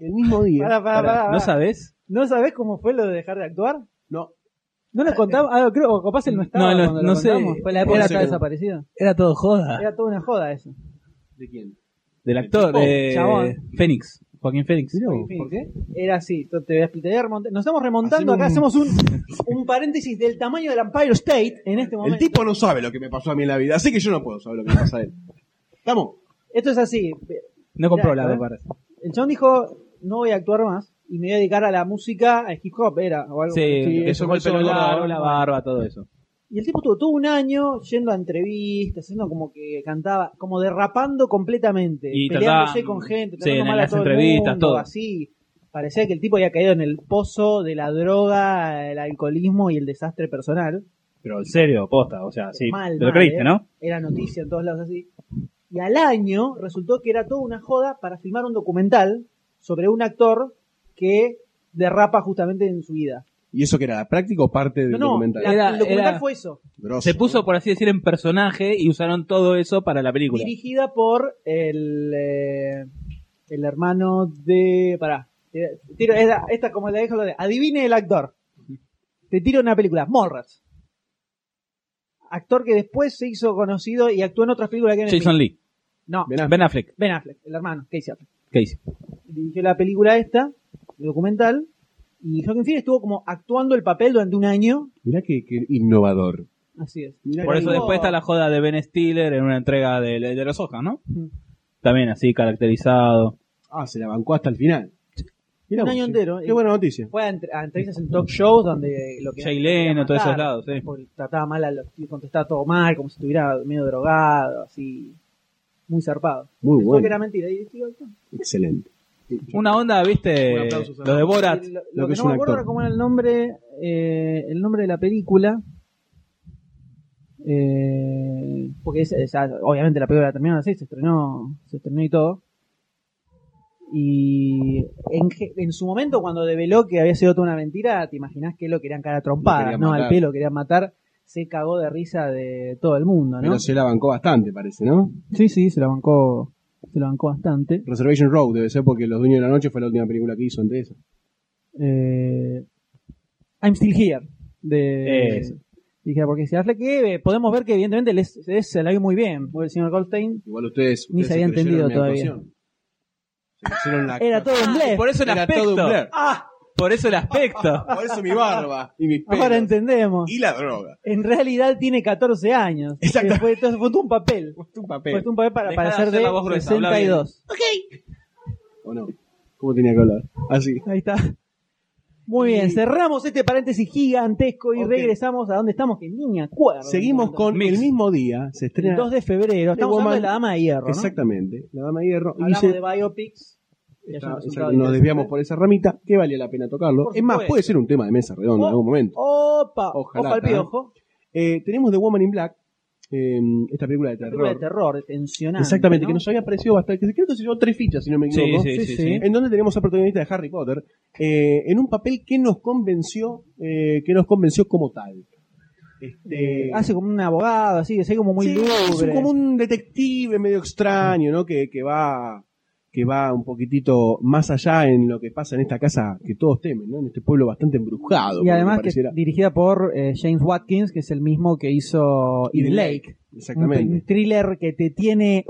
Speaker 2: el mismo día.
Speaker 1: Pará, pará, pará,
Speaker 3: ¿No
Speaker 1: pará.
Speaker 3: sabes?
Speaker 1: ¿No sabés cómo fue lo de dejar de actuar?
Speaker 2: No.
Speaker 1: No lo contamos, ah, creo que capaz él no estaba
Speaker 3: No, no,
Speaker 1: cuando lo
Speaker 3: no sé.
Speaker 1: contamos. Fue la época
Speaker 3: Era
Speaker 1: que estaba
Speaker 3: que-
Speaker 1: desaparecido.
Speaker 3: Era todo joda.
Speaker 1: Era toda una joda eso.
Speaker 2: ¿De quién?
Speaker 3: Del actor,
Speaker 1: tipo,
Speaker 3: eh,
Speaker 1: chabón.
Speaker 3: Fénix. Joaquín Fénix.
Speaker 2: ¿Por qué?
Speaker 1: Era así, te voy a explicar, te voy a remontar. Nos estamos remontando, acá
Speaker 2: Hacemos
Speaker 1: hacemos un, un paréntesis del tamaño del Empire State en este
Speaker 2: El
Speaker 1: momento.
Speaker 2: tipo no sabe lo que me pasó a mí en la vida, así que yo no puedo saber lo que me pasa a él. Estamos.
Speaker 1: Esto es así.
Speaker 3: No compró la,
Speaker 1: Mirá, ¿eh? a
Speaker 3: me
Speaker 1: ver.
Speaker 3: parece.
Speaker 1: El chabón dijo, no voy a actuar más y me voy a dedicar a la música, al hip hop, era, o algo
Speaker 3: Sí,
Speaker 1: así.
Speaker 3: que
Speaker 2: eso
Speaker 3: sacó el
Speaker 2: fue
Speaker 3: pelo
Speaker 2: solo la
Speaker 3: largo,
Speaker 2: barba.
Speaker 3: la barba, todo eso.
Speaker 1: Y el tipo estuvo todo un año yendo a entrevistas, haciendo como que cantaba, como derrapando completamente,
Speaker 3: Y
Speaker 1: peleándose
Speaker 3: trataba-
Speaker 1: con gente,
Speaker 3: sí,
Speaker 1: tratando
Speaker 3: en
Speaker 1: mal a
Speaker 3: las
Speaker 1: todo el
Speaker 3: entrevistas,
Speaker 1: mundo,
Speaker 3: todo.
Speaker 1: así. Parecía que el tipo había caído en el pozo de la droga, el alcoholismo y el desastre personal.
Speaker 3: Pero en serio, posta, o sea, sí.
Speaker 1: Mal,
Speaker 3: te lo
Speaker 1: mal,
Speaker 3: creíste,
Speaker 1: eh.
Speaker 3: ¿no?
Speaker 1: Era noticia en todos lados así. Y al año resultó que era toda una joda para filmar un documental sobre un actor que derrapa justamente en su vida.
Speaker 2: ¿Y eso que era la práctica o parte del
Speaker 1: No, no,
Speaker 2: documental?
Speaker 1: la-
Speaker 3: Era-
Speaker 1: el documental
Speaker 3: era-
Speaker 1: fue eso.
Speaker 2: Grosso,
Speaker 3: Se puso,
Speaker 2: ¿no?
Speaker 3: por así decir, en personaje y usaron todo eso para la película.
Speaker 1: Dirigida por el, eh, el hermano de. Pará. eh, Tiro, era- esta como la dejo. Adivine el actor. Te tiro una película. Morrat. actor que después se hizo conocido y actuó en otras películas que en el
Speaker 3: Jason
Speaker 1: mismo.
Speaker 3: Lee.
Speaker 1: No,
Speaker 2: Ah.
Speaker 3: Ben Ben Affleck.
Speaker 1: Ben Affleck, el hermano, Casey Affleck.
Speaker 3: ¿Qué dice?
Speaker 1: Dirigió la película esta, el documental, y Joaquin Phoenix estuvo como actuando el papel durante un año.
Speaker 2: Mirá que, que innovador.
Speaker 1: Así es.
Speaker 3: Por eso después está la joda de Ben Stiller en una entrega de, de los Oscars, ¿no? También así caracterizado.
Speaker 2: Ah, se la bancó hasta el final.
Speaker 1: un año entero.
Speaker 2: Qué buena noticia.
Speaker 1: Fue a, entre- a entrevistas en talk shows donde lo que.
Speaker 3: Jay Leno, todos esos
Speaker 1: matar,
Speaker 3: lados, sí.
Speaker 1: porque Trataba mal a los y contestaba todo mal, como si estuviera medio drogado, así. Muy zarpado.
Speaker 2: Muy
Speaker 1: Pensó
Speaker 2: bueno.
Speaker 1: que era mentira. Y digo, "Ah".
Speaker 2: Excelente.
Speaker 3: Una onda, viste, lo de Borat.
Speaker 1: Y Lo,
Speaker 2: Eh, lo
Speaker 1: lo
Speaker 2: que
Speaker 1: que,
Speaker 2: es
Speaker 1: no
Speaker 2: un
Speaker 1: me acuerdo
Speaker 2: actor.
Speaker 1: era cómo era el nombre, eh, el nombre de la película. Eh, porque es- es- obviamente la película la terminaron así, se estrenó, se estrenó y todo. Y en, ge- en su momento, cuando develó que había sido toda una mentira, te imaginás que lo querían cara
Speaker 2: Lo
Speaker 1: trompada,
Speaker 2: querían
Speaker 1: ¿no? Al
Speaker 2: matar.
Speaker 1: pelo querían matar. Se cagó de risa de todo el mundo, ¿no?
Speaker 2: Pero se la bancó bastante, parece, ¿no?
Speaker 1: Sí, sí, se la bancó, se la bancó bastante.
Speaker 2: Reservation Road debe ser porque Los Dueños de la Noche fue la última película que hizo antes de esa.
Speaker 1: eh, I'm Still Here de
Speaker 2: Eso.
Speaker 1: dije porque se Affleck que eh, podemos ver que evidentemente les, les- se la vio muy bien porque el señor Goldstein
Speaker 2: Igual ustedes.
Speaker 1: Ni
Speaker 2: ustedes
Speaker 1: se había
Speaker 2: creyeron
Speaker 1: entendido
Speaker 2: mi
Speaker 1: todavía.
Speaker 2: actuación. Se pusieron la-
Speaker 1: era todo un
Speaker 3: Ah,
Speaker 1: blef
Speaker 3: Por eso el
Speaker 2: Era
Speaker 3: aspecto.
Speaker 2: todo un blur.
Speaker 1: Ah.
Speaker 3: Por eso el aspecto.
Speaker 2: Por eso mi barba y mis
Speaker 1: ahora
Speaker 2: pelos
Speaker 1: entendemos
Speaker 2: y la droga.
Speaker 1: en realidad tiene 14 años
Speaker 2: Exacto.
Speaker 1: Que fue, entonces fue todo un papel
Speaker 2: Fue un
Speaker 1: fue
Speaker 2: papel.
Speaker 1: todo un papel para
Speaker 3: Dejá de
Speaker 1: parecer
Speaker 3: hacer
Speaker 1: de
Speaker 3: la voz gruesa, habla bien.
Speaker 1: 62
Speaker 2: ¿O no? ¿Cómo tenía que hablar? Así.
Speaker 1: ahí está muy bien cerramos este paréntesis gigantesco y
Speaker 2: Ok.
Speaker 1: regresamos a donde estamos que niña cuerda
Speaker 2: Seguimos con el mismo día. Se estrena.
Speaker 1: el 2 de febrero
Speaker 2: The
Speaker 1: estamos hablando
Speaker 2: Woman-
Speaker 1: de la dama de hierro ¿no?
Speaker 2: Exactamente. La Dama de Hierro. Y
Speaker 1: hablamos
Speaker 2: se-
Speaker 1: de biopics y hay un
Speaker 2: está- exacto,
Speaker 1: resultado
Speaker 2: nos
Speaker 1: interesante.
Speaker 2: desviamos por esa ramita, que valía la pena tocarlo.
Speaker 1: Por
Speaker 2: Es más,
Speaker 1: supuesto. Oh.
Speaker 2: puede ser un tema de mesa redonda en algún momento.
Speaker 1: Opa,
Speaker 2: Ojalá,
Speaker 1: ojo al
Speaker 2: ¿eh?
Speaker 1: piojo.
Speaker 2: Eh, tenemos The Woman in Black, eh, esta película de terror.
Speaker 1: Película de terror, tensionante.
Speaker 2: Exactamente, que
Speaker 1: ¿no?
Speaker 2: nos había parecido bastante. Creo que se llevó tres fichas, si no me
Speaker 3: Sí,
Speaker 2: equivoco.
Speaker 3: sí, sí, sí.
Speaker 2: En donde tenemos al protagonista de Harry Potter eh, en un papel que nos convenció, eh, que nos convenció como tal. Este,
Speaker 1: Hace como un abogado, así, que como Ah, muy
Speaker 2: sí, es un-
Speaker 1: lúgubre.
Speaker 2: como un detective medio extraño, ¿no? Que, que va que va un poquitito más allá en lo que pasa en esta casa que todos temen, ¿no? En este pueblo bastante embrujado. por lo
Speaker 1: Y
Speaker 2: que
Speaker 1: además que
Speaker 2: pareciera.
Speaker 1: es dirigida por eh, James Watkins, que es el mismo que hizo
Speaker 2: Y
Speaker 1: In the
Speaker 2: de
Speaker 1: Lake. Un,
Speaker 2: Exactamente.
Speaker 1: un thriller que te tiene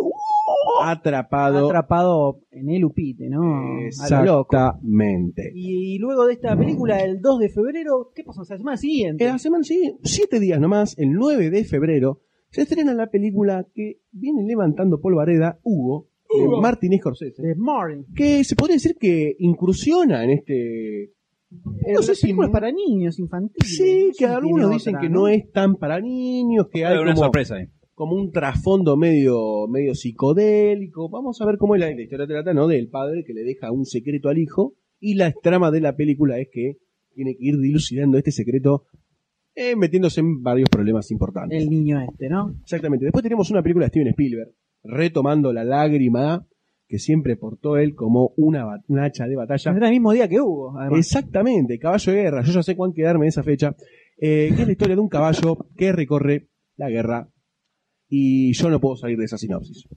Speaker 2: Atrapado.
Speaker 1: atrapado en el upite, ¿no? A lo loco.
Speaker 2: Exactamente.
Speaker 1: Y luego de esta película, el 2 de febrero, ¿qué pasó? O sea, la semana siguiente.
Speaker 2: En la semana siguiente, siete días nomás, el 9 de febrero, se estrena la película que viene levantando polvareda Hugo, de
Speaker 1: Hugo.
Speaker 2: Martin Scorsese,
Speaker 1: De Martin.
Speaker 2: que se podría decir que incursiona en este
Speaker 1: Eh,
Speaker 2: No sé
Speaker 1: las
Speaker 2: si-
Speaker 1: películas para niños, infantiles.
Speaker 2: Sí, que
Speaker 1: tiene
Speaker 2: algunos dicen
Speaker 1: otra,
Speaker 2: que no es tan para niños, que [laughs] hay
Speaker 3: Era una
Speaker 2: como,
Speaker 3: sorpresa ahí.
Speaker 2: como un trasfondo medio, medio psicodélico. Vamos a ver cómo es la, la historia trata, ¿no? Del padre que le deja un secreto al hijo. Y la trama de la película es que tiene que ir dilucidando este secreto, eh, metiéndose en varios problemas importantes.
Speaker 1: El niño este, ¿no?
Speaker 2: Exactamente. Después tenemos una película de Steven Spielberg, retomando la lágrima que siempre portó él como una, ba- una hacha de batalla.
Speaker 1: Era el mismo día que hubo, además.
Speaker 2: Exactamente, Caballo de Guerra. Yo ya sé cuán quedarme de esa fecha. Eh, que es la historia de un caballo que recorre la guerra. Y yo no puedo salir de esa sinopsis.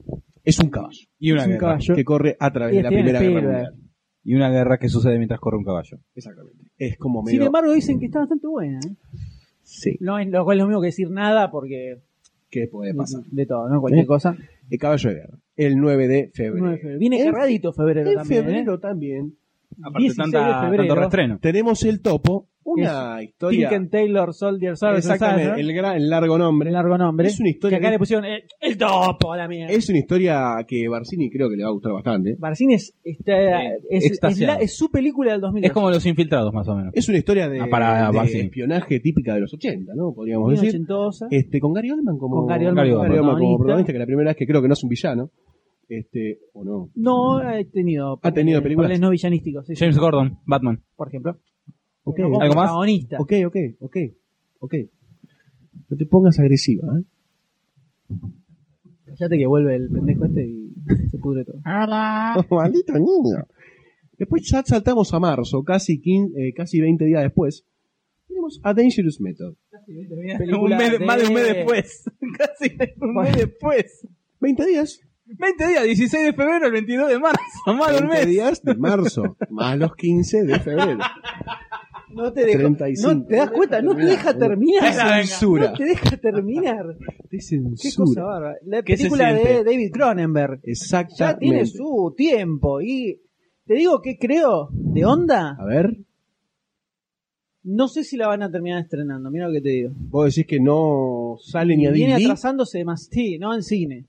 Speaker 2: Es un caballo
Speaker 3: Y una
Speaker 1: Es un
Speaker 3: guerra.
Speaker 1: caballo.
Speaker 2: que corre a través
Speaker 1: Y
Speaker 2: de la
Speaker 1: Steven
Speaker 2: Primera Guerra
Speaker 1: Spielberg.
Speaker 2: Mundial.
Speaker 3: Y una guerra que sucede mientras corre un caballo.
Speaker 2: Exactamente. Es como medio.
Speaker 1: Sin embargo, dicen que está bastante buena. ¿eh?
Speaker 2: sí,
Speaker 1: No es lo cual es lo mismo que decir nada porque
Speaker 2: ¿qué puede pasar?
Speaker 1: de todo, ¿no? Cualquier
Speaker 2: ¿Eh?
Speaker 1: cosa.
Speaker 2: El Caballo de Guerra. El 9 de febrero.
Speaker 1: 9 de febrero. Viene
Speaker 2: En-
Speaker 1: cargadito febrero
Speaker 2: En
Speaker 1: también.
Speaker 2: febrero
Speaker 1: ¿eh?
Speaker 2: también.
Speaker 3: Aparte,
Speaker 1: 16 de
Speaker 3: tanta-
Speaker 1: febrero.
Speaker 3: tanto reestreno.
Speaker 2: Tenemos el topo. Una historia.
Speaker 1: Tinken Taylor Soldier Soldier,
Speaker 2: Exactamente.
Speaker 1: Soldier,
Speaker 2: El, gran, el largo nombre.
Speaker 1: el largo nombre.
Speaker 2: Es una historia
Speaker 1: que acá
Speaker 2: que-
Speaker 1: le pusieron el, el topo a la mierda.
Speaker 2: Es una historia que Barcini creo que le va a gustar bastante.
Speaker 1: Barcini es, está-
Speaker 3: Sí,
Speaker 1: es, es
Speaker 3: extasiado.
Speaker 1: la- es su película del 2008.
Speaker 3: Es como los infiltrados, más o menos.
Speaker 2: Es una historia de,
Speaker 3: Ah, para
Speaker 2: de
Speaker 3: Barcini.
Speaker 2: espionaje típica de los 80, ¿no? Podríamos decir.
Speaker 1: 1980.
Speaker 2: Este, con Gary Oldman como,
Speaker 1: Con Gary Oldman
Speaker 3: como
Speaker 2: como
Speaker 1: protagonista.
Speaker 2: protagonista, que la primera vez que creo que no es un villano. Este, o no.
Speaker 1: No ha tenido,
Speaker 2: Ha tenido
Speaker 1: eh,
Speaker 2: películas.
Speaker 1: papeles no villanísticos, sí, sí,
Speaker 3: James Gordon, Batman.
Speaker 1: por ejemplo.
Speaker 2: Ok,
Speaker 1: Pero como
Speaker 3: ¿Algo más?
Speaker 1: protagonista.
Speaker 2: ok, ok, ok, ok. No te pongas agresiva, ¿eh?
Speaker 1: Fíjate que vuelve el pendejo este y se pudre todo.
Speaker 2: Ah.
Speaker 15: Hola.
Speaker 2: [laughs] Maldito niño. Después ya saltamos a marzo, casi, 15, eh, casi 20 días después. Tenemos A Dangerous Method.
Speaker 1: Película
Speaker 3: Un mes-
Speaker 1: de-
Speaker 3: Más de un mes después. Casi [laughs] un
Speaker 1: Bueno.
Speaker 3: mes después.
Speaker 2: 20 días.
Speaker 3: 20 días, 16 de febrero al 22 de marzo. Más de un
Speaker 2: 20
Speaker 3: mes.
Speaker 2: [laughs] días de marzo, más los 15 de febrero.
Speaker 1: No te deja.
Speaker 2: 35.
Speaker 1: No te das cuenta, no te deja terminar.
Speaker 2: Es la censura.
Speaker 1: No te deja terminar.
Speaker 2: Te
Speaker 1: Qué
Speaker 2: censura.
Speaker 1: cosa bárbara. La
Speaker 2: ¿Qué se
Speaker 1: película de
Speaker 2: siente?
Speaker 1: David Cronenberg.
Speaker 2: Exactamente.
Speaker 1: Ya tiene su tiempo. Y te digo que creo, de onda,
Speaker 2: A ver,
Speaker 1: no sé si la van a terminar estrenando. Mira lo que te digo.
Speaker 2: vos decís que no sale ni a
Speaker 1: Viene
Speaker 2: DVD.
Speaker 1: atrasándose más. Sí, no en cine.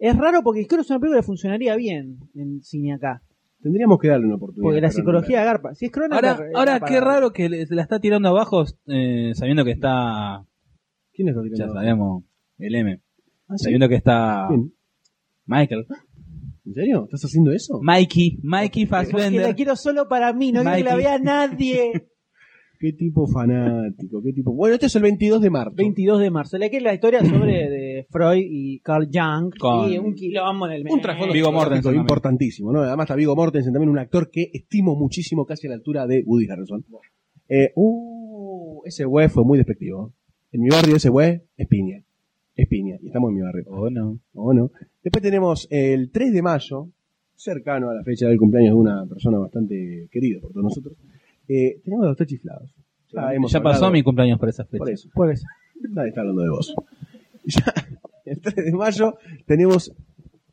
Speaker 1: Es raro porque creo que es una película que funcionaría bien en cine acá.
Speaker 2: Tendríamos que darle una oportunidad.
Speaker 1: Porque la
Speaker 2: pero no
Speaker 1: psicología garpa. Si es Cronenberg.
Speaker 3: Ahora,
Speaker 1: eh,
Speaker 3: ahora
Speaker 1: garpa.
Speaker 3: qué raro que le- la está tirando abajo eh, sabiendo que está.
Speaker 2: ¿Quién está tirando
Speaker 3: Ya
Speaker 2: abajo?
Speaker 3: sabemos, el M.
Speaker 2: ¿Ah, sí?
Speaker 3: Sabiendo que está.
Speaker 2: ¿Quién?
Speaker 3: Michael.
Speaker 2: ¿En serio? ¿Estás haciendo eso?
Speaker 3: Mikey, Mikey
Speaker 1: Porque la
Speaker 3: Fassbender.
Speaker 1: quiero solo para mí, no quiero que la
Speaker 3: Mikey.
Speaker 1: vea nadie.
Speaker 2: [laughs] Qué tipo fanático, qué tipo. Bueno, este es el 22 de marzo.
Speaker 1: 22 de marzo. La que es la
Speaker 2: Mm.
Speaker 1: historia sobre de Freud y Carl Jung
Speaker 3: Con-
Speaker 1: y un quilombo en el medio.
Speaker 2: Un trasfondo
Speaker 3: Viggo
Speaker 2: psicológico
Speaker 3: Mortensen también.
Speaker 2: importantísimo, ¿no? Además está Vigo Mortensen, también un actor que estimo muchísimo, casi a la altura de Woody Harrelson. Eh, uh, ese güey fue muy despectivo. En mi barrio ese güey es piña. Es piña. Y estamos en mi barrio.
Speaker 3: Oh, no.
Speaker 2: ¿O no? Después tenemos el 3 de mayo, cercano a la fecha del cumpleaños de una persona bastante querida por todos nosotros. Eh, tenemos a los tres chiflados. Ya, hemos
Speaker 3: ya pasó
Speaker 2: hablado-
Speaker 3: mi cumpleaños por esa fecha.
Speaker 2: Por eso.
Speaker 1: Por eso.
Speaker 2: Nadie está hablando de vos. [laughs] Ya, el 3 de mayo tenemos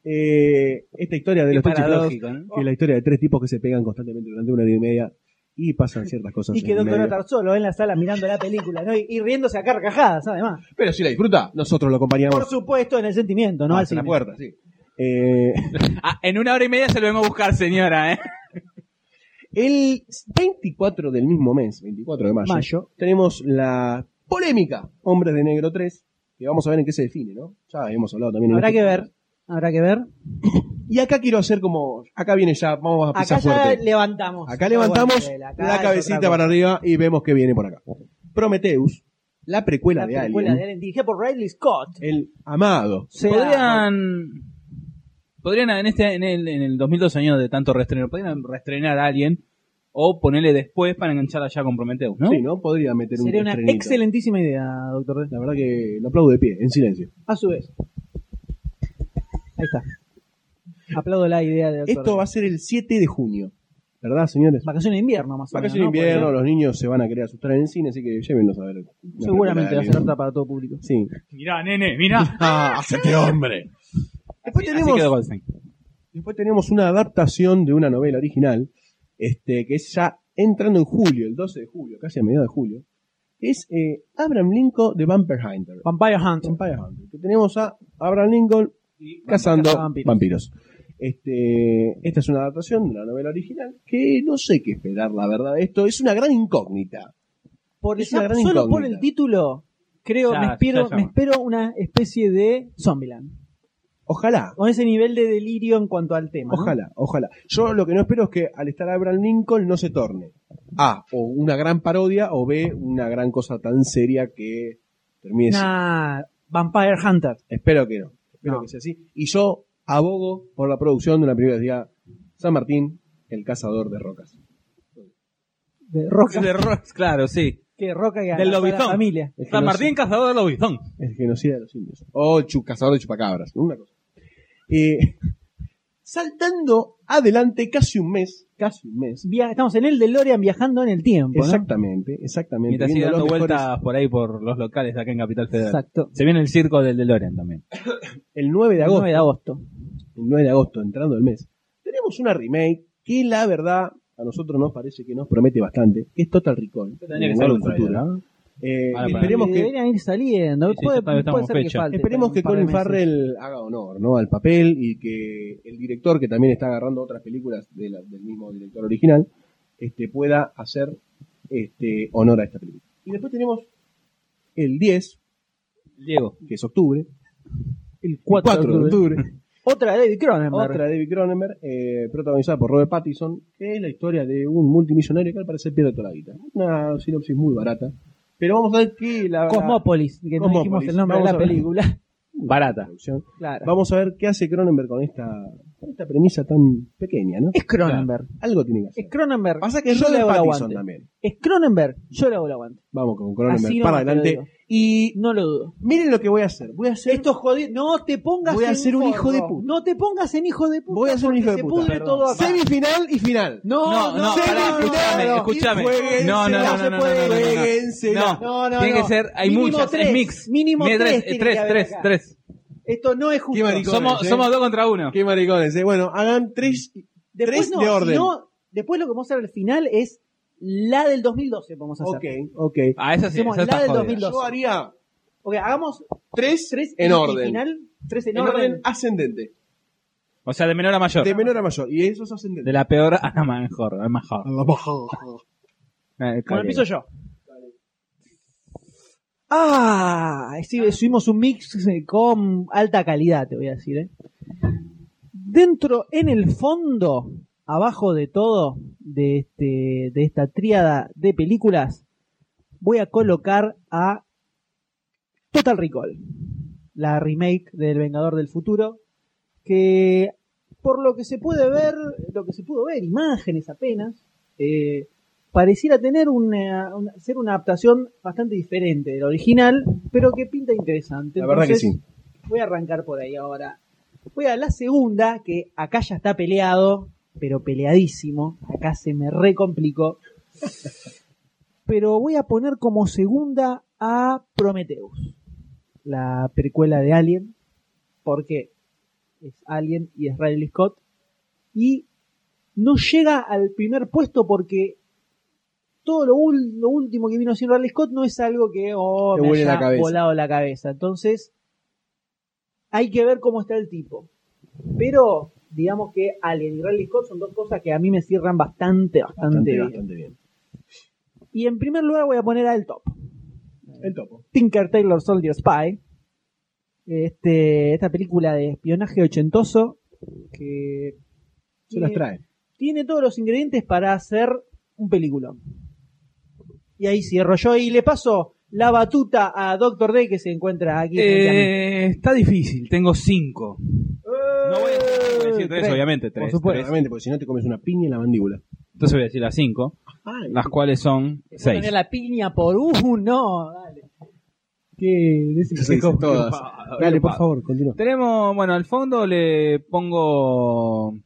Speaker 2: eh, esta historia de
Speaker 3: Qué
Speaker 2: los tres chiflados,
Speaker 3: paradójico, ¿no?
Speaker 2: que es la historia de tres tipos que se pegan constantemente durante una hora y media y pasan ciertas cosas.
Speaker 1: Y
Speaker 2: en
Speaker 1: quedó
Speaker 2: medio.
Speaker 1: con solo en la sala mirando la película, ¿no? Y, y riéndose a carcajadas, además.
Speaker 2: Pero si la disfruta, nosotros lo acompañamos
Speaker 1: Por supuesto, en el sentimiento, ¿no? Al
Speaker 2: hasta la
Speaker 1: cine.
Speaker 2: puerta, sí. Eh,
Speaker 3: Ah, en una hora y media se lo vengo a buscar, señora, ¿eh?
Speaker 2: El 24 del mismo mes, 24 de mayo,
Speaker 1: Mayo.
Speaker 2: tenemos la polémica Hombres de Negro 3, que vamos a ver en qué se define, ¿no? Ya habíamos hablado también. en
Speaker 1: Habrá
Speaker 2: este-
Speaker 1: que ver, habrá que ver.
Speaker 2: Y acá quiero hacer como, acá viene ya, vamos a
Speaker 1: Acá
Speaker 2: pisar
Speaker 1: ya
Speaker 2: fuerte.
Speaker 1: levantamos.
Speaker 2: Acá levantamos
Speaker 1: Bueno, acá es
Speaker 2: la
Speaker 1: otra
Speaker 2: cabecita
Speaker 1: cosa.
Speaker 2: para arriba y vemos que viene por acá. Prometheus, la precuela,
Speaker 1: La
Speaker 2: de,
Speaker 1: película
Speaker 2: Alien,
Speaker 1: de Alien, dirigida por Ridley Scott.
Speaker 2: el amado.
Speaker 1: Se
Speaker 3: Podrían. Podrían, en este en el, en el 2002 años de tanto reestreno, podrían reestrenar a alguien o ponerle después para engancharla ya con Prometheus, ¿no?
Speaker 2: Sí, ¿no? Podría meter
Speaker 1: Sería
Speaker 2: un
Speaker 1: una
Speaker 2: estrenito.
Speaker 1: excelentísima idea, doctor. D.
Speaker 2: La verdad que lo aplaudo de pie, en silencio.
Speaker 1: A su vez. Ahí está. Aplaudo la idea de doctor.
Speaker 2: Esto
Speaker 1: D.
Speaker 2: va a ser el 7 de junio, ¿verdad, señores?
Speaker 1: Vacaciones de invierno, más o menos.
Speaker 2: Vacaciones de
Speaker 1: ¿no?
Speaker 2: invierno,
Speaker 1: Porque
Speaker 2: los niños se van a querer asustar en el cine, así que llévenlos a ver. una
Speaker 1: Seguramente va
Speaker 2: película
Speaker 1: a
Speaker 2: de
Speaker 1: ser
Speaker 2: Alien.
Speaker 1: apta para todo público.
Speaker 2: Sí.
Speaker 3: Mirá, nene, [laughs] mirá.
Speaker 2: Ah, hacete hombre. Después
Speaker 3: Así
Speaker 2: tenemos,
Speaker 3: quedó Goldstein.
Speaker 2: después tenemos una adaptación de una novela original, este, que es ya entrando en julio, el 12 de julio, casi a mediados de julio. Es eh, Abraham Lincoln de Vampire Hunter.
Speaker 1: Vampire Hunt.
Speaker 2: Vampire Hunter. Que tenemos a Abraham Lincoln cazando
Speaker 1: caza
Speaker 2: vampiros.
Speaker 1: vampiros.
Speaker 2: Este, esta es una adaptación de la novela original que no sé qué esperar, la verdad. Esto es una gran incógnita.
Speaker 1: Por
Speaker 2: Es
Speaker 1: ya
Speaker 2: una gran
Speaker 1: solo por
Speaker 2: incógnita.
Speaker 1: el título, creo,
Speaker 3: Ya,
Speaker 1: me, espero,
Speaker 3: ya llama.
Speaker 1: me espero una especie de Zombieland.
Speaker 2: Ojalá,
Speaker 1: Con ese nivel de delirio en cuanto al tema. ¿no?
Speaker 2: Ojalá, ojalá. Yo lo que no espero es que al estar Abraham Lincoln no se torne A, o una gran parodia, o B, una gran cosa tan seria que termine así.
Speaker 1: Nah, Vampire Hunter.
Speaker 2: Espero que no. Espero
Speaker 1: No.
Speaker 2: que sea así. Y yo abogo por la producción de una película que diga San Martín, el cazador de rocas.
Speaker 1: De
Speaker 3: [laughs]
Speaker 1: Roca.
Speaker 3: De Ross, claro, sí.
Speaker 1: Que Roca que
Speaker 3: Del
Speaker 1: agarra a la
Speaker 3: Lobizón.
Speaker 1: familia.
Speaker 2: El,
Speaker 3: San
Speaker 2: genoci-
Speaker 3: Martín, cazador del lobizón.
Speaker 2: el genocida de los indios. O chu- cazador de chupacabras. Una cosa. Eh, [laughs] saltando adelante casi un mes, casi un mes.
Speaker 1: Via- Estamos en el DeLorean viajando en el tiempo. ¿no?
Speaker 2: Exactamente, exactamente.
Speaker 3: Mientras sigue
Speaker 2: Viendo
Speaker 3: dando
Speaker 2: los mejores-
Speaker 3: vueltas por ahí por los locales de acá en Capital Federal.
Speaker 1: Exacto.
Speaker 3: Se viene el circo del DeLorean también.
Speaker 2: El 9 de
Speaker 1: El
Speaker 2: agosto.
Speaker 1: 9 de agosto.
Speaker 2: el 9 de agosto, entrando el mes, tenemos una remake que la verdad a nosotros nos parece que nos promete bastante, que es Total Recall.
Speaker 3: Tendría que
Speaker 2: Un
Speaker 3: ser
Speaker 2: nuevo
Speaker 3: un trailer,
Speaker 2: futuro. Eh,
Speaker 3: Ahora, para
Speaker 2: esperemos
Speaker 1: Y
Speaker 2: que,
Speaker 1: Ah, Deberían ir saliendo.
Speaker 3: Sí, sí,
Speaker 1: puede
Speaker 3: todavía
Speaker 1: puede
Speaker 3: estamos
Speaker 1: ser que
Speaker 3: fecha.
Speaker 1: falte.
Speaker 2: esperemos que
Speaker 1: un par de
Speaker 2: Colin
Speaker 1: meses.
Speaker 2: Farrell haga honor ¿no? al papel y que el director, que también está agarrando otras películas de la- del mismo director original, este, pueda hacer este, honor a esta película. Y después tenemos el 10,
Speaker 3: Diego.
Speaker 2: que es octubre,
Speaker 1: El
Speaker 2: 4, de octubre.
Speaker 1: [laughs] Otra de David Cronenberg.
Speaker 2: Otra de David Cronenberg, eh, protagonizada por Robert Pattinson, que es la historia de un multimillonario que al parecer pierde toda la guita. Una sinopsis muy barata. Pero vamos a ver qué la, la-
Speaker 1: Cosmópolis, que no dijimos
Speaker 2: Cosmópolis.
Speaker 1: el nombre de
Speaker 2: Vamos
Speaker 1: la
Speaker 2: a ver. [laughs]
Speaker 1: película.
Speaker 2: la
Speaker 3: Barata.
Speaker 2: producción.
Speaker 1: Claro.
Speaker 2: Vamos a ver qué hace Cronenberg con esta, con esta premisa tan pequeña, ¿no?
Speaker 1: Es Cronenberg.
Speaker 2: Algo tiene que hacer.
Speaker 1: Es Cronenberg.
Speaker 2: Pasa que es
Speaker 1: Yo le
Speaker 2: Robert
Speaker 1: hago el
Speaker 2: Pattinson
Speaker 1: aguante.
Speaker 2: también.
Speaker 1: Es Cronenberg. Yo le hago el aguante.
Speaker 2: Vamos con Cronenberg
Speaker 1: Así
Speaker 2: para
Speaker 1: nomás te lo
Speaker 2: adelante.
Speaker 1: digo.
Speaker 2: Y
Speaker 1: no lo dudo.
Speaker 2: Miren lo que voy a hacer. Voy a hacer.
Speaker 1: Esto es jodido. No te pongas
Speaker 2: Voy a
Speaker 1: en
Speaker 2: ser un
Speaker 1: forro.
Speaker 2: hijo de puta.
Speaker 1: No te pongas en hijo de puta.
Speaker 2: Voy a ser un hijo de
Speaker 1: se
Speaker 2: puta.
Speaker 1: pudre
Speaker 2: Perdón.
Speaker 1: todo acá.
Speaker 2: Semifinal y final.
Speaker 1: No, no,
Speaker 3: pará,
Speaker 1: no,
Speaker 3: escúchame,
Speaker 1: no, no.
Speaker 3: escúchame.
Speaker 2: Y jueguensela,
Speaker 3: No, no, no, no,
Speaker 2: se
Speaker 3: no,
Speaker 2: puede,
Speaker 3: no, no, no, no.
Speaker 2: jueguensela.
Speaker 3: No, tiene que ser, hay
Speaker 1: Mínimo
Speaker 3: muchas,
Speaker 1: tres,
Speaker 3: es mix.
Speaker 1: mínimo
Speaker 3: Mira,
Speaker 1: tres tiene que
Speaker 3: tres,
Speaker 1: haber
Speaker 3: tres,
Speaker 1: acá.
Speaker 3: tres.
Speaker 1: Esto no es
Speaker 2: Qué
Speaker 1: justo.
Speaker 2: maricones,
Speaker 3: Somos-
Speaker 2: eh.
Speaker 3: somos dos contra uno.
Speaker 2: Qué maricones, eh. Bueno, hagan tres, tres de orden.
Speaker 1: sino- después lo que vamos a hacer al final es la del 2012. Vamos a hacer.
Speaker 2: ok, ok.
Speaker 3: Ah, esa sí,
Speaker 1: Hacemos
Speaker 3: esa
Speaker 1: la
Speaker 3: está
Speaker 1: del
Speaker 3: jodida.
Speaker 1: 2012.
Speaker 2: Yo haría
Speaker 1: Ok, hagamos
Speaker 2: tres,
Speaker 1: tres
Speaker 2: en
Speaker 1: y- y
Speaker 2: orden.
Speaker 1: final, tres en,
Speaker 2: en orden,
Speaker 1: orden.
Speaker 2: ascendente.
Speaker 3: O sea, de menor a mayor.
Speaker 2: De
Speaker 3: De,
Speaker 2: menor a mayor. Y eso es ascendente.
Speaker 3: la peor a la mejor, a la mejor. Eh,
Speaker 1: Bueno,
Speaker 3: está
Speaker 1: empiezo
Speaker 3: bien.
Speaker 1: yo. Ah, sí, subimos un mix eh, con alta calidad, te voy a decir. ¿eh? Dentro, en el fondo, abajo de todo, de, este, de esta tríada de películas, voy a colocar a Total Recall, la remake del Vengador del Futuro, que por lo que se puede ver, lo que se pudo ver, imágenes apenas, eh, pareciera tener una, una- ser una adaptación bastante diferente del original, pero que pinta interesante.
Speaker 2: La verdad que
Speaker 1: Entonces,
Speaker 2: sí.
Speaker 1: Voy a arrancar por ahí ahora. Voy a la segunda, que acá ya está peleado, pero peleadísimo. Acá se me recomplicó. Pero voy a poner como segunda a Prometheus, la precuela de Alien, porque es Alien y es Riley Scott. Y no llega al primer puesto porque todo lo, ul- lo último que vino siendo Riley Scott no es algo que oh,
Speaker 2: Te
Speaker 1: me
Speaker 2: vuele
Speaker 1: haya
Speaker 2: la cabeza.
Speaker 1: volado la cabeza. Entonces, hay que ver cómo está el tipo. Pero digamos que Alien y Riley Scott son dos cosas que a mí me cierran bastante, bastante,
Speaker 2: Bastante,
Speaker 1: bien.
Speaker 2: bastante bien.
Speaker 1: Y en primer lugar voy a poner al top.
Speaker 2: El topo.
Speaker 1: Tinker Taylor Soldier Spy. Este, esta película de espionaje ochentoso que
Speaker 2: Se las
Speaker 1: tiene-
Speaker 2: trae.
Speaker 1: tiene todos los ingredientes para hacer un peliculón. Y ahí cierro yo y le paso la batuta a Doctor Day que se encuentra aquí. frente a mí.
Speaker 3: Eh, está difícil, tengo cinco. No voy a decir, voy a decir tres,
Speaker 1: Eh, Tres.
Speaker 3: obviamente, tres.
Speaker 2: Por supuesto.
Speaker 3: tres.
Speaker 2: Obviamente, porque si no te comes una piña en la mandíbula.
Speaker 3: Entonces voy a decir las cinco,
Speaker 2: Ay,
Speaker 3: las cuales son
Speaker 1: Voy a
Speaker 3: seis.
Speaker 1: poner la piña por uno. Dale. Qué
Speaker 2: se dice todas. Dale, por favor, continúa.
Speaker 3: Tenemos, bueno, al fondo le pongo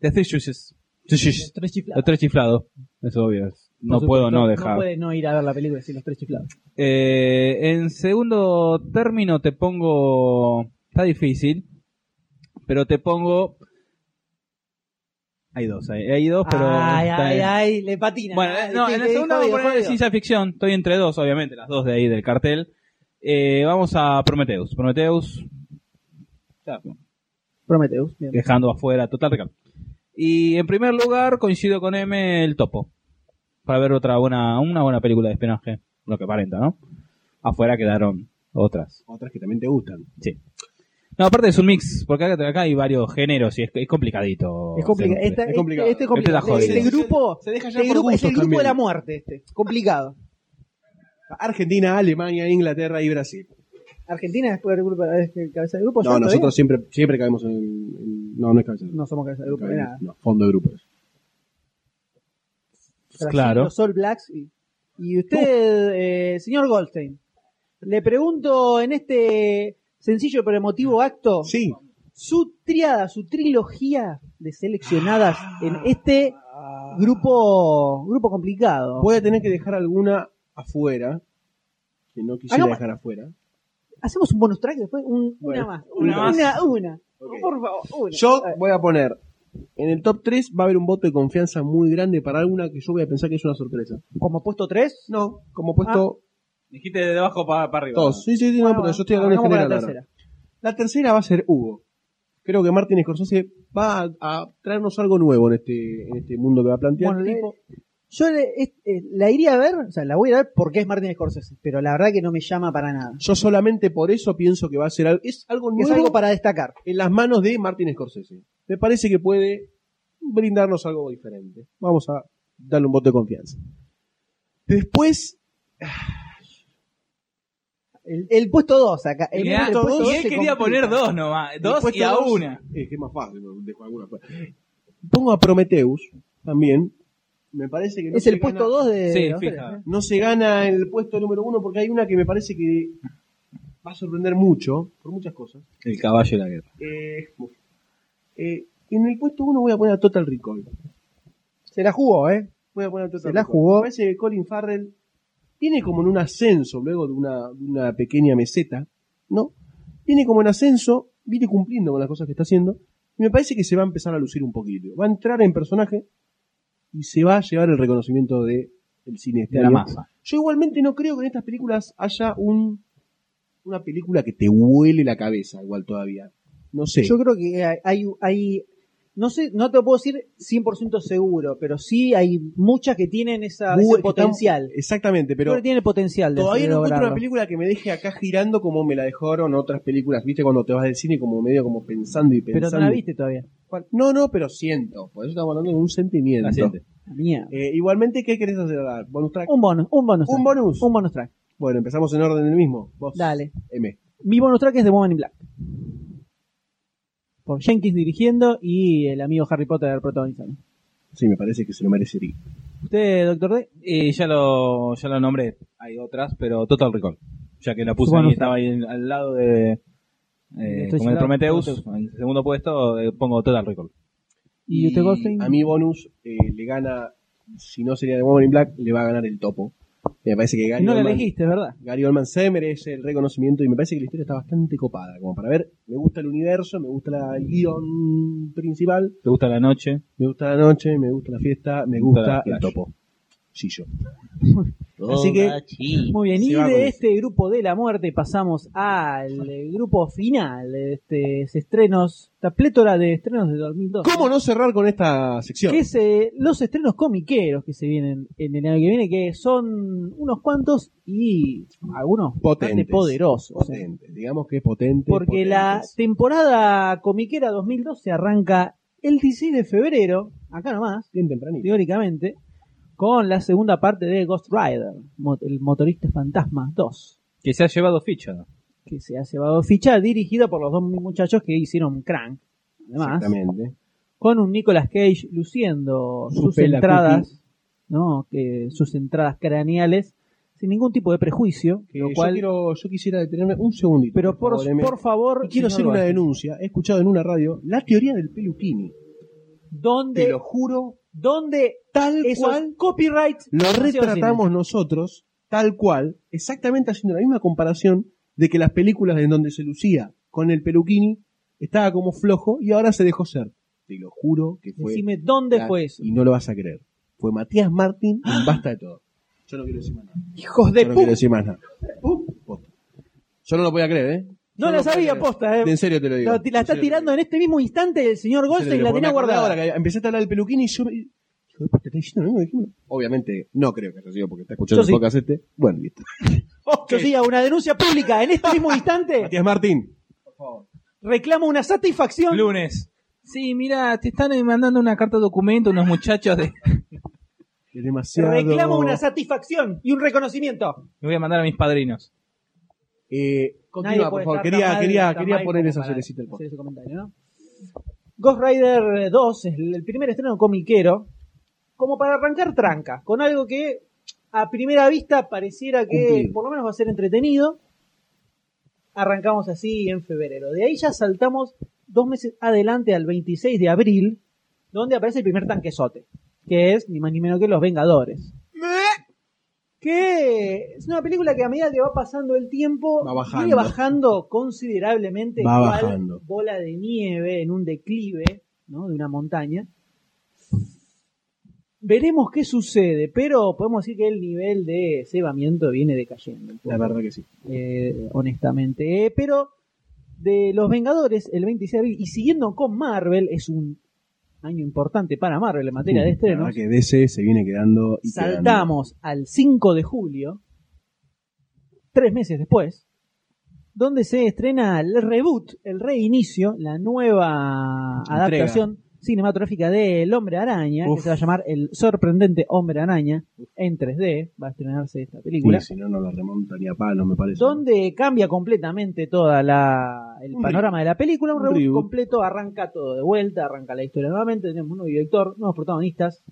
Speaker 3: The Three Juices. Three Juices.
Speaker 1: Tres chiflados.
Speaker 3: Los tres chiflados. Eso obvio. es. No
Speaker 1: Por
Speaker 3: puedo
Speaker 1: supuesto,
Speaker 3: no dejar.
Speaker 1: No puede no ir a ver la película sin los tres chiflados.
Speaker 3: Eh, en segundo término te pongo. Está difícil. Pero te pongo. Hay dos, hay, hay dos, pero.
Speaker 1: ay,
Speaker 3: está
Speaker 1: ay,
Speaker 3: bien.
Speaker 1: ay, le patina.
Speaker 3: Bueno, eh,
Speaker 1: Ay,
Speaker 3: no,
Speaker 1: sí,
Speaker 3: en la
Speaker 1: sí,
Speaker 3: segunda voy a
Speaker 1: jodido,
Speaker 3: poner
Speaker 1: jodido.
Speaker 3: ciencia ficción. Estoy entre dos, obviamente, las dos de ahí del cartel. Eh, vamos a Prometheus. Prometheus. ya,
Speaker 1: Prometheus, bien.
Speaker 3: Dejando afuera Total Recall. Y en primer lugar, coincido con M, el topo. Para ver otra buena, una buena película de espionaje. Lo que aparenta, ¿no? Afuera quedaron otras.
Speaker 2: Otras que también te gustan.
Speaker 3: Sí. No, aparte es un mix, porque acá, acá hay varios géneros y es, es complicadito.
Speaker 1: Es complicado.
Speaker 3: hacer un-
Speaker 1: Esta-
Speaker 2: es complicado.
Speaker 1: Este, este es complicado.
Speaker 3: Este está
Speaker 1: Este,
Speaker 3: jodido.
Speaker 1: grupo,
Speaker 2: Se deja
Speaker 1: este
Speaker 2: llevar por
Speaker 1: grupo- es el
Speaker 2: gustos
Speaker 1: grupo
Speaker 2: también.
Speaker 1: de la muerte. Este. Complicado.
Speaker 2: Argentina, Alemania, Inglaterra y Brasil.
Speaker 1: Pues Argentina es el grupo, es el cabeza de grupo.
Speaker 2: No,
Speaker 1: ¿ya todavía?
Speaker 2: nosotros siempre, siempre caemos en, en- No, no es cabeza de grupo.
Speaker 1: ¿eh? no somos cabeza de grupo de
Speaker 2: Cabeza-
Speaker 1: nada.
Speaker 2: no, fondo de grupos.
Speaker 1: Brasil,
Speaker 3: Claro.
Speaker 1: Los All Blacks. Y, y usted, eh, señor Goldstein, le pregunto en este sencillo pero emotivo acto,
Speaker 2: Sí.
Speaker 1: su triada, su trilogía de seleccionadas
Speaker 2: Ah.
Speaker 1: en este grupo grupo complicado.
Speaker 2: Voy a tener que dejar alguna afuera. Que no quisiera
Speaker 1: Hagamos-
Speaker 2: dejar afuera.
Speaker 1: Hacemos un bonus track después, Un-
Speaker 2: Bueno,
Speaker 1: una más.
Speaker 2: una
Speaker 1: Una,
Speaker 2: más.
Speaker 1: una, una.
Speaker 2: Ok.
Speaker 1: Por favor, una.
Speaker 2: Yo
Speaker 1: A ver.
Speaker 2: voy a poner. En el top 3 va a haber un voto de confianza muy grande para alguna que yo voy a pensar que es una sorpresa.
Speaker 1: como puesto 3,
Speaker 2: No, como puesto
Speaker 3: Dijiste de abajo para,
Speaker 1: Ah.
Speaker 3: arriba.
Speaker 2: 2. Sí, sí, sí, no, porque yo estoy hablando en general.
Speaker 1: la
Speaker 2: ahora.
Speaker 1: tercera.
Speaker 2: La tercera va a ser Hugo. Creo que Martin Scorsese va a, a traernos algo nuevo en este, en este mundo que va a plantear.
Speaker 1: Bueno,
Speaker 2: el
Speaker 1: le-
Speaker 2: tipo.
Speaker 1: Yo le- es- eh, la iría a ver, o sea, la voy a ir a ver porque es Martin Scorsese, pero la verdad que no me llama para nada.
Speaker 2: Yo solamente por eso pienso que va a ser algo, es algo
Speaker 1: Es
Speaker 2: nuevo
Speaker 1: algo para destacar.
Speaker 2: en las manos de Martin Scorsese. Me parece que puede brindarnos algo diferente. Vamos a darle un voto de confianza. Después,
Speaker 1: El, el puesto 2 acá. El,
Speaker 3: Mirá,
Speaker 1: puesto dos
Speaker 3: y él
Speaker 1: se
Speaker 3: quería
Speaker 1: complica.
Speaker 3: poner dos nomás, dos
Speaker 2: después
Speaker 3: y a
Speaker 2: todos-
Speaker 3: una.
Speaker 2: Es que es más fácil, dejo alguna fuera. Pongo a Prometheus también me parece que no
Speaker 1: Es
Speaker 2: se
Speaker 1: el puesto
Speaker 2: gana-
Speaker 1: 2 de. los tres, ¿eh?
Speaker 2: No se gana el puesto número uno porque hay una que me parece que va a sorprender mucho, por muchas cosas.
Speaker 18: El caballo de la guerra.
Speaker 2: Eh, uf. Eh, en el puesto uno voy a poner a Total Recall.
Speaker 1: Se la jugó, ¿eh?
Speaker 2: Voy a poner a Total
Speaker 1: Se la
Speaker 2: Recall.
Speaker 1: jugó.
Speaker 2: Me parece que Colin Farrell viene como en un ascenso luego de una, de una pequeña meseta, ¿no? Viene como en ascenso, viene cumpliendo con las cosas que está haciendo y me parece que se va a empezar a lucir un poquito. Va a entrar en personaje y se va a llevar el reconocimiento de el cine este
Speaker 18: De la
Speaker 2: año.
Speaker 18: masa.
Speaker 2: Yo igualmente no creo que en estas películas haya un una película que te huele la cabeza igual todavía. No sé.
Speaker 1: Yo creo que hay, hay, hay- no sé, no te puedo decir 100% seguro, pero sí hay muchas que tienen esa,
Speaker 2: Hubo-
Speaker 1: ese potencial.
Speaker 2: estamos- exactamente, pero
Speaker 1: Creo que tiene el potencial de
Speaker 2: todavía no encuentro una
Speaker 1: lograrlo.
Speaker 2: película que me deje acá girando como me la dejaron otras películas, viste, cuando te vas del cine como medio como pensando y pensando.
Speaker 1: Pero no la viste todavía.
Speaker 2: ¿Cuál? No, no, pero siento. Por eso estamos hablando de un sentimiento.
Speaker 18: La siente.
Speaker 1: Mierda.
Speaker 2: Eh, igualmente, ¿qué querés hacer ahora? ¿Bonus track?
Speaker 1: Un bonus, un bonus.
Speaker 2: ¿Un
Speaker 1: track.
Speaker 2: bonus?
Speaker 1: Un bonus track.
Speaker 2: Bueno, empezamos en orden del mismo. Vos,
Speaker 1: Dale.
Speaker 2: M.
Speaker 1: Mi bonus track es The Woman in Black. Por Jenkins dirigiendo y el amigo Harry Potter protagonizando.
Speaker 2: Sí, me parece que se lo merecería.
Speaker 1: ¿Usted, doctor D?
Speaker 3: Y ya lo, ya lo nombré, hay otras, pero Total Recall. Ya que la puse
Speaker 1: Bueno,
Speaker 3: ahí,
Speaker 1: está.
Speaker 3: estaba ahí en- al lado de. Eh,
Speaker 1: Estoy
Speaker 3: como el
Speaker 1: llegado,
Speaker 3: Prometheus,
Speaker 1: Prometheus.
Speaker 3: en segundo puesto eh, pongo Total Recall.
Speaker 1: ¿Y usted, Goldstein?
Speaker 2: A mi bonus eh, le gana, si no sería de Woman in Black, le va a ganar el topo. Me parece que Gary
Speaker 1: No la
Speaker 2: Oldman-
Speaker 1: elegiste, es ¿verdad?
Speaker 2: Gary Oldman se merece el reconocimiento y me parece que la historia está bastante copada. Como para ver, me gusta el universo, me gusta la- el guión principal,
Speaker 3: ¿Te gusta la noche?
Speaker 2: me gusta la noche, me gusta la fiesta, me
Speaker 3: Me gusta
Speaker 2: gusta
Speaker 3: la
Speaker 2: el
Speaker 3: playa.
Speaker 2: topo. Sí, yo. Así que,
Speaker 1: Muy bien,
Speaker 2: Se
Speaker 1: y
Speaker 2: va con
Speaker 1: de
Speaker 2: eso.
Speaker 1: este grupo de la muerte pasamos al eh, grupo final de estos estrenos, esta plétora de estrenos de 2002.
Speaker 2: ¿cómo no cerrar con esta sección?
Speaker 1: Que es eh, los estrenos comiqueros que se vienen en el año que viene, que son unos cuantes y algunos bastante
Speaker 2: Potentes.
Speaker 1: poderosos. eh.
Speaker 2: Potente, digamos que potente.
Speaker 1: Porque la
Speaker 2: potentes.
Speaker 1: temporada comiquera 2012 arranca el 16 de febrero, acá nomás,
Speaker 2: Bien tempranito.
Speaker 1: teóricamente, con la segunda parte de Ghost Rider, mo- el motorista fantasma 2,
Speaker 3: Que se ha llevado ficha.
Speaker 1: que se ha llevado ficha, dirigida por los dos muchachos que hicieron Crank, además,
Speaker 2: Exactamente.
Speaker 1: con un Nicolas Cage luciendo
Speaker 2: Su
Speaker 1: sus
Speaker 2: pela
Speaker 1: entradas, ¿no? que sus entradas craneales sin ningún tipo de prejuicio,
Speaker 2: Que
Speaker 1: lo
Speaker 2: yo,
Speaker 1: cual,
Speaker 2: quiero, yo quisiera detenerme un segundito.
Speaker 1: pero por,
Speaker 2: favor, M.
Speaker 1: por favor,
Speaker 2: Y quiero
Speaker 1: señor
Speaker 2: hacer una
Speaker 1: Vázquez,
Speaker 2: denuncia. He escuchado en una radio la teoría del peluquini. Te
Speaker 1: ¿dónde
Speaker 2: lo juro,
Speaker 1: donde
Speaker 2: tal
Speaker 1: esos
Speaker 2: cual
Speaker 1: copyrights
Speaker 2: lo
Speaker 1: nació
Speaker 2: retratamos nosotros tal cual, exactamente haciendo la misma comparación de que las películas en donde se lucía con el peluquini estaba como flojo y ahora se dejó ser. Te lo juro que
Speaker 1: sin cine.
Speaker 2: fue.
Speaker 1: Decime dónde
Speaker 2: la-
Speaker 1: fue eso.
Speaker 2: Y no lo vas a creer. Fue Matías Martín en Basta de Todo. Yo no quiero decir más nada.
Speaker 1: Hijos de
Speaker 2: Yo no quiero
Speaker 1: puta.
Speaker 2: decir más nada. Posta. Yo no lo podía creer, ¿eh?
Speaker 1: No
Speaker 2: Yo
Speaker 1: la
Speaker 2: lo podía
Speaker 1: sabía
Speaker 2: creer.
Speaker 1: posta, eh.
Speaker 2: En serio te lo digo.
Speaker 1: La, la
Speaker 2: En
Speaker 1: está
Speaker 2: serio te lo
Speaker 1: tirando
Speaker 2: digo.
Speaker 1: en este mismo instante el señor Goldstein y la
Speaker 2: Porque me
Speaker 1: tenía
Speaker 2: acordé
Speaker 1: guardada.
Speaker 2: Ahora que empezaste a hablar del peluquini y yo me... Hijo de puta, ¿está diciendo lo mismo que dijimos? Obviamente, no creo que haya sido porque está escuchando
Speaker 1: Yo
Speaker 2: el
Speaker 1: sí.
Speaker 2: podcast este. Bueno, listo.
Speaker 1: Yo sí, a una denuncia pública en este mismo instante
Speaker 2: Matías Martín.
Speaker 1: reclama una satisfacción.
Speaker 3: Lunes. Sí, mira, te están eh, mandando una carta documento unos muchachos de.
Speaker 2: Es demasiado...
Speaker 1: [laughs] Reclama una satisfacción y un reconocimiento.
Speaker 3: Me voy a mandar a mis padrinos.
Speaker 2: Eh,
Speaker 1: Nadie
Speaker 2: continúa, por
Speaker 1: puede
Speaker 2: favor.
Speaker 1: estar tan
Speaker 2: Quería,
Speaker 1: mal,
Speaker 2: quería,
Speaker 1: tan
Speaker 2: quería
Speaker 1: mal
Speaker 2: poner
Speaker 1: como
Speaker 2: esa
Speaker 1: para
Speaker 2: cerecita al
Speaker 1: hacer
Speaker 2: podcast.
Speaker 1: ese comentario, ¿no? Ghost Rider 2 es el primer estreno comiquero, como para arrancar tranca, con algo que a primera vista pareciera que
Speaker 2: Cumplido.
Speaker 1: por lo menos va a ser entretenido. Arrancamos así en febrero. De ahí ya saltamos dos meses adelante al 26 de abril, donde aparece el primer tanquesote, que es ni más ni menos que Los Vengadores. Que es una película que a medida que va pasando el tiempo,
Speaker 2: Va bajando.
Speaker 1: viene bajando considerablemente,
Speaker 2: Va
Speaker 1: cual
Speaker 2: bajando.
Speaker 1: bola de nieve en un declive ¿no? de una montaña. Veremos qué sucede, pero podemos decir que el nivel de cebamiento viene decayendo. un poco
Speaker 2: La verdad que sí.
Speaker 1: eh, honestamente. Eh, pero de los Vengadores, el 26 de abril, y siguiendo con Marvel, es un año importante para Marvel en materia de
Speaker 2: La
Speaker 1: estrenos.
Speaker 2: verdad que DC se viene quedando y quedando.
Speaker 1: Saltamos al 5 de julio, tres meses después, donde se estrena el reboot, el reinicio, la nueva
Speaker 2: Entrega.
Speaker 1: adaptación cinematográfica de El Hombre Araña,
Speaker 2: Uf.
Speaker 1: que se va a llamar El Sorprendente Hombre Araña en 3D, va a estrenarse esta película
Speaker 2: Sí, si no, no la remonta ni a palo, me parece.
Speaker 1: donde cambia completamente toda la el
Speaker 2: Un
Speaker 1: panorama de la película, un,
Speaker 2: Un
Speaker 1: reboot
Speaker 2: reboot.
Speaker 1: completo, arranca todo de vuelta, arranca la historia nuevamente, tenemos un nuevo director, nuevos protagonistas,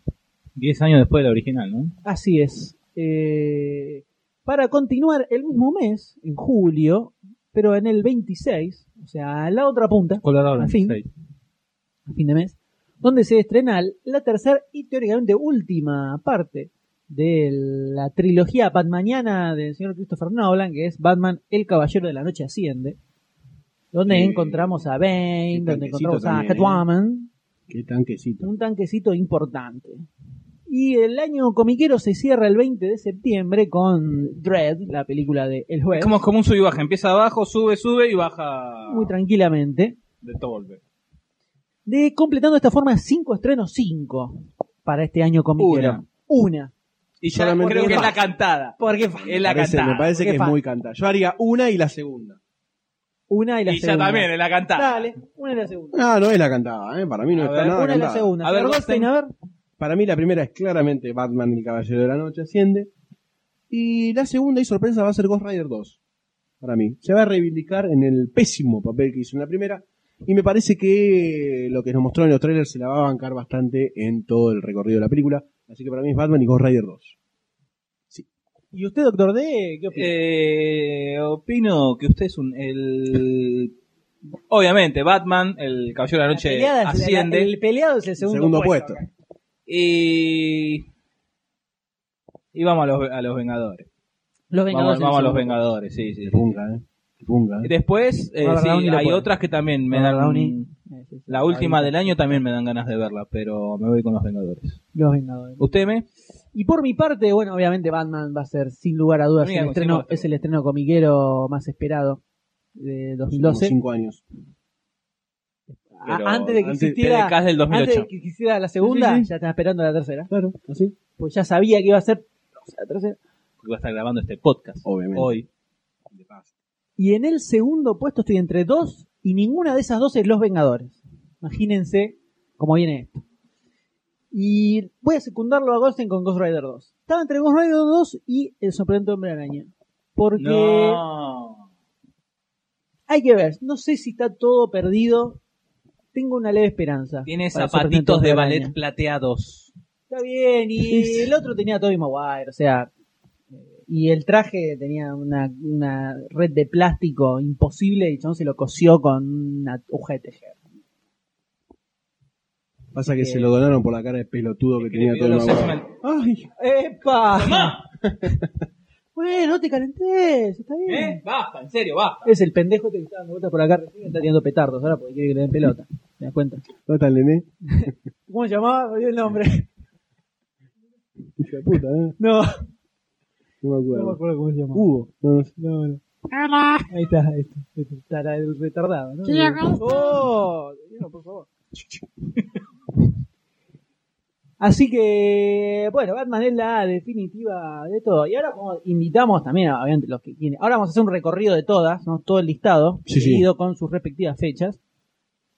Speaker 3: 10 años después de la original, ¿no?
Speaker 1: Así es. Eh, para continuar el mismo mes, en julio, pero en el 26, o sea, a la otra punta,
Speaker 3: Colorado
Speaker 1: a fin, a fin de mes, donde se estrena la tercera y teóricamente última parte de la trilogía Batmaniana del señor Christopher Nolan, que es Batman, el Caballero de la Noche Asciende, donde
Speaker 2: Eh,
Speaker 1: encontramos a Bane,
Speaker 2: qué
Speaker 1: donde
Speaker 2: tanquecito
Speaker 1: encontramos a
Speaker 2: también, eh.
Speaker 1: Catwoman,
Speaker 2: Qué tanquecito.
Speaker 1: un tanquecito importante. Y el año comiquero se cierra el 20 de septiembre con Dread, la película de El juez,
Speaker 3: Es como, como un sub y baja. Empieza abajo, sube, sube y baja
Speaker 1: muy tranquilamente.
Speaker 3: de todo golpe.
Speaker 1: De completando de esta forma cinco estrenos, cinco para este año comiquero. Una.
Speaker 3: Y ya
Speaker 2: Solamente
Speaker 3: creo que
Speaker 2: una.
Speaker 3: es la cantada.
Speaker 1: Porque
Speaker 3: Es la
Speaker 2: me parece,
Speaker 3: cantada.
Speaker 2: me parece
Speaker 1: porque
Speaker 2: que es
Speaker 1: fan.
Speaker 2: muy cantada. Yo haría una y la segunda.
Speaker 1: una y la
Speaker 3: Y ya
Speaker 1: segunda.
Speaker 3: también es la cantada.
Speaker 1: Dale, una y la segunda.
Speaker 2: No, no es la cantada, ¿eh? Para mí no
Speaker 3: A
Speaker 2: está
Speaker 3: ver,
Speaker 2: nada
Speaker 1: una y la
Speaker 2: cantada.
Speaker 1: segunda. A ver, Señor Goldstein, a ver.
Speaker 2: Para mí la primera es claramente Batman el Caballero de la Noche asciende. Y la segunda y sorpresa va a ser Ghost Rider 2. Para mí. Se va a reivindicar en el pésimo papel que hizo en la primera. Y me parece que lo que nos mostró en los trailers se la va a bancar bastante en todo el recorrido de la película. Así que para mí es Batman y Ghost Rider 2.
Speaker 1: ¿Y usted, doctor D, qué opina?
Speaker 3: Eh, opino que usted es un. El... Obviamente, Batman, el caballero de la noche,
Speaker 1: Peleada es la-
Speaker 3: asciende.
Speaker 1: el peleado es el segundo, puesto.
Speaker 3: Y. Y vamos a los, a los Vengadores.
Speaker 1: Los Vengadores.
Speaker 3: Vamos, vamos a los
Speaker 1: en el segundo
Speaker 3: Vengadores, sí, sí. sí.
Speaker 2: Punga, ¿eh? Punga, ¿eh?
Speaker 3: Después, eh,
Speaker 1: Robert
Speaker 3: sí,
Speaker 1: Downey lo
Speaker 3: hay
Speaker 1: puede.
Speaker 3: otras que también me
Speaker 1: Robert
Speaker 3: dan.
Speaker 1: Downey.
Speaker 3: La última del año también me dan ganas de verla, pero me voy con los Vengadores.
Speaker 1: puesto. Los Vengadores.
Speaker 3: ¿Usted me?
Speaker 1: Y por mi parte, bueno, obviamente Batman va a ser sin lugar a dudas
Speaker 3: Mira,
Speaker 1: el
Speaker 3: con
Speaker 1: estreno,
Speaker 3: cinco
Speaker 1: es el estreno comiquero más esperado de
Speaker 2: Como
Speaker 1: 2012.
Speaker 2: cinco años.
Speaker 1: A-
Speaker 3: Pero
Speaker 1: antes de que
Speaker 3: antes-
Speaker 1: existiera
Speaker 3: TDKs del 2008.
Speaker 1: antes de que existiera la segunda,
Speaker 2: Sí, sí, sí.
Speaker 1: ya estaba esperando la tercera.
Speaker 2: Claro, así.
Speaker 1: Pues ya sabía que iba a ser la tercera.
Speaker 3: Porque va a estar grabando este podcast
Speaker 2: Obviamente.
Speaker 3: hoy.
Speaker 1: Y en el segundo puesto estoy entre dos y ninguna de esas dos es Los Vengadores. Imagínense cómo viene esto. Y voy a secundarlo a Goldstein con Ghost Rider 2. Estaba entre Ghost Rider 2 y El sorprendente hombre araña. Porque
Speaker 3: No.
Speaker 1: hay que ver, no sé si está todo perdido. Tengo una leve esperanza.
Speaker 3: Tiene
Speaker 1: para el sorprendente
Speaker 3: zapatitos de
Speaker 1: hombre
Speaker 3: ballet
Speaker 1: araña.
Speaker 3: plateados.
Speaker 1: Está bien, y el otro tenía a Tobey Maguire, o sea, eh, y el traje tenía una, una red de plástico imposible y el chabón se lo cosió con una aguja de tejer.
Speaker 2: Pasa que se lo donaron por la cara de pelotudo que, tenía todo el
Speaker 3: los
Speaker 2: mundo.
Speaker 3: X-Men.
Speaker 2: ¡Ay!
Speaker 1: ¡Epa! [laughs] bueno, no te calentés, está bien.
Speaker 3: ¿Eh? Baja, en serio, baja.
Speaker 1: Es el pendejo este que está dando vueltas por acá recién, está tirando petardos ahora porque quiere que le den pelota. ¿Te das cuenta?
Speaker 2: ¿Dónde está el nené?
Speaker 1: ¿Cómo se llamaba? Me olvidé el [laughs] nombre.
Speaker 2: Hija de puta, ¿eh?
Speaker 1: No,
Speaker 2: No me acuerdo.
Speaker 1: no me acuerdo cómo se llamaba.
Speaker 2: Hugo. No, no sé.
Speaker 1: No, no.
Speaker 19: Hola.
Speaker 1: Ahí está, este, ahí está, ahí está, está el retardado, ¿no?
Speaker 19: Sí, acá está.
Speaker 1: ¡Oh! Diego, por favor. Así que, bueno, Batman es la definitiva de todo. Y ahora como invitamos también, a- obviamente, los que tienen. Ahora vamos a hacer un recorrido de todas, ¿no? Todo el listado,
Speaker 2: Sí, sí.
Speaker 1: seguido con sus respectivas fechas.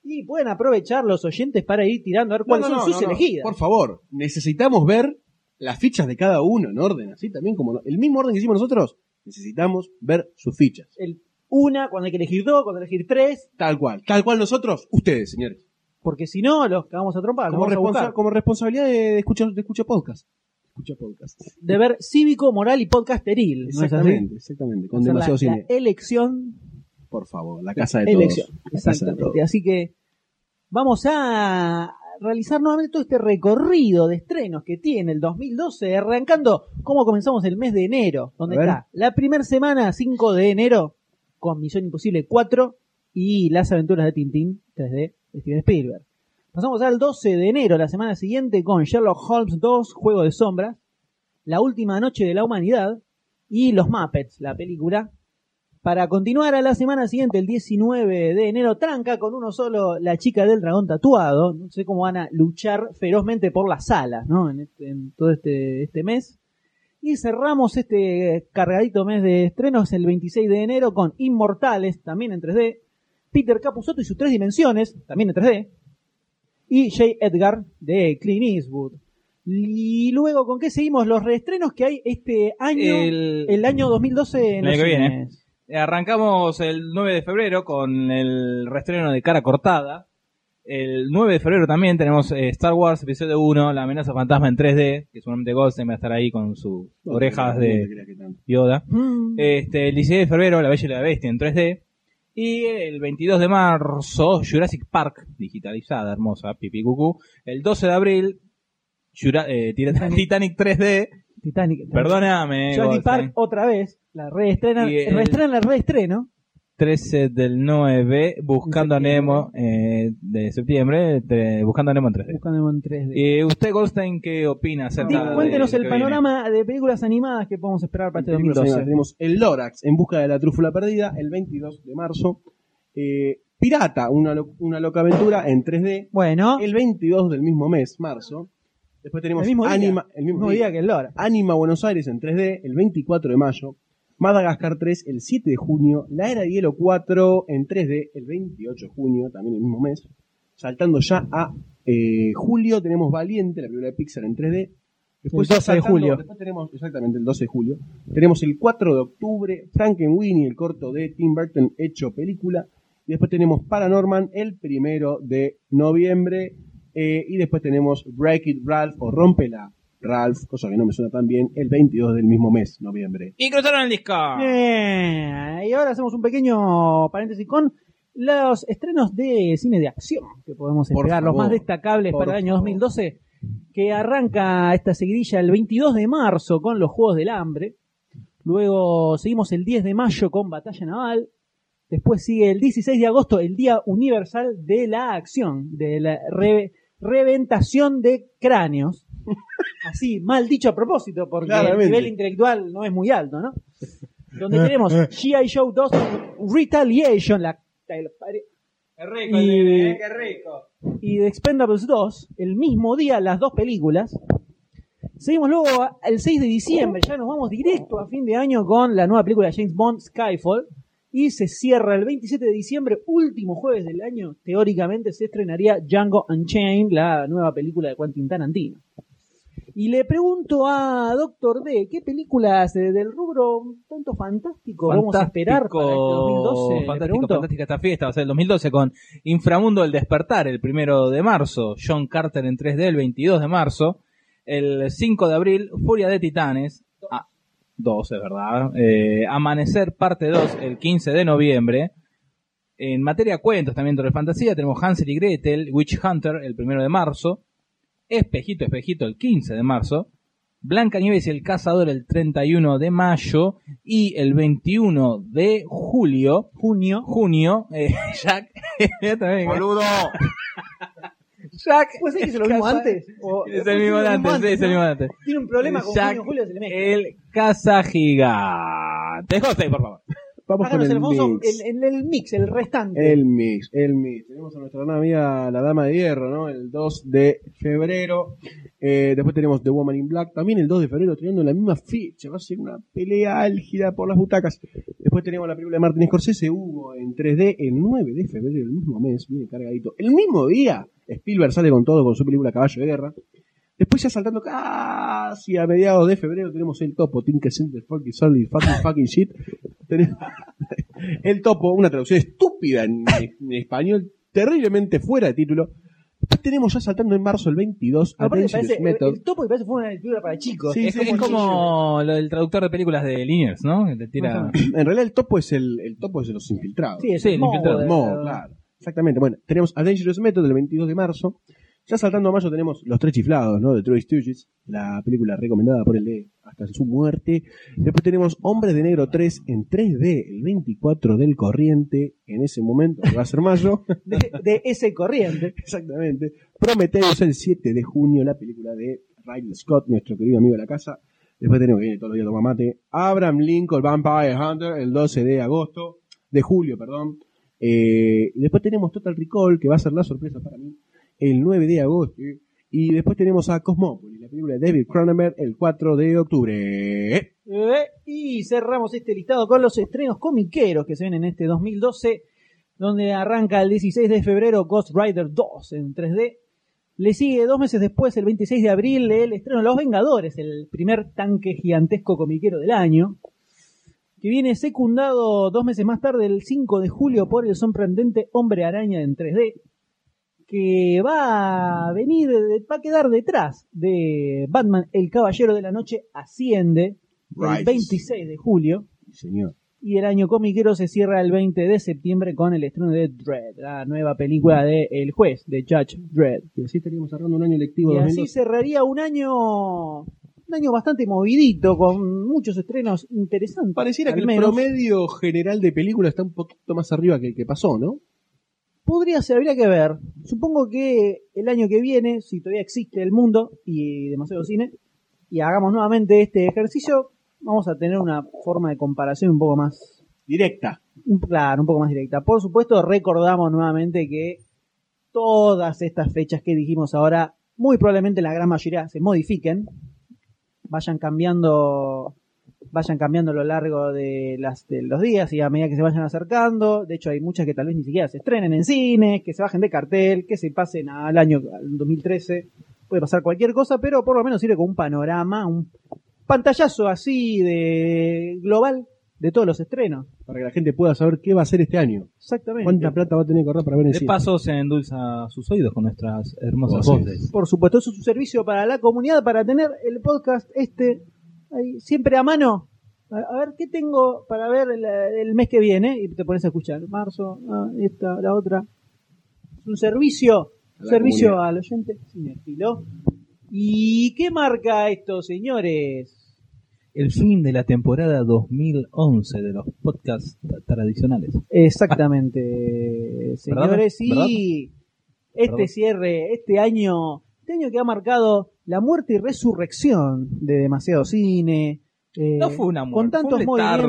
Speaker 1: Y pueden aprovechar los oyentes para ir tirando a ver cuáles
Speaker 2: No, no,
Speaker 1: son
Speaker 2: no,
Speaker 1: sus
Speaker 2: no, no.
Speaker 1: elegidas.
Speaker 2: Por favor, necesitamos ver las fichas de cada uno en orden, así también como no- el mismo orden que hicimos nosotros. Necesitamos ver sus fichas.
Speaker 1: El una, cuando hay que elegir dos, cuando hay que elegir tres,
Speaker 2: Tal cual, tal cual nosotros, ustedes, señores.
Speaker 1: porque si no, los vamos a trompar. los
Speaker 2: Como,
Speaker 1: vamos a
Speaker 2: responsa-
Speaker 1: buscar.
Speaker 2: como responsabilidad de, de escuchar, de escucha podcast. Escucha podcast.
Speaker 1: Deber cívico, moral y podcasteril. ¿no es así?
Speaker 2: Exactamente, exactamente. Con
Speaker 1: Hacer la-
Speaker 2: demasiado
Speaker 1: la
Speaker 2: cine.
Speaker 1: elección
Speaker 2: Por favor, la casa de
Speaker 1: elección.
Speaker 2: todos. La casa de todos.
Speaker 1: Exactamente. Así que vamos a realizar nuevamente todo este recorrido de estrenos que tiene el 2012, arrancando como comenzamos el mes de enero, donde
Speaker 2: A ver.
Speaker 1: está la primera semana, 5 de enero, con Misión Imposible 4 y Las aventuras de Tintín 3D de Steven Spielberg. Pasamos al 12 de enero, la semana siguiente, con Sherlock Holmes 2, Juego de Sombras, La Última Noche de la Humanidad y Los Muppets, la película, para continuar a la semana siguiente, el 19 de enero, tranca con uno solo la chica del dragón tatuado. No sé cómo van a luchar ferozmente por las alas, ¿no? En, este- en todo este, este mes. Y cerramos este cargadito mes de estrenos el 26 de enero con Inmortales, también en 3D. Peter Capusotto y sus tres dimensiones, también en 3D. Y J. Edgar de Clint Eastwood. Y luego, ¿con qué seguimos? Los reestrenos que hay este año, el,
Speaker 3: El-
Speaker 1: año 2012 en
Speaker 3: El año
Speaker 1: los
Speaker 3: que viene.
Speaker 1: cines.
Speaker 3: Eh, Arrancamos el 9 de febrero con el reestreno de Cara Cortada, El 9 de febrero también tenemos eh, Star Wars Episodio 1, La amenaza fantasma en 3D, que seguramente Goldstein va a estar ahí con sus
Speaker 2: No,
Speaker 3: orejas
Speaker 2: no
Speaker 3: de
Speaker 2: te creas que tanto.
Speaker 3: Yoda.
Speaker 1: Mm,
Speaker 3: Este, el 16 de febrero, La Bella y la Bestia en 3D. Y el 22 de marzo, Jurassic Park, digitalizada, hermosa, pipi cucú. El 12 de abril, Jura- eh, [laughs] Titanic. 3D.
Speaker 1: Titanic.
Speaker 3: Perdóname.
Speaker 1: Jurassic
Speaker 3: Goldstein.
Speaker 1: Park otra vez. La reestrenan.
Speaker 3: eh, Y el-
Speaker 1: Reestrenan la reestreno.
Speaker 3: 13 del 9, Buscando a Nemo eh, de septiembre, tre- Buscando a Nemo en 3D.
Speaker 1: Buscando en 3D.
Speaker 3: Eh, ¿Usted, Goldstein, qué opina acerca de-
Speaker 1: Cuéntenos
Speaker 3: de lo
Speaker 1: el
Speaker 3: que viene?
Speaker 1: panorama de películas animadas que podemos esperar para este
Speaker 2: Películas
Speaker 1: 2012.
Speaker 2: animadas. Tenemos El Lorax, En busca de la trúfula perdida, el 22 de marzo. Eh, Pirata, una, lo- una loca aventura en 3D.
Speaker 1: Bueno.
Speaker 2: El 22 del mismo mes, marzo. Después tenemos
Speaker 1: El mismo día.
Speaker 2: Anima, el mismo
Speaker 1: Mismo día que El Lorax.
Speaker 2: Anima Buenos Aires en 3D, el 24 de mayo. Madagascar 3, el 7 de junio. La Era de Hielo 4 en 3D, el 28 de junio, también el mismo mes. Saltando ya a eh, julio, tenemos Valiente, la película de Pixar en 3D.
Speaker 1: El 12 de
Speaker 2: saltando-
Speaker 1: julio.
Speaker 2: Después tenemos, exactamente, el 12 de julio. Tenemos el 4 de octubre, Frankenweenie, el corto de Tim Burton hecho película. Y después tenemos Paranorman el primero de noviembre. Eh, y después tenemos Break It Ralph o Rompela Ralph, cosa que no me suena tan bien, el 22 del mismo mes, noviembre.
Speaker 3: Y cruzaron el disco.
Speaker 1: Bien. Y ahora hacemos un pequeño paréntesis con los estrenos de cine de acción que podemos
Speaker 2: Por
Speaker 1: esperar, los
Speaker 2: favor.
Speaker 1: más destacables
Speaker 2: Por
Speaker 1: para el año 2012, que arranca esta seguidilla el 22 de marzo con los Juegos del Hambre. Luego seguimos el 10 de mayo con Batalla Naval. Después sigue el 16 de agosto, el Día Universal de la Acción, de la re- reventación de [laughs] cráneos. Así, mal dicho a propósito, porque
Speaker 2: Claramente.
Speaker 1: el nivel intelectual no es muy alto, ¿no? Donde tenemos G.I. Show 2 Retaliation, la, la-
Speaker 3: Qué
Speaker 1: rico el nene, eh, qué
Speaker 3: rico.
Speaker 1: y The Expendables 2, el mismo día las dos películas. Seguimos luego a- el 6 de diciembre, ya nos vamos directo a fin de año con la nueva película de James Bond, Skyfall. Y se cierra el 27 de diciembre, último jueves del año, teóricamente se estrenaría Django Unchained, la nueva película de Quentin Tarantino. Y le pregunto a Doctor D, ¿qué películas eh, del rubro tanto fantástico, vamos a esperar para este 2012? Le
Speaker 3: fantástico,
Speaker 1: pregunto.
Speaker 3: fantástica esta fiesta. Va a ser el 2012 con Inframundo El Despertar, el primero de marzo. John Carter en 3D, el 22 de marzo. El 5 de abril, Furia de Titanes. Ah, dos, es verdad. Eh, Amanecer, parte 2, el 15 de noviembre. En materia de cuentos, también dentro de fantasía, tenemos Hansel y Gretel, Witch Hunter, el primero de marzo. Espejito, espejito, el 15 de marzo. Blanca Nieves y el Cazador el 31 de mayo y el 21 de julio.
Speaker 1: Junio.
Speaker 3: Junio. eh, [laughs] Jack. yo también-
Speaker 10: Boludo.
Speaker 3: Jack.
Speaker 1: ¿Puede ser que se lo vimos
Speaker 3: Caza-
Speaker 1: antes? O-
Speaker 3: Es el mismo de antes, sí, es el mismo de antes.
Speaker 1: Tiene un problema con
Speaker 3: Jack-
Speaker 1: Junio Julio, se le mezcla.
Speaker 3: El Cazagigante. José, por favor.
Speaker 2: Vamos con
Speaker 1: Háganos,
Speaker 2: el
Speaker 1: Alfonso,
Speaker 2: mix. Eh,
Speaker 1: el, el- el mix, el restante.
Speaker 2: El mix, el mix. Tenemos a nuestra gran amiga la Dama de Hierro, ¿no? El 2 de febrero. Eh, después tenemos The Woman in Black, también el 2 de febrero, teniendo la misma fecha. Va a ser una pelea álgida por las butacas. Después tenemos la película de Martin Scorsese, Hugo, en 3D, el 9 de febrero, el mismo mes, viene cargadito. El mismo día, Spielberg sale con todo con su película Caballo de Guerra. Después ya saltando casi a mediados de febrero tenemos el topo, Tinker Center, Fucking Solid, Fucking Fucking Shit. Tenemos [laughs] el topo, una traducción estúpida en, en español, terriblemente fuera de título. Después tenemos ya saltando en marzo el 22,
Speaker 1: Aparte,
Speaker 2: Attention
Speaker 1: parece,
Speaker 2: is
Speaker 1: el,
Speaker 2: Method.
Speaker 1: el topo me parece que fue una lectura para chicos.
Speaker 2: Sí,
Speaker 3: es,
Speaker 2: sí,
Speaker 3: es
Speaker 2: sí,
Speaker 3: como lo del traductor de películas de Liniers, ¿no? Que te tira.
Speaker 2: En realidad el topo es el, el topo es de los infiltrados.
Speaker 1: Sí, es
Speaker 3: Sí,
Speaker 1: el
Speaker 3: el
Speaker 1: modo
Speaker 3: infiltrado.
Speaker 1: de-
Speaker 2: Mo, claro. Exactamente. Bueno, tenemos A Dangerous Method el 22 de marzo. Ya saltando a mayo tenemos Los Tres Chiflados, ¿no? De Troy Sturges, la película recomendada por el de hasta su muerte. Después tenemos Hombres de Negro 3 en 3D, el 24 del corriente, en ese momento, que va a ser mayo.
Speaker 1: de, de ese
Speaker 2: [laughs]
Speaker 1: corriente.
Speaker 2: Exactamente. Prometheus el 7 de junio, la película de Riley Scott, nuestro querido amigo de la casa. Después tenemos que ir todos los días a tomar mate. Abraham Lincoln Vampire Hunter el 12 de agosto, de julio, perdón. Eh, y después tenemos Total Recall, que va a ser la sorpresa para mí, el 9 de agosto. Y después tenemos a Cosmópolis, la película de David Cronenberg, el 4 de octubre.
Speaker 1: Eh, y cerramos este listado con los estrenos comiqueros que se ven en este 2012, donde arranca el 16 de febrero Ghost Rider 2 en 3D. Le sigue dos meses después, el 26 de abril, el estreno de Los Vengadores, el primer tanque gigantesco comiquero del año, que viene secundado dos meses más tarde, el 5 de julio, por el sorprendente Hombre Araña en 3D. que va a venir, de- va a quedar detrás de Batman, El Caballero de la Noche Asciende, el
Speaker 2: Right.
Speaker 1: 26 de julio,
Speaker 2: Señor.
Speaker 1: y el año comiquero se cierra el 20 de septiembre con el estreno de Dread, la nueva película de El Juez, de Judge Dread.
Speaker 2: Y así estaríamos cerrando un año lectivo
Speaker 1: Y así
Speaker 2: 2012.
Speaker 1: cerraría un año, un año bastante movidito, con muchos estrenos interesantes.
Speaker 2: Pareciera
Speaker 1: al
Speaker 2: que el
Speaker 1: menos.
Speaker 2: promedio general de películas está un poquito más arriba que el que pasó, ¿no?
Speaker 1: Podría ser, habría que ver. Supongo que el año que viene, si todavía existe el mundo y demasiado cine, y hagamos nuevamente este ejercicio, vamos a tener una forma de comparación un poco más
Speaker 2: Directa.
Speaker 1: un- Claro, un poco más directa. Por supuesto, recordamos nuevamente que todas estas fechas que dijimos ahora, muy probablemente la gran mayoría se modifiquen, vayan cambiando, vayan cambiando a lo largo de, las, de los días y a medida que se vayan acercando. De hecho, hay muchas que tal vez ni siquiera se estrenen en cines, que se bajen de cartel, que se pasen al año al 2013. Puede pasar cualquier cosa, pero por lo menos sirve como un panorama, un pantallazo así de global de todos los estrenos.
Speaker 2: Para que la gente pueda saber qué va a hacer este año.
Speaker 1: Exactamente.
Speaker 2: ¿Cuánta plata va a tener que ahorrar para ver el
Speaker 3: De
Speaker 2: cine?
Speaker 3: paso se endulza sus oídos con nuestras hermosas
Speaker 2: Voces.
Speaker 3: voces.
Speaker 1: Por supuesto, eso es un servicio para la comunidad, para tener el podcast este ahí, siempre a mano. A, a ver, ¿qué tengo para ver el, el mes que viene? Y te pones a escuchar. Marzo, ah, esta, la otra. Es un servicio,
Speaker 2: la
Speaker 1: servicio
Speaker 2: comunidad.
Speaker 1: al oyente cinefilo. ¿Y qué marca esto, señores?
Speaker 3: El fin de la temporada 2011 de los podcasts tra- tradicionales.
Speaker 1: Exactamente, señores.
Speaker 3: [laughs] ¿Verdad?
Speaker 1: Y este
Speaker 3: Perdón.
Speaker 1: cierre, este año, este año que ha marcado la muerte y resurrección de demasiado cine. eh,
Speaker 3: No fue una
Speaker 1: Con
Speaker 3: muerte,
Speaker 1: tantos
Speaker 3: fue un letargo,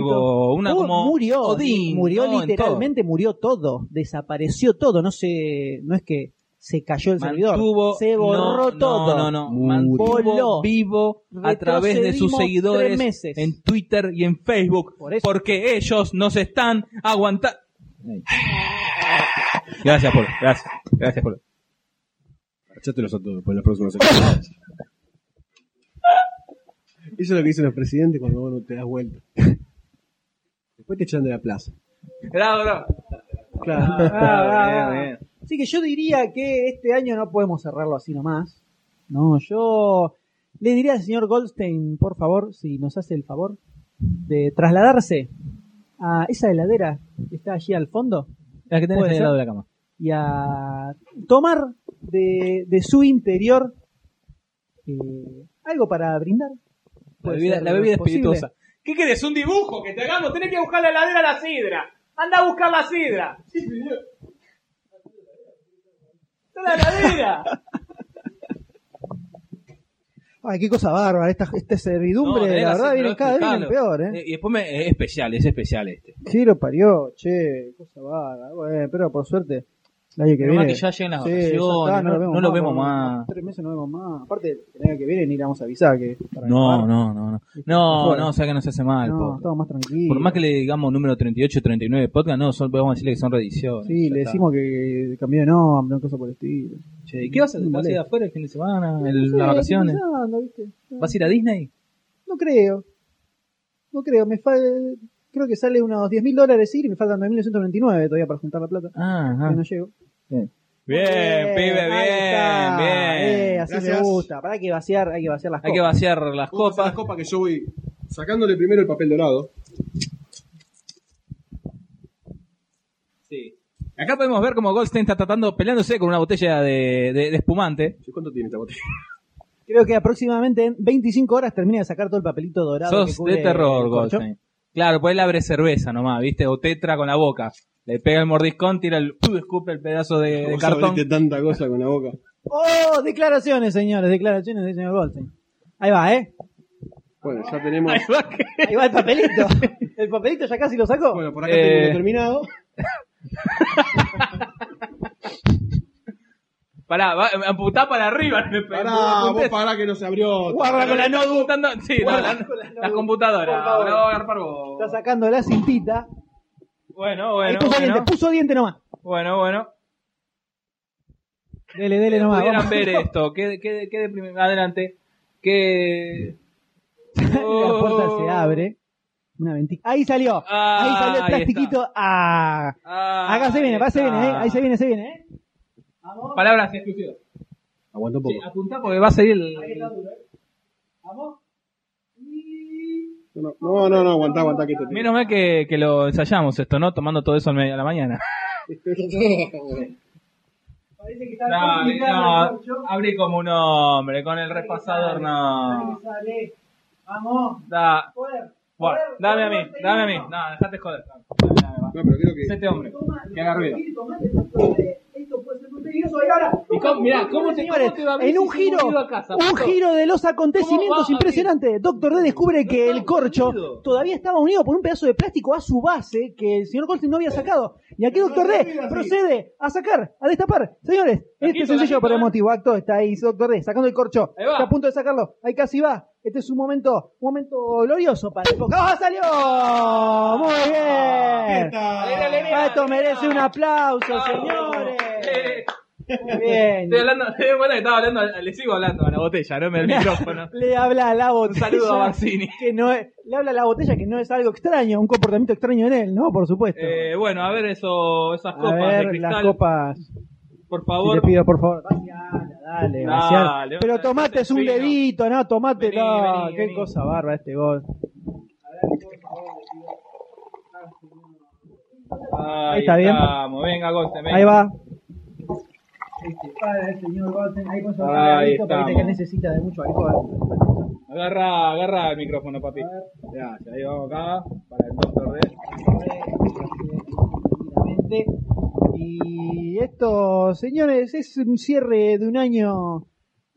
Speaker 1: movimientos.
Speaker 3: una
Speaker 1: Fue-
Speaker 3: como
Speaker 1: murió,
Speaker 3: Odín,
Speaker 1: murió
Speaker 3: ¿no? En
Speaker 1: literalmente, murió todo, desapareció todo. No se, no es que se cayó el
Speaker 3: Mantuvo-
Speaker 1: servidor, se borró
Speaker 3: no, no,
Speaker 1: todo.
Speaker 3: No, no,
Speaker 2: Murió.
Speaker 3: Mantuvo
Speaker 1: Voló.
Speaker 3: vivo a través de sus
Speaker 1: Retrocedimos
Speaker 3: seguidores
Speaker 1: tres meses.
Speaker 3: en Twitter y en Facebook.
Speaker 1: Por eso.
Speaker 3: Porque ellos nos están aguantando. Gracias, Polo. Gracias. Gracias, Polo.
Speaker 2: Echátelos a todos pues, para las próximas elecciones. [laughs] Eso es lo que dicen los presidentes cuando vos no te das vuelta. [laughs] Después te echan de la plaza.
Speaker 3: Bravo, bravo.
Speaker 2: Claro.
Speaker 1: Ah,
Speaker 3: Bien, bien.
Speaker 1: Así que yo diría que este año no podemos cerrarlo así nomás. No, yo le diría al señor Goldstein, por favor, si nos hace el favor, de trasladarse a esa heladera que está allí al fondo
Speaker 3: La que tenés
Speaker 1: ¿Puede
Speaker 3: ahí
Speaker 1: ser?
Speaker 3: al lado de la cama.
Speaker 1: y a tomar de, de su interior eh, algo para brindar.
Speaker 3: La
Speaker 1: Puede
Speaker 3: bebida,
Speaker 1: ser
Speaker 3: la bebida
Speaker 1: posible.
Speaker 3: espirituosa.
Speaker 20: ¿Qué querés? ¿Un dibujo que te hagamos? Tenés que buscar la heladera a la sidra. Anda a buscar la sidra. ¡Está la heladera!
Speaker 1: Ay, qué cosa bárbara, esta, esta servidumbre,
Speaker 3: No, tenés
Speaker 1: la
Speaker 3: que
Speaker 1: verdad,
Speaker 3: hacer-
Speaker 1: viene
Speaker 3: no,
Speaker 1: cada vez viene
Speaker 3: explicalo.
Speaker 1: peor, ¿eh?
Speaker 3: Eh, Y después me- es especial, es especial este.
Speaker 1: Sí, lo parió, che, cosa vaga. Bueno, pero por suerte, el año que
Speaker 3: Pero más
Speaker 1: viene.
Speaker 3: que ya llegan las
Speaker 1: Sí,
Speaker 3: vacaciones,
Speaker 1: ya está,
Speaker 3: no- no lo vemos
Speaker 1: por-
Speaker 3: más.
Speaker 1: Tres meses no vemos más. Aparte, el año que viene ni le vamos a avisar que. para
Speaker 3: No,
Speaker 1: grabar.
Speaker 3: no, no, no. No,
Speaker 1: Mejor.
Speaker 3: no, o sea que no se hace mal.
Speaker 1: No,
Speaker 3: Polo.
Speaker 1: estamos más tranquilos.
Speaker 3: Por más que le digamos número 38, 39 podcast, no, son, podemos decirle que son reediciones.
Speaker 1: Sí,
Speaker 3: Ya
Speaker 1: le
Speaker 3: está.
Speaker 1: decimos que cambió de nombre, una cosa por el estilo.
Speaker 3: Che, ¿y ¿Qué vas a hacer?
Speaker 1: Me
Speaker 3: ¿Vas a ir
Speaker 1: molesta.
Speaker 3: afuera el fin de semana?
Speaker 1: No
Speaker 3: el-
Speaker 1: sé,
Speaker 3: ¿Las vacaciones?
Speaker 1: estoy pensando, ¿viste?
Speaker 3: ¿Vas a ir a Disney?
Speaker 1: No creo. No creo, me fal... Creo que sale unos 10 mil dólares ir y me faltan 2.999 todavía para juntar la plata.
Speaker 3: Ah, ajá.
Speaker 1: Que no llego.
Speaker 3: Bien, pibe,
Speaker 1: ahí está.
Speaker 3: bien, bien.
Speaker 1: Eh, así
Speaker 2: Gracias.
Speaker 1: me gusta. Para que vaciar, hay que vaciar las
Speaker 3: Hay que
Speaker 1: copas.
Speaker 3: vaciar las
Speaker 2: [laughs] Vos pasá
Speaker 3: copas.
Speaker 2: las copas que yo voy sacándole primero el papel dorado.
Speaker 3: Sí. Acá podemos ver como Goldstein está tratando, peleándose con una botella de, de- de espumante.
Speaker 2: ¿Cuánto tiene esta botella?
Speaker 1: Creo que aproximadamente en 25 horas termina de sacar todo el papelito dorado. que
Speaker 3: Sos
Speaker 1: cubre
Speaker 3: de terror,
Speaker 1: el corcho.
Speaker 3: Goldstein. Claro, pues él abre cerveza nomás, ¿viste? O tetra con la boca. Le pega el mordiscón, tira el... ¡pum! escupe el pedazo de, de
Speaker 1: Eh,
Speaker 2: Vos
Speaker 3: cartón.
Speaker 2: abriste tanta cosa con la boca.
Speaker 1: ¡Oh! Declaraciones, señores, declaraciones del señor Goldstein. Ahí va, ¿eh?
Speaker 2: Bueno, ya tenemos.
Speaker 1: Ahí va
Speaker 3: [laughs]
Speaker 1: el papelito. El papelito ya casi lo sacó.
Speaker 2: Bueno, por acá
Speaker 3: Eh.
Speaker 2: tengo uno terminado.
Speaker 3: Pará, va, amputá para arriba.
Speaker 2: Pará, vos pará que no se abrió.
Speaker 3: Guarda con la notebook. Sí, no,
Speaker 1: Guarda
Speaker 3: la,
Speaker 1: con la
Speaker 3: la
Speaker 1: notebook,
Speaker 3: computadora.
Speaker 1: por favor.
Speaker 3: La va a agarrar vos.
Speaker 1: Está sacando la cintita.
Speaker 3: Bueno,
Speaker 1: Ahí
Speaker 3: bueno,
Speaker 1: puso
Speaker 3: bueno.
Speaker 1: diente, puso diente nomás.
Speaker 3: Bueno, bueno.
Speaker 1: Dele, dele nomás.
Speaker 3: Pudieran
Speaker 1: vamos.
Speaker 3: ver eh. esto. ¿Qué, qué, qué deprime- Adelante. ¿Qué...
Speaker 1: [laughs] La puerta se abre. Una ventica. Ahí salió. Ahí
Speaker 3: Ah, Oh. ahí está. Ah,
Speaker 1: salió el Ah, plastiquito. Ah. Acá se viene, acá se viene, ¿eh? Ahí se viene, se viene, ¿eh?
Speaker 3: Palabras exclusivas.
Speaker 2: Aguanta un
Speaker 3: Sí,
Speaker 2: poco.
Speaker 3: apuntá porque va a salir el.
Speaker 2: No, no, no, no, aguanta, aguanta. Que te... [laughs]
Speaker 3: Menos mal que, que lo ensayamos esto, ¿no? Tomando todo eso al medio de la mañana. Dale, no, hablé como un hombre, con el repasador, no.
Speaker 1: Vamos.
Speaker 3: Da,
Speaker 1: Joder.
Speaker 3: bueno, dame a mí, dame a mí. No, dejate joder. No,
Speaker 2: pero creo que.
Speaker 3: Este hombre, que haga ruido.
Speaker 1: Esto puede ser muy peligroso y ahora.
Speaker 3: Y cómo- mirá, ¿cómo te-
Speaker 1: Señores,
Speaker 3: cómo te va a ver
Speaker 1: en
Speaker 3: si
Speaker 1: un
Speaker 3: se hubiera
Speaker 1: giro,
Speaker 3: ido a casa,
Speaker 1: un
Speaker 3: Pato?
Speaker 1: giro de los acontecimientos
Speaker 3: ¿Cómo va a
Speaker 1: impresionante. Doctor D descubre que el corcho
Speaker 3: unido.
Speaker 1: todavía estaba unido por un pedazo de plástico a su base que el señor Colson no había sacado. Y aquí Doctor D procede a sacar, a destapar. Señores, este es sencillo pero emotivo. Acto está ahí, Doctor D, sacando el corcho.
Speaker 3: ¿eh? Ahí va.
Speaker 1: Está a punto de sacarlo. Ahí casi va. Este es un momento, un momento glorioso para el Boca. ¡Ah,
Speaker 3: Oh,
Speaker 1: salió! ¡Muy
Speaker 3: Ah,
Speaker 1: bien!
Speaker 3: Alegría, alegría,
Speaker 1: Esto merece un aplauso, señores. Muy bien.
Speaker 3: Eh, Estoy hablando, [laughs] me di cuenta que estaba hablando, le sigo hablando a la botella, no me [laughs] el micrófono.
Speaker 1: Le habla a la botella.
Speaker 3: saludo a Barcini.
Speaker 1: Que no es- le habla a la botella que no es algo extraño, un comportamiento extraño en él, ¿no? Por supuesto.
Speaker 3: Eh, bueno, a ver eso, esas
Speaker 1: a
Speaker 3: copas de
Speaker 1: ver, las
Speaker 3: cristal,
Speaker 1: copas.
Speaker 3: por
Speaker 1: Si
Speaker 3: favor.
Speaker 1: te pido, por favor. Dale, vaciala. Pero tomate es un
Speaker 3: vino.
Speaker 1: dedito, ¿no? Tomate,
Speaker 3: Vení,
Speaker 1: no.
Speaker 3: vení,
Speaker 1: qué
Speaker 3: vení.
Speaker 1: cosa barba este gol.
Speaker 3: Ahí,
Speaker 1: Ahí está bien.
Speaker 3: Vamos, venga, Goldstein, venga.
Speaker 1: Ahí va. Este
Speaker 3: Ahí estamos.
Speaker 1: necesita de mucho alcohol.
Speaker 3: Agarra, agarra el micrófono, papi. Gracias, ahí vamos acá, para el doctor D.
Speaker 1: Y esto, señores, es un cierre de un año.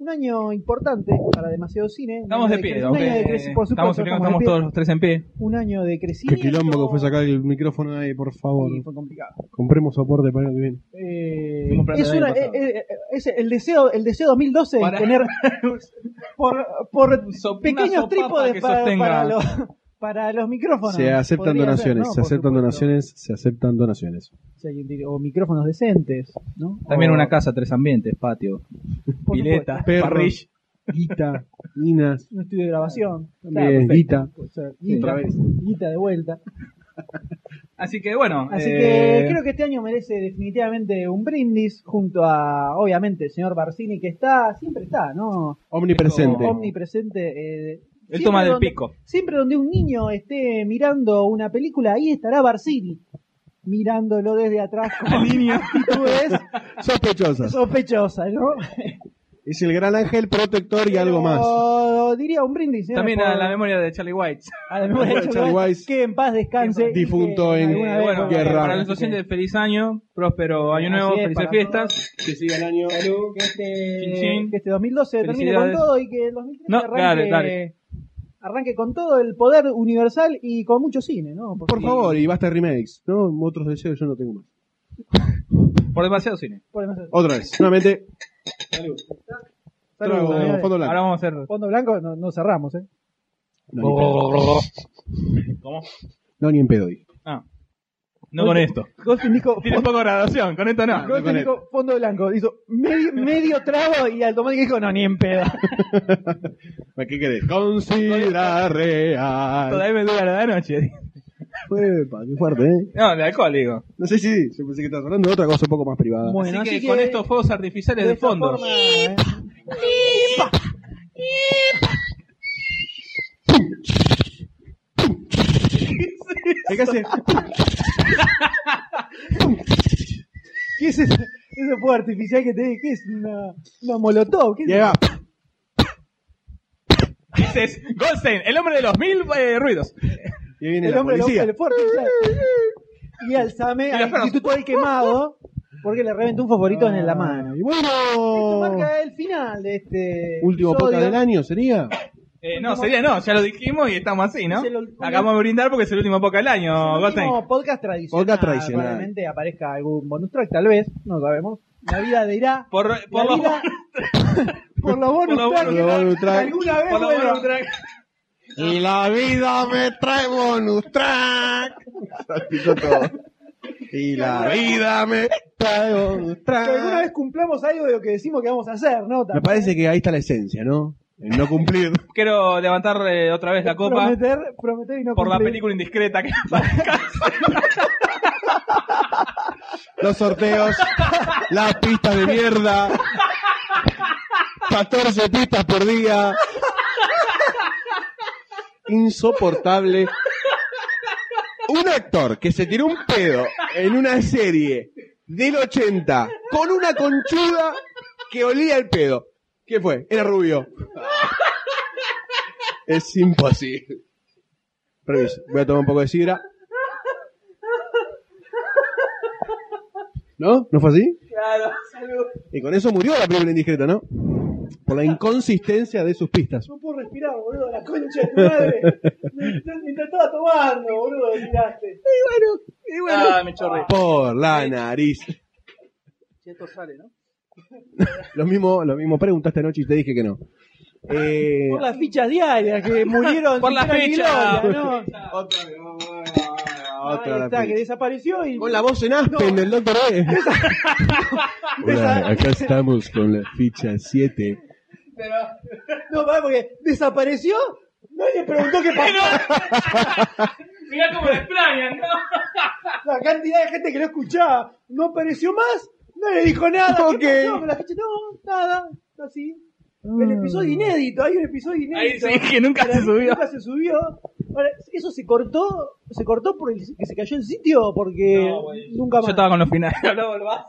Speaker 1: Un año importante para demasiado cine. Un
Speaker 3: Estamos
Speaker 1: año
Speaker 3: de pie,
Speaker 1: creci- un
Speaker 3: aunque
Speaker 1: año de creci- por supuesto,
Speaker 3: estamos, en pie, estamos
Speaker 1: de
Speaker 3: todos los tres en pie.
Speaker 1: Un año de
Speaker 2: Qué
Speaker 1: crecimiento.
Speaker 2: quilombo que fue sacar el micrófono de ahí, por favor.
Speaker 1: Sí, fue complicado.
Speaker 2: Compremos soporte para el año que viene.
Speaker 1: Eh,
Speaker 2: Fuimos para
Speaker 1: es
Speaker 2: el año
Speaker 1: una-
Speaker 2: pasado.
Speaker 1: eh, eh, eh, es el deseo el deseo 2012 de
Speaker 3: [laughs]
Speaker 1: tener por, por
Speaker 3: sop- una
Speaker 1: pequeños
Speaker 3: sopapa que
Speaker 1: trípodes para,
Speaker 3: sostenga.
Speaker 1: para los, para los micrófonos
Speaker 2: Se aceptan
Speaker 1: Podría ser,
Speaker 2: donaciones,
Speaker 1: ¿no?
Speaker 2: se
Speaker 1: Por
Speaker 2: aceptan donaciones, se aceptan donaciones.
Speaker 1: supuesto. Si alguien tiene- o micrófonos decentes ¿no?
Speaker 3: También
Speaker 1: O-
Speaker 3: una casa, tres ambientes, patio, pileta,
Speaker 2: Perros,
Speaker 3: parrilla.
Speaker 2: Guita, minas,
Speaker 1: un estudio de grabación
Speaker 2: También,
Speaker 1: perfecto.
Speaker 2: guita.
Speaker 1: Puede ser,
Speaker 2: Sí,
Speaker 1: guita,
Speaker 2: otra vez.
Speaker 1: guita de vuelta
Speaker 3: Así que bueno.
Speaker 1: así
Speaker 3: eh,
Speaker 1: que creo que este año merece definitivamente un brindis junto a obviamente el señor Barcini que está siempre está no
Speaker 2: omnipresente.
Speaker 1: omnipresente eh,
Speaker 3: Él
Speaker 1: siempre
Speaker 3: toma del
Speaker 1: donde-
Speaker 3: pico.
Speaker 1: Siempre donde un niño esté mirando una película, ahí estará Barcini, mirándolo
Speaker 3: [laughs]
Speaker 1: desde atrás con actitudes
Speaker 2: Sospechosas.
Speaker 1: sospechosas, ¿no?
Speaker 2: Es el gran ángel protector y algo más.
Speaker 1: O diría un brindis. señores,
Speaker 3: También a
Speaker 1: por-
Speaker 3: la memoria de Charlie White.
Speaker 1: a la memoria de
Speaker 2: Charlie
Speaker 1: Charlie White,
Speaker 2: Weiss.
Speaker 1: Que en paz descanse. y
Speaker 2: Difunto
Speaker 1: que
Speaker 2: en-
Speaker 1: alguna
Speaker 3: Eh,
Speaker 1: vez
Speaker 3: bueno,
Speaker 1: volverá.
Speaker 2: guerra.
Speaker 3: para los oyentes, feliz año, próspero año
Speaker 1: Así
Speaker 3: nuevo,
Speaker 1: es,
Speaker 3: felices
Speaker 1: para
Speaker 3: fiestas.
Speaker 2: Que siga el año.
Speaker 1: Que este,
Speaker 3: Chin, chin.
Speaker 1: que este 2012 termine con
Speaker 3: Felicidades.
Speaker 1: todo y que el 2013
Speaker 3: No,
Speaker 1: arranque,
Speaker 3: dale, dale.
Speaker 1: arranque con todo el poder universal y con mucho cine, ¿no? Porque-
Speaker 2: Por favor, y basta de remakes. No, otros deseos yo no tengo más.
Speaker 3: Por demasiado cine.
Speaker 1: por demasiado-
Speaker 2: Otra vez, nuevamente.
Speaker 1: Salud,
Speaker 2: Trago,
Speaker 1: señores.
Speaker 2: fondo blanco.
Speaker 3: Ahora vamos a hacer.
Speaker 1: Fondo blanco, no, no cerramos, ¿eh?
Speaker 2: No, ni en pedo.
Speaker 3: ¿Cómo?
Speaker 2: No, ni en pedo. dije.
Speaker 3: Ah. No con esto.
Speaker 1: Goldstein
Speaker 3: [laughs]
Speaker 1: dijo,
Speaker 3: Tiene un poco de graduación, con esto no.
Speaker 1: Goldstein dijo, fondo blanco. Hizo medio, medio trago y automático dijo, no, ni en pedo.
Speaker 2: ¿Qué querés?
Speaker 1: [laughs]
Speaker 2: Considera real.
Speaker 3: Todavía me dura la de noche.
Speaker 2: Epa, qué fuerte, ¿eh?
Speaker 3: No, de alcohol, digo.
Speaker 2: No sé si, yo pensé que estabas hablando de otra cosa un poco más privada.
Speaker 1: Bueno,
Speaker 3: así, que,
Speaker 1: así que-
Speaker 3: con estos fuegos artificiales de,
Speaker 1: esta
Speaker 3: fondo.
Speaker 1: forma, ¿eh?
Speaker 2: ¿Qué hace?
Speaker 1: ¿Qué es eso? Ese fuego artificial que te dije, ¿qué es? Una, una molotov. ¿Qué es?
Speaker 2: Llega.
Speaker 3: Ese es Goldstein, el hombre de los mil eh, ruidos.
Speaker 2: Y viene
Speaker 1: El
Speaker 2: la
Speaker 1: hombre lo-
Speaker 2: policía.
Speaker 1: el fuego artificial. Y alzame
Speaker 3: Y las
Speaker 1: al
Speaker 3: perras.
Speaker 1: Instituto del Quemado porque le reventó un fosforito en la mano.
Speaker 2: Ah, Y
Speaker 3: Ah.
Speaker 1: Esto
Speaker 2: bueno.
Speaker 1: marca el final de este
Speaker 2: Último
Speaker 1: episodio.
Speaker 2: podcast del año, ¿sería?
Speaker 3: Eh, no, sería no, ya lo dijimos y estamos así, ¿no?
Speaker 1: Es el ul-
Speaker 3: Acabamos de brindar porque es el último poca del año, Goldstein.
Speaker 1: Como podcast tradicional.
Speaker 2: Podcast tradicional.
Speaker 1: Probablemente aparezca algún bonus track, tal vez, no sabemos. La vida de irá.
Speaker 3: Por, [laughs] por
Speaker 1: la
Speaker 3: los
Speaker 1: vida, [laughs] por los bonus
Speaker 3: Por los
Speaker 1: track.
Speaker 2: bonus track.
Speaker 1: Alguna vez
Speaker 3: por los
Speaker 1: bueno,
Speaker 3: bonus track.
Speaker 2: La vida me trae bonus track. Salpicó todo. Y la vida me trae bonus
Speaker 1: que alguna
Speaker 2: track.
Speaker 1: vez cumplamos algo de lo que decimos que vamos a hacer, ¿no?
Speaker 2: Me parece que ahí está la esencia, ¿no? El no cumplir.
Speaker 3: Quiero levantar eh, otra vez la copa
Speaker 1: Prometer, prometer y no
Speaker 3: por la [laughs]
Speaker 1: cumplir.
Speaker 3: película indiscreta que aparezca.
Speaker 2: los sorteos, las pistas de mierda, 14 pistas por día. Insoportable. Un actor que se tiró un pedo en una serie del 80 con una conchuda que olía el pedo. ¿Qué fue? Era rubio. Es imposible. Permiso, voy a tomar un poco de sidra. ¿No? ¿No fue así?
Speaker 20: Claro, salud.
Speaker 2: Y con eso murió la película indiscreta, ¿no? Por la inconsistencia de sus pistas.
Speaker 20: No puedo respirar, boludo, la concha de tu madre. Me, me estaba tomando, boludo, tiraste. Y bueno, y
Speaker 2: bueno.
Speaker 20: Ah, me chorré.
Speaker 2: Por la nariz.
Speaker 20: Si esto sale, ¿no?
Speaker 2: Lo mismo, lo mismo preguntaste anoche y te dije que no. Eh,
Speaker 1: Por las fichas diarias
Speaker 20: [laughs]
Speaker 1: que murieron.
Speaker 20: Por la
Speaker 1: sin pena ni
Speaker 20: fecha.
Speaker 1: gloria, ¿no? Ah,
Speaker 2: Otra vez,
Speaker 1: Ahí
Speaker 2: otra la
Speaker 1: está,
Speaker 2: fecha.
Speaker 1: que desapareció y.
Speaker 2: Con la voz en Aspen del Doctor E. Hola, acá estamos con la ficha 7.
Speaker 1: Pero- No, pará, porque desapareció. Nadie preguntó qué
Speaker 20: [laughs]
Speaker 1: pasó.
Speaker 20: Mirá cómo la extrañan, ¿no?
Speaker 1: La cantidad de gente que no escuchaba. No apareció más. Nadie dijo nada. ¿Qué
Speaker 2: Ok.
Speaker 1: pasó con la ficha? No, nada. Así. El episodio inédito, hay un episodio inédito.
Speaker 3: Ahí sí, que nunca se subió.
Speaker 1: Nunca se subió. Ahora, ¿eso se cortó? ¿Se cortó por el- que se cayó el sitio? Porque nunca
Speaker 3: Yo
Speaker 1: más.
Speaker 3: estaba con los [laughs] finales, hablaba el vaso.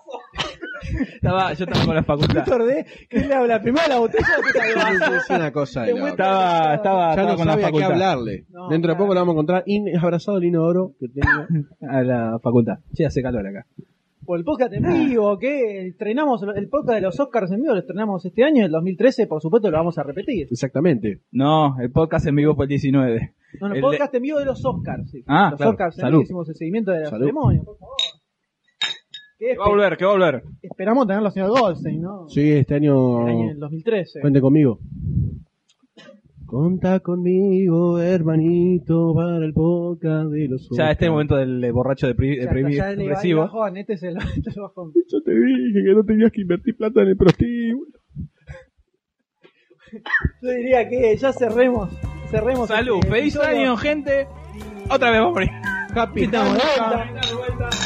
Speaker 3: Estaba, yo estaba con la facultad.
Speaker 1: acordé que le habla primero a la botella [laughs] después al vaso.
Speaker 2: Es una cosa de loco.
Speaker 3: Estaba, Ah, estaba,
Speaker 2: Ya
Speaker 3: estaba
Speaker 2: no
Speaker 3: con la
Speaker 2: sabe a qué
Speaker 3: facultad.
Speaker 2: hablarle. Dentro de poco lo vamos a encontrar in- abrazado el inodoro que tengo.
Speaker 3: A la facultad. Sí, hace calor acá.
Speaker 1: O el podcast en vivo, que estrenamos el podcast de los Oscars en vivo, lo estrenamos este año, el 2013, por supuesto lo vamos a repetir.
Speaker 2: Exactamente.
Speaker 3: No, el podcast en vivo fue el 19.
Speaker 1: No, no,
Speaker 3: El
Speaker 1: podcast en vivo de los Oscars. sí.
Speaker 3: Ah,
Speaker 1: los
Speaker 3: claro.
Speaker 1: Oscars en
Speaker 3: Salud.
Speaker 1: vivo, hicimos el seguimiento de la
Speaker 3: Salud.
Speaker 1: ceremonia, por favor. Que
Speaker 3: Que va a volver, que va a volver.
Speaker 1: Esperamos tenerlo al señor Goldstein, ¿no?
Speaker 2: Sí, este año.
Speaker 1: El año del 2013.
Speaker 2: Cuente conmigo. Conta conmigo, hermanito, para el podcast de los
Speaker 3: Ya este es el momento del eh, borracho depri-
Speaker 1: Ya está,
Speaker 3: deprimi-
Speaker 1: ya le- le
Speaker 3: depresivo.
Speaker 1: bajón, este es el, [laughs] este es el bajón.
Speaker 2: Yo te dije que no tenías que invertir plata en el prostíbulo.
Speaker 1: Yo diría que ya cerremos. Cerremos.
Speaker 3: Salud,
Speaker 1: este
Speaker 3: feliz
Speaker 1: episodio.
Speaker 3: año, gente. Otra vez vamos a morir.
Speaker 2: Happy
Speaker 1: Estamos de vuelta.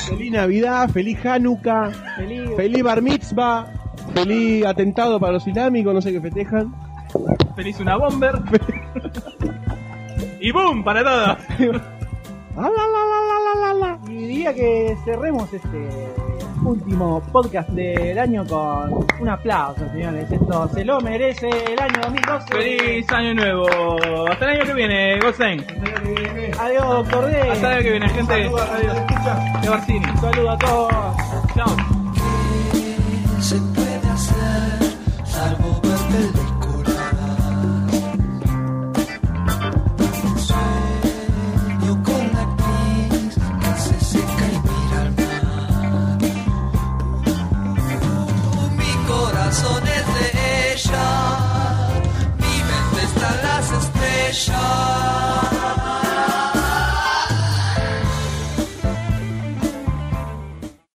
Speaker 2: Feliz Navidad, feliz Hanukkah,
Speaker 1: Feliz.
Speaker 2: feliz Bar Mitzvah, feliz atentado para los islámicos, no sé qué festejan.
Speaker 3: [laughs] Feliz una [laughs] bomber. y boom, para todos.
Speaker 2: Ah, la, la, la, la, la, la, la.
Speaker 1: Y diría que cerremos este último podcast del año con un aplauso, señores. Esto se lo merece el año 2012.
Speaker 3: Feliz año nuevo. Hasta el año que viene, Goldstein.
Speaker 1: Adiós, doctor D.
Speaker 3: Hasta el año que viene, gente.
Speaker 1: Saludos, adiós.
Speaker 3: De Barcini.
Speaker 1: Saludos a todos.
Speaker 3: Chao.
Speaker 21: se puede hacer, salvo ver películas. Sueño con la actriz que se seca y mira al mar. Mi corazón es